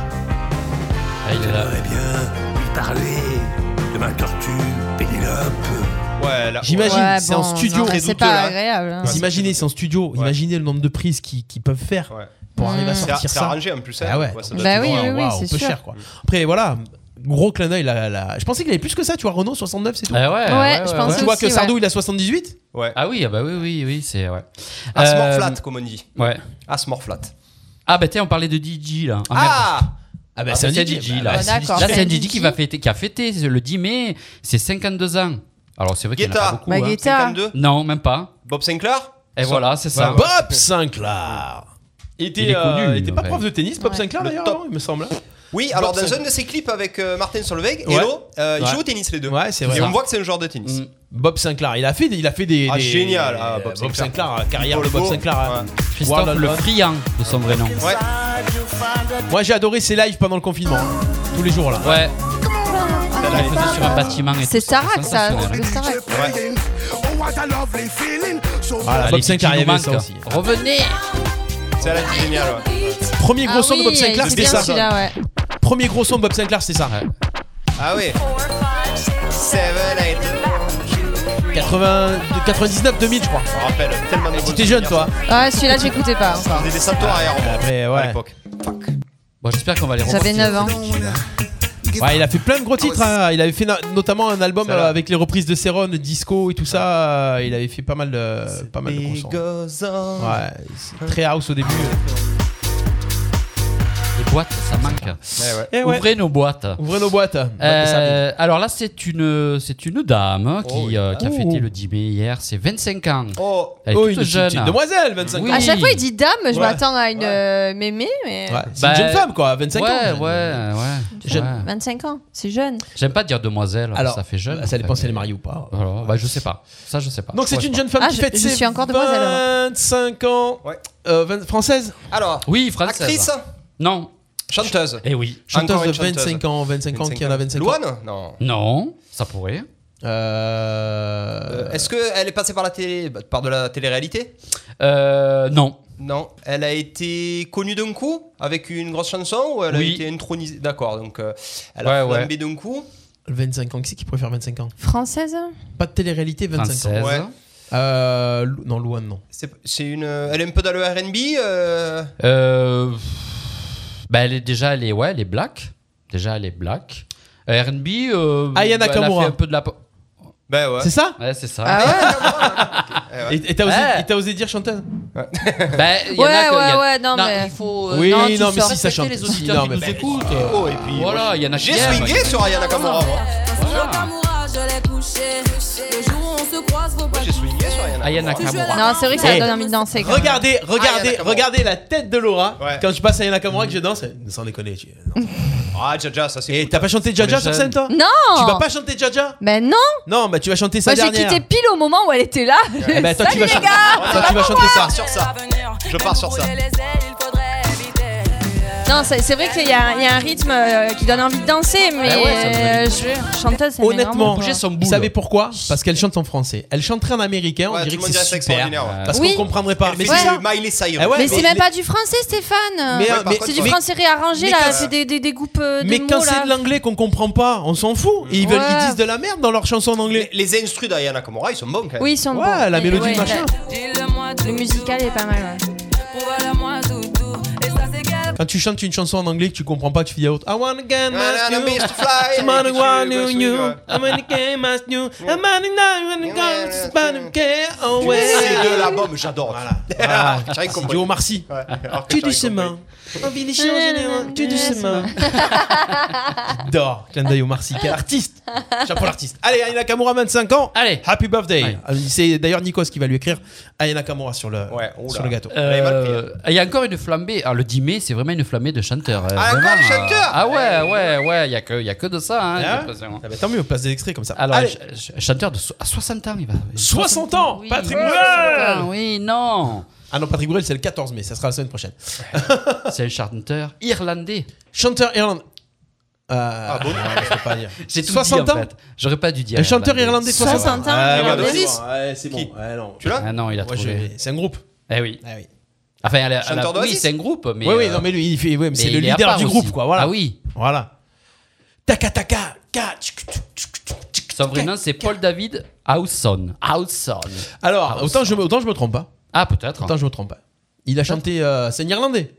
Speaker 5: Ah, il est là.
Speaker 19: J'aimerais bien lui parler de ma tortue Pénélope.
Speaker 13: Ouais, là.
Speaker 3: J'imagine,
Speaker 7: Ouais,
Speaker 3: c'est
Speaker 7: bon,
Speaker 3: en studio.
Speaker 7: c'est Très pas douteux, là. agréable, hein.
Speaker 3: Vous Imaginez, c'est en studio. Imaginez le nombre de prises qui- qu'ils peuvent faire pour arriver à
Speaker 7: Mm.
Speaker 13: C'est-
Speaker 3: sortir
Speaker 13: c'est
Speaker 3: ça.
Speaker 13: arrangé, en plus, hein,
Speaker 3: Ah ouais.
Speaker 13: donc, ouais, ça
Speaker 3: donc,
Speaker 13: doit
Speaker 7: Bah
Speaker 3: c'est
Speaker 13: être
Speaker 3: bon,
Speaker 13: oui,
Speaker 3: hein,
Speaker 13: oui,
Speaker 3: waouh,
Speaker 13: c'est
Speaker 3: un peu
Speaker 13: sûr.
Speaker 3: cher, quoi. Après, voilà. Gros clin d'œil. là, là. Je pensais qu'il avait plus que ça, tu vois. Renault 69, c'est tout.
Speaker 5: Ah ouais, Ouais, ouais, je ouais, pensais
Speaker 3: Tu vois
Speaker 5: aussi,
Speaker 3: que
Speaker 5: ouais.
Speaker 3: Sardou, il a 78
Speaker 13: Ouais.
Speaker 5: Ah oui, ah bah oui, oui, oui, c'est. Ouais. Euh,
Speaker 13: Asmorflat, comme on dit.
Speaker 5: Ouais.
Speaker 13: Asmorflat.
Speaker 5: Ah bah tiens, on parlait de DJ là.
Speaker 13: Ah
Speaker 5: merde.
Speaker 3: Ah
Speaker 13: bah,
Speaker 3: c'est un
Speaker 5: DJ,
Speaker 3: DJ,
Speaker 5: là.
Speaker 3: bah,
Speaker 5: là
Speaker 3: d'accord.
Speaker 5: c'est un
Speaker 3: C'est un
Speaker 5: DJ qui, va fêter, qui a fêté le 10 mai ses 52 ans. Alors c'est vrai qu'il y en a
Speaker 13: Guetta.
Speaker 5: pas beaucoup.
Speaker 13: Bah,
Speaker 5: hein.
Speaker 13: Guetta. 52.
Speaker 5: Non, même pas.
Speaker 13: Bob Sinclair
Speaker 5: Et voilà, c'est ça.
Speaker 13: Ouais, ouais.
Speaker 3: Bob Sinclair Il était,
Speaker 5: Il est
Speaker 3: euh, il
Speaker 5: connu,
Speaker 3: était pas
Speaker 5: ouais.
Speaker 3: prof de tennis, Bob
Speaker 13: Ouais.
Speaker 3: Sinclair
Speaker 13: Le
Speaker 3: d'ailleurs,
Speaker 13: top.
Speaker 3: non, il me semble. hein.
Speaker 13: Oui, alors
Speaker 3: Bob
Speaker 13: dans
Speaker 3: Sinclair.
Speaker 13: un de ses clips avec euh, Martin Solveig,
Speaker 3: Ouais.
Speaker 13: Hello, euh, ils
Speaker 3: Ouais.
Speaker 13: jouent au tennis les deux.
Speaker 3: Ouais, c'est vrai.
Speaker 13: Et
Speaker 3: Ça.
Speaker 13: on voit que c'est un joueur de tennis.
Speaker 5: Mm.
Speaker 3: Bob Sinclair, il a fait, des- il a fait des.
Speaker 13: Ah,
Speaker 3: des-
Speaker 13: génial, ah, Bob
Speaker 3: Bob Sinclair,
Speaker 13: Sinclair.
Speaker 3: euh, carrière de
Speaker 13: Paul
Speaker 3: Bob
Speaker 13: Beau.
Speaker 3: Sinclair. euh,
Speaker 5: Christophe
Speaker 3: One on
Speaker 5: le
Speaker 3: One.
Speaker 5: friand de son vrai nom.
Speaker 3: Ouais. Moi j'ai adoré ses lives pendant le confinement. hein. Tous les jours là.
Speaker 5: Ouais. Il le faisait sur un bâtiment
Speaker 7: C'est
Speaker 5: et tout, c'était
Speaker 7: Starak, ça.
Speaker 5: sensationnel.
Speaker 7: c'est Starak.
Speaker 18: Oh,
Speaker 3: Voilà,
Speaker 5: Les
Speaker 3: Bob Sinclair, il y
Speaker 5: petits
Speaker 3: avait ça
Speaker 5: manquent.
Speaker 3: aussi.
Speaker 5: Revenez
Speaker 13: C'est là qui est génial. ouais.
Speaker 3: Premier
Speaker 7: Ah
Speaker 3: gros son de
Speaker 7: oui,
Speaker 3: Bob Sinclair,
Speaker 7: il est
Speaker 3: c'était
Speaker 7: bien
Speaker 3: ça.
Speaker 7: celui-là, ouais.
Speaker 3: Premier gros son de Bob Sinclair, c'est ça.
Speaker 13: Ah oui.
Speaker 3: hein.
Speaker 13: 7, 8.
Speaker 3: 80, 99, 2000, je crois.
Speaker 13: Je me rappelle tellement de
Speaker 3: Si t'es jeune, toi.
Speaker 7: Ouais, Ah, celui-là, j'écoutais pas encore.
Speaker 13: Des descenteurs arrière
Speaker 3: Après, ouais.
Speaker 5: Bon, j'espère qu'on va les
Speaker 7: J'avais Ah, 9 ans.
Speaker 3: Ouais, il a fait plein de gros titres. hein. Il avait fait na- notamment un album euh, avec les reprises de Céron, disco et tout ça. euh, Il avait fait pas mal de, pas mal de gros sons. Ouais, c'est très house au début.
Speaker 5: Les boîtes, ça manque.
Speaker 3: Eh ouais.
Speaker 5: Ouvrez nos boîtes.
Speaker 3: Ouvrez nos boîtes.
Speaker 5: Euh,
Speaker 3: Boîte de sardines.
Speaker 5: alors là, c'est une, c'est une dame hein, qui, euh, qui a
Speaker 3: Oh.
Speaker 5: fêté le 10 mai hier. C'est 25 ans.
Speaker 13: Oh,
Speaker 5: Elle est
Speaker 3: Oh,
Speaker 5: toute
Speaker 3: une petite-
Speaker 5: jeune.
Speaker 3: une demoiselle, 25
Speaker 5: Oui.
Speaker 7: À chaque fois, il dit dame, je
Speaker 3: Ouais.
Speaker 7: m'attends à une euh, mémé, mais.
Speaker 3: Ouais, c'est une
Speaker 5: Bah,
Speaker 3: jeune femme, quoi, 25
Speaker 5: ouais,
Speaker 3: ans.
Speaker 5: Ouais, ouais,
Speaker 7: Jeune.
Speaker 5: ouais.
Speaker 7: 25 ans, c'est jeune.
Speaker 5: J'aime pas dire demoiselle,
Speaker 3: Alors,
Speaker 5: ça fait jeune.
Speaker 3: bah, ça dépend si elle est mariée
Speaker 5: ou pas. Voilà, bah, je sais pas. Ça, je sais pas.
Speaker 3: Donc, c'est
Speaker 5: Ouais,
Speaker 3: une
Speaker 5: je sais
Speaker 3: jeune femme
Speaker 7: Ah,
Speaker 3: qui
Speaker 7: je-
Speaker 3: fête
Speaker 7: je
Speaker 3: ses
Speaker 7: suis encore demoiselle, alors.
Speaker 3: 25 ans. Euh, vingt- française
Speaker 13: Alors,
Speaker 5: pas. Oui, française.
Speaker 13: actrice
Speaker 5: Non.
Speaker 13: Chanteuse.
Speaker 5: Eh oui.
Speaker 3: Chanteuse
Speaker 13: Encore une
Speaker 3: de 25 ans, 25 ans, qui en a 25 ans.
Speaker 13: Louane Non.
Speaker 5: Non, ça pourrait.
Speaker 3: Euh...
Speaker 13: Est-ce qu'elle est passée par la télé, bah, par de la télé-réalité
Speaker 5: Euh, non.
Speaker 13: Non. Elle a été connue d'un coup avec une grosse chanson ou elle
Speaker 5: Oui.
Speaker 13: a été intronisée D'accord, donc euh, elle
Speaker 5: Ouais,
Speaker 13: a
Speaker 5: ouais.
Speaker 13: flambé d'un coup.
Speaker 3: 25 ans, qui c'est qui pourrait faire 25 ans
Speaker 7: Française
Speaker 3: Pas de télé-réalité, 25
Speaker 5: Française.
Speaker 3: ans.
Speaker 13: Ouais.
Speaker 3: Euh, Lou- non, Louane, non.
Speaker 13: C'est c'est une. Elle est un peu dans le RB. euh,
Speaker 5: Euh, bah, elle est déjà, elle est, ouais, elle est black. Déjà, elle est black. Euh, R&B, euh,
Speaker 3: Aya
Speaker 5: bah, elle a
Speaker 3: Nakamura.
Speaker 5: fait un peu de la. pop.
Speaker 13: Ben ouais.
Speaker 3: C'est ça Ah
Speaker 5: Ouais, c'est ça.
Speaker 3: Et et t'as osé,
Speaker 5: Ouais.
Speaker 3: et t'as osé dire chanteuse
Speaker 5: Bah, il y en a
Speaker 7: Ouais,
Speaker 5: que- il y a-
Speaker 7: ouais, ouais, non, mais.
Speaker 5: il faut. euh,
Speaker 3: Oui,
Speaker 5: non, tu
Speaker 3: non, mais
Speaker 5: fais
Speaker 3: si, ça
Speaker 5: respecter
Speaker 3: chante.
Speaker 5: les
Speaker 3: Si,
Speaker 5: auditeurs
Speaker 3: non,
Speaker 5: qui
Speaker 3: mais
Speaker 5: nous
Speaker 3: bah,
Speaker 5: écoutent.
Speaker 13: Oh, et puis. moi,
Speaker 5: Voilà, il y en a qui.
Speaker 13: J'ai
Speaker 5: aiment.
Speaker 13: swingé sur Aya Nakamura, moi. Moi, J'ai swingé sur Aya
Speaker 5: Aya
Speaker 13: Nakamura.
Speaker 5: Nakamura.
Speaker 7: Non, c'est Ah, vrai que ça
Speaker 3: Eh,
Speaker 7: donne envie de danser. quand même.
Speaker 3: Regardez, regardez, regardez la tête de Laura
Speaker 13: Ouais.
Speaker 3: quand je passe à Yana Kamura que je danse. Sans déconner. tu-
Speaker 13: Ah, Jaja, ça c'est.
Speaker 3: Et
Speaker 13: cool.
Speaker 3: t'as pas chanté Jaja
Speaker 5: Mais
Speaker 3: sur
Speaker 5: jeune.
Speaker 3: scène, toi
Speaker 7: Non
Speaker 3: Tu vas pas chanter Jaja
Speaker 7: Mais non
Speaker 3: Non, bah tu vas chanter sa
Speaker 7: Moi, j'ai
Speaker 3: dernière.
Speaker 7: quitté pile au moment où elle était là.
Speaker 3: Eh ben, toi, tu
Speaker 7: Salut
Speaker 3: vas
Speaker 7: les
Speaker 3: chanter-
Speaker 7: gars
Speaker 3: toi, tu vas chanter ça.
Speaker 13: sur ça. Je pars sur ça.
Speaker 7: Non, c'est c'est vrai qu'il y, a il y a un rythme euh, qui donne envie de danser, mais
Speaker 3: Ben ouais, ça me donne
Speaker 7: euh, je- chanteuse, ça met vraiment
Speaker 3: Honnêtement,
Speaker 7: peur.
Speaker 3: vous savez pourquoi Parce qu'elle chante en français. Elle chanterait en américain,
Speaker 13: Ouais,
Speaker 3: on
Speaker 13: tout
Speaker 3: dirait
Speaker 13: le
Speaker 3: que
Speaker 13: monde dirait que c'est
Speaker 3: c'est super.
Speaker 13: extraordinaire, ouais.
Speaker 3: Parce
Speaker 7: Oui.
Speaker 3: qu'on comprendrait pas. Mais
Speaker 13: fait
Speaker 3: c'est ça.
Speaker 13: Miley Cyrus.
Speaker 3: Ah ouais,
Speaker 7: mais c'est même pas du français, Stéphane.
Speaker 3: Mais, euh, mais-
Speaker 7: c'est du
Speaker 3: mais-
Speaker 7: français réarrangé
Speaker 3: mais
Speaker 7: là,
Speaker 3: quand-
Speaker 7: c'est des, des, des groupes euh, de
Speaker 3: Mais
Speaker 7: mots
Speaker 3: quand c'est
Speaker 7: là.
Speaker 3: de l'anglais qu'on comprend pas, on s'en fout. Et ils, veulent, ils
Speaker 7: Ouais.
Speaker 3: disent de la merde dans leurs chansons en anglais.
Speaker 13: Les, instrus d'Ayana Kamura, ils sont bons quand même.
Speaker 7: Oui, ils sont
Speaker 3: Ouais,
Speaker 7: bons.
Speaker 3: la
Speaker 7: Et
Speaker 3: mélodie,
Speaker 7: ouais,
Speaker 3: machin.
Speaker 7: la- Le musical est pas mal. ouais.
Speaker 3: Quand tu chantes une chanson en anglais que tu comprends pas, tu fais out. I wanna get my
Speaker 8: I wanna
Speaker 3: new-
Speaker 8: be to fly.
Speaker 3: I wanna want you,
Speaker 8: Ouais,
Speaker 3: you.
Speaker 8: ouais.
Speaker 3: I wanna get my new- I wanna know when it goes, it's about to get away.
Speaker 13: C'est de la bombe, j'adore.
Speaker 3: Ah,
Speaker 13: J'avais
Speaker 3: c'est
Speaker 13: compris.
Speaker 3: du Omar Sy.
Speaker 13: Ouais, alors que
Speaker 3: Tu
Speaker 13: j'avais
Speaker 3: du chemin. Envie des choses générales, tu du chemin. J'adore. Clin d'œil Omar Sy, quel artiste. Chapeau l'artiste. Allez, Ayana Kamura, 25 ans.
Speaker 5: Allez.
Speaker 3: Happy birthday. Ah C'est d'ailleurs Nikos qui va lui écrire Ayana Kamura sur le, sur le gâteau.
Speaker 13: hein.
Speaker 5: Euh, Il y a encore une flambée. Ah, le 10 mai, c'est vraiment une flambée de chanteurs. euh,
Speaker 3: Ah, encore
Speaker 5: vraiment,
Speaker 3: les
Speaker 5: euh,
Speaker 3: chanteurs
Speaker 5: Ah ouais, ouais, ouais. Il y a que, il y a que de ça. hein,
Speaker 3: Ah
Speaker 5: j'ai
Speaker 3: ouais
Speaker 5: l'impression.
Speaker 3: Ah bah tant mieux, on passe des extraits comme ça.
Speaker 5: Alors,
Speaker 3: Allez.
Speaker 5: ch- ch- chanteur de so- à 60 ans, il va.
Speaker 3: 60 ans
Speaker 5: Oui.
Speaker 3: Patrick
Speaker 5: Ouais,
Speaker 3: Bruel
Speaker 5: 60 ans, Oui, non
Speaker 3: Ah non, Patrick Bruel, c'est le 14 mai, ça sera la semaine prochaine.
Speaker 5: c'est un chanteur irlandais.
Speaker 3: Chanteur irlandais. ah bon
Speaker 5: J'ai tout
Speaker 3: 60
Speaker 5: dit, en
Speaker 3: ans
Speaker 5: fait. J'aurais pas dû dire.
Speaker 3: Un chanteur irlandais, 60 ans.
Speaker 5: Ah,
Speaker 3: Ah,
Speaker 5: ouais,
Speaker 3: ouais,
Speaker 5: bah,
Speaker 3: c'est bon, ouais, c'est bon. Ouais, non.
Speaker 5: Tu l'as Ah non, il a
Speaker 3: Moi,
Speaker 5: trouvé.
Speaker 3: je- C'est un groupe.
Speaker 5: Eh oui.
Speaker 3: Ah oui.
Speaker 5: Enfin, elle a- elle a-
Speaker 3: Chanteur
Speaker 5: oui,
Speaker 3: d'Oasis
Speaker 5: c'est un groupe, mais.
Speaker 3: oui, oui,
Speaker 5: euh,
Speaker 3: non, mais lui, il fait, ouais, mais c'est
Speaker 5: mais
Speaker 3: le
Speaker 5: il est à
Speaker 3: leader
Speaker 5: part
Speaker 3: du
Speaker 5: aussi.
Speaker 3: groupe, quoi. Voilà.
Speaker 5: Ah oui.
Speaker 3: Voilà. Taka taka, ka, tchik, tchik.
Speaker 5: Son vrai nom, c'est Paul David Howson. Howson.
Speaker 3: Alors, autant je, me- autant je me trompe pas.
Speaker 5: Ah, peut-être.
Speaker 3: Autant je me trompe pas. Il a chanté. euh, c'est un Irlandais.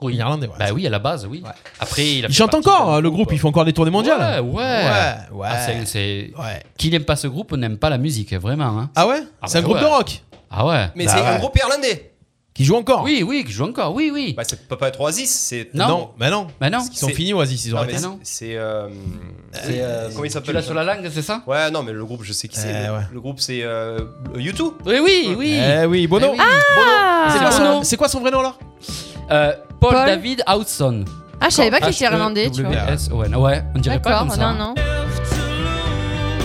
Speaker 5: Oui.
Speaker 3: Irlandais,
Speaker 5: Bah oui, à la base, oui. Après, il
Speaker 3: Il
Speaker 5: a fait
Speaker 3: chante
Speaker 5: partie
Speaker 3: encore, hein, le groupe. Ils font encore des tournées mondiales.
Speaker 5: Ouais, ouais.
Speaker 3: Ouais, Ah, ouais.
Speaker 5: Ah, c'est- c'est- Qui n'aime pas ce groupe n'aime pas la musique, vraiment. hein.
Speaker 3: Ah ouais C'est un
Speaker 5: bah
Speaker 3: groupe de rock.
Speaker 5: Ah ouais.
Speaker 13: Mais c'est un groupe irlandais.
Speaker 3: Qui joue encore
Speaker 5: Oui, oui, qui joue encore, oui, oui.
Speaker 13: Bah, c'est peut pas être Oasis, c'est.
Speaker 5: Non. Non,
Speaker 3: bah non.
Speaker 5: Bah non.
Speaker 13: Parce
Speaker 5: Ils sont finis,
Speaker 3: Oasis, ils ont
Speaker 13: Non,
Speaker 3: arrêté.
Speaker 13: mais
Speaker 3: Non.
Speaker 13: C'est. euh,
Speaker 5: C'est, euh,
Speaker 13: comment il s'appelle
Speaker 5: tu l'as sur la langue, c'est ça
Speaker 13: Ouais, non, mais le groupe, je sais qui c'est.
Speaker 3: Euh,
Speaker 13: le,
Speaker 3: ouais.
Speaker 13: le groupe, c'est euh, YouTube.
Speaker 5: Oui, oui, oui.
Speaker 3: Eh oui, Bono.
Speaker 5: Eh oui. Ah
Speaker 3: C'est quoi,
Speaker 5: C'est
Speaker 3: son-
Speaker 5: Bono.
Speaker 3: c'est quoi son vrai nom alors
Speaker 5: Euh, Paul,
Speaker 7: Paul
Speaker 5: David Howson.
Speaker 7: Ah, je savais pas qu'il était irlandais, tu vois.
Speaker 5: H-E-W-S-O-N. Ouais, on dirait pas
Speaker 7: D'accord,
Speaker 5: comme ça. hein.
Speaker 7: non, non.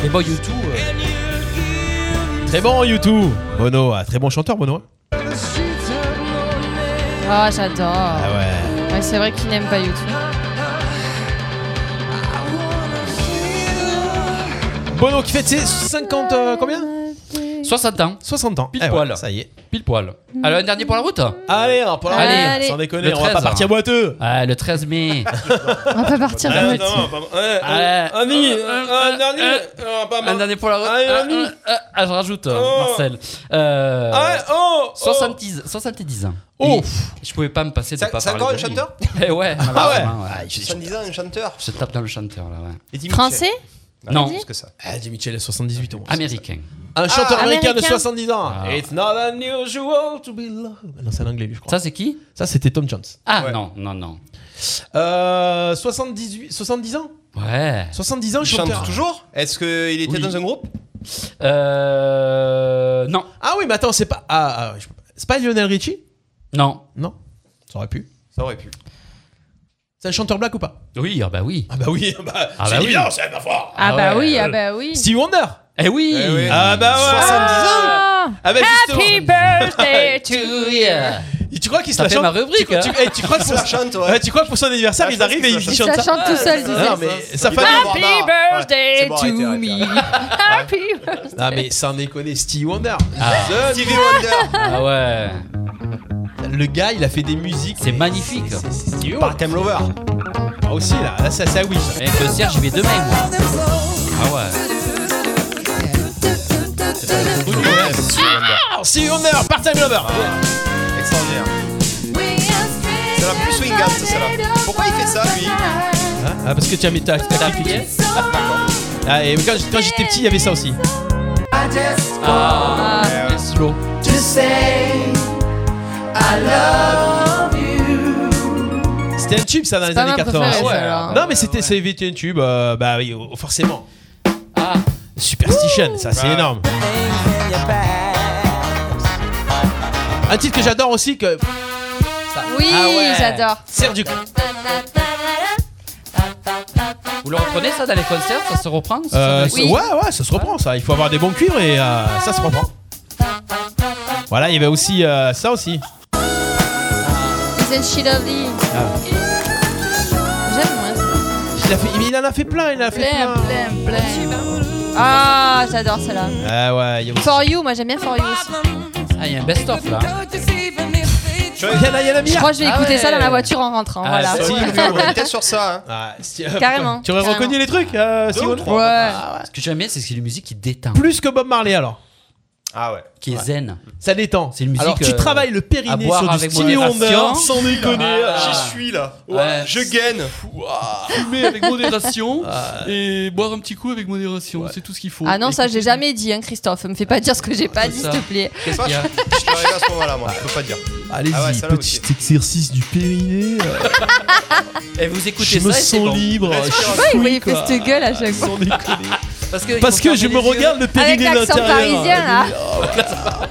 Speaker 5: Mais bon, YouTube.
Speaker 3: Eh Très bon, YouTube. Bono, ah, très bon chanteur, Bono.
Speaker 7: Oh, j'adore.
Speaker 5: Ah
Speaker 3: ouais.
Speaker 7: Ouais, c'est vrai qu'il n'aime pas YouTube.
Speaker 3: Bono qui fête ses 50. euh, combien
Speaker 5: 60 ans.
Speaker 3: 60 ans.
Speaker 5: Pile
Speaker 3: Eh ouais,
Speaker 5: poil.
Speaker 3: ça y est.
Speaker 5: Pile poil. Alors, un dernier pour la route
Speaker 3: Allez, alors, pour la route. Sans déconner, on va pas partir boiteux.
Speaker 5: Ah, le 13 mai. on
Speaker 7: va pas partir
Speaker 3: Ah, boiteux. non,
Speaker 5: Un
Speaker 3: dernier.
Speaker 5: Euh, Un dernier pour la route. Ah, ah, ah, ah, je rajoute, euh, Marcel. Euh,
Speaker 3: Oh. Ah, oh, oh.
Speaker 5: 70, 70 ans.
Speaker 3: Oh.
Speaker 5: Et Je pouvais pas me passer de
Speaker 13: C'est-
Speaker 5: pas
Speaker 13: c'est
Speaker 5: parler
Speaker 13: encore
Speaker 5: de
Speaker 13: un
Speaker 5: lui.
Speaker 13: chanteur
Speaker 5: Eh ouais,
Speaker 13: Ah ouais.
Speaker 5: malheureusement, ouais. Je-
Speaker 13: 70 ans, un chanteur.
Speaker 5: Je tape dans le chanteur là, ouais.
Speaker 13: Eddie
Speaker 7: Français
Speaker 13: Mitchell.
Speaker 5: Non.
Speaker 13: Qu'est-ce que ça
Speaker 3: Ah, Jimmy Mitchell a 78 ans.
Speaker 5: Américain.
Speaker 3: Un chanteur
Speaker 13: Ah,
Speaker 3: américain, de
Speaker 13: américain.
Speaker 3: 70 ans.
Speaker 5: Ah.
Speaker 3: It's not unusual to be loved. Ah Non, c'est un anglais, lui, je crois.
Speaker 5: Ça, c'est qui
Speaker 3: Ça, c'était Tom Jones.
Speaker 5: Ah non, non, non.
Speaker 3: Euh, 78, 70 ans
Speaker 5: Ah. Ouais.
Speaker 3: 70 ans,
Speaker 13: Il
Speaker 3: chanteur.
Speaker 13: chante toujours Est-ce qu'il était
Speaker 3: Oui.
Speaker 13: dans un groupe
Speaker 5: Euh. Non.
Speaker 3: Ah oui, mais attends, c'est pas. Ah, ah, je- c'est pas Lionel Richie
Speaker 5: Non.
Speaker 3: Non. Ça aurait pu.
Speaker 13: Ça aurait pu.
Speaker 3: C'est un chanteur black ou pas
Speaker 5: Oui, ah bah oui.
Speaker 3: Ah bah oui, bah,
Speaker 5: Ah
Speaker 3: c'est
Speaker 5: bah oui.
Speaker 3: évident, c'est ma foi.
Speaker 7: Ah,
Speaker 5: Ah
Speaker 7: bah
Speaker 5: ouais,
Speaker 7: oui,
Speaker 5: euh,
Speaker 7: ah bah oui.
Speaker 3: Stevie Wonder
Speaker 5: Eh oui,
Speaker 3: Ah bah ouais
Speaker 5: 70 ans.
Speaker 7: Ah,
Speaker 3: Ah bah
Speaker 7: Happy
Speaker 3: justement.
Speaker 7: birthday to you.
Speaker 3: Et tu crois qu'il se
Speaker 5: Ça
Speaker 3: la
Speaker 5: fait
Speaker 3: chante
Speaker 5: ma
Speaker 3: Tu,
Speaker 5: rubrique,
Speaker 3: tu-
Speaker 5: hein.
Speaker 3: eh, tu crois que pour,
Speaker 5: Ça chante,
Speaker 3: ouais, eh, tu crois que pour son anniversaire, ils arrivent et ils
Speaker 7: Il
Speaker 3: chantent
Speaker 7: se
Speaker 3: ça
Speaker 7: la chante tout seul, disait.
Speaker 3: Ah, Non mais sa famille.
Speaker 7: Happy birthday
Speaker 3: c'est bon,
Speaker 7: to
Speaker 3: arrêtez, arrêtez,
Speaker 7: me. Happy birthday.
Speaker 3: Ah, Non mais sans déconner, Stevie Wonder.
Speaker 5: Ah.
Speaker 3: The-
Speaker 13: Stevie Wonder
Speaker 5: Ah ouais.
Speaker 3: Le gars, il a fait des musiques.
Speaker 5: C'est magnifique.
Speaker 13: Part-time lover.
Speaker 3: Ah aussi là, là c'est à Wish.
Speaker 5: Et le concert, j'y vais demain, moi. Ah ouais.
Speaker 3: Ah, Stevie Wonder, part-time lover.
Speaker 7: Ah,
Speaker 13: Extraordinaire. C'est la plus hein. swingante, c'est celle-là. Pourquoi il fait ça, lui
Speaker 3: Hein Ah parce que tu as mis ta ta Ah et quand j'- quand j'étais petit, il y avait ça aussi.
Speaker 5: Ah. Slow.
Speaker 8: To say I love you.
Speaker 3: C'était un tube ça dans les
Speaker 8: pas
Speaker 3: années
Speaker 8: ma
Speaker 3: 80.
Speaker 8: préférée,
Speaker 3: Ouais.
Speaker 8: celle-là.
Speaker 3: Non mais c'était c'était un tube euh, bah oui, oh, forcément. Superstition, ça c'est
Speaker 8: Ouais.
Speaker 3: énorme. Un titre que j'adore aussi que
Speaker 7: Oui,
Speaker 3: Ah ouais.
Speaker 7: j'adore.
Speaker 3: Serre du
Speaker 5: Vous le reprenez ça dans les concerts Ça se reprend ça, dans
Speaker 3: Euh,
Speaker 5: les
Speaker 3: ça-
Speaker 5: concerts
Speaker 3: Ouais, ouais, ça se reprend ça. Il faut avoir des bons cuirs et euh, ça se reprend. Voilà, il y avait aussi euh, ça aussi.
Speaker 7: Isn't she lovely?
Speaker 3: Ah. Il, a fait, il, il en a fait plein, il en a fait
Speaker 7: Plein,
Speaker 3: plein.
Speaker 7: plein, plein. Ah, j'adore celle-là.
Speaker 3: Ah ouais, il y a
Speaker 7: For You, moi j'aime bien For You aussi.
Speaker 5: Ah, il y a un best-of là.
Speaker 7: Je crois que je vais
Speaker 5: Ah
Speaker 7: écouter
Speaker 5: ouais.
Speaker 7: ça dans la voiture en rentrant.
Speaker 5: Ah,
Speaker 7: voilà.
Speaker 5: c'est vrai.
Speaker 13: On était sur
Speaker 5: hein.
Speaker 13: ça.
Speaker 3: Ah, si-
Speaker 7: Carrément.
Speaker 3: Tu aurais
Speaker 7: Carrément.
Speaker 3: reconnu les trucs, euh,
Speaker 5: Deux
Speaker 3: Simon
Speaker 5: ou trois. Ah, ouais. Ce que j'aime bien, c'est que c'est une musique qui détend.
Speaker 3: Plus que Bob Marley alors.
Speaker 13: Ah ouais.
Speaker 5: Qui est
Speaker 3: Ouais.
Speaker 5: zen.
Speaker 3: Ça détend.
Speaker 5: C'est une musique.
Speaker 3: Alors, tu
Speaker 5: euh,
Speaker 3: travailles le
Speaker 5: à
Speaker 3: périnée
Speaker 5: boire
Speaker 3: sur du
Speaker 5: avec
Speaker 3: Stevie Wonder.
Speaker 5: modération.
Speaker 3: Sans déconner.
Speaker 5: Ah.
Speaker 13: J'y suis là.
Speaker 5: Ouais. ah.
Speaker 13: Ouais, Je gagne.
Speaker 5: Fumer avec modération
Speaker 3: Ah.
Speaker 5: et boire un petit coup avec modération, c'est tout ce qu'il faut.
Speaker 7: Ah non, ça j'ai jamais dit, hein, Christophe. Me fais pas dire ce que j'ai pas dit, s'il
Speaker 5: ça.
Speaker 7: te plaît.
Speaker 5: Qu'est-ce qu'il y a
Speaker 13: Je suis arrivé à ce moment-là, moi. Je peux pas dire.
Speaker 3: Allez-y,
Speaker 13: Ah ouais, celle-là
Speaker 3: petit exercice du périnée. euh,
Speaker 5: Et vous
Speaker 3: je
Speaker 5: écoutez
Speaker 3: me
Speaker 5: ça et c'est
Speaker 3: sens
Speaker 5: bon.
Speaker 3: libre. Je
Speaker 5: Respiration.
Speaker 3: suis
Speaker 7: Ouais, il
Speaker 3: fou,
Speaker 7: voyait
Speaker 3: quoi.
Speaker 7: cette gueule à chaque fois.
Speaker 5: Parce que,
Speaker 3: Parce que je me regarde le
Speaker 7: Avec
Speaker 3: périnée
Speaker 7: l'accent
Speaker 3: d'intérieur.
Speaker 7: parisien là.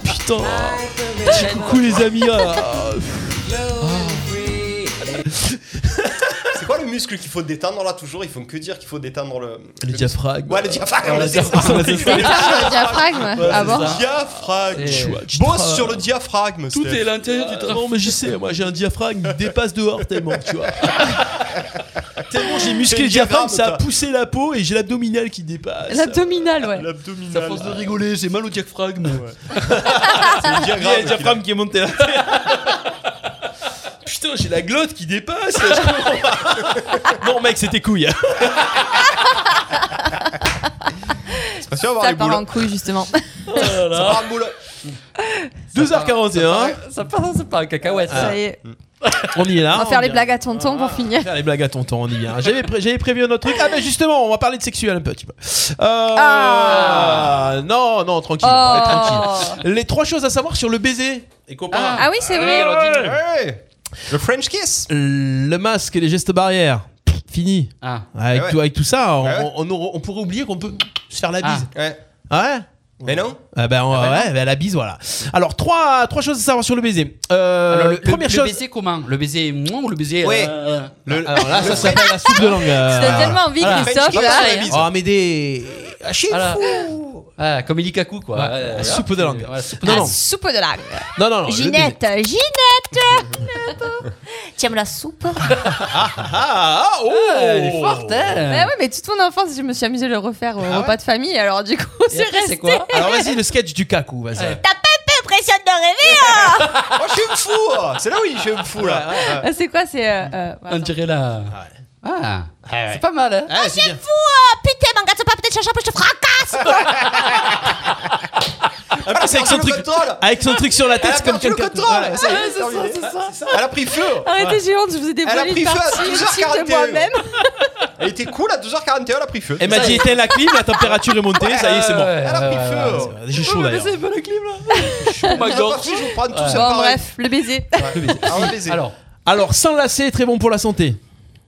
Speaker 3: Putain. Coucou les amis. ah.
Speaker 13: C'est quoi le muscle qu'il faut détendre là toujours Ils font que dire qu'il faut détendre le.
Speaker 3: Le diaphragme.
Speaker 5: Bah,
Speaker 13: Ouais, le diaphragme.
Speaker 3: Ouais,
Speaker 13: on
Speaker 3: le
Speaker 13: l'a dit.
Speaker 3: diaphragme, c'est ça.
Speaker 7: C'est ça, le diaphragme
Speaker 13: Ouais,
Speaker 7: Ah
Speaker 13: c'est
Speaker 7: bon
Speaker 13: ça. Diaphragme.
Speaker 3: C'est-
Speaker 13: Eh, Bosse sur le diaphragme.
Speaker 3: Tout
Speaker 13: Steph. Euh,
Speaker 3: est l'intérieur du Non, mais je sais, moi j'ai un diaphragme qui dépasse dehors tellement, tu vois. tellement j'ai musclé
Speaker 13: T'es
Speaker 3: le diaphragme,
Speaker 13: diaphragme,
Speaker 3: ça
Speaker 13: toi.
Speaker 3: a poussé la peau et j'ai l'abdominal qui dépasse.
Speaker 7: L'abdominal, ouais.
Speaker 13: L'abdominal.
Speaker 5: force de rigoler, j'ai mal au diaphragme.
Speaker 3: Il y a le diaphragme qui est monté là. Putain, j'ai la glotte qui dépasse. là, je comprends pas. non, mec, c'était couille.
Speaker 13: C'est pas sûr d'avoir
Speaker 7: Ça
Speaker 13: les
Speaker 7: part
Speaker 13: boules.
Speaker 7: en couille justement.
Speaker 3: Oh
Speaker 13: Ça part en boule.
Speaker 3: 2h41,
Speaker 5: Ça part, ça part en cacahuète.
Speaker 3: Ah.
Speaker 7: Ça y est.
Speaker 3: on y est là.
Speaker 7: On va faire
Speaker 3: y
Speaker 7: les
Speaker 3: est.
Speaker 7: blagues à tonton pour finir.
Speaker 3: Faire les blagues à tonton, on y est. hein. J'avais, pré- j'avais prévu un autre truc. Ah, mais justement, on va parler de sexuel un petit peu. Euh,
Speaker 5: Ah.
Speaker 3: Non, non, tranquille.
Speaker 7: Oh.
Speaker 3: tranquille. Les trois choses à savoir sur le baiser. Et copains.
Speaker 7: Ah oui, c'est vrai.
Speaker 13: Eh Ouais. Le French kiss.
Speaker 3: Le masque et les gestes barrières. Pff, Fini.
Speaker 5: Ah.
Speaker 3: Avec,
Speaker 13: Ah ouais.
Speaker 3: tout, avec tout ça, on,
Speaker 13: Ah ouais.
Speaker 3: on- on aura- on pourrait oublier qu'on peut se faire la bise.
Speaker 13: Ouais.
Speaker 3: Ah ouais
Speaker 13: Mais non.
Speaker 3: Ah ben,
Speaker 5: bah
Speaker 3: on- ouais, ben, la bise, voilà. Alors, trois, trois choses à savoir sur le baiser. Euh,
Speaker 5: Alors, le,
Speaker 3: première
Speaker 5: le- le
Speaker 3: chose.
Speaker 5: baiser comment Le baiser moins ou le baiser
Speaker 13: Oui.
Speaker 5: euh,
Speaker 13: Le-
Speaker 3: Alors là, ça s'appelle la soupe de langue. euh,
Speaker 7: T'as tellement envie,
Speaker 3: voilà.
Speaker 7: Christophe.
Speaker 13: French kiss
Speaker 7: là.
Speaker 13: sur la bise.
Speaker 3: Oh, mais des. Ah, je suis
Speaker 5: Voilà.
Speaker 3: fou.
Speaker 5: ah, comme Eli Kaku quoi.
Speaker 3: Ouais,
Speaker 5: Ouais,
Speaker 3: la
Speaker 5: ouais,
Speaker 3: soupe
Speaker 5: ouais.
Speaker 3: de langue.
Speaker 5: Ouais, la soupe de
Speaker 3: Non,
Speaker 5: langue.
Speaker 3: non,
Speaker 7: Soupe de langue.
Speaker 3: non, non, non, le baiser.
Speaker 7: Ginette, Ginette. tu aimes la
Speaker 3: hein
Speaker 7: soupe
Speaker 3: Ah, ah, oh
Speaker 5: Elle est forte
Speaker 7: Bah
Speaker 5: hein.
Speaker 7: ouais, mais toute mon enfance, je me suis amusée à le refaire au
Speaker 3: Ah
Speaker 7: repas de famille. Alors du coup,
Speaker 5: Et
Speaker 7: c'est
Speaker 5: après,
Speaker 7: resté.
Speaker 5: c'est quoi
Speaker 3: Alors vas-y, le sketch du cacou, vas-y.
Speaker 5: Ouais.
Speaker 7: Impressionne de rêver. hein
Speaker 13: Oh, je suis un fou. C'est là où il je suis un fou là.
Speaker 7: Ah, C'est quoi C'est euh, euh,
Speaker 5: On
Speaker 7: attends.
Speaker 5: dirait la. Ah, c'est pas mal hein.
Speaker 3: Ah, c'est bien.
Speaker 7: Putain, m'en gâte pas, peut-être chacha, je te fracasse.
Speaker 3: En plus, Ah, avec son
Speaker 13: le
Speaker 3: truc,
Speaker 13: contrôle.
Speaker 3: avec son truc sur la tête,
Speaker 13: Elle a
Speaker 3: c'est comme
Speaker 13: perdu le
Speaker 3: quelqu'un.
Speaker 13: contrôle.
Speaker 3: Ouais.
Speaker 13: Ça y est, c'est terminé. Elle a pris feu.
Speaker 7: Arrêtez, j'ai honte, je vous ai
Speaker 13: Elle a
Speaker 7: dévoilé
Speaker 13: pris
Speaker 7: une
Speaker 13: feu à
Speaker 7: partie intime de
Speaker 13: 12h41.
Speaker 7: moi-même.
Speaker 13: Elle était cool à 12h41, elle a pris feu.
Speaker 3: Elle m'a dit éteins la clim, la température est montée, ça y est, c'est bon.
Speaker 13: Elle a pris feu.
Speaker 3: Ouais, J'ai chaud d'ailleurs.
Speaker 5: pas la clim là.
Speaker 13: Je sais pas si je vous prends tout ça
Speaker 7: Bon,
Speaker 13: pareil.
Speaker 7: bref, le baiser.
Speaker 13: Ah, ouais, baiser.
Speaker 5: Alors,
Speaker 3: Alors, s'enlacer, très bon pour la santé.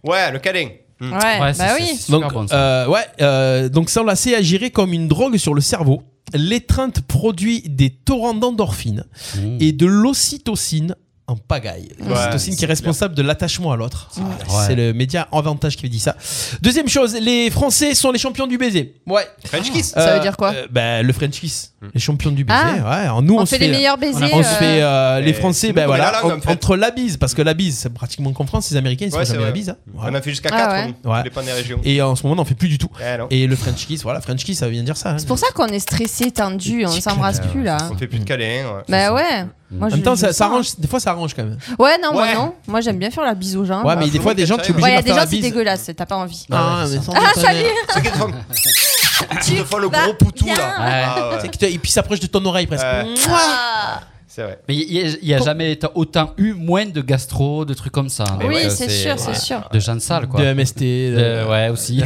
Speaker 13: Ouais, le câlin. Mm.
Speaker 7: Ouais,
Speaker 5: ouais,
Speaker 7: bah
Speaker 5: c'est-
Speaker 7: oui.
Speaker 5: c'est super
Speaker 3: Donc,
Speaker 5: bon, ça.
Speaker 3: euh, ouais, euh, donc s'enlacer agirait comme une drogue sur le cerveau. L'étreinte produit des torrents d'endorphines
Speaker 5: Mmh.
Speaker 3: et de l'ocytocine en pagaille.
Speaker 13: Ouais,
Speaker 3: L'ocytocine qui
Speaker 13: c'est
Speaker 3: est responsable de l'attachement à l'autre. Ah,
Speaker 5: Ouais.
Speaker 3: C'est le média Avantage qui dit ça. Deuxième chose, les Français sont les champions du baiser. Ouais.
Speaker 13: French kiss. Mmh.
Speaker 7: Ça
Speaker 3: Euh,
Speaker 7: veut dire quoi Ah.
Speaker 3: euh, bah, Le French kiss. Les champions du baiser. Ouais. Alors, nous, on,
Speaker 7: On
Speaker 3: se
Speaker 7: fait les meilleurs baisers.
Speaker 3: on se
Speaker 7: euh,
Speaker 3: fait euh, les
Speaker 13: Et
Speaker 3: Français,
Speaker 13: nous,
Speaker 3: ben
Speaker 13: on
Speaker 3: voilà,
Speaker 13: met la langue,
Speaker 3: en-
Speaker 13: en fait.
Speaker 3: entre la bise, parce que la bise, c'est pratiquement qu'en France, les Américains, ils se
Speaker 13: Ouais,
Speaker 3: font
Speaker 13: c'est
Speaker 3: jamais la
Speaker 13: vrai.
Speaker 3: bise. hein.
Speaker 13: On
Speaker 3: Voilà.
Speaker 13: a fait jusqu'à
Speaker 7: Ah
Speaker 13: 4
Speaker 7: ouais.
Speaker 3: Ouais.
Speaker 13: Ça hein, dépend des régions.
Speaker 3: Et en ce moment, on n'en fait plus du tout.
Speaker 13: Eh non.
Speaker 3: Et le French kiss, voilà, French kiss, ça vient dire ça. hein.
Speaker 7: C'est pour ça qu'on est stressé, tendu, on s'embrasse plus là.
Speaker 13: On fait plus de câlin. ouais.
Speaker 7: Bah ouais. Moi,
Speaker 3: Mm. En
Speaker 7: je-
Speaker 3: même temps,
Speaker 7: je
Speaker 3: ça,
Speaker 7: le
Speaker 3: ça
Speaker 7: sens.
Speaker 3: arrange, des fois, ça arrange quand même.
Speaker 7: Ouais, non, moi
Speaker 13: Ouais.
Speaker 7: non. Moi j'aime bien faire la bise aux gens.
Speaker 3: Ouais,
Speaker 7: là.
Speaker 3: mais des
Speaker 13: faut
Speaker 3: fois,
Speaker 13: le
Speaker 3: des gens, t'es
Speaker 13: cachère,
Speaker 3: obligé
Speaker 7: Ouais, il y a
Speaker 3: de
Speaker 7: des
Speaker 3: faire la
Speaker 7: gens, c'est
Speaker 3: bise.
Speaker 7: dégueulasse, t'as pas envie.
Speaker 3: Ah, mais sans déconner.
Speaker 13: Ceux qui te font-
Speaker 7: Ah,
Speaker 13: Ceux qui te font le gros poutou là. Ah, ouais.
Speaker 3: C'est que t'as- Et puis, s'approche de ton oreille presque.
Speaker 13: Ouais.
Speaker 3: Mouah.
Speaker 13: C'est vrai.
Speaker 5: Mais il y a- il y a, jamais été- autant eu moins de gastro, de trucs comme ça.
Speaker 7: Oui,
Speaker 5: Donc, euh,
Speaker 7: c'est sûr, c'est sûr.
Speaker 5: De gens de salle quoi.
Speaker 3: De MST. de-
Speaker 5: Euh, ouais, aussi.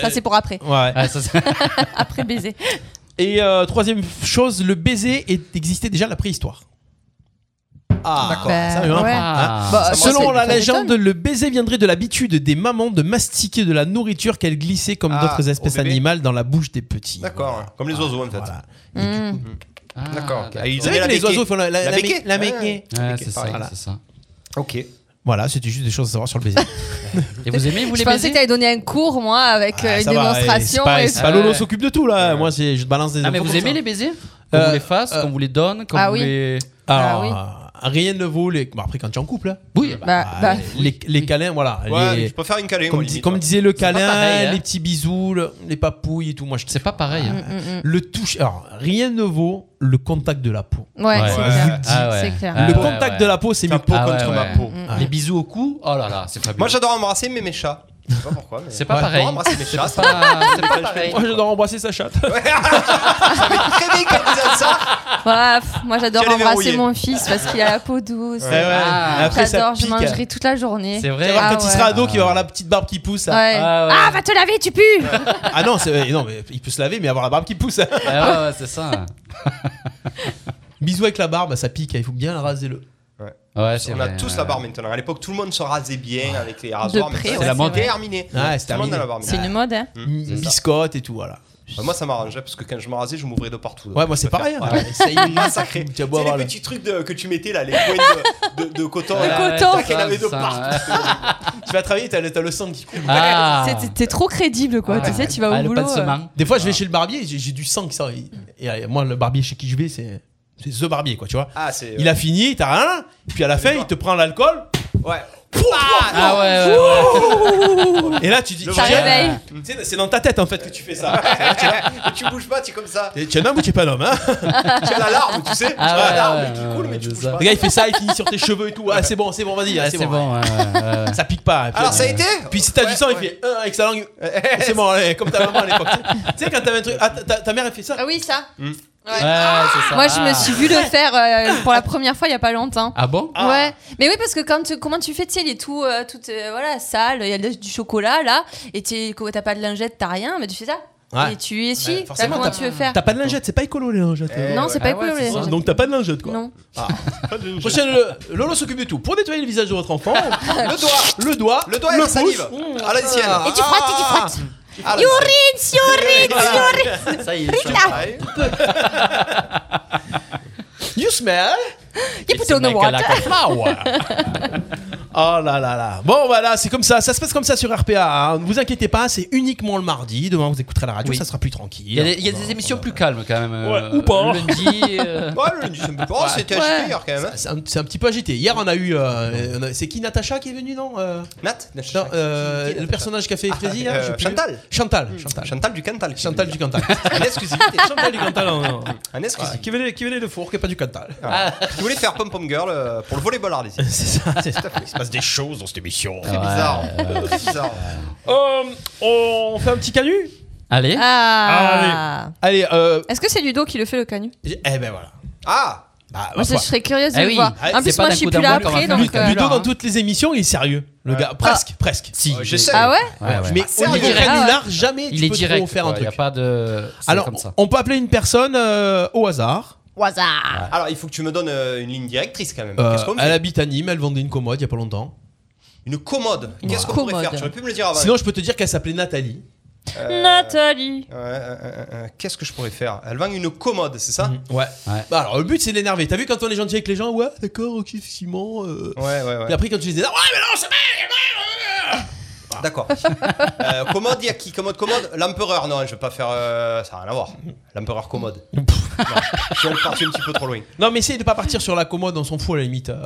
Speaker 7: ça c'est pour après.
Speaker 3: Ouais.
Speaker 5: Ouais, ça, c'est-
Speaker 7: Après baiser.
Speaker 3: Et euh, troisième chose, le baiser est- existait déjà à la préhistoire. Ah,
Speaker 7: D'accord.
Speaker 3: ça a eu un
Speaker 7: Bah,
Speaker 3: point.
Speaker 7: ouais.
Speaker 3: Hein.
Speaker 5: Ah.
Speaker 7: Bah, moi,
Speaker 3: Selon
Speaker 7: c'est-
Speaker 3: la
Speaker 7: ça
Speaker 3: légende,
Speaker 7: m'étonne.
Speaker 3: le baiser viendrait de l'habitude des mamans de mastiquer de la nourriture qu'elles glissaient comme
Speaker 13: Ah,
Speaker 3: d'autres
Speaker 13: au
Speaker 3: espèces
Speaker 13: bébé.
Speaker 3: animales dans la bouche des petits.
Speaker 13: D'accord. hein. Comme les oiseaux en fait.
Speaker 3: Ah, Voilà.
Speaker 7: Mm.
Speaker 5: Ah,
Speaker 13: D'accord.
Speaker 5: d'accord.
Speaker 13: Ils
Speaker 3: Vous savez
Speaker 13: aimaient
Speaker 3: que
Speaker 13: la
Speaker 3: les
Speaker 13: béquille.
Speaker 3: oiseaux font la, la,
Speaker 13: La
Speaker 3: la-
Speaker 13: béquille.
Speaker 3: la
Speaker 13: Ouais.
Speaker 3: béquille.
Speaker 5: Ouais, Ah, c'est ça,
Speaker 3: Voilà.
Speaker 5: c'est ça.
Speaker 13: Ok.
Speaker 3: Voilà, c'était juste des choses à savoir sur le baiser.
Speaker 5: Et vous aimez, vous
Speaker 7: Je
Speaker 5: les
Speaker 7: pensais
Speaker 5: baisers
Speaker 7: que t'allais donner un cours, moi, avec euh,
Speaker 3: Ah,
Speaker 7: une
Speaker 3: ça va,
Speaker 7: démonstration.
Speaker 3: C'est pas,
Speaker 7: et
Speaker 3: c'est
Speaker 7: tout.
Speaker 3: pas
Speaker 5: tout.
Speaker 3: Lolo s'occupe de tout là. Moi, c'est- je te balance des.
Speaker 5: Ah, mais
Speaker 3: infos
Speaker 5: vous
Speaker 3: comme
Speaker 5: aimez
Speaker 3: ça.
Speaker 5: les baisers Qu'on
Speaker 3: Euh,
Speaker 5: vous les fasse, qu'on vous les donne, qu'on
Speaker 7: ah
Speaker 5: vous
Speaker 7: oui.
Speaker 5: les.
Speaker 3: Alors,
Speaker 7: Ah oui.
Speaker 3: euh, rien ne vaut les. Bon, après, quand tu es en couple.
Speaker 5: Oui,
Speaker 3: bah,
Speaker 13: bah,
Speaker 3: les, les câlins, voilà.
Speaker 13: Ouais,
Speaker 3: les-
Speaker 13: je préfère une câlin,
Speaker 3: Comme,
Speaker 13: moi,
Speaker 3: dis-
Speaker 13: limite,
Speaker 3: comme
Speaker 13: ouais.
Speaker 3: disait le
Speaker 13: C'est pas
Speaker 3: câlin,
Speaker 13: pareil, hein.
Speaker 3: les petits bisous, le- les papouilles et tout. Moi, je C'est
Speaker 5: pas pareil.
Speaker 7: Mm,
Speaker 3: hein. Le toucher. Alors, rien ne vaut le contact de la peau.
Speaker 5: Ouais, Ouais. c'est
Speaker 3: Je
Speaker 5: clair.
Speaker 3: vous le dis.
Speaker 5: Ah ouais. C'est clair. Ah
Speaker 3: Le
Speaker 5: ouais,
Speaker 3: contact
Speaker 5: ouais.
Speaker 3: de la peau, c'est
Speaker 5: Ta
Speaker 3: mieux
Speaker 5: peau contre ma peau.
Speaker 7: Mm,
Speaker 3: Ah.
Speaker 5: Les bisous au cou, oh là là, c'est fabuleux.
Speaker 13: Moi j'adore embrasser mes, mes chats. Je sais pas pourquoi. mais-
Speaker 5: C'est pas
Speaker 13: J'adore
Speaker 5: pareil.
Speaker 13: embrasser mes
Speaker 5: C'est
Speaker 13: chats.
Speaker 5: pas- c'est pas pareil.
Speaker 3: Moi, j'adore embrasser sa chatte.
Speaker 13: Très bien quand vous êtes ça.
Speaker 7: Voilà, pff, moi j'adore
Speaker 3: Tu allais
Speaker 7: embrasser
Speaker 3: verrouiller.
Speaker 7: mon fils parce qu'il a la peau douce.
Speaker 3: Ouais, ouais.
Speaker 7: Ah,
Speaker 3: Après, ça
Speaker 7: j'adore, je
Speaker 3: pique.
Speaker 7: mangerai toute la journée.
Speaker 3: Tu vas voir,
Speaker 7: Ah,
Speaker 3: quand il
Speaker 7: ouais.
Speaker 3: sera ado, qu'il va avoir la petite barbe qui pousse. là.
Speaker 7: Ouais. Ah, va te laver, tu pues
Speaker 3: Ah non, c'est- non, mais il peut se laver, mais avoir la barbe qui pousse.
Speaker 5: Ah ouais, ouais, c'est ça.
Speaker 3: Bisous avec la barbe, ça pique, hein, il faut bien la raser le.
Speaker 13: Ouais.
Speaker 5: Ouais,
Speaker 13: on a tous la barre maintenant. À l'époque, tout le monde se rasait bien avec les rasoirs.
Speaker 7: près, ouais,
Speaker 13: maintenant, c'est
Speaker 7: c'est la mode.
Speaker 13: terminé.
Speaker 3: Ouais, c'est
Speaker 13: tout le monde a la barre
Speaker 7: C'est une mode, hein
Speaker 3: Biscotte et tout, voilà.
Speaker 13: Bah, moi ça m'arrangeait parce que quand je me rasais, je m'ouvrais de partout.
Speaker 3: Ouais, moi, c'est pareil, hein.
Speaker 13: C'est
Speaker 3: Essaye.
Speaker 13: massacré. Tu
Speaker 3: Tu as
Speaker 13: sais,
Speaker 3: beau avoir
Speaker 13: les
Speaker 3: le-
Speaker 13: petits trucs de- que tu mettais là, les poignées de, de- de coton.
Speaker 3: Ouais,
Speaker 13: là,
Speaker 3: ouais,
Speaker 13: tac,
Speaker 3: ça,
Speaker 13: elle avait de
Speaker 3: ça,
Speaker 13: partout.
Speaker 3: tu vas travailler, t'as le, t'as le sang qui coule.
Speaker 5: Ah.
Speaker 7: C'est- t'es- T'es trop crédible quoi, tu sais, tu vas au boulot. euh.
Speaker 3: Des fois, je vais chez le barbier, j'ai j'ai du sang qui sort. Et, et moi, le barbier chez qui je vais, c'est c'est The Barbier, quoi, tu vois.
Speaker 13: Ah, c'est-
Speaker 3: Il a fini, t'as rien. Puis à la fin, il te prend l'alcool.
Speaker 13: Ouais.
Speaker 5: Ah ouais, ouais,
Speaker 3: Ouh. Et là, tu dis.
Speaker 13: Le
Speaker 3: tiens,
Speaker 13: réveil.
Speaker 3: tu sais, C'est dans ta tête, en fait, que tu fais ça.
Speaker 13: Et tu bouges pas, tu es comme ça.
Speaker 3: T'es- Tu es un homme ou tu es pas un homme, hein
Speaker 13: Tu as l'alarme, tu sais. tu as l'alarme qui coule, mais tu bouges pas.
Speaker 3: Le gars, il fait ça, il finit sur tes cheveux et tout. Ah, c'est bon, c'est bon, vas-y.
Speaker 5: Ouais,
Speaker 3: ah,
Speaker 5: c'est bon, ouais, ouais, ouais.
Speaker 3: Ça pique pas. Et puis-
Speaker 13: Alors, ça a été
Speaker 3: Puis si t'as du sang, il fait un avec sa langue. C'est bon, allez, comme ta maman à l'époque. tu sais, quand t'avais un truc. Ah, ta- ta ta mère, elle fait ça. Hmm.
Speaker 7: Ah oui, ça.
Speaker 5: c'est ça.
Speaker 7: Moi, je me suis vu le faire euh, pour la première fois il y a pas longtemps.
Speaker 5: Ah bon
Speaker 7: Ouais, mais oui parce que quand tu- comment tu fais, tu sais, il est tout, euh, tout euh, voilà, sale, il y a de- du chocolat là, et tu t'as pas de lingette, t'as rien, mais tu fais ça.
Speaker 3: Ouais.
Speaker 7: Et tu essuies,
Speaker 3: Ouais,
Speaker 7: Là,
Speaker 3: Bah, forcément,
Speaker 7: comment
Speaker 3: t'as-
Speaker 7: tu veux faire
Speaker 3: T'as pas de lingette, c'est pas écolo les lingettes. euh,
Speaker 7: Eh Non, ouais. c'est pas Bah, Ah écolo, ouais, les c'est ça. lingettes.
Speaker 3: Donc t'as pas de lingette quoi.
Speaker 7: Non.
Speaker 3: Ah. Prochaine, le- Lolo s'occupe de tout. Pour nettoyer le visage de votre enfant,
Speaker 13: Le doigt.
Speaker 3: le Ah, doigt,
Speaker 13: Le doigt et la salive. À l'ancienne.
Speaker 7: Et tu frottes, et tu frottes.
Speaker 13: Ah, là,
Speaker 7: you rinse,
Speaker 13: c'est-
Speaker 7: you rinse, you rinse.
Speaker 5: Ça y est,
Speaker 7: Rita.
Speaker 3: You smell
Speaker 7: You put on the
Speaker 3: like a
Speaker 7: water.
Speaker 3: lack of flour. Oh là là là. Bon voilà, c'est comme ça, ça se passe comme ça sur RPA. hein. Ne vous inquiétez pas, c'est uniquement le mardi. Demain, vous écouterez la radio,
Speaker 5: Oui.
Speaker 3: ça sera plus
Speaker 5: Il y a
Speaker 3: tranquille.
Speaker 5: des, il y a des émissions plus calmes quand même.
Speaker 3: Ouais,
Speaker 5: euh,
Speaker 3: ou pas.
Speaker 5: le Lundi. euh.
Speaker 13: Ouais, le lundi, c'est un peu pas. C'était agité hier quand même. hein.
Speaker 3: euh, Oh, C'est un, c'est un petit peu agité. Hier, on a eu. euh, on a- c'est qui Natacha qui est venue, non Euh,
Speaker 13: Nat
Speaker 3: Non, euh, le personnage qu'a fait Freddy. là,
Speaker 13: euh,
Speaker 3: je sais plus.
Speaker 13: Chantal.
Speaker 3: Chantal. Hmm. Chantal.
Speaker 13: Chantal du Cantal.
Speaker 3: Chantal du Cantal.
Speaker 13: Un exclusivité.
Speaker 3: Chantal du Cantal. non, non.
Speaker 13: Un exclusif.
Speaker 3: Ouais, qui, venait, qui venait de Four, qui est pas du Cantal.
Speaker 13: Ah. Qui voulait faire Pom Pom Girl euh, pour le volleyball ardésien.
Speaker 3: C'est ça. c'est-
Speaker 13: Il se
Speaker 3: passe des choses dans cette émission.
Speaker 13: Très bizarre.
Speaker 5: Ah ouais.
Speaker 13: Très bizarre.
Speaker 3: Euh, on fait un petit canu
Speaker 5: Allez.
Speaker 7: Ah.
Speaker 3: Allez, euh,
Speaker 7: Est-ce que c'est Ludo qui le fait le canu
Speaker 3: eh ben voilà.
Speaker 13: Ah
Speaker 3: Bah,
Speaker 7: Moi, je
Speaker 3: voilà.
Speaker 7: serais curieuse de
Speaker 5: Eh
Speaker 7: le voir.
Speaker 5: Ah,
Speaker 3: Ah,
Speaker 7: En plus, moi, je suis plus là après,
Speaker 3: Ludo,
Speaker 5: hein.
Speaker 7: donc. euh,
Speaker 3: Ludo, dans toutes les émissions, il est sérieux. Le gars, presque, presque.
Speaker 5: Si.
Speaker 3: je sais.
Speaker 7: Ah ouais
Speaker 3: Mais
Speaker 5: C'est
Speaker 3: au niveau
Speaker 5: direct.
Speaker 3: canular, jamais
Speaker 5: Il
Speaker 3: tu
Speaker 5: est
Speaker 3: peux
Speaker 5: direct.
Speaker 3: trop faire un
Speaker 5: quoi, Il
Speaker 3: truc.
Speaker 5: n'y a pas de. c'est
Speaker 3: Alors,
Speaker 5: comme ça.
Speaker 3: on peut appeler une personne euh, au hasard.
Speaker 7: Waza.
Speaker 13: Alors, il faut que tu me donnes euh, une ligne directrice quand même.
Speaker 3: Euh,
Speaker 13: Qu'est-ce qu'on
Speaker 3: elle
Speaker 13: fait
Speaker 3: habite à Nîmes, elle vendait une commode il y a pas longtemps.
Speaker 13: Une commode. Qu'est-ce qu'on pourrait faire Tu aurais pu me le dire avant.
Speaker 3: Sinon, je peux te dire qu'elle s'appelait Nathalie.
Speaker 13: Euh,
Speaker 7: Nathalie.
Speaker 13: ouais, euh, euh, euh, Qu'est-ce que je pourrais faire Elle vend une commode, c'est ça
Speaker 3: Ouais. Bah, alors, le but, c'est de l'énerver. T'as vu quand on est gentil avec les gens Ouais, d'accord, ok, effectivement. euh.
Speaker 13: Ouais, ouais, ouais.
Speaker 3: Et après, quand tu les énerves, ouais, mais non, ça va
Speaker 13: D'accord. Euh, commode, il y a qui Commode, commode L'empereur, non, je vais pas faire. euh, ça n'a rien à voir. L'empereur commode. non, je vais partir un petit peu trop loin.
Speaker 3: Non, mais essaye de pas partir sur la commode, on s'en fout à la limite. Euh,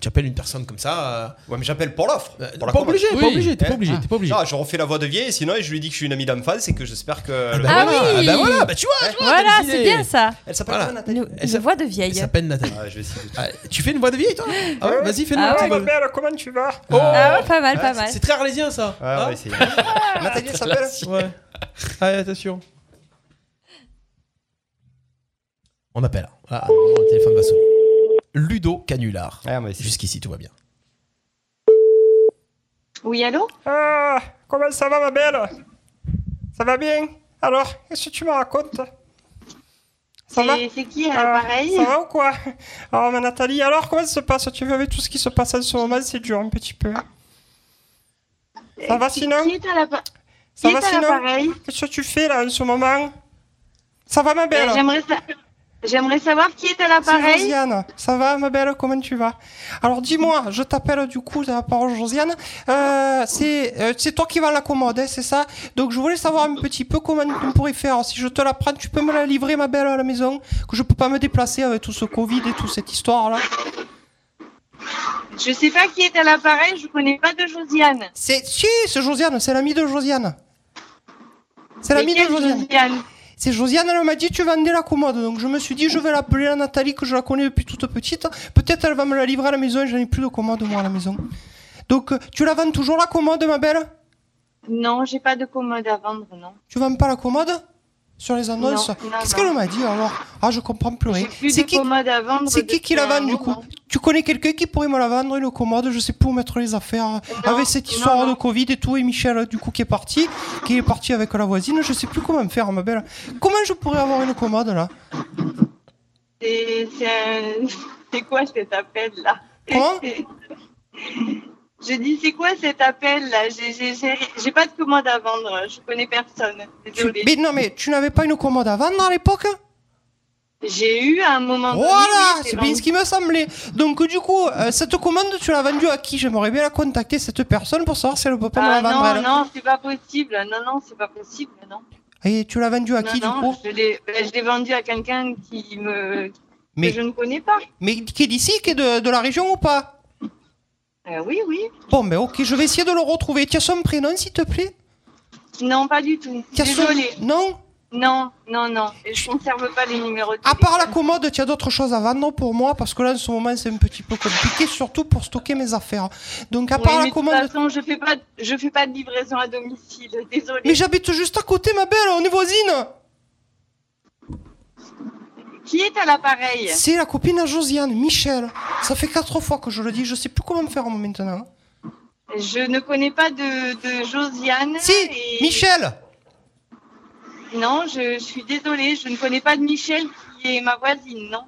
Speaker 3: tu appelles une personne comme ça. euh.
Speaker 13: Ouais, mais j'appelle pour l'offre. pour la
Speaker 3: pas
Speaker 13: commode.
Speaker 3: obligé, pas Oui. obligé, t'es pas
Speaker 13: Eh
Speaker 3: obligé, t'es pas obligé.
Speaker 13: Non, je refais la voix de vieille, sinon je lui dis que je suis une amie d'enfance et que j'espère que. le-
Speaker 7: Ah oui.
Speaker 3: bah voilà, bah tu vois, tu vois,
Speaker 7: Voilà,
Speaker 3: t'as des
Speaker 7: c'est
Speaker 3: idées.
Speaker 7: bien ça.
Speaker 13: Elle s'appelle
Speaker 3: Voilà.
Speaker 13: comment, Nathalie
Speaker 7: Une- Une voix de
Speaker 3: Elle
Speaker 7: vieille.
Speaker 3: s'appelle Nathalie.
Speaker 13: Ah, je vais essayer de-
Speaker 3: Ah, tu fais une voix de vieille, toi Ah ouais, vas-y, fais-nous
Speaker 7: Ah
Speaker 3: une
Speaker 7: ouais.
Speaker 3: petite voix de-
Speaker 13: Belle, comment tu vas
Speaker 3: Oh.
Speaker 7: Ah ouais, pas mal, pas
Speaker 3: c'est-
Speaker 7: mal.
Speaker 3: C'est très arlésien, ça.
Speaker 13: Ouais, on
Speaker 20: Ah.
Speaker 3: Hein
Speaker 13: va essayer. Nathalie, elle s'appelle
Speaker 3: Ouais. Allez, attention. On appelle. Ah, non, le téléphone va sonner. Ludo Canular.
Speaker 21: Ah,
Speaker 3: Jusqu'ici, tout va bien.
Speaker 14: Oui, allô
Speaker 21: Ah, comment ça va ma belle Ça va bien Alors, qu'est-ce que tu me racontes Ça va
Speaker 14: C'est qui
Speaker 21: Ah, Ça va ou quoi Alors ma Nathalie, alors comment ça se passe Tu veux avec tout ce qui se passe en ce moment, c'est dur un petit peu. Ça va sinon Ça
Speaker 14: qui
Speaker 21: va
Speaker 14: est à l'appareil
Speaker 21: sinon Qu'est-ce que tu fais là en ce moment Ça va ma belle
Speaker 14: Euh, j'aimerais sa-
Speaker 7: hein.
Speaker 14: J'aimerais savoir qui est à
Speaker 21: C'est
Speaker 14: l'appareil.
Speaker 21: Josiane. Ça va, ma belle Comment tu vas Alors, dis-moi, je t'appelle du coup de la part de Josiane. Euh, c'est euh, c'est toi qui vas la commande, hein, c'est ça Donc, je voulais savoir un petit peu comment on pourrait faire. Si je te la prends, tu peux me la livrer, ma belle, à la maison Que je peux pas me déplacer avec tout ce Covid et toute cette histoire-là
Speaker 7: Je sais pas qui est à l'appareil, je connais pas de Josiane.
Speaker 21: C'est si, c'est Josiane, c'est l'amie de Josiane. C'est l'amie de Josiane. C'est Josiane, elle m'a dit tu vendais la commode. Donc je me suis dit je vais l'appeler la Nathalie que je la connais depuis toute petite. Peut-être elle va me la livrer à la maison et j'en ai plus de commode moi à la maison. Donc euh, tu la vends toujours la commode ma belle
Speaker 7: Non, j'ai pas de commode à vendre, non.
Speaker 21: Tu vends pas la commode sur les annonces
Speaker 7: Non, non,
Speaker 21: Qu'est-ce
Speaker 7: non.
Speaker 21: qu'elle m'a dit alors Ah je comprends plus rien.
Speaker 7: Plus de commode à vendre.
Speaker 21: C'est qui
Speaker 7: depuis
Speaker 21: qui la
Speaker 7: un
Speaker 21: vend du
Speaker 7: moment.
Speaker 21: coup Tu connais quelqu'un qui pourrait me la vendre une commode Je sais pas où mettre les affaires euh, avec cette histoire de Covid et tout. Et Michel euh, du coup qui est parti, qui est parti avec la voisine. Je sais plus comment faire ma belle. Comment je pourrais avoir une commode là
Speaker 7: C'est c'est un- c'est quoi cet appel là
Speaker 21: Comment
Speaker 7: Je dis c'est quoi cet appel là J'ai- j'ai- J'ai j'ai pas de commande à vendre, je connais personne.
Speaker 21: Tu-
Speaker 7: Désolée.
Speaker 21: Mais non mais tu n'avais pas une commode à vendre à l'époque
Speaker 7: J'ai eu à un moment donné,
Speaker 21: Voilà,
Speaker 7: oui,
Speaker 21: c'est
Speaker 7: vendu.
Speaker 21: bien ce qui me semblait. Donc du coup, euh, cette commande, tu l'as vendue à qui J'aimerais bien la contacter, cette personne, pour savoir si elle peut pas
Speaker 7: Ah
Speaker 21: me la vendre.
Speaker 7: non,
Speaker 21: elle.
Speaker 7: non, c'est pas possible. Non, non, c'est pas possible, non.
Speaker 21: Et tu l'as vendue à
Speaker 7: non,
Speaker 21: qui
Speaker 7: non,
Speaker 21: du coup
Speaker 7: je l'ai ben, je l'ai vendu à quelqu'un qui me
Speaker 21: Mais-
Speaker 7: que je ne connais pas.
Speaker 21: Mais qui est d'ici, qui est de, de la région ou pas
Speaker 7: Euh, oui, oui.
Speaker 21: Bon, mais ok, je vais essayer de le retrouver. Tu as son prénom, s'il te plaît
Speaker 7: Non, pas du tout.
Speaker 21: Qui a son-
Speaker 7: Désolée.
Speaker 21: Non
Speaker 7: Non, non, non. Et Je conserve pas les numéros de
Speaker 21: À part la commode, tu as d'autres choses à vendre pour moi Parce que là, en ce moment, c'est un petit peu compliqué, surtout pour stocker mes affaires. Donc, à
Speaker 7: Oui,
Speaker 21: part
Speaker 7: mais
Speaker 21: la commande.
Speaker 7: De toute façon, je fais pas, je fais pas de livraison à domicile. Désolée.
Speaker 21: Mais j'habite juste à côté, ma belle, on est voisines
Speaker 7: Qui est à l'appareil
Speaker 21: C'est la copine à Josiane, Michel. Ça fait quatre fois que je le dis, je sais plus comment me faire moi, maintenant.
Speaker 7: Je ne connais pas de, de Josiane. Si.
Speaker 21: Michel
Speaker 7: Non, je, je suis désolée. Je ne connais pas de Michel qui est ma voisine. Non.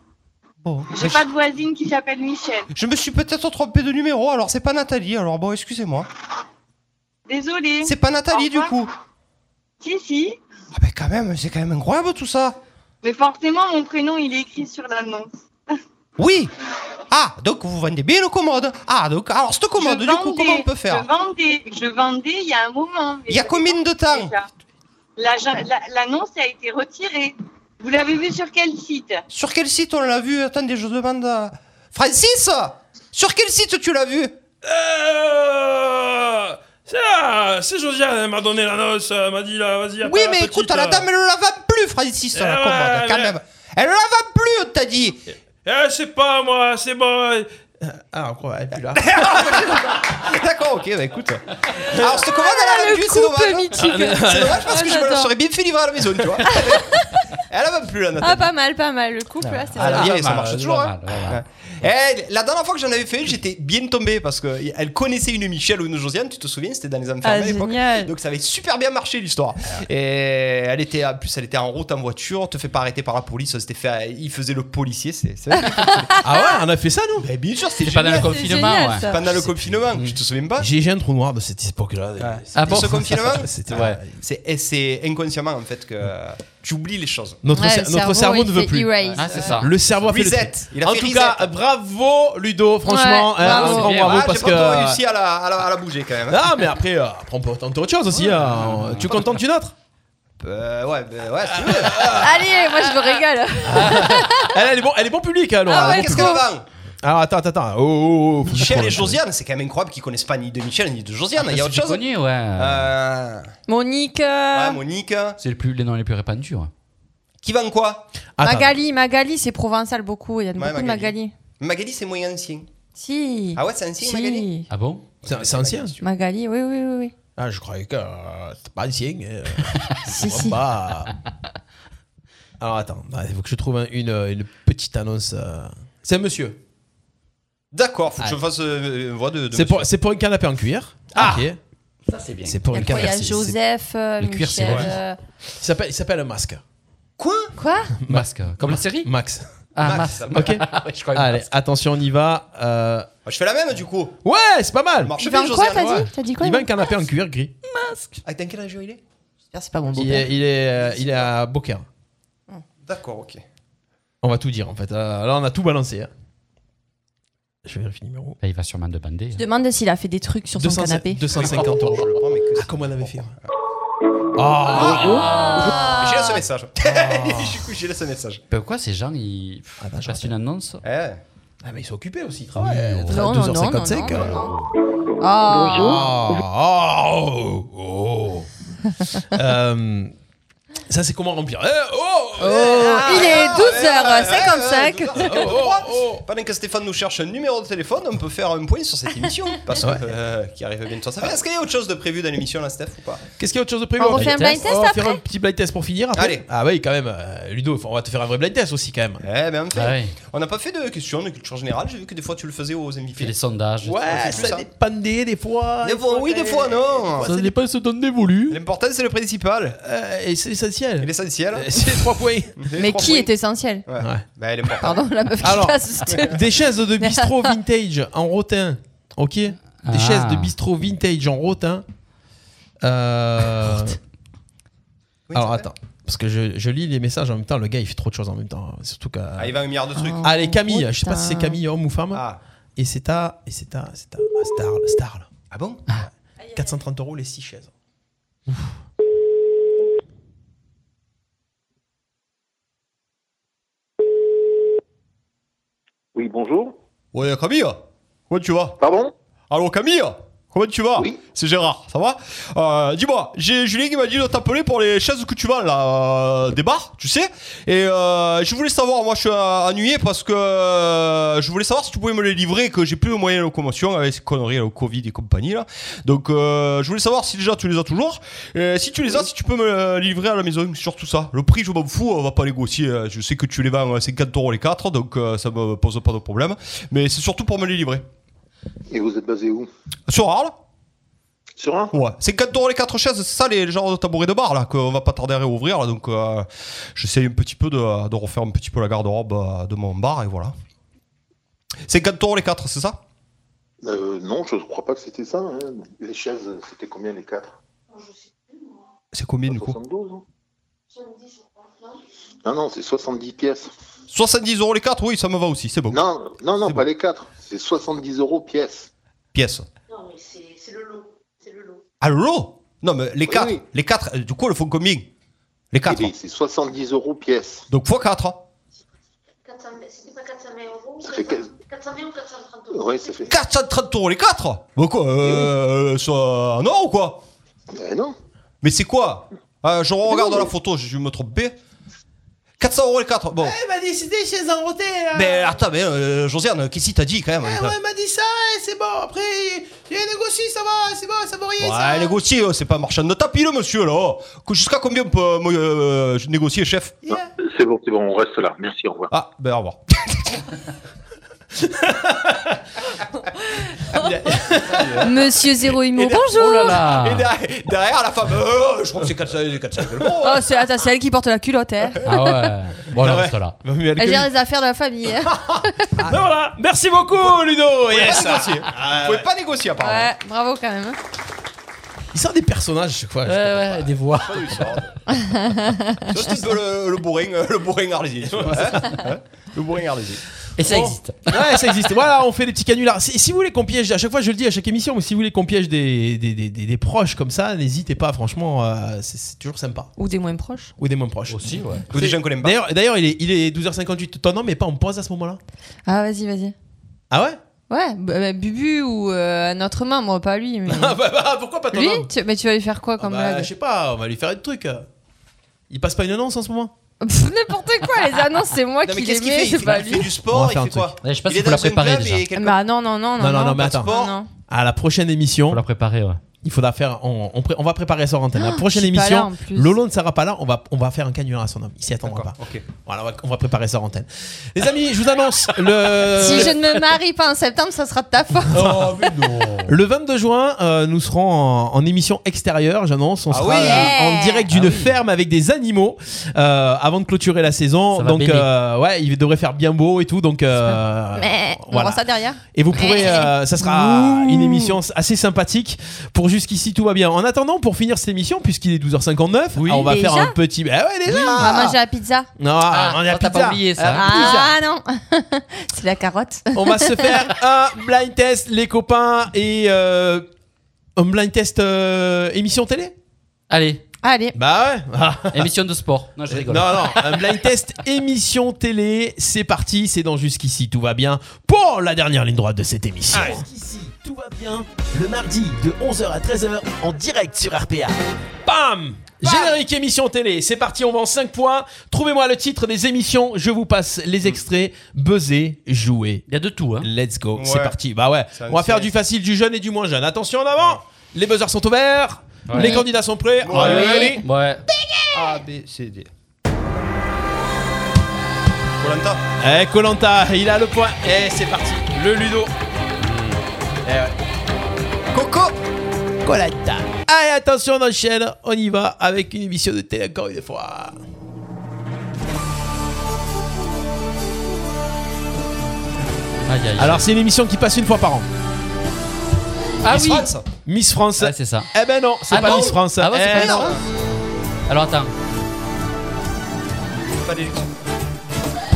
Speaker 21: Bon, bah,
Speaker 7: J'ai
Speaker 21: je-
Speaker 7: pas de voisine qui s'appelle Michel.
Speaker 21: Je me suis peut-être trompé de numéro, alors c'est pas Nathalie, alors bon, excusez-moi.
Speaker 7: Désolée.
Speaker 21: C'est pas Nathalie
Speaker 7: Au
Speaker 21: du
Speaker 7: revoir.
Speaker 21: coup
Speaker 7: Si, si.
Speaker 21: Ah ben quand même, c'est quand même incroyable tout ça
Speaker 7: Mais forcément, mon prénom, il est écrit sur l'annonce.
Speaker 21: Oui Ah, donc vous vendez bien le commode Ah, donc, alors cette commode,
Speaker 7: Je
Speaker 21: du coup,
Speaker 7: vendais,
Speaker 21: comment on peut faire
Speaker 7: Je vendais, je vendais il y a un moment. mais
Speaker 21: Il y a
Speaker 7: ça
Speaker 21: combien
Speaker 7: dépend
Speaker 21: de temps
Speaker 7: déjà. La- la- L'annonce a été retirée. Vous l'avez vu sur quel site
Speaker 21: Sur quel site on l'a vu Attendez, je demande à... Francis Sur quel site tu l'as vu
Speaker 20: Euh, C'est là, c'est Josiane, elle m'a donné la noce, elle m'a dit là, vas-y.
Speaker 21: Oui, mais écoute,
Speaker 20: euh.
Speaker 21: la dame, elle ne la vend plus, Francis,
Speaker 20: Eh
Speaker 21: la
Speaker 20: ouais,
Speaker 21: commode, quand
Speaker 20: mais-
Speaker 21: même Elle ne la vend plus, on t'a dit
Speaker 20: Eh, c'est pas moi, c'est moi.
Speaker 3: Ah, quoi, elle est plus là.
Speaker 21: D'accord, ok, bah écoute. Alors, cette commande,
Speaker 13: Ah,
Speaker 21: elle a vendu, c'est dommage. Ah, C'est dommage parce que je me la serais bien fait livrer à la maison, tu vois. elle a même plus, la Nathalie.
Speaker 13: Ah, pas mal, pas mal. Le couple, là, c'est
Speaker 21: Ah, la
Speaker 13: pas
Speaker 21: vieille,
Speaker 13: mal.
Speaker 21: ça marche
Speaker 13: Pas
Speaker 21: toujours.
Speaker 13: mal,
Speaker 21: hein. Eh, la dernière fois que j'en avais fait, une, j'étais bien tombé parce que elle connaissait une Michel ou une Josiane, tu te souviens, c'était dans les enfermes
Speaker 13: Ah,
Speaker 21: à l'époque.
Speaker 13: génial.
Speaker 21: Donc ça avait super bien marché l'histoire. Et elle était en plus, elle était en route en voiture, te fait pas arrêter par la police, c'était fait, il faisait le policier, c'est. c'est vrai que-
Speaker 3: Ah ouais, on a fait ça, nous
Speaker 21: Mais bien sûr, c'était
Speaker 3: C'est pendant
Speaker 21: génial.
Speaker 3: le confinement, C'est génial, ouais. ça.
Speaker 21: Pendant le confinement, tu te souviens pas
Speaker 3: J'ai j'ai un trou noir de cette époque-là.
Speaker 21: Ah bon Ce confinement,
Speaker 3: C'était-
Speaker 21: c'est et c'est inconsciemment en fait que tu oublies les choses.
Speaker 3: Notre, cer- notre cerveau, ne veut plus.
Speaker 5: Ah,
Speaker 3: Le cerveau a fait le
Speaker 21: reset.
Speaker 3: truc.
Speaker 21: Il a
Speaker 3: en
Speaker 21: fait
Speaker 3: tout
Speaker 21: reset.
Speaker 3: cas, bravo Ludo, franchement.
Speaker 21: Ouais,
Speaker 3: hein,
Speaker 21: bravo.
Speaker 3: un grand
Speaker 21: Ah,
Speaker 3: bravo
Speaker 21: j'ai
Speaker 3: parce
Speaker 21: pas
Speaker 3: que.
Speaker 21: encore réussi à la, à la- à la bouger quand même.
Speaker 3: Ah, mais après, euh, après, on peut tenter autre chose aussi. hein. Tu contentes une autre
Speaker 21: Euh, ouais, bah, ouais, si tu veux.
Speaker 13: Allez, moi, je me régale.
Speaker 3: elle, elle est bon, elle est bon public, alors.
Speaker 21: Ah ouais, qu'est-ce qu'elle vend
Speaker 3: Alors attends, attends, attends. Oh, oh, oh, faut
Speaker 21: Michel
Speaker 3: qu'on-
Speaker 21: et Josiane, c'est quand même incroyable qu'ils connaissent pas ni de Michel ni de Josiane.
Speaker 5: Ah,
Speaker 21: Il y a
Speaker 5: c'est
Speaker 21: autre chose
Speaker 5: connu, ouais.
Speaker 21: Euh,
Speaker 13: Monique.
Speaker 21: ouais,
Speaker 13: euh,
Speaker 21: Monique.
Speaker 5: C'est le plus, les noms les plus répandus. ouais.
Speaker 21: Qui vend quoi
Speaker 13: Magali, Magali, c'est provençal beaucoup. Il y a beaucoup de Magali.
Speaker 21: Magali, c'est moyen ancien.
Speaker 13: Si.
Speaker 21: Ah ouais, c'est ancien
Speaker 13: Si.
Speaker 21: Magali
Speaker 5: Ah bon
Speaker 3: C'est c'est ancien
Speaker 13: Magali, oui, oui, oui. oui.
Speaker 3: Ah, je croyais que euh, c'était pas ancien. euh,
Speaker 13: Si,
Speaker 3: on va
Speaker 13: si.
Speaker 3: pas. Alors attends, bah, il faut que je trouve un- une, une petite annonce. euh. C'est un monsieur.
Speaker 21: D'accord, faut que
Speaker 5: Ah.
Speaker 21: je fasse euh, une voix de. de
Speaker 3: C'est pour,
Speaker 21: monsieur.
Speaker 3: c'est pour un canapé en cuir. Ah
Speaker 21: Ça, c'est bien.
Speaker 3: C'est pour
Speaker 13: Il y
Speaker 3: un
Speaker 13: a quoi, il y
Speaker 3: canapé.
Speaker 13: a
Speaker 3: c'est- c'est-
Speaker 13: Joseph, euh,
Speaker 3: Le cuir, c'est
Speaker 13: Michel.
Speaker 3: la vie.
Speaker 13: euh,
Speaker 3: Il s'appelle, il s'appelle un masque.
Speaker 13: Quoi
Speaker 3: Masque.
Speaker 5: Comme la série
Speaker 3: Max.
Speaker 5: Ah, Max.
Speaker 3: Ok.
Speaker 5: Ouais, je croyais
Speaker 3: Allez,
Speaker 5: Max.
Speaker 3: attention, on y va. euh.
Speaker 21: Je fais la même du coup.
Speaker 3: Ouais, c'est pas mal.
Speaker 21: Marche
Speaker 13: Il vend quoi, t'as dit T'as dit quoi
Speaker 3: Il vend un canapé en cuir gris.
Speaker 21: Masque. Ah, dans quelle région il est
Speaker 13: J'espère que c'est pas mon
Speaker 3: Il est,
Speaker 13: beau-père.
Speaker 3: il est, euh, il est à Beaucaire.
Speaker 21: D'accord, ok.
Speaker 3: On va tout dire en fait. Euh, là, on a tout balancé. hein. Je vais vérifier le numéro.
Speaker 5: Là, il va sûrement demander.
Speaker 13: Je demande s'il a fait des trucs sur son
Speaker 3: 200
Speaker 13: canapé.
Speaker 3: 250
Speaker 13: Oh,
Speaker 3: euros. Ah, comment on avait fait Ah.
Speaker 5: Oh.
Speaker 21: Ah.
Speaker 13: Oh.
Speaker 21: J'ai laissé un message. du coup, j'ai laissé un message.
Speaker 5: Pourquoi ces gens, ils passent une annonce Oh.
Speaker 21: Eh.
Speaker 3: bah, Ah, mais ils sont occupés aussi, ils travaillent.
Speaker 7: Non, non, non,
Speaker 3: 2h55.
Speaker 7: non, non,
Speaker 3: euh.
Speaker 7: Ah.
Speaker 3: Oh, oh, oh. Euh, ça, c'est comment remplir Eh, oh,
Speaker 7: Il est
Speaker 13: Ah,
Speaker 7: 12h55.
Speaker 13: Pendant que Stéphane nous cherche un numéro de téléphone, on peut faire un point sur cette émission. Parce que,
Speaker 3: Ouais.
Speaker 13: euh, qui arrive bientôt. Ça fait- Est-ce qu'il y a autre chose de prévu dans l'émission, là, Steph, ou pas
Speaker 3: Qu'est-ce qu'il y a autre chose de prévu
Speaker 13: On refait un blind test
Speaker 3: On va faire
Speaker 13: après
Speaker 3: un petit blind test pour finir. après
Speaker 13: Allez.
Speaker 3: Ah oui, quand même, euh, Ludo, faut- on va te faire un vrai blind test aussi quand même.
Speaker 13: Eh ben, on fait.
Speaker 3: Ah ouais.
Speaker 13: On n'a pas fait de questions de culture générale. J'ai vu que des fois tu le faisais aux invités.
Speaker 6: des sondages.
Speaker 13: Ouais,
Speaker 3: ça
Speaker 13: ça
Speaker 3: dépend des, des fois.
Speaker 13: Des fois, oui, des fois, non.
Speaker 3: Ça dépend ce dont dévolu.
Speaker 13: L'important, c'est le principal.
Speaker 3: et c'est essentiel.
Speaker 13: L'essentiel.
Speaker 3: C'est les trois points.
Speaker 7: Mais qui est essentiel
Speaker 13: Ouais. Bah, elle est morte.
Speaker 7: Pardon, la meuf qui
Speaker 3: Alors,
Speaker 7: passe. c'était-
Speaker 3: des chaises de bistrot vintage en rotin, ok Des
Speaker 6: Ah.
Speaker 3: chaises de bistrot vintage en rotin. Euh, Alors attends, parce que je, je lis les messages en même temps, le gars il fait trop de choses en même temps. hein, Surtout qu'à.
Speaker 13: Ah, il va un Ah. milliard de trucs.
Speaker 3: Allez, Camille, je sais pas si
Speaker 7: Oh,
Speaker 3: c'est
Speaker 13: Putain.
Speaker 3: Camille, homme ou femme. Et c'est à. Et c'est à. C'est à. à Starl. Starl.
Speaker 13: Ah bon
Speaker 3: 430 euros les 6 chaises.
Speaker 21: Oui, bonjour.
Speaker 13: Ouais, Camille Comment tu vas
Speaker 21: Pardon
Speaker 13: Allô, Camille Comment tu vas C'est Gérard, ça va Euh, Dis-moi, j'ai Julien qui m'a dit de t'appeler pour les chaises que tu vends, là, euh, des bars, tu sais. Et euh, je voulais savoir, moi je suis euh, ennuyé parce que euh, je voulais savoir si tu pouvais me les livrer, que j'ai plus de moyens de locomotion avec ces conneries, là, le Covid et compagnie, là. Donc euh, je voulais savoir si déjà tu les as toujours. Et si tu les as, si tu peux me euh, livrer à la maison, sur tout ça. Le prix, je m'en fous, on va pas négocier. euh, Je sais que tu les vends à 50 euros les 4, donc euh, ça me pose pas de problème. Mais c'est surtout pour me les livrer.
Speaker 21: Et vous êtes basé où
Speaker 13: Sur Arles
Speaker 21: Sur Arles
Speaker 13: Ouais. C'est 4 euros les 4 chaises, c'est ça les genres de tabourets de bar là, qu'on va pas tarder à réouvrir. Là, donc euh, j'essaie un petit peu de, de refaire un petit peu la garde-robe euh, de mon bar et voilà. C'est 4 euros les 4, c'est ça
Speaker 21: Euh, Non, je crois pas que c'était ça. hein. Les chaises, c'était combien les quatre
Speaker 13: C'est combien du coup
Speaker 21: 72 hein Non, non, c'est 70 pièces.
Speaker 13: 70 euros les 4, oui, ça me va aussi, c'est bon.
Speaker 21: Non, non, non, pas les quatre. C'est 70 euros pièce.
Speaker 13: Pièce.
Speaker 21: Non, mais c'est le lot. C'est le lot.
Speaker 13: Ah, le lot Non, mais les 4, les 4, du coup, elles font combien Les 4.
Speaker 21: Eh ben, C'est 70 euros pièce.
Speaker 13: Donc fois 4.
Speaker 21: C'était pas 420 euros Ça fait 420 ou 430 euros Oui, ça fait.
Speaker 13: 430 euros les 4 Bah quoi euh, euh, ça- Non ou quoi
Speaker 21: non.
Speaker 13: Mais c'est quoi Ah, Je regarde
Speaker 21: non,
Speaker 13: la
Speaker 21: mais-
Speaker 13: photo, j'ai dû me tromper. 400 euros les 4 Bon.
Speaker 3: Eh, m'a dit c'était chez un rotin.
Speaker 13: Mais
Speaker 3: Ben,
Speaker 13: attends, mais euh, Josiane, qu'est-ce qu'il t'a dit quand même
Speaker 3: m'a dit ça, eh, c'est bon. Après, j'ai négocié, ça va, c'est bon, ça vaut rien.
Speaker 13: Ouais, négocier, euh, c'est pas marchand de tapis le monsieur là. Que- Jusqu'à combien on peut euh, euh, négocier, chef
Speaker 21: Ah, C'est bon, c'est bon, on reste là. Merci, au revoir.
Speaker 13: Ah, ben au revoir.
Speaker 7: Monsieur Zéro Humour, bonjour.
Speaker 13: Oh
Speaker 6: Ah.
Speaker 13: Et derrière, derrière, la femme, euh, je crois que c'est 400 c'est 400 euros.
Speaker 7: Oh, c'est attends, c'est elle qui porte la culotte, hein.
Speaker 13: Ah
Speaker 6: ouais. Bon, alors, reste là.
Speaker 3: Ah,
Speaker 7: Elle gère les affaires de la famille. hein.
Speaker 3: Ben voilà, merci beaucoup Ludo. Yes. Ah,
Speaker 13: pas négocier. Vous pouvez Ah, pas négocier apparemment.
Speaker 7: Ouais, bravo quand même.
Speaker 3: Il sort des personnages à chaque fois. Ouais, ouais, des voix.
Speaker 13: C'est un petit peu le, le bourrin, euh, le bourrin arlésien. Hein le bourrin arlésien.
Speaker 6: Et ça
Speaker 3: Bon.
Speaker 6: existe.
Speaker 3: Ouais, ça existe. Voilà, on fait des petits canulars. Si, si vous voulez qu'on piège, à chaque fois je le dis à chaque émission, mais si vous voulez qu'on piège des, des, des, des- des proches comme ça, n'hésitez pas, franchement, euh, c'est c'est toujours sympa.
Speaker 7: Ou des moins proches.
Speaker 3: Ou des moins proches. Aussi, ouais.
Speaker 13: Ou des gens qu'on aime pas.
Speaker 3: D'ailleurs, d'ailleurs, il, est, il est 12h58. T'en non, mais pas, on pause à ce moment-là.
Speaker 7: Ah, vas-y, vas-y.
Speaker 3: Ah ouais
Speaker 7: Ouais, bah, bah, Bubu ou euh, un autre membre, pas lui. Mais...
Speaker 3: Ah bah, bah, Pourquoi pas ton
Speaker 7: lui
Speaker 3: homme
Speaker 7: tu... Mais tu vas lui faire quoi comme
Speaker 3: Bah,
Speaker 7: blague
Speaker 3: Je sais pas, on va lui faire des trucs. Il passe pas une annonce en ce moment
Speaker 7: Pff, N'importe quoi, les annonces, c'est moi
Speaker 13: Non, mais
Speaker 7: qui les
Speaker 13: qu'est-ce qu'il
Speaker 7: mets,
Speaker 13: fait Il
Speaker 7: c'est
Speaker 13: fait-
Speaker 7: pas
Speaker 13: il
Speaker 7: lui.
Speaker 13: fait du sport, il fait quoi
Speaker 6: Ouais, je sais pas
Speaker 13: Il
Speaker 6: si
Speaker 13: est dans
Speaker 6: faut la
Speaker 13: une
Speaker 6: préparer
Speaker 13: club
Speaker 6: déjà.
Speaker 13: et quelqu'un-
Speaker 7: Bah non, non, non, non.
Speaker 3: non, mais
Speaker 7: pas de
Speaker 3: attends.
Speaker 7: sport. Non.
Speaker 3: À la prochaine émission. Faut la
Speaker 6: préparer, ouais.
Speaker 3: Il faudra faire. On, on pré- on va préparer ça en antenne. la
Speaker 7: Oh,
Speaker 3: prochaine
Speaker 7: je suis pas là,
Speaker 3: émission,
Speaker 7: en plus.
Speaker 3: Lolo ne sera pas là. On va, on va faire un canular à son homme. Il s'y attendra pas. Voilà, on va, on va préparer ça en antenne. Les amis, je vous annonce le.
Speaker 7: Si je ne me marie pas en septembre, ça sera de ta faute.
Speaker 3: Oh, Le 22 juin, euh, nous serons en, en émission extérieure, j'annonce. On
Speaker 13: Ah
Speaker 3: sera
Speaker 13: oui.
Speaker 3: euh, en direct d'une ferme avec des animaux euh, avant de clôturer la saison.
Speaker 6: Ça va
Speaker 3: donc,
Speaker 6: bêler.
Speaker 3: euh, ouais, il devrait faire bien beau et tout. Donc, euh,
Speaker 7: Mais on
Speaker 3: voilà.
Speaker 7: voit ça derrière.
Speaker 3: Et vous pourrez, euh, ça sera une émission assez sympathique. Pour jusqu'ici, tout va bien. En attendant, pour finir cette émission, puisqu'il est 12h59, on va
Speaker 7: Déjà
Speaker 3: faire un petit. Ah ouais, déjà
Speaker 7: On va manger Bah, la pizza.
Speaker 3: Non, on a
Speaker 6: t'as pas
Speaker 3: pizza.
Speaker 6: oublié ça.
Speaker 3: Ah, pizza.
Speaker 7: Ah non, c'est la carotte.
Speaker 3: On va se faire un blind test, les copains, et euh, un blind test euh, émission télé
Speaker 6: Allez.
Speaker 7: Allez.
Speaker 3: Bah ouais.
Speaker 5: Émission de sport. Non, je
Speaker 3: Euh,
Speaker 5: rigole.
Speaker 3: Non, non, un blind test émission télé, c'est parti, c'est dans Jusqu'ici, tout va bien pour la dernière ligne droite de cette émission.
Speaker 1: Jusqu'ici, tout va bien. Le mardi de 11h à 13h en direct sur RPA.
Speaker 3: Bam Générique émission télé, c'est parti, on vend 5 points. Trouvez-moi le titre des émissions, je vous passe les extraits. Buzzer, jouer.
Speaker 5: Mm. Il y a de tout, hein.
Speaker 3: Let's go,
Speaker 5: Ouais.
Speaker 3: c'est parti. Bah ouais,
Speaker 5: Ça
Speaker 3: on va
Speaker 5: me
Speaker 3: faire
Speaker 5: tient.
Speaker 3: du facile, du jeune et du moins jeune. Attention en avant, les buzzers sont ouverts,
Speaker 5: Ouais.
Speaker 3: les candidats sont prêts.
Speaker 5: Ouais.
Speaker 3: Allez, allez.
Speaker 5: Ouais.
Speaker 21: A, B, C, D.
Speaker 3: Colanta. Eh Colanta, il a le point. Eh c'est parti. Le Ludo. Hmm. Coco. Colanta. Allez attention on enchaîne. On y va avec une émission de télé encore une fois.
Speaker 5: Aïe, aïe.
Speaker 3: Alors c'est une émission qui passe une fois par an.
Speaker 5: Ah
Speaker 3: Miss
Speaker 5: oui.
Speaker 3: France. Miss France.
Speaker 5: c'est ça.
Speaker 3: Eh ben non, c'est
Speaker 5: Ah
Speaker 3: pas
Speaker 5: non.
Speaker 3: Miss France.
Speaker 5: Ah ouais, c'est
Speaker 3: Eh
Speaker 5: pas Miss
Speaker 3: non.
Speaker 5: France. Alors attends.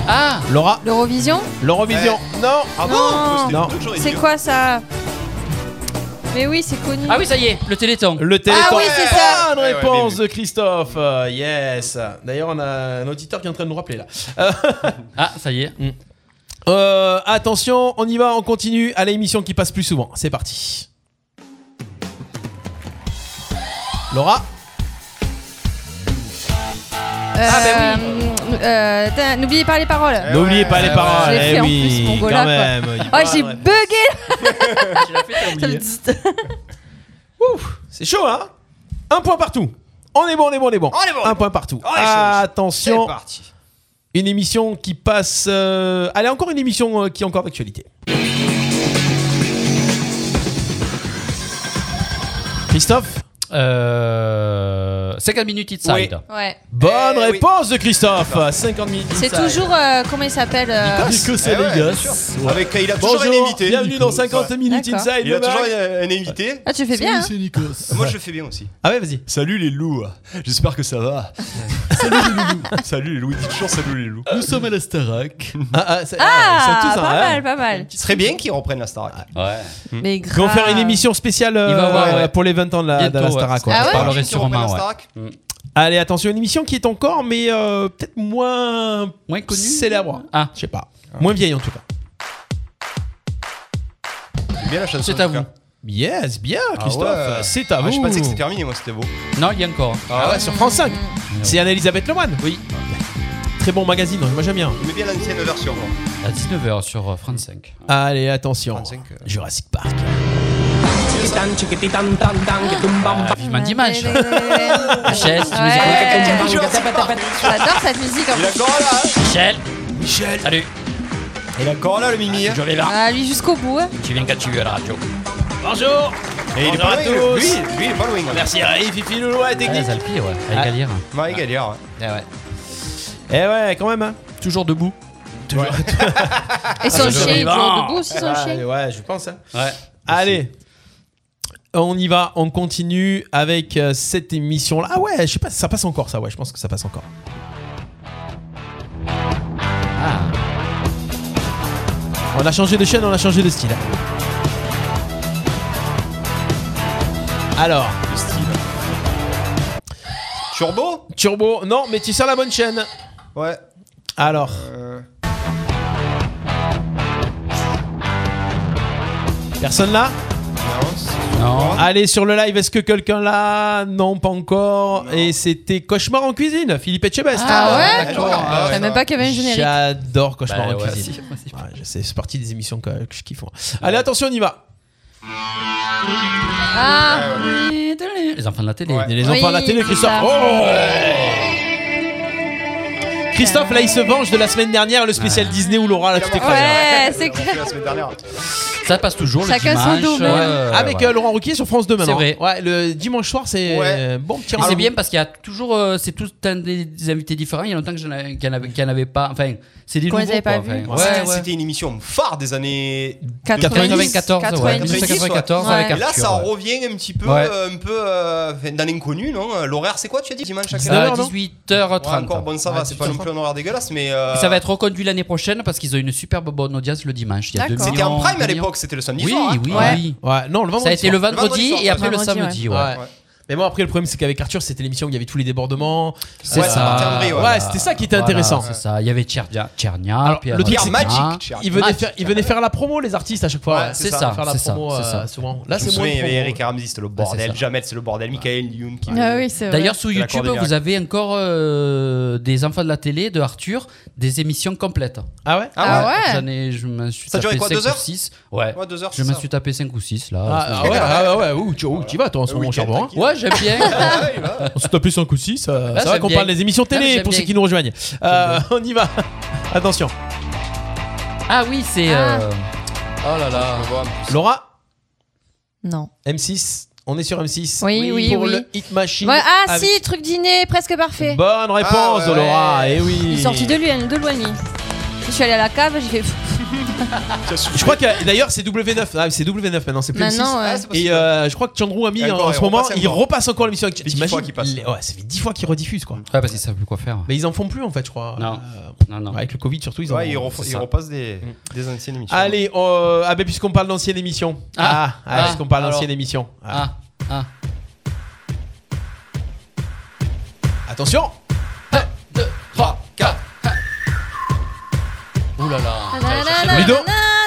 Speaker 5: Ah
Speaker 3: Laura.
Speaker 7: L'Eurovision
Speaker 3: L'Eurovision. Eh, Non.
Speaker 7: Non.
Speaker 3: Non.
Speaker 7: C'est quoi ça Mais oui, c'est connu.
Speaker 5: Ah oui, ça y est, le téléthon.
Speaker 3: Le téléthon.
Speaker 7: Ah oui, c'est ça.
Speaker 3: Bonne
Speaker 7: Ouais, ouais,
Speaker 3: réponse de Christophe. Euh, yes. D'ailleurs, on a un auditeur qui est en train de nous rappeler là. Euh,
Speaker 5: ah, ça y est.
Speaker 3: attention, on y va, on continue à l'émission qui passe plus souvent. C'est parti. Laura.
Speaker 5: Ah,
Speaker 7: Euh,
Speaker 5: ben
Speaker 7: euh, tain, N'oubliez pas les paroles.
Speaker 3: N'oubliez pas les paroles.
Speaker 7: Je l'ai
Speaker 3: eh
Speaker 7: fait en
Speaker 3: oui,
Speaker 7: plus, mon
Speaker 3: quand
Speaker 7: gola,
Speaker 3: même.
Speaker 7: quoi.
Speaker 3: il
Speaker 7: Oh,
Speaker 3: parle,
Speaker 7: j'ai
Speaker 3: ouais.
Speaker 7: bugué. Ça me dit-
Speaker 3: C'est chaud, hein Un point partout. On est bon, on est bon, on est bon. Un point partout.
Speaker 21: On est chaud,
Speaker 3: Attention.
Speaker 21: C'est parti.
Speaker 3: Une émission qui passe. euh, Allez, encore une émission euh, qui est encore d'actualité. Christophe
Speaker 5: Euh. 50 minutes inside.
Speaker 3: Oui.
Speaker 7: Ouais.
Speaker 3: Bonne réponse de Christophe 50 minutes.
Speaker 7: C'est toujours. euh, comment il s'appelle euh,
Speaker 3: Nikos Aligas.
Speaker 22: sûr. Avec- il a toujours
Speaker 3: Bonjour,
Speaker 22: un invité,
Speaker 3: Bienvenue
Speaker 22: Nikos.
Speaker 3: dans 50
Speaker 22: Ouais.
Speaker 3: minutes
Speaker 7: D'accord.
Speaker 3: inside.
Speaker 22: Il a
Speaker 3: le
Speaker 22: toujours
Speaker 3: mec.
Speaker 22: un, un invité.
Speaker 7: Ah, tu fais bien. hein.
Speaker 22: Moi, je le fais bien aussi.
Speaker 3: Ah ouais, vas-y.
Speaker 22: Salut les loups. J'espère que ça va. salut les loups. Salut les loups. Dites toujours salut les loups. Nous sommes à la Starac.
Speaker 3: Ah, ah, c'est-
Speaker 7: Ah,
Speaker 3: ils sont tous, Ah, hein,
Speaker 7: pas
Speaker 3: ouais.
Speaker 7: mal, pas mal.
Speaker 22: Ce serait bien qu'ils reprennent la Starac.
Speaker 5: Ouais.
Speaker 7: Mais
Speaker 3: Ils vont
Speaker 7: grave.
Speaker 3: faire une émission spéciale euh,
Speaker 5: Il va avoir, ouais.
Speaker 3: pour les 20 ans de la, de
Speaker 5: Bientôt,
Speaker 3: la
Speaker 5: ouais.
Speaker 3: Starac. ouais.
Speaker 5: Ah ouais
Speaker 3: Je parle.
Speaker 5: Ils sont sûrement, ouais.
Speaker 3: Allez, attention, une émission qui est encore, mais euh, peut-être moins, moins connue. Célèbre. Ah. Je sais pas. Moins vieille en tout cas.
Speaker 22: Bien la chanson.
Speaker 3: C'est
Speaker 22: en
Speaker 3: à
Speaker 22: tout
Speaker 3: vous.
Speaker 22: cas.
Speaker 3: Yes, bien
Speaker 22: Ah
Speaker 3: Christophe,
Speaker 22: ouais.
Speaker 3: c'est à
Speaker 22: Ah,
Speaker 3: vous.
Speaker 22: Je pensais que c'était terminé, moi c'était beau.
Speaker 5: Non, il y a encore.
Speaker 3: Ah, ouais, sur France 5. C'est Anne-Elisabeth Lemoine.
Speaker 5: Oui.
Speaker 3: Très bon magazine, hein, moi j'aime bien.
Speaker 22: Mais bien l'ancienne version. moi.
Speaker 5: À 19h sur euh, France 5.
Speaker 3: Allez, attention. Jurassic Park.
Speaker 5: Ah, Vivement dimanche. Michel, si tu nous
Speaker 7: Ouais.
Speaker 5: écoutes.
Speaker 7: J'adore cette musique en plus.
Speaker 3: hein.
Speaker 5: Michel. Michel. Salut.
Speaker 22: Il est encore là le mimi.
Speaker 3: hein.
Speaker 5: Je l'ai là.
Speaker 7: Ah, lui jusqu'au bout. hein.
Speaker 5: Tu viens quand tu veux à la radio.
Speaker 3: Bonjour Et il est pas loin, lui. Lui,
Speaker 22: il est pas loin.
Speaker 3: Merci à Fifi Loulou à la technique.
Speaker 5: Ouais, Zalpi, ouais. Avec
Speaker 3: Ah.
Speaker 5: Gallière.
Speaker 22: Marie Galliard.
Speaker 5: Eh ouais.
Speaker 3: Eh ouais, quand même, hein. Toujours debout. Toujours.
Speaker 7: Et son
Speaker 3: Ah,
Speaker 7: chien, il est
Speaker 3: bon.
Speaker 7: toujours debout aussi, son
Speaker 3: Ah,
Speaker 7: chien.
Speaker 3: Ouais, je pense. hein.
Speaker 5: Ouais.
Speaker 3: Allez. On y va, on continue avec euh, cette émission là. Ah ouais, je sais pas, ça passe encore ça, ouais, je pense que ça passe encore. Ah. On a changé de chaîne, on a changé de style. Alors.
Speaker 22: Le style. Turbo
Speaker 3: Turbo, non, mais tu sers la bonne chaîne.
Speaker 22: Ouais.
Speaker 3: Alors. Personne là
Speaker 5: Non.
Speaker 3: Allez sur le live, est-ce que quelqu'un là Non, pas encore. Et c'était Cauchemar en cuisine, Philippe Etchebest.
Speaker 7: Ah ouais
Speaker 3: Ah
Speaker 7: Je savais même pas qu'il y avait un générique.
Speaker 3: J'adore Cauchemar
Speaker 5: Bah
Speaker 3: en
Speaker 5: ouais,
Speaker 3: cuisine.
Speaker 5: si, moi, si.
Speaker 3: Ouais, je sais, c'est parti des émissions que, que je kiffe. moi. Allez, attention, on y va.
Speaker 7: Ah
Speaker 5: oui, télé. Les enfants de la télé.
Speaker 3: Et les enfants à la télé, Christophe.
Speaker 7: ça.
Speaker 3: Oh Christophe, là, il se venge de la semaine dernière, le spécial Disney où Laura, là, tu t'écrases.
Speaker 7: Ouais, c'est clair.
Speaker 5: Ça passe toujours
Speaker 7: Chacun
Speaker 5: le
Speaker 7: son
Speaker 5: dimanche.
Speaker 7: domaine.
Speaker 3: Avec euh, Laurent Ruquier sur France 2 maintenant.
Speaker 5: C'est vrai.
Speaker 3: Ouais, le dimanche soir, c'est euh, bon petit
Speaker 5: hein. Et
Speaker 3: rendez-vous.
Speaker 5: c'est bien parce qu'il y a toujours, euh, c'est tout un des, des invités différents. Il y a longtemps que je n'avais- qu'il n'y en, avait- qu'il y en avait pas. Enfin, c'est des
Speaker 7: Qu'on les
Speaker 5: nouveaux.
Speaker 7: avait pas
Speaker 5: quoi, enfin.
Speaker 7: vus.
Speaker 5: Ouais,
Speaker 22: C'était-
Speaker 5: ouais.
Speaker 22: C'était une émission phare des années
Speaker 5: 90, 94, ouais.
Speaker 22: 90,
Speaker 5: 94,
Speaker 22: ouais.
Speaker 5: avec
Speaker 22: Et là,
Speaker 5: Arthur,
Speaker 22: ça
Speaker 5: ouais.
Speaker 22: revient un petit peu,
Speaker 5: Ouais.
Speaker 22: euh, un peu euh, enfin, dans l'inconnu, non euh, L'horaire, c'est quoi Tu as dit dimanche à quelle
Speaker 5: Ça,
Speaker 22: heure, non
Speaker 5: 18h30.
Speaker 22: Ouais, encore bon, ça va, c'est pas non plus un horaire dégueulasse, mais. euh,
Speaker 5: Et Ça va être reconduit l'année prochaine parce qu'ils ont une superbe bonne audience le dimanche. Il y a deux
Speaker 22: D'accord. C'était
Speaker 5: millions,
Speaker 22: en prime à
Speaker 5: deux millions.
Speaker 22: l'époque, c'était le samedi
Speaker 5: oui,
Speaker 22: soir, hein.
Speaker 5: Oui,
Speaker 22: Ouais.
Speaker 5: oui,
Speaker 3: Ouais, Ah, non, le vendredi
Speaker 5: Ça a été
Speaker 3: soir.
Speaker 5: le
Speaker 22: Le vendredi
Speaker 5: vendredi
Speaker 22: soir,
Speaker 5: et après le
Speaker 22: vendredi,
Speaker 5: samedi.
Speaker 22: ouais.
Speaker 5: ouais.
Speaker 22: Ouais.
Speaker 3: Mais moi, après, le problème, c'est qu'avec Arthur, c'était l'émission où il y avait tous les débordements.
Speaker 5: C'est
Speaker 3: Ouais,
Speaker 5: ça.
Speaker 3: c'était un vrai, ouais. Ouais, c'était ça qui était
Speaker 5: Voilà,
Speaker 3: intéressant.
Speaker 5: C'est ça. Il y avait Tchernia. Tchernia
Speaker 3: Alors,
Speaker 5: puis
Speaker 3: le truc,
Speaker 5: Tchernia.
Speaker 3: c'est magique. Ils venaient, faire, ils venaient faire la promo, les artistes, à chaque fois.
Speaker 5: Ah. Ouais, c'est
Speaker 3: Ils venaient
Speaker 5: ça,
Speaker 3: faire la
Speaker 5: c'est ça,
Speaker 3: promo,
Speaker 5: c'est
Speaker 3: euh,
Speaker 5: ça.
Speaker 3: souvent. Là,
Speaker 23: Je
Speaker 3: c'est
Speaker 23: me
Speaker 3: moins.
Speaker 23: souviens,
Speaker 3: de
Speaker 23: il y avait
Speaker 3: promo.
Speaker 23: Eric Ramsey, c'était le bordel. Jamel, c'est le bordel. Michael Youn qui.
Speaker 7: Ah oui, c'est vrai.
Speaker 5: D'ailleurs, sur
Speaker 23: De la
Speaker 5: YouTube,
Speaker 23: Cour des
Speaker 5: vous
Speaker 23: miracles.
Speaker 5: avez encore euh, des enfants de la télé, de Arthur, des émissions complètes.
Speaker 3: Ah ouais
Speaker 23: Ah ouais
Speaker 5: J'en ai, je me suis
Speaker 23: Ça durait
Speaker 5: tapé
Speaker 23: quoi,
Speaker 5: cinq
Speaker 23: deux heures
Speaker 5: ou six. Ouais.
Speaker 23: Ouais, deux heures,
Speaker 5: Je
Speaker 23: c'est
Speaker 5: me
Speaker 23: ça.
Speaker 5: suis tapé 5 ou 6 là.
Speaker 3: Ah, ah ouais, ah ouais, ouais, ouh, tu, ouh, tu y vas, toi, en ce moment, cher Laurent, hein.
Speaker 5: Ouais, j'aime bien.
Speaker 3: On se tape plus 5 ou 6.
Speaker 5: Ah,
Speaker 3: ça va
Speaker 5: j'aime
Speaker 3: qu'on
Speaker 5: bien.
Speaker 3: parle des émissions
Speaker 5: Ah, mais
Speaker 3: télé
Speaker 5: j'aime
Speaker 3: pour ceux
Speaker 5: bien.
Speaker 3: qui nous rejoignent. Euh, on y va. Attention.
Speaker 5: Ah oui, c'est. euh, Oh là là.
Speaker 3: Laura
Speaker 7: Non.
Speaker 3: M6. On est sur M6.
Speaker 7: Oui, oui,
Speaker 3: Pour
Speaker 7: oui.
Speaker 3: le Hit Machine.
Speaker 7: Ouais, ah
Speaker 3: avec-
Speaker 7: si, truc dîner, presque parfait.
Speaker 3: Bonne réponse,
Speaker 7: Ah ouais.
Speaker 3: Laura. Et oui.
Speaker 7: Il est sorti de lui, hein, de loin, lui. Je suis allée à la cave, j'ai fait.
Speaker 3: Je crois que d'ailleurs c'est W9, Ah, c'est W9 maintenant, c'est plus le
Speaker 7: Maintenant,
Speaker 3: 6.
Speaker 7: ouais. Ah, c'est possible.
Speaker 3: Et euh, je crois que Chandrou a mis
Speaker 23: Et
Speaker 3: en,
Speaker 23: encore,
Speaker 3: en
Speaker 23: il
Speaker 3: ce moment,
Speaker 23: repasse
Speaker 3: il
Speaker 23: encore.
Speaker 3: repasse encore l'émission avec
Speaker 23: dix fois qu'il passe.
Speaker 3: les- Ouais, ça fait 10 fois qu'ils rediffusent quoi.
Speaker 5: Ouais, parce qu'ils savent bah, plus quoi faire.
Speaker 3: Mais ils en font plus en fait, je crois. Euh,
Speaker 5: Non.
Speaker 3: Avec le Covid surtout, ils en
Speaker 23: Ouais, ils,
Speaker 3: ont-
Speaker 23: refont-
Speaker 3: c'est
Speaker 23: ils
Speaker 3: ça. Mm.
Speaker 23: repassent des, des anciennes émissions.
Speaker 3: Allez, euh, ah ben puisqu'on parle d'ancienne émission. Ah,
Speaker 23: Ah,
Speaker 3: ah,
Speaker 23: ah,
Speaker 3: puisqu'on parle
Speaker 23: alors.
Speaker 3: d'ancienne émission. Ah.
Speaker 5: Ah, ah.
Speaker 3: Attention
Speaker 5: 3, 4. Ouh là Ah, bah, là.
Speaker 3: Ludo,